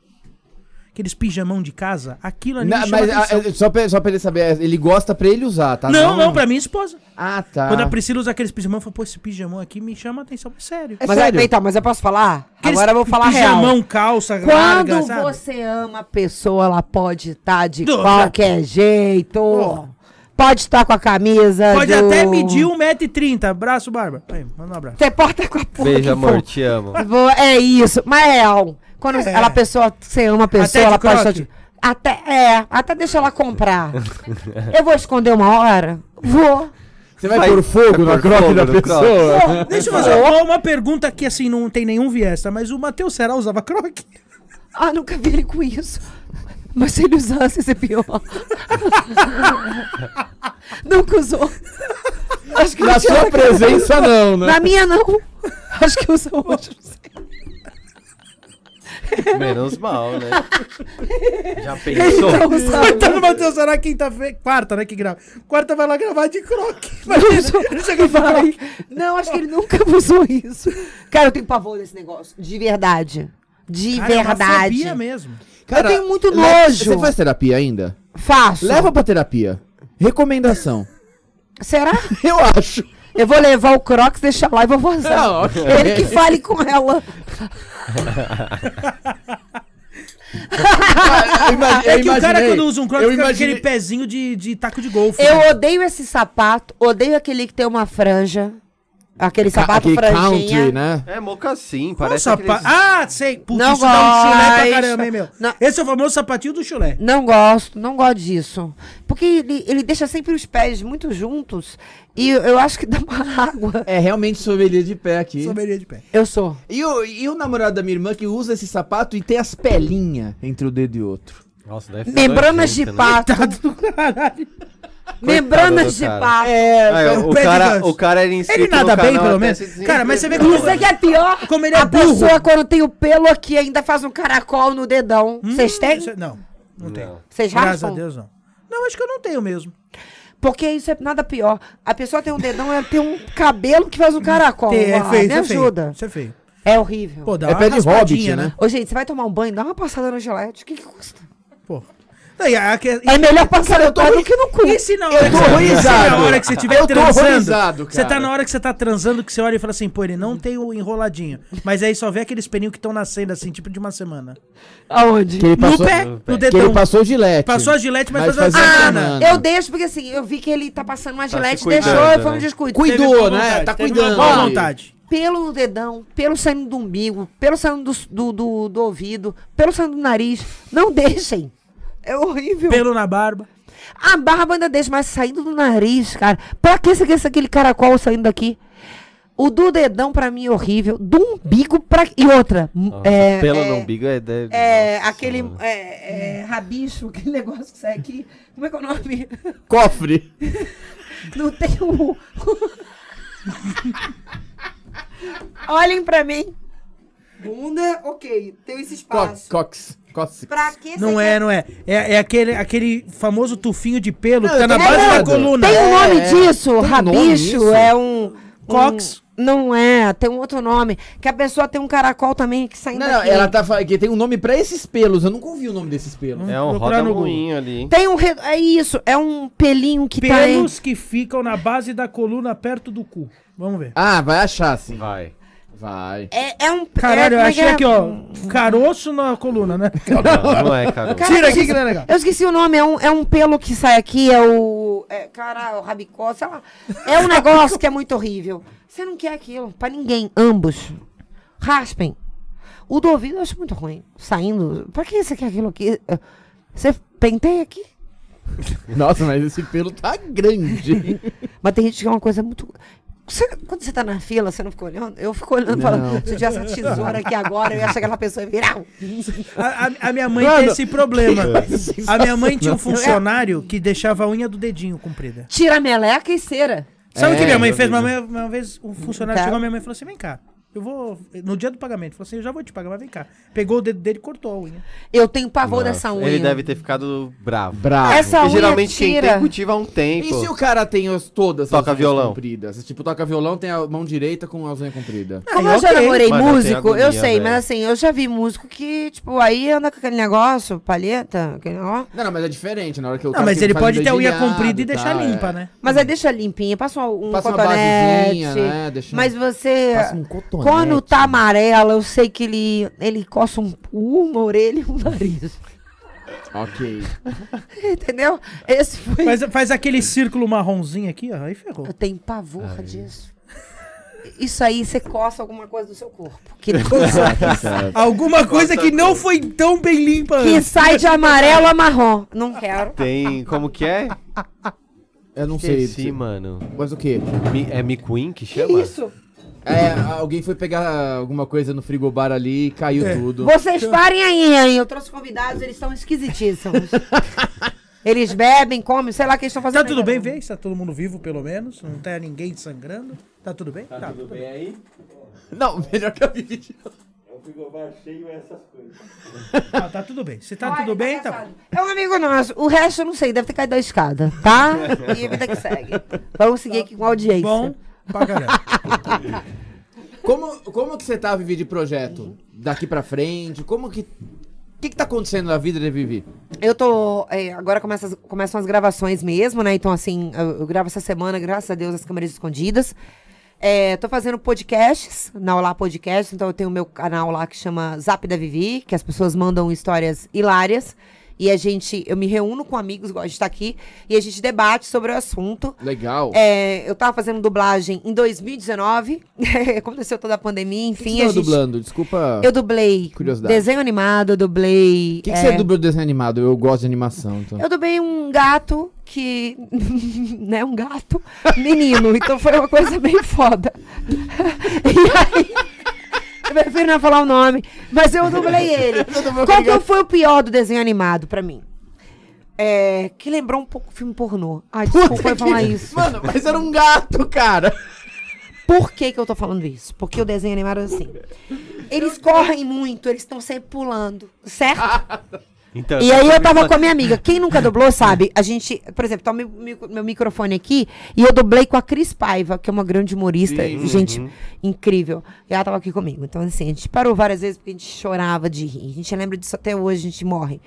Speaker 4: Aqueles pijamão de casa, aquilo ali
Speaker 3: Na-
Speaker 4: me chama
Speaker 3: mas
Speaker 4: atenção.
Speaker 3: ah, é, só, pra, só pra ele saber, ele gosta pra ele usar, tá?
Speaker 4: não, não, pra minha esposa.
Speaker 3: Ah, tá.
Speaker 4: Quando a Priscila usa aqueles pijamão, eu falo, pô, esse pijamão aqui me chama a atenção. Sério.
Speaker 2: É
Speaker 3: Mas
Speaker 2: sério,
Speaker 3: sério?
Speaker 2: então, mas eu posso falar?
Speaker 4: Aqueles
Speaker 2: Agora eu vou falar real.
Speaker 4: Pijamão, calça,
Speaker 2: Quando
Speaker 4: larga, sabe?
Speaker 2: você ama a pessoa, ela pode estar de
Speaker 4: Do-
Speaker 2: qualquer jeito. Pode estar com a camisa.
Speaker 4: Pode
Speaker 2: do-
Speaker 4: até medir 1,30m. Abraço, Barba. Aí, manda um abraço.
Speaker 2: Você porta com a porra. que
Speaker 1: Beijo,
Speaker 2: for.
Speaker 1: amor, te amo.
Speaker 2: Vou- É isso. Mas é real. Quando
Speaker 4: É.
Speaker 2: ela, a pessoa, você ama a
Speaker 4: Até
Speaker 2: pessoa,
Speaker 4: de
Speaker 2: ela pode estar
Speaker 4: croque?
Speaker 2: de. Até, é, até deixa ela comprar. eu vou esconder uma hora? Vou.
Speaker 3: Você vai,
Speaker 1: Vai-
Speaker 3: pôr fogo
Speaker 1: vai pôr
Speaker 3: na croque
Speaker 1: fogo
Speaker 3: da
Speaker 1: no croque.
Speaker 3: pessoa?
Speaker 4: Deixa eu fazer uma, uma pergunta que, assim, não tem nenhum viés, tá? Mas o Matheus Será usava croque?
Speaker 2: Ah, nunca vi ele com isso. Mas se ele usasse, ia ser pior. nunca usou. Acho que
Speaker 3: Na
Speaker 2: eu tinha-
Speaker 3: sua presença, não, né?
Speaker 2: Na minha, não. Acho que usa hoje. não sei.
Speaker 1: Menos mal, né? Já pensou?
Speaker 2: Então, sabe?
Speaker 4: Tá no Matheus Será quinta-feira. Quarta, né? Que grava. Quarta vai lá gravar de croque.
Speaker 2: Não
Speaker 4: Imagina.
Speaker 2: usou.
Speaker 4: Ele chega e fala,
Speaker 2: Vai. Não, acho que ele nunca usou isso. Cara, eu tenho pavor desse negócio. De verdade. De
Speaker 4: "Cara, é uma
Speaker 2: verdade.
Speaker 4: fobia mesmo.
Speaker 3: Cara,
Speaker 2: tenho muito
Speaker 3: le-
Speaker 2: nojo.
Speaker 3: Você faz terapia ainda?
Speaker 2: Faço.
Speaker 3: Leva pra terapia. Recomendação.
Speaker 2: Será?
Speaker 3: Eu acho.
Speaker 2: Eu vou levar o Crocs, deixar lá e vou vazar.
Speaker 3: Não, ok.
Speaker 2: Ele que fale com ela.
Speaker 3: Eu ima-
Speaker 4: É
Speaker 3: eu
Speaker 4: que o cara,
Speaker 3: imaginei-
Speaker 4: quando usa um croque,
Speaker 3: eu
Speaker 4: fica com
Speaker 3: imaginei-
Speaker 4: aquele pezinho de, de taco de golfe. né?
Speaker 2: Eu odeio esse sapato, odeio aquele que tem uma franja. Aquele
Speaker 3: Ca-
Speaker 2: sapato
Speaker 3: aquele
Speaker 2: franjinha.
Speaker 3: country, né?
Speaker 1: É mocassim,
Speaker 4: Qual
Speaker 1: parece
Speaker 4: sapa-
Speaker 1: aqueles...
Speaker 4: Ah, sei. Putz,
Speaker 2: Não
Speaker 4: isso dá um chulé pra
Speaker 2: gosto.
Speaker 4: caramba, hein, meu?
Speaker 2: Não.
Speaker 4: Esse é o famoso sapatinho do chulé.
Speaker 2: Não gosto, não gosto disso. Porque ele, ele deixa sempre os pés muito juntos e eu, eu acho que dá uma água.
Speaker 3: É realmente sommelier de pé aqui.
Speaker 4: Soberia de pé.
Speaker 2: Eu sou.
Speaker 3: E o, e o namorado da minha irmã que usa esse sapato e tem as pelinhas entre o dedo e o outro.
Speaker 1: Nossa, deve ser
Speaker 2: Membranas de
Speaker 1: nojento, né?
Speaker 2: pato.
Speaker 4: Tá do caralho.
Speaker 2: Membranas
Speaker 1: do
Speaker 2: de
Speaker 1: cara.
Speaker 2: papo.
Speaker 4: É,
Speaker 1: Aí, ó, o,
Speaker 4: pé de
Speaker 1: cara,
Speaker 4: ganso.
Speaker 1: o cara era inscrito
Speaker 4: Ele nada
Speaker 1: no
Speaker 4: bem,
Speaker 1: canal
Speaker 4: pelo
Speaker 1: até
Speaker 4: menos?
Speaker 1: se
Speaker 4: Cara, mas você vê
Speaker 1: desinvestir.
Speaker 2: Isso aqui é pior.
Speaker 4: Como ele é
Speaker 2: a
Speaker 4: burro.
Speaker 2: pessoa, quando tem o pelo aqui, ainda faz um caracol no dedão. Vocês têm?
Speaker 4: Hum, Isso- é- Não, não tem.
Speaker 1: Não.
Speaker 2: Vocês
Speaker 4: Graças a
Speaker 2: raspam?
Speaker 4: Deus, não. Não, acho que eu não tenho mesmo.
Speaker 2: Porque isso é nada pior. A pessoa tem um dedão, ela tem um cabelo que faz um caracol.
Speaker 4: Tem,
Speaker 2: Ah, me
Speaker 4: isso
Speaker 2: ajuda.
Speaker 4: Feio, isso é feio.
Speaker 2: É horrível.
Speaker 4: Pô, dá
Speaker 3: É
Speaker 4: uma
Speaker 3: pé de
Speaker 4: raspadinha,
Speaker 3: hobbit, né?
Speaker 2: Ô, gente, você vai tomar um banho, dá uma passada no gelete. O que, que custa?
Speaker 4: Pô. Não, e a- que- e-
Speaker 2: É melhor passar no pé do que no cu.
Speaker 4: E se na hora,
Speaker 3: tô
Speaker 4: que você- e se na
Speaker 3: horrorizado.
Speaker 4: hora que você estiver
Speaker 3: Eu tô
Speaker 4: transando,
Speaker 3: horrorizado,
Speaker 4: você tá
Speaker 3: cara.
Speaker 4: na hora que você tá transando que você olha e fala assim, pô, ele não tem o enroladinho. Mas aí só vê aqueles pelinhos que estão nascendo assim, tipo de uma semana.
Speaker 2: Aonde?
Speaker 3: Que ele
Speaker 4: No
Speaker 3: passou,
Speaker 4: pé, no
Speaker 3: que ele
Speaker 4: dedão.
Speaker 3: passou gilete.
Speaker 4: Passou a gilete, mas,
Speaker 3: Mas
Speaker 4: faz uma
Speaker 3: fazia
Speaker 4: semana.
Speaker 3: semana.
Speaker 2: Eu deixo, porque assim, eu vi que ele tá passando uma
Speaker 1: Tá
Speaker 2: gilete,
Speaker 1: se cuidando,
Speaker 2: deixou, eu foi um
Speaker 1: né?
Speaker 2: descuido.
Speaker 3: Cuida-
Speaker 4: Teve
Speaker 3: Cuidou,
Speaker 4: uma
Speaker 3: né?
Speaker 4: vontade,
Speaker 3: Tá
Speaker 4: teve
Speaker 3: cuidando
Speaker 4: Uma boa
Speaker 3: ali.
Speaker 4: vontade.
Speaker 2: Pelo no dedão, pelo saindo do umbigo, pelo saindo do, do, do- do ouvido, pelo saindo do nariz. Não deixem. É horrível.
Speaker 4: Pelo na barba.
Speaker 2: A barba ainda deixa, mas saindo do nariz, cara. Pra que você quer esse- aquele caracol saindo daqui? O do dedão, pra mim, é horrível. Do umbigo pra. E outra. m-
Speaker 1: Nossa,
Speaker 2: é,
Speaker 1: um pelo
Speaker 2: é,
Speaker 1: no umbigo é... deve-
Speaker 2: É,
Speaker 1: nossa,
Speaker 2: aquele
Speaker 1: mano.
Speaker 2: é, é, rabicho, aquele negócio que sai aqui. Como é que é o nome?
Speaker 3: Cofre.
Speaker 2: Não tem um. Olhem pra mim. Bunda, ok. Tem esse
Speaker 3: Cox.
Speaker 2: espaço.
Speaker 3: Cox. Cox.
Speaker 2: Pra que
Speaker 4: Não
Speaker 2: você
Speaker 4: é, não é. É, é aquele, aquele famoso tufinho de pelo que tá na
Speaker 3: tô
Speaker 4: base da
Speaker 3: ligado.
Speaker 4: coluna.
Speaker 2: É, Tem um
Speaker 3: É,
Speaker 2: nome
Speaker 3: é.
Speaker 2: disso,
Speaker 3: Tem um nome
Speaker 2: rabicho,
Speaker 3: isso?
Speaker 2: é um, um-
Speaker 4: Cox?
Speaker 2: Não é, tem um outro nome. Que a pessoa tem um caracol também que sai
Speaker 3: Não, não,
Speaker 2: daqui.
Speaker 3: ela tá falando que tem um nome pra esses pelos. Eu nunca ouvi o nome desses pelos.
Speaker 1: É um
Speaker 4: Procurar
Speaker 1: roda
Speaker 4: no Google.
Speaker 1: ruim ali, hein?
Speaker 2: Tem um. re- É isso, é um pelinho que tá em.
Speaker 4: É Pelos que ficam na base da coluna perto do cu. Vamos ver.
Speaker 3: Ah, vai achar, sim.
Speaker 1: Vai.
Speaker 3: Vai.
Speaker 2: É, é um.
Speaker 4: Caralho,
Speaker 2: é,
Speaker 4: eu
Speaker 2: como é que
Speaker 4: achei
Speaker 2: é?
Speaker 4: aqui, ó. Caroço na coluna, né?
Speaker 1: Não, não é, cara.
Speaker 2: Cara,
Speaker 4: Tira
Speaker 2: eu
Speaker 4: aqui
Speaker 2: esqueci-
Speaker 4: que não é legal.
Speaker 2: Eu esqueci o nome, é um, é um pelo que sai aqui, é o. É, cara, o rabicó, sei lá. É um negócio que é muito horrível. Você não quer aquilo, pra ninguém, ambos. Raspem. O do ouvido eu acho muito ruim. Saindo. Pra que você quer aquilo aqui? Ah, Você penteia aqui?
Speaker 3: Nossa, mas esse pelo tá grande. hein?
Speaker 2: Mas tem gente que é uma coisa muito. Você- quando você tá na fila, você não fica olhando? Eu fico olhando e
Speaker 3: Não.
Speaker 2: falando, se eu tivesse essa tesoura aqui agora, eu ia chegar aquela pessoa e virar. um-".
Speaker 4: A, a- a minha mãe
Speaker 3: Mano,
Speaker 4: tem esse problema. A minha mãe tinha um
Speaker 3: sensacional.
Speaker 4: funcionário que deixava a unha do dedinho comprida.
Speaker 2: Tira a meleca e cera.
Speaker 4: Sabe o que
Speaker 3: É,
Speaker 4: minha mãe
Speaker 3: meu
Speaker 4: fez? Uma,
Speaker 3: Deus.
Speaker 4: mãe- uma vez um funcionário
Speaker 2: Tá.
Speaker 4: chegou, minha mãe falou assim: vem cá. Eu vou. No dia do pagamento, falou assim: eu já vou te pagar, mas vem cá. Pegou o dedo dele e cortou a unha.
Speaker 2: Eu tenho pavor dessa
Speaker 1: Nossa,
Speaker 2: unha.
Speaker 1: Ele deve ter ficado bravo.
Speaker 3: Bravo.
Speaker 2: Essa
Speaker 1: Porque
Speaker 2: unha
Speaker 1: geralmente quem
Speaker 2: tira.
Speaker 1: tem cultiva há um tempo.
Speaker 3: E
Speaker 4: tipo,
Speaker 3: se o cara tem as, todas as
Speaker 1: Toca
Speaker 3: unhas
Speaker 1: violão.
Speaker 3: compridas? Tipo, toca violão, tem a mão direita com a unha comprida.
Speaker 2: Como
Speaker 4: Aí,
Speaker 2: Ah, eu já
Speaker 4: ok.
Speaker 2: namorei
Speaker 1: Mas eu tenho
Speaker 2: músico, eu,
Speaker 1: agonia,
Speaker 2: sei,
Speaker 1: velho.
Speaker 3: né?
Speaker 2: mas assim, eu já vi músico que, tipo, aí anda com aquele negócio, palheta, aquele negócio.
Speaker 3: Não, não, mas é diferente. Na hora que o
Speaker 4: Não, mas ele pode ter a unha comprida e deixar limpa, né?
Speaker 2: Mas aí deixa limpinha, passa um, um
Speaker 3: tá, é. Hum. Passa uma
Speaker 2: cotonete.
Speaker 3: basezinha, né? Deixa
Speaker 2: Mas
Speaker 3: um-
Speaker 2: você.
Speaker 4: é-
Speaker 3: Passa um cotonete.
Speaker 2: Quando tá amarela, eu sei que ele, ele coça um, uma orelha e um nariz.
Speaker 3: Ok.
Speaker 2: Entendeu? Esse foi.
Speaker 4: Faz, faz aquele círculo marronzinho aqui, ó. Aí ferrou.
Speaker 2: Eu tenho pavor disso. Isso aí, você coça alguma coisa do seu corpo. Que, É.
Speaker 4: Alguma coisa que não foi tão bem limpa.
Speaker 2: que sai de amarelo a marrom. Não quero.
Speaker 1: Tem. Como que é?
Speaker 3: Eu não sei.
Speaker 1: Esqueci, mano.
Speaker 3: Mas o quê?
Speaker 1: Mi- é Mi Queen que
Speaker 2: Que
Speaker 1: chama?
Speaker 2: isso?
Speaker 3: É, alguém foi pegar alguma coisa no frigobar ali e caiu
Speaker 4: É.
Speaker 3: tudo.
Speaker 2: Vocês parem aí, hein? Eu trouxe convidados, eles são esquisitíssimos. eles bebem, comem, sei lá o que eles estão fazendo.
Speaker 4: Tá tudo bem, vê? Se tá todo mundo vivo, pelo menos. Não tá ninguém sangrando. Tá tudo bem? Tá.
Speaker 1: bem aí?
Speaker 3: Não, melhor que a Vivi.
Speaker 4: Ah, tá tudo bem. Se tá
Speaker 2: Olha,
Speaker 4: tudo bem, tá bom.
Speaker 2: casado. É um amigo nosso. O resto eu não sei, deve ter caído da escada, tá? E a vida que segue. Vamos seguir aqui com a audiência.
Speaker 4: Bom pra caramba.
Speaker 3: Como, como que você tá, Vivi, de projeto? Daqui pra frente? Como que... O que que tá acontecendo na vida da Vivi?
Speaker 2: Eu tô. é, agora começa as- começam as gravações mesmo, né? Então, assim, eu, eu gravo essa semana, graças a Deus, as câmeras escondidas. É, tô fazendo podcasts na Olá Podcast, então eu tenho o meu canal lá que chama Zap da Vivi, que as pessoas mandam histórias hilárias. E a gente, eu me reúno com amigos, gosto de estar aqui, e a gente debate sobre o assunto.
Speaker 3: Legal.
Speaker 2: É, eu tava fazendo dublagem em 2019, aconteceu toda a pandemia,
Speaker 3: o que que
Speaker 2: enfim.
Speaker 3: você
Speaker 2: a
Speaker 3: tava
Speaker 2: gente,
Speaker 3: dublando? Desculpa.
Speaker 2: Eu dublei
Speaker 3: Curiosidade.
Speaker 2: desenho animado, eu dublei.
Speaker 3: O que, que
Speaker 2: é,
Speaker 3: você dublou do desenho animado? Eu gosto de animação, então.
Speaker 2: eu dublei um gato que. né? Um gato menino. Então foi uma coisa bem foda. e aí. Eu prefiro não falar o nome, mas eu dublei ele. Qual que foi o pior do desenho animado pra mim? é, que lembrou um pouco filme pornô. Ai, desculpa eu falar isso.
Speaker 3: Mano, mas era um gato, cara.
Speaker 2: Por que, que eu tô falando isso? Porque o desenho animado é assim. Eles correm muito, eles estão sempre pulando, certo?
Speaker 1: Então,
Speaker 2: E aí eu tava com a minha amiga. Quem nunca dublou sabe, a gente, por exemplo, tá o meu, meu- meu microfone aqui e eu dublei com a Cris Paiva, que é uma grande humorista,
Speaker 3: Sim.
Speaker 2: gente incrível. E ela tava aqui comigo. Então assim, a gente parou várias vezes porque a gente chorava de rir. A gente lembra disso até hoje, a gente morre.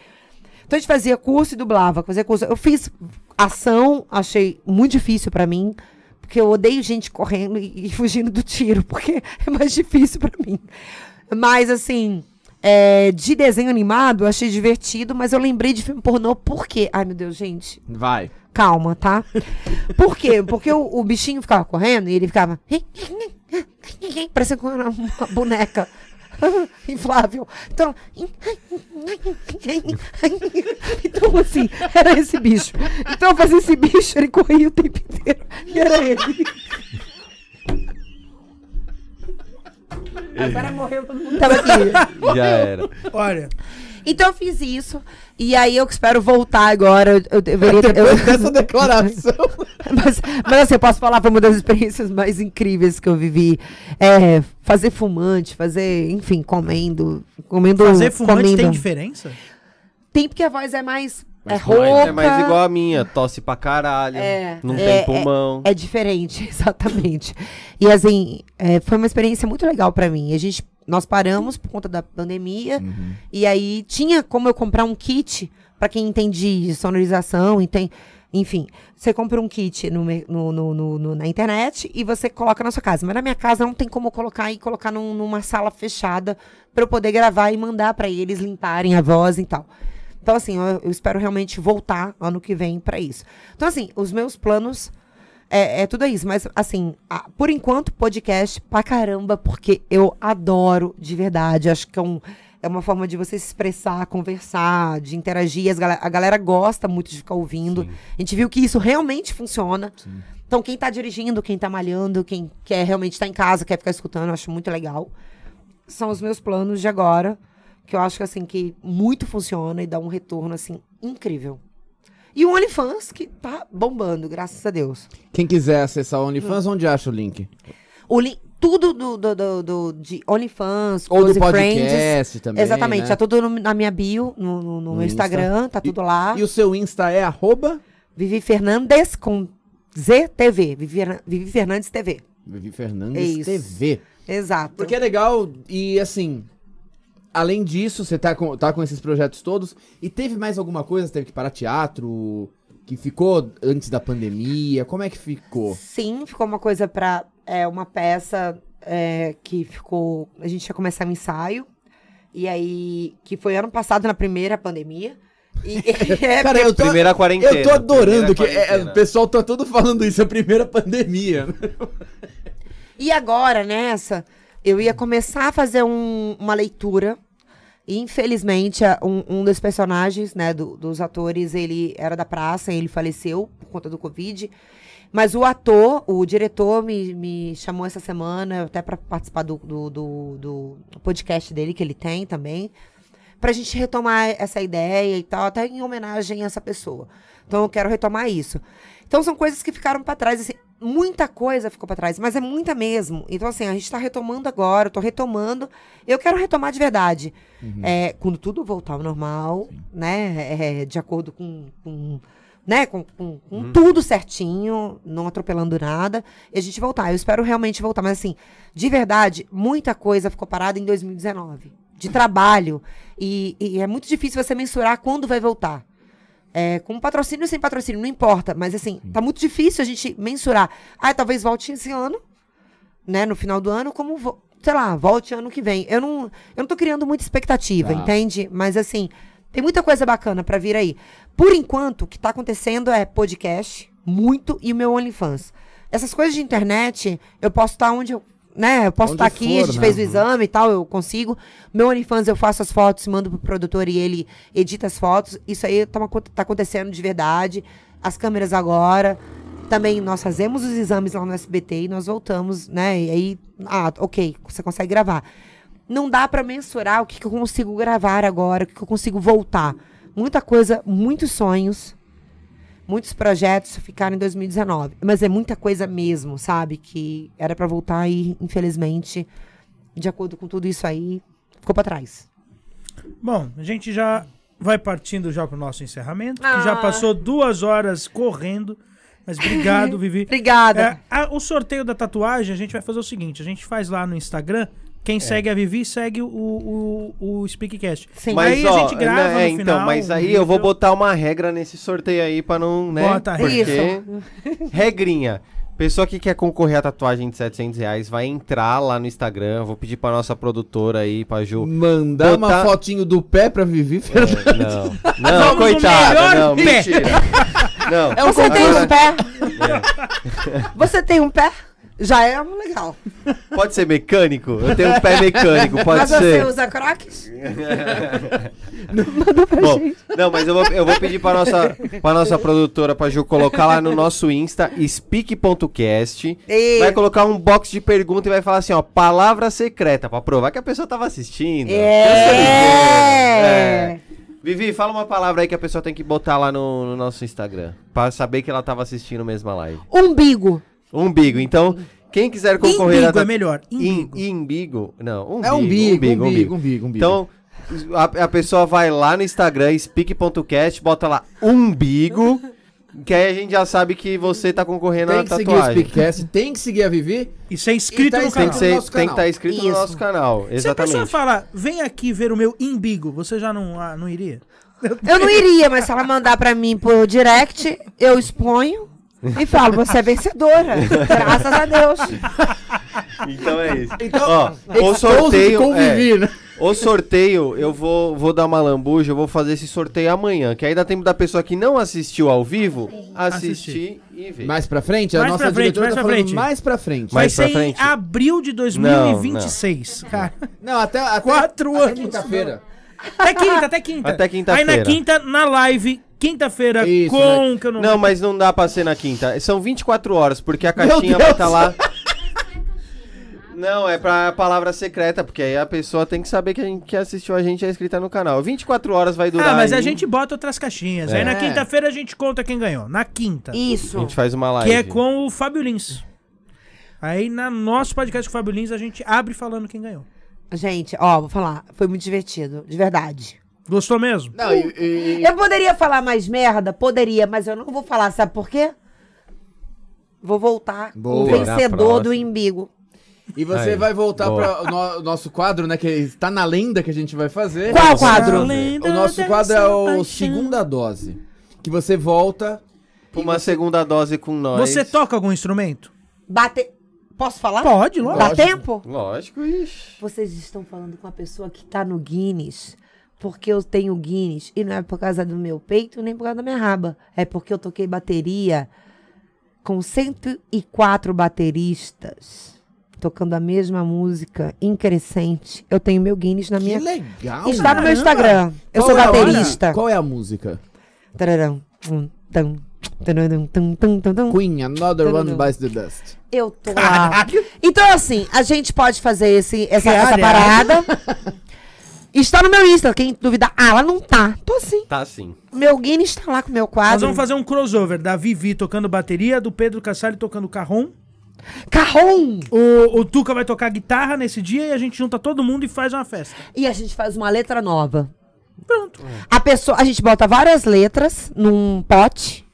Speaker 2: Então a gente fazia curso e dublava, fazia curso. Eu fiz ação, achei muito difícil pra mim, porque eu odeio gente correndo e, e fugindo do tiro, porque é mais difícil pra mim. Mas assim, é, de desenho animado, eu achei divertido, mas eu lembrei de filme pornô porque, ai meu Deus, gente,
Speaker 3: Vai.
Speaker 2: calma, tá? Por quê? Porque o, o bichinho ficava correndo e ele ficava parecia com uma uma boneca inflável. Então, então assim, era esse bicho. Então eu fazia esse bicho, ele corria o tempo inteiro e era ele. Agora morreu todo mundo. Tava aqui.
Speaker 1: Já era.
Speaker 4: Olha,
Speaker 2: Então eu fiz isso. E aí eu que espero voltar agora. Eu, eu deveria. eu-
Speaker 3: Depois dessa declaração.
Speaker 2: mas, mas assim, eu posso falar, foi uma das experiências mais incríveis que eu vivi. É, fazer fumante, fazer, enfim, comendo. comendo
Speaker 4: fazer fumante
Speaker 2: comendo.
Speaker 4: tem diferença?
Speaker 2: Tem porque a voz é mais. É
Speaker 3: Mas
Speaker 2: rouca.
Speaker 1: Mas é mais igual a minha, tosse pra caralho,
Speaker 2: É.
Speaker 1: não
Speaker 2: É,
Speaker 1: tem pulmão.
Speaker 2: É diferente, exatamente. E assim, é, foi uma experiência muito legal pra mim. A gente, nós paramos por conta da pandemia. E aí tinha como eu comprar um kit pra quem entende de sonorização, entende, enfim. Você compra um kit no mer- no- no- no- no- na internet e você coloca na sua casa. Mas na minha casa não tem como eu colocar e colocar num- numa sala fechada pra eu poder gravar e mandar pra eles limparem a voz e tal. Então, assim, eu, eu espero realmente voltar ano que vem pra isso. Então, assim, os meus planos é, é tudo isso. Mas, assim, a- por enquanto, podcast pra caramba, porque eu adoro de verdade. Acho que é, um- é uma forma de você se expressar, conversar, de interagir. As gala- a galera gosta muito de ficar ouvindo. A gente viu que isso realmente funciona. Então, quem tá dirigindo, quem tá malhando, quem quer realmente estar em casa, quer ficar escutando, eu acho muito legal. São os meus planos de agora, que eu acho que, assim, que muito funciona e dá um retorno, assim, incrível. E o OnlyFans, que tá bombando, graças a Deus.
Speaker 3: Quem quiser acessar o OnlyFans, onde acha o link?
Speaker 2: O link, tudo do, do, do- do- de OnlyFans,
Speaker 3: Ou do
Speaker 2: Close
Speaker 3: podcast também.
Speaker 2: Exatamente,
Speaker 3: né?
Speaker 2: tá tudo no- na minha bio, no, no- no
Speaker 3: No
Speaker 2: meu
Speaker 3: Insta.
Speaker 2: Instagram, tá tudo lá.
Speaker 3: E o seu Insta é arroba
Speaker 2: Vivi Fernandes com ZTV, Vivi, Fernan- Vivi Fernandes TV.
Speaker 3: Vivi
Speaker 2: É
Speaker 3: Fernandes
Speaker 2: isso.
Speaker 3: TV.
Speaker 2: Exato.
Speaker 3: Porque é legal e assim. Além disso, você tá com, tá com esses projetos todos. E teve mais alguma coisa? Você teve que parar teatro? Que ficou antes da pandemia? Como é que ficou?
Speaker 2: Sim, ficou uma coisa pra. É uma peça é, que ficou. A gente ia começar o ensaio. E aí. Que foi ano passado, na primeira pandemia. E, é,
Speaker 3: Cara, eu tô,
Speaker 1: Primeira quarentena.
Speaker 3: eu tô adorando
Speaker 1: primeira
Speaker 3: que é, é,
Speaker 1: quarentena.
Speaker 3: o pessoal tá todo falando isso, é a primeira pandemia. né?
Speaker 2: E agora, nessa, eu ia começar a fazer um- uma leitura. E, infelizmente, a- um, um dos personagens, né, do- dos atores, ele era da praça, ele faleceu por conta do Covid. Mas o ator, o diretor, me, me chamou essa semana até para participar do, do- do- do podcast dele, que ele tem também, pra gente retomar essa ideia e tal, até em homenagem a essa pessoa. Então, eu quero retomar isso. Então, são coisas que ficaram pra trás, assim, muita coisa ficou pra trás, mas é muita mesmo. Então, assim, a gente tá retomando agora, eu tô retomando. Eu quero retomar de verdade. É, quando tudo voltar ao normal, né? é, de acordo com. com né, com, com- com tudo certinho, não atropelando nada, e a gente voltar. Eu espero realmente voltar, mas assim, de verdade, muita coisa ficou parada em 2019, de trabalho, e, e é muito difícil você mensurar quando vai voltar. É, com patrocínio ou sem patrocínio, não importa. Mas assim, tá muito difícil a gente mensurar. Ah, talvez volte esse ano, né? No final do ano, como, vo- sei lá, volte ano que vem. Eu não, eu não tô criando muita expectativa,
Speaker 3: Tá.
Speaker 2: entende? Mas assim, tem muita coisa bacana pra vir aí. Por enquanto, o que tá acontecendo é podcast, muito, e o meu OnlyFans. Essas coisas de internet, eu posso estar onde eu. Né? Eu posso
Speaker 3: Onde
Speaker 2: estar aqui, a
Speaker 3: for,
Speaker 2: gente
Speaker 3: né?
Speaker 2: fez o exame e tal, eu consigo. Meu OnlyFans, eu faço as fotos, mando pro produtor e ele edita as fotos. Isso aí tá, uma co- tá acontecendo de verdade. As câmeras agora. Também nós fazemos os exames lá no SBT e nós voltamos, né? E aí, ah, ok, você consegue gravar. Não dá pra mensurar o que, que eu consigo gravar agora, o que, que eu consigo voltar. muita coisa, muitos sonhos, muitos projetos ficaram em 2019. Mas é muita coisa mesmo, sabe? Que era pra voltar e, infelizmente, de acordo com tudo isso aí, ficou pra trás.
Speaker 4: Bom, a gente já vai partindo já pro nosso encerramento, que já
Speaker 2: Ah.
Speaker 4: passou duas horas correndo. Mas obrigado, Vivi.
Speaker 2: Obrigada.
Speaker 4: É, a- o sorteio da tatuagem, a gente vai fazer o seguinte: a gente faz lá no Instagram. Quem
Speaker 1: É.
Speaker 4: segue a Vivi segue o, o, o Speakcast.
Speaker 2: Sim.
Speaker 4: Mas, aí
Speaker 1: ó,
Speaker 4: a gente grava
Speaker 1: né, é,
Speaker 4: no
Speaker 1: então,
Speaker 4: final.
Speaker 1: mas
Speaker 4: um
Speaker 1: aí eu vou
Speaker 4: vídeo.
Speaker 1: botar uma regra nesse sorteio aí pra não, né?
Speaker 4: Bota a
Speaker 2: regra.
Speaker 1: porque- Regrinha. Pessoa que quer concorrer à tatuagem de 700 reais vai entrar lá no Instagram. Vou pedir pra nossa produtora aí, pra Ju.
Speaker 3: Mandar uma
Speaker 1: Botar- Um
Speaker 3: fotinho do pé pra Vivi Fernandes.
Speaker 1: Não, não,
Speaker 4: no
Speaker 1: coitada,
Speaker 4: melhor
Speaker 1: não,
Speaker 4: pé.
Speaker 1: mentira. Não,
Speaker 3: É um
Speaker 2: Você tem
Speaker 3: concurso.
Speaker 2: um pé? Você tem um pé? Já é um legal.
Speaker 1: pode ser mecânico? Eu tenho um pé mecânico, pode
Speaker 2: Mas
Speaker 1: ser.
Speaker 2: você usa crocs?
Speaker 1: Bom, não, mas eu vou, eu vou pedir pra nossa, pra nossa produtora, pra Ju, colocar lá no nosso Insta, speak.cast.
Speaker 2: E-
Speaker 1: Vai colocar um box de pergunta e vai falar assim, ó, palavra secreta, pra provar que a pessoa tava assistindo.
Speaker 3: É.
Speaker 2: É.
Speaker 1: É. Vivi, fala uma palavra aí que a pessoa tem que botar lá no, no nosso Instagram, pra saber que ela tava assistindo mesmo a live.
Speaker 2: Umbigo.
Speaker 1: Umbigo, então, quem quiser concorrer...
Speaker 4: Imbigo
Speaker 1: na-
Speaker 4: é melhor.
Speaker 1: Im-
Speaker 4: Imbigo.
Speaker 1: Imbigo? Não, umbigo,
Speaker 3: É um bico, um bico, um bico, um bico.
Speaker 1: então, a, a pessoa vai lá no Instagram, speak.cast, bota lá umbigo, que aí a gente já sabe que você tá concorrendo
Speaker 3: tem
Speaker 1: à
Speaker 3: que seguir o
Speaker 1: tatuagem.
Speaker 3: Speakcast, tem que seguir a Vivi.
Speaker 4: E ser inscrito
Speaker 3: E tá
Speaker 1: Tem
Speaker 4: no canal.
Speaker 1: que,
Speaker 3: no
Speaker 1: ser,
Speaker 3: nosso
Speaker 1: tem que
Speaker 3: canal.
Speaker 1: estar inscrito no
Speaker 2: Isso.
Speaker 1: nosso canal,
Speaker 4: Se a pessoa
Speaker 1: Então é exatamente.
Speaker 4: falar, vem aqui ver o meu imbigo, você já não, ah, não iria?
Speaker 2: Eu não iria, mas se ela mandar pra mim por direct, eu exponho e falo, você é vencedora. graças a Deus.
Speaker 1: Então é isso.
Speaker 3: Então,
Speaker 1: Ó, o
Speaker 3: expose de
Speaker 1: sorteio, é,
Speaker 3: convivir, né?
Speaker 1: o sorteio, eu vou, vou dar uma lambuja, eu vou fazer esse sorteio amanhã, que aí dá tempo da pessoa que não assistiu ao vivo assistir e ver.
Speaker 3: Mais pra frente? A
Speaker 4: Mais
Speaker 3: nossa
Speaker 4: pra frente,
Speaker 3: diretora
Speaker 4: mais
Speaker 3: tá
Speaker 4: pra
Speaker 3: falando
Speaker 4: frente.
Speaker 3: mais pra frente.
Speaker 1: Mais
Speaker 4: Vai
Speaker 1: pra
Speaker 4: ser
Speaker 1: frente.
Speaker 4: em abril de 2026, cara.
Speaker 3: Não, até, até
Speaker 4: Quatro
Speaker 3: até
Speaker 4: anos.
Speaker 3: quinta-feira.
Speaker 4: Até quinta, até quinta.
Speaker 1: Até quinta-feira. né?
Speaker 4: Aí na quinta, na live, quinta-feira
Speaker 3: Isso,
Speaker 4: com... Que eu
Speaker 1: Não, mas não dá pra ser na quinta. São 24 horas, porque a caixinha
Speaker 3: Meu
Speaker 1: vai
Speaker 3: Deus!
Speaker 1: estar lá. Não, é pra palavra secreta, porque aí a pessoa tem que saber que, a gente, que assistiu a gente é inscrita no canal. 24 horas vai durar.
Speaker 4: Ah, mas a
Speaker 1: aí,
Speaker 4: gente bota outras caixinhas. Aí na
Speaker 3: É.
Speaker 4: quinta-feira a gente conta quem ganhou. Na quinta.
Speaker 2: Isso.
Speaker 1: A gente faz uma live.
Speaker 4: Que é com o Fábio Lins. Aí na nosso podcast com o Fábio Lins a gente abre falando quem ganhou.
Speaker 2: Gente, ó, vou falar. Foi muito divertido, de verdade.
Speaker 4: Gostou mesmo?
Speaker 3: Não, e- e-
Speaker 2: Eu poderia falar mais merda? Poderia, mas eu não vou falar, sabe por quê? Vou voltar com o
Speaker 3: Boa.
Speaker 2: vencedor do
Speaker 1: Próxima.
Speaker 2: imbigo.
Speaker 3: e você
Speaker 1: Aí,
Speaker 3: vai voltar
Speaker 1: boa.
Speaker 3: para o no- nosso quadro, né? Que está na lenda que a gente vai fazer. Tá
Speaker 2: Qual quadro?
Speaker 3: O nosso quadro é o Segunda Dose. Que você volta.
Speaker 1: Uma segunda dose com nós.
Speaker 4: Você toca algum instrumento?
Speaker 2: Bate. Posso falar?
Speaker 4: Pode, lógico.
Speaker 2: Dá tempo?
Speaker 1: Lógico, ixi.
Speaker 2: Vocês estão falando com a pessoa que tá no Guinness, porque eu tenho Guinness. E não é por causa do meu peito, nem por causa da minha raba. É porque eu toquei bateria com 104 bateristas, tocando a mesma música em crescente. Eu tenho meu Guinness na
Speaker 3: Que
Speaker 2: minha. Está
Speaker 3: legal.
Speaker 2: no
Speaker 4: Caramba!
Speaker 2: meu Instagram. Eu sou
Speaker 3: Qual é a-
Speaker 2: baterista.
Speaker 3: Qual é a música?
Speaker 2: Tararão, tum, tum, tararão, tum, tum, tum, tum.
Speaker 3: Queen, Another One
Speaker 2: Tudo.
Speaker 3: Bites the Dust.
Speaker 2: Eu tô lá. Então, assim, a gente pode fazer esse, essa, essa
Speaker 4: Caralho.
Speaker 2: parada. Está no meu Insta, quem duvidar. Ah, ela não tá. Tô assim.
Speaker 1: Tá sim.
Speaker 2: Meu Guinness tá lá com o meu
Speaker 4: Nós
Speaker 2: quadro.
Speaker 4: vamos fazer um crossover da Vivi tocando bateria, do Pedro Cassali tocando carrom.
Speaker 2: Carrom!
Speaker 4: O, o Tuca vai tocar guitarra nesse dia e a gente junta todo mundo e faz uma festa.
Speaker 2: E a gente faz uma letra nova.
Speaker 4: Pronto.
Speaker 2: A pessoa, a gente bota várias letras num pote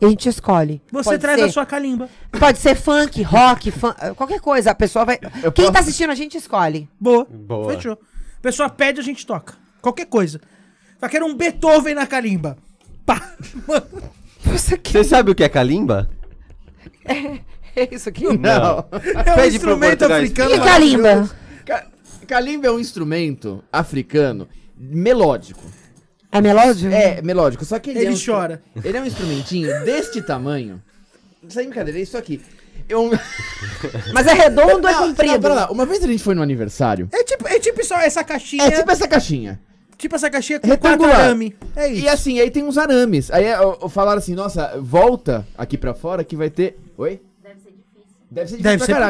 Speaker 2: e a gente escolhe.
Speaker 4: Você
Speaker 2: Pode
Speaker 4: traz
Speaker 2: ser-
Speaker 4: a sua calimba.
Speaker 2: Pode ser funk, rock, fun- qualquer coisa. A pessoa vai.
Speaker 3: Eu
Speaker 2: Quem
Speaker 3: posso-
Speaker 2: tá assistindo a gente escolhe.
Speaker 4: Boa.
Speaker 1: Boa.
Speaker 4: Fechou. A pessoa pede, a gente toca. Qualquer coisa. Só quero um Beethoven na calimba. Pá. Mano,
Speaker 2: Nossa, que
Speaker 1: Você sabe o que é calimba?
Speaker 2: é isso aqui?
Speaker 1: Não.
Speaker 4: é um
Speaker 1: Pede pro
Speaker 4: instrumento
Speaker 1: Portugal
Speaker 4: africano.
Speaker 2: E Kalimba?
Speaker 3: Ca- Kalimba é um instrumento africano melódico.
Speaker 2: É melódio?
Speaker 3: É, melódico, só que ele,
Speaker 4: Ele
Speaker 3: é um
Speaker 4: chora.
Speaker 3: instru- Ele é um instrumentinho deste tamanho. Sem brincadeira, é isso aqui. Eu...
Speaker 2: Mas é redondo ou é
Speaker 3: Não, não,
Speaker 2: comprido?
Speaker 3: pera lá. Uma vez a gente foi no aniversário.
Speaker 4: É tipo, é tipo só essa caixinha.
Speaker 3: É tipo essa caixinha.
Speaker 4: tipo essa caixinha com quatro
Speaker 3: Retangular.
Speaker 4: arame. É isso.
Speaker 3: E assim, aí tem uns arames. Aí é, ó, ó, falaram assim, nossa, volta aqui pra fora que vai ter. Oi? Deve ser difícil. Deve ser difícil
Speaker 4: Deve
Speaker 3: pra
Speaker 4: ser pra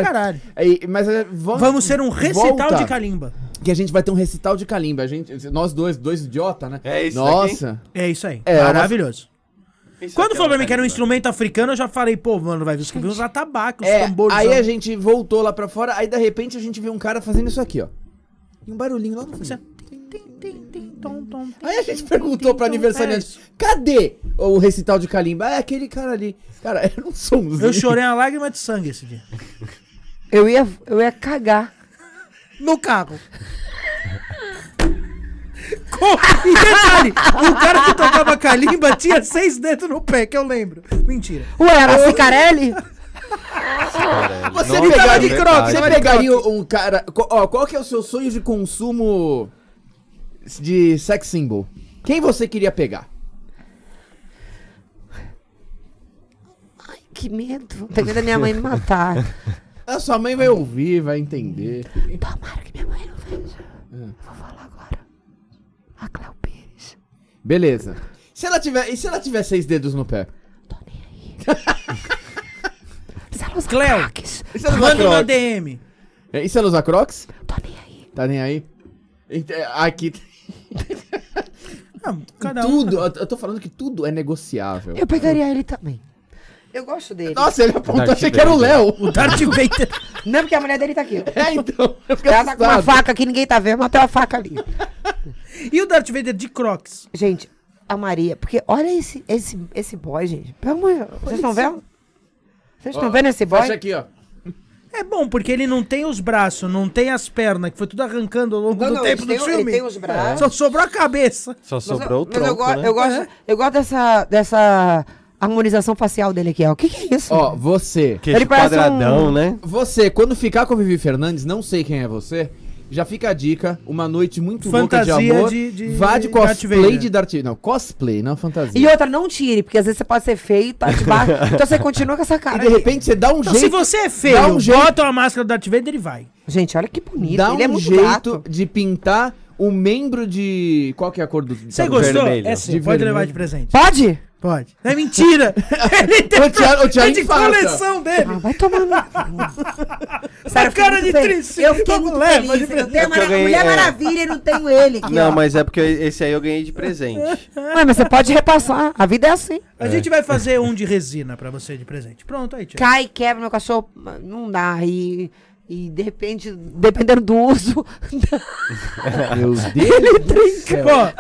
Speaker 4: caralho.
Speaker 3: caralho. Aí, mas é, vo-
Speaker 4: Vamos ser um recital
Speaker 3: volta.
Speaker 4: de calimba.
Speaker 3: que a gente vai ter um recital de calimba. A gente, nós dois, dois idiota, né?
Speaker 1: É isso
Speaker 3: Nossa.
Speaker 4: É isso aí.
Speaker 3: É,
Speaker 4: Maravilhoso.
Speaker 1: Isso
Speaker 4: Quando
Speaker 1: aqui é
Speaker 4: falou pra mim que era um
Speaker 1: carimba.
Speaker 4: instrumento africano, eu já falei, pô, mano, vai ver, escrevi uns atabacos, uns
Speaker 3: É,
Speaker 4: tambores.
Speaker 3: aí
Speaker 4: sabe?
Speaker 3: a gente voltou lá pra fora, aí de repente a gente viu um cara fazendo isso aqui, ó. E um barulhinho lá no fundo. Aí a gente perguntou pra aniversariante, cadê o recital de Kalimba? Ah, É aquele cara ali. Cara, era um somzinho.
Speaker 4: Eu chorei uma lágrima de sangue esse dia.
Speaker 2: Eu ia, eu ia cagar.
Speaker 4: No carro. Com- E detalhe, o cara que tocava calimba tinha seis dedos no pé, que eu lembro. Mentira.
Speaker 2: Ué, era Cicarelli?
Speaker 3: Você
Speaker 1: Nossa,
Speaker 3: pegaria,
Speaker 1: é verdade.
Speaker 3: você pegaria um cara... co- Ó, qual que é o seu sonho de consumo de sex symbol? Quem você queria pegar?
Speaker 2: Ai, que medo. Tenho medo da minha mãe me matar.
Speaker 3: A sua mãe vai ouvir, vai entender.
Speaker 2: Tomara que minha mãe não veja. Eu Vou falar agora. A Cléo Pires.
Speaker 3: Beleza. Se ela tiver, e se ela tiver seis dedos no pé?
Speaker 2: Tô nem aí. Se ela usa
Speaker 4: Cléo.
Speaker 2: craques,
Speaker 3: E se ela usar
Speaker 4: Manda uma
Speaker 3: crocs? É,
Speaker 4: DM.
Speaker 3: E se ela usar crocs?
Speaker 2: Tô nem aí.
Speaker 3: Tá nem aí? Ent- é, Aqui tem
Speaker 4: Ah, cada um.
Speaker 3: tudo. Eu eu tô falando que tudo é negociável.
Speaker 2: Eu pegaria ele também. Eu gosto dele.
Speaker 3: Nossa, ele apontou,
Speaker 1: Darth
Speaker 3: achei que era o
Speaker 1: Vader.
Speaker 3: Léo.
Speaker 4: O Darth Vader.
Speaker 2: Não, porque a mulher dele tá aqui. ó.
Speaker 3: É, então. eu fiquei
Speaker 2: Ela tá com uma
Speaker 3: assustado.
Speaker 2: faca que ninguém tá vendo, mas tem uma faca ali.
Speaker 4: E o Darth Vader de Crocs.
Speaker 2: Gente, a Maria, porque olha esse, esse, esse boy, gente. Pelo amor de Deus. Vocês estão vendo? Vocês estão vendo esse boy?
Speaker 3: Fecha aqui, ó.
Speaker 4: É bom, porque ele não tem os braços, não tem as pernas, que foi tudo arrancando ao longo
Speaker 2: Não,
Speaker 4: do
Speaker 2: não,
Speaker 4: tempo
Speaker 2: ele
Speaker 4: do
Speaker 2: tem- um-
Speaker 4: filme. É.
Speaker 2: ele tem os braços.
Speaker 4: Só sobrou a cabeça.
Speaker 1: Só
Speaker 2: Mas eu-
Speaker 1: sobrou o
Speaker 2: mas eu,
Speaker 1: tronco,
Speaker 2: go-
Speaker 1: né?
Speaker 2: eu gosto, eu gosto dessa, dessa harmonização facial dele aqui, ó. O que, que é isso?
Speaker 3: Ó, você.
Speaker 1: Queixo
Speaker 2: Ele parece
Speaker 1: quadradão,
Speaker 2: um-
Speaker 1: né?
Speaker 3: Você, quando ficar com a Vivi Fernandes, não sei quem é você, já fica a dica, uma noite muito louca de
Speaker 4: Fantasia
Speaker 3: amor.
Speaker 4: de- de
Speaker 3: vá de
Speaker 4: Darth
Speaker 3: cosplay
Speaker 4: Vader.
Speaker 3: de Darth Não, cosplay, não fantasia.
Speaker 2: E outra, não tire, porque às vezes você pode ser feio, tá de barro, então você continua com essa cara.
Speaker 3: E de
Speaker 2: aí.
Speaker 3: repente você dá um
Speaker 4: Então, se
Speaker 3: jeito.
Speaker 4: você é
Speaker 3: dá
Speaker 4: feio,
Speaker 3: um jeito- Tá
Speaker 4: bota uma máscara do Darth Vader e vai.
Speaker 2: Gente, olha que bonito.
Speaker 3: dá
Speaker 2: ele é
Speaker 3: um
Speaker 2: muito
Speaker 3: jeito
Speaker 2: gato.
Speaker 3: de pintar o membro de. Qual que é a cor do.
Speaker 4: Você
Speaker 3: do
Speaker 4: gostou?
Speaker 1: vermelho.
Speaker 4: É
Speaker 3: De
Speaker 4: seu, pode levar
Speaker 3: vermelho.
Speaker 4: de presente.
Speaker 2: Pode?
Speaker 4: Pode. É mentira! Ele tem
Speaker 3: O Thiago- o Thiago
Speaker 4: é de
Speaker 3: infarta.
Speaker 4: coleção
Speaker 2: Ah,
Speaker 4: dele!
Speaker 2: vai tomar no.
Speaker 3: Ah,
Speaker 4: A cara de
Speaker 2: triste.
Speaker 4: triste.
Speaker 2: Eu fiquei muito
Speaker 4: Leva de
Speaker 2: feliz. Eu
Speaker 4: presente.
Speaker 2: tenho a
Speaker 1: Porque eu
Speaker 2: Mara-
Speaker 1: ganhei-
Speaker 2: Mulher
Speaker 1: é.
Speaker 2: Maravilha e não tenho ele aqui,
Speaker 1: Não,
Speaker 2: ó.
Speaker 1: mas é porque esse aí eu ganhei de presente.
Speaker 2: Ué, mas você pode repassar. A vida é assim.
Speaker 4: A gente vai fazer um de resina pra você de presente. Pronto, aí, Thiago.
Speaker 2: Cai, quebra meu cachorro. Não dá. E, e de repente, dependendo do uso.
Speaker 3: Meu Deus do céu.
Speaker 4: Bom,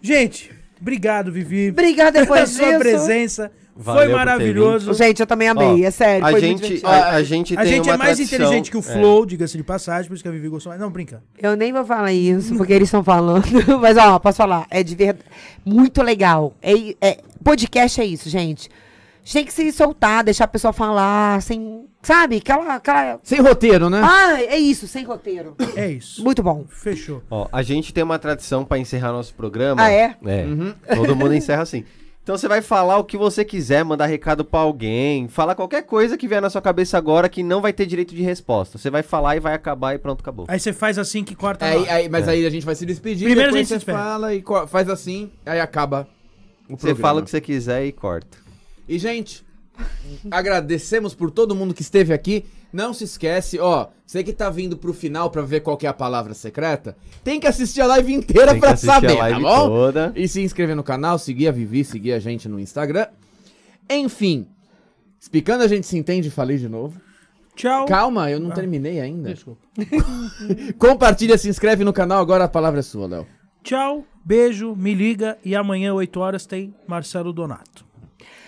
Speaker 4: gente, obrigado, Vivi.
Speaker 2: Obrigada
Speaker 4: pela
Speaker 2: depois
Speaker 4: sua
Speaker 2: disso.
Speaker 4: presença.
Speaker 1: Valeu por
Speaker 4: Foi
Speaker 1: ter
Speaker 4: maravilhoso.
Speaker 2: Gente, eu também amei.
Speaker 1: Ó,
Speaker 2: é sério.
Speaker 1: A
Speaker 2: foi muito
Speaker 1: gente,
Speaker 2: divertido.
Speaker 1: a, a gente
Speaker 4: A
Speaker 1: tem
Speaker 4: gente
Speaker 1: uma
Speaker 4: é mais
Speaker 1: tradição-
Speaker 4: inteligente que o
Speaker 1: é.
Speaker 4: Flow, diga-se de passagem, por isso que a Vivi gostou mais. Não, brinca.
Speaker 2: Eu nem vou falar isso, porque eles estão falando. Mas, ó, posso falar. É de verdade. Muito legal. É, é- podcast é isso, gente. A gente tem que se soltar, deixar a pessoa falar, sem. Sabe? Aquela. aquela...
Speaker 3: Sem roteiro, né?
Speaker 2: Ah, é isso, sem roteiro.
Speaker 4: É isso.
Speaker 2: Muito bom.
Speaker 4: Fechou.
Speaker 1: Ó, a gente tem uma tradição pra encerrar nosso programa.
Speaker 2: Ah, é?
Speaker 1: É. Todo mundo encerra assim. Então você vai falar o que você quiser, mandar recado pra alguém, falar qualquer coisa que vier na sua cabeça agora que não vai ter direito de resposta. Você vai falar e vai acabar e pronto, acabou.
Speaker 4: Aí você faz assim que
Speaker 2: tá.
Speaker 4: corta
Speaker 3: Aí-
Speaker 4: lá.
Speaker 3: aí- mas aí a gente vai se despedir.
Speaker 4: Primeiro
Speaker 3: depois
Speaker 4: a gente se
Speaker 3: você
Speaker 4: despede.
Speaker 3: fala e co- faz assim, aí acaba o
Speaker 1: Você
Speaker 3: programa.
Speaker 1: fala o que você quiser e corta.
Speaker 3: E, gente, agradecemos por todo mundo que esteve aqui. Não se esquece, ó, você que tá vindo pro final pra ver qual que é a palavra secreta, tem que assistir a live inteira
Speaker 1: Tem que
Speaker 3: pra
Speaker 1: assistir a
Speaker 3: saber, tá
Speaker 1: live
Speaker 3: bom?
Speaker 1: toda.
Speaker 3: E se inscrever no canal, seguir a Vivi, seguir a gente no Instagram. Enfim, explicando a gente se entende, falei de novo.
Speaker 4: Tchau.
Speaker 3: Calma, eu não terminei ainda.
Speaker 4: Desculpa.
Speaker 3: Compartilha, se inscreve no canal, agora a palavra é sua, Léo.
Speaker 4: Tchau, beijo, me liga e amanhã, 8 horas, tem Marcelo Donato.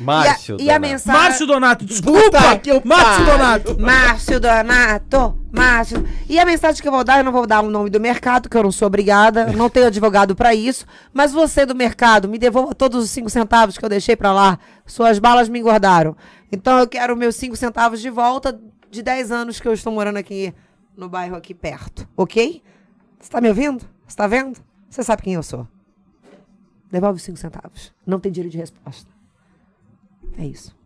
Speaker 1: Márcio.
Speaker 2: e a, e a
Speaker 1: Donato.
Speaker 2: mensagem.
Speaker 4: Márcio Donato, desculpa!
Speaker 3: Tá. Puta que eu
Speaker 4: Márcio
Speaker 3: pariu.
Speaker 4: Donato!
Speaker 2: Márcio Donato, Márcio. E a mensagem que eu vou dar, eu não vou dar o nome do mercado, que eu não sou obrigada, não tenho advogado pra isso. Mas você do mercado, me devolva todos os cinco centavos que eu deixei pra lá. Suas balas me engordaram. Então eu quero meus cinco centavos de volta de 10 anos que eu estou morando aqui no bairro aqui perto, ok? Você tá me ouvindo? Você tá vendo? Você sabe quem eu sou. Devolve os cinco centavos. Não tem direito de resposta. É isso.